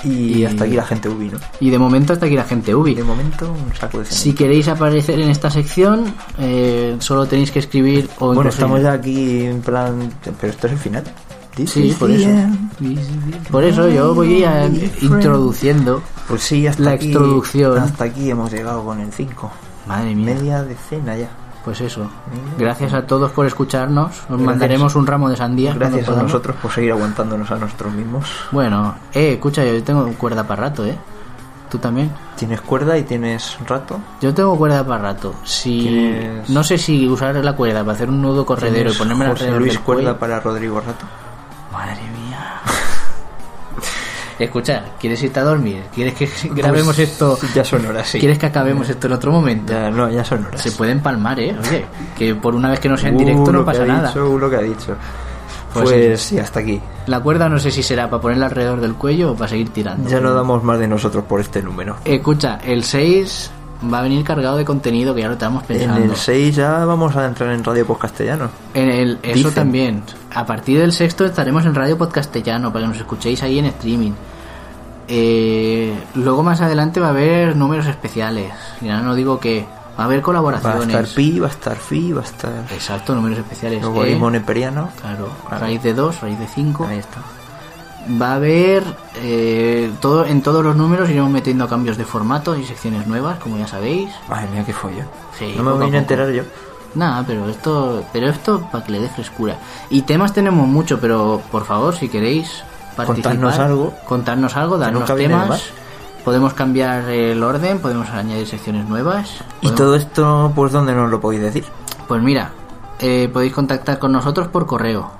[SPEAKER 16] Y,
[SPEAKER 3] Y-
[SPEAKER 16] hasta aquí la gente ubi, ¿no?
[SPEAKER 3] Y de momento hasta aquí la gente ubi.
[SPEAKER 16] Y de momento un saco de cemento.
[SPEAKER 3] Si queréis aparecer en esta sección, eh, solo tenéis que escribir o
[SPEAKER 16] Bueno,
[SPEAKER 3] incluso-
[SPEAKER 16] estamos ya aquí en plan... Pero esto es el final. This
[SPEAKER 3] Sí, eh.
[SPEAKER 16] is
[SPEAKER 3] por
[SPEAKER 16] the
[SPEAKER 3] eso.
[SPEAKER 16] end.
[SPEAKER 3] Por eso yo voy a introduciendo.
[SPEAKER 16] Pues sí, hasta
[SPEAKER 3] La
[SPEAKER 16] aquí,
[SPEAKER 3] introducción.
[SPEAKER 16] Hasta aquí hemos llegado con el 5.
[SPEAKER 3] Madre mía.
[SPEAKER 16] Media decena ya.
[SPEAKER 3] Pues eso. Gracias a todos por escucharnos. Os mandaremos un ramo de sandía. cuando
[SPEAKER 16] Gracias a
[SPEAKER 3] podamos.
[SPEAKER 16] nosotros por seguir aguantándonos a nosotros mismos.
[SPEAKER 3] Bueno, eh, escucha, yo tengo cuerda para rato, ¿eh? Tú también.
[SPEAKER 16] Tienes cuerda y tienes rato.
[SPEAKER 3] Yo tengo cuerda para rato. Si
[SPEAKER 16] ¿Quieres-
[SPEAKER 3] no sé si usar la cuerda para hacer un nudo corredero y
[SPEAKER 16] Tienes
[SPEAKER 3] ponerme
[SPEAKER 16] José
[SPEAKER 3] alrededor
[SPEAKER 16] Luis
[SPEAKER 3] del cuello.
[SPEAKER 16] cuerda para Rodrigo Rato.
[SPEAKER 3] Madre mía. Escucha, ¿quieres irte a dormir? ¿Quieres que grabemos
[SPEAKER 16] Pues,
[SPEAKER 3] esto?
[SPEAKER 16] Ya son horas, sí.
[SPEAKER 3] ¿Quieres que acabemos esto en otro momento?
[SPEAKER 16] Ya, no, ya son horas.
[SPEAKER 3] Se puede empalmar, ¿eh? Oye, que por una vez que no sea en
[SPEAKER 16] Uh,
[SPEAKER 3] directo
[SPEAKER 16] lo
[SPEAKER 3] no
[SPEAKER 16] que
[SPEAKER 3] pasa
[SPEAKER 16] ha
[SPEAKER 3] nada.
[SPEAKER 16] Dicho, uh, lo que ha dicho.
[SPEAKER 3] Pues
[SPEAKER 16] Pues,
[SPEAKER 3] sí.
[SPEAKER 16] sí, hasta aquí.
[SPEAKER 3] La cuerda no sé si será para ponerla alrededor del cuello o para seguir tirando.
[SPEAKER 16] Ya no damos más de nosotros por este número.
[SPEAKER 3] Escucha, el 6 va a venir cargado de contenido que ya lo estamos
[SPEAKER 16] En
[SPEAKER 3] pensando.
[SPEAKER 16] el 6 ya vamos a entrar en Radio Post Castellano.
[SPEAKER 3] En el- eso
[SPEAKER 16] Dicen.
[SPEAKER 3] también. A partir del sexto estaremos en Radio Podcastellano para que nos escuchéis ahí en streaming. Eh, luego más adelante va a haber números especiales. Ya no digo que va a haber
[SPEAKER 16] Va a
[SPEAKER 3] colaboraciones.
[SPEAKER 16] estar Pi, va a estar Fi, va a estar
[SPEAKER 3] Exacto, números especiales. eh.
[SPEAKER 16] Logaritmo Neperiano.
[SPEAKER 3] Claro,
[SPEAKER 16] Claro.
[SPEAKER 3] raíz de 2, raíz de 5.
[SPEAKER 16] Ahí está.
[SPEAKER 3] Va a haber eh, todo en todos los números iremos metiendo cambios de formato y secciones nuevas, como ya sabéis.
[SPEAKER 16] Madre mía, qué follón.
[SPEAKER 3] Sí,
[SPEAKER 16] no me
[SPEAKER 3] poco a
[SPEAKER 16] voy a
[SPEAKER 3] poco.
[SPEAKER 16] enterar yo.
[SPEAKER 3] Nada, pero esto, pero esto para que le dé frescura. Y temas tenemos mucho, pero por favor, si queréis participar,
[SPEAKER 16] Contadnos algo.
[SPEAKER 3] contarnos algo, darnos
[SPEAKER 16] nunca viene de
[SPEAKER 3] temas.
[SPEAKER 16] más.
[SPEAKER 3] Podemos cambiar el orden, podemos añadir secciones nuevas.
[SPEAKER 16] Y
[SPEAKER 3] podemos-
[SPEAKER 16] todo esto, pues, ¿dónde nos lo podéis decir?
[SPEAKER 3] Pues mira, eh, podéis contactar con nosotros por correo,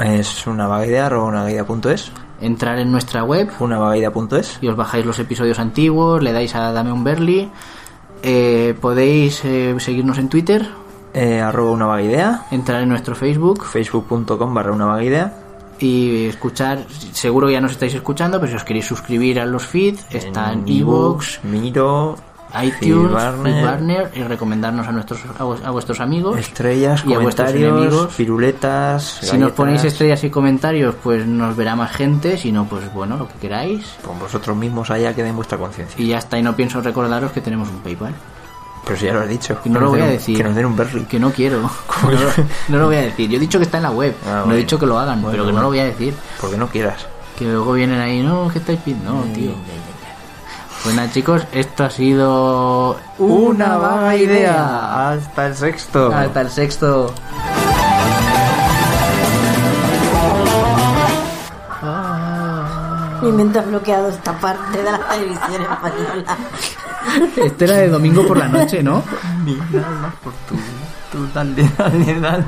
[SPEAKER 16] Es una vaguidad o una vaguidad.es.
[SPEAKER 3] entrar en nuestra web
[SPEAKER 16] Una vaguidad.es.
[SPEAKER 3] y os bajáis los episodios antiguos, le dais a Dame un Berly. Eh, podéis eh, seguirnos en Twitter,
[SPEAKER 16] eh, arroba una vaga idea,
[SPEAKER 3] entrar en nuestro Facebook
[SPEAKER 16] facebook.com barra una vaga idea,
[SPEAKER 3] y escuchar. Seguro que ya nos estáis escuchando, pero si os queréis suscribir a los feeds, están
[SPEAKER 16] en
[SPEAKER 3] iVoox,
[SPEAKER 16] iVooks, Miro,
[SPEAKER 3] iTunes,
[SPEAKER 16] Feedburner,
[SPEAKER 3] Feedburner y recomendarnos a, nuestros, a, vues- a vuestros amigos.
[SPEAKER 16] estrellas,
[SPEAKER 3] y a vuestros enemigos.
[SPEAKER 16] comentarios, piruletas.
[SPEAKER 3] Si nos
[SPEAKER 16] galletas.
[SPEAKER 3] ponéis este- estrellas y comentarios, pues nos verá más gente. Si no, pues bueno, lo que queráis.
[SPEAKER 16] Con vosotros mismos allá queda en vuestra conciencia.
[SPEAKER 3] Y ya está, y no pienso recordaros que tenemos un PayPal.
[SPEAKER 16] Pero si ya lo has dicho.
[SPEAKER 3] Que no lo
[SPEAKER 16] Que nos
[SPEAKER 3] voy a
[SPEAKER 16] den un-
[SPEAKER 3] decir.
[SPEAKER 16] Que nos den un berry.
[SPEAKER 3] Que no quiero. No,
[SPEAKER 16] que
[SPEAKER 3] lo- no lo voy a decir. Yo he dicho que está en la web.
[SPEAKER 16] Ah,
[SPEAKER 3] No
[SPEAKER 16] bueno.
[SPEAKER 3] he dicho que lo hagan,
[SPEAKER 16] Bueno,
[SPEAKER 3] pero que no
[SPEAKER 16] bueno.
[SPEAKER 3] lo voy a decir.
[SPEAKER 16] Porque no quieras.
[SPEAKER 3] Que luego vienen ahí, no, que estáis pidiendo. No, tío. Pues nada, chicos, esto ha sido.
[SPEAKER 16] Hasta el sexto.
[SPEAKER 3] Ah, Hasta el sexto.
[SPEAKER 7] Mi mente ha bloqueado esta parte de la televisión española.
[SPEAKER 3] Este era de domingo por la noche, ¿no?
[SPEAKER 16] Mira, no, por tu. Tú dale, dale, dale.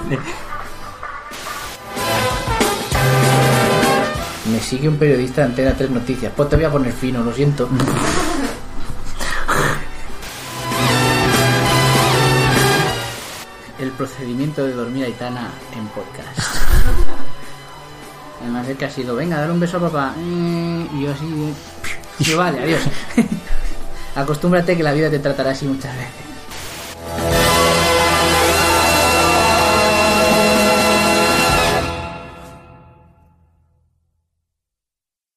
[SPEAKER 3] me sigue un periodista de Antena 3 Noticias. Pues te voy a poner fino, lo siento. El procedimiento de dormir Aitana en podcast. Además, el que ha sido, venga, dar un beso a papá. Eh, Y yo así, eh, y yo, vale, adiós. Acostúmbrate que la vida te tratará así muchas veces.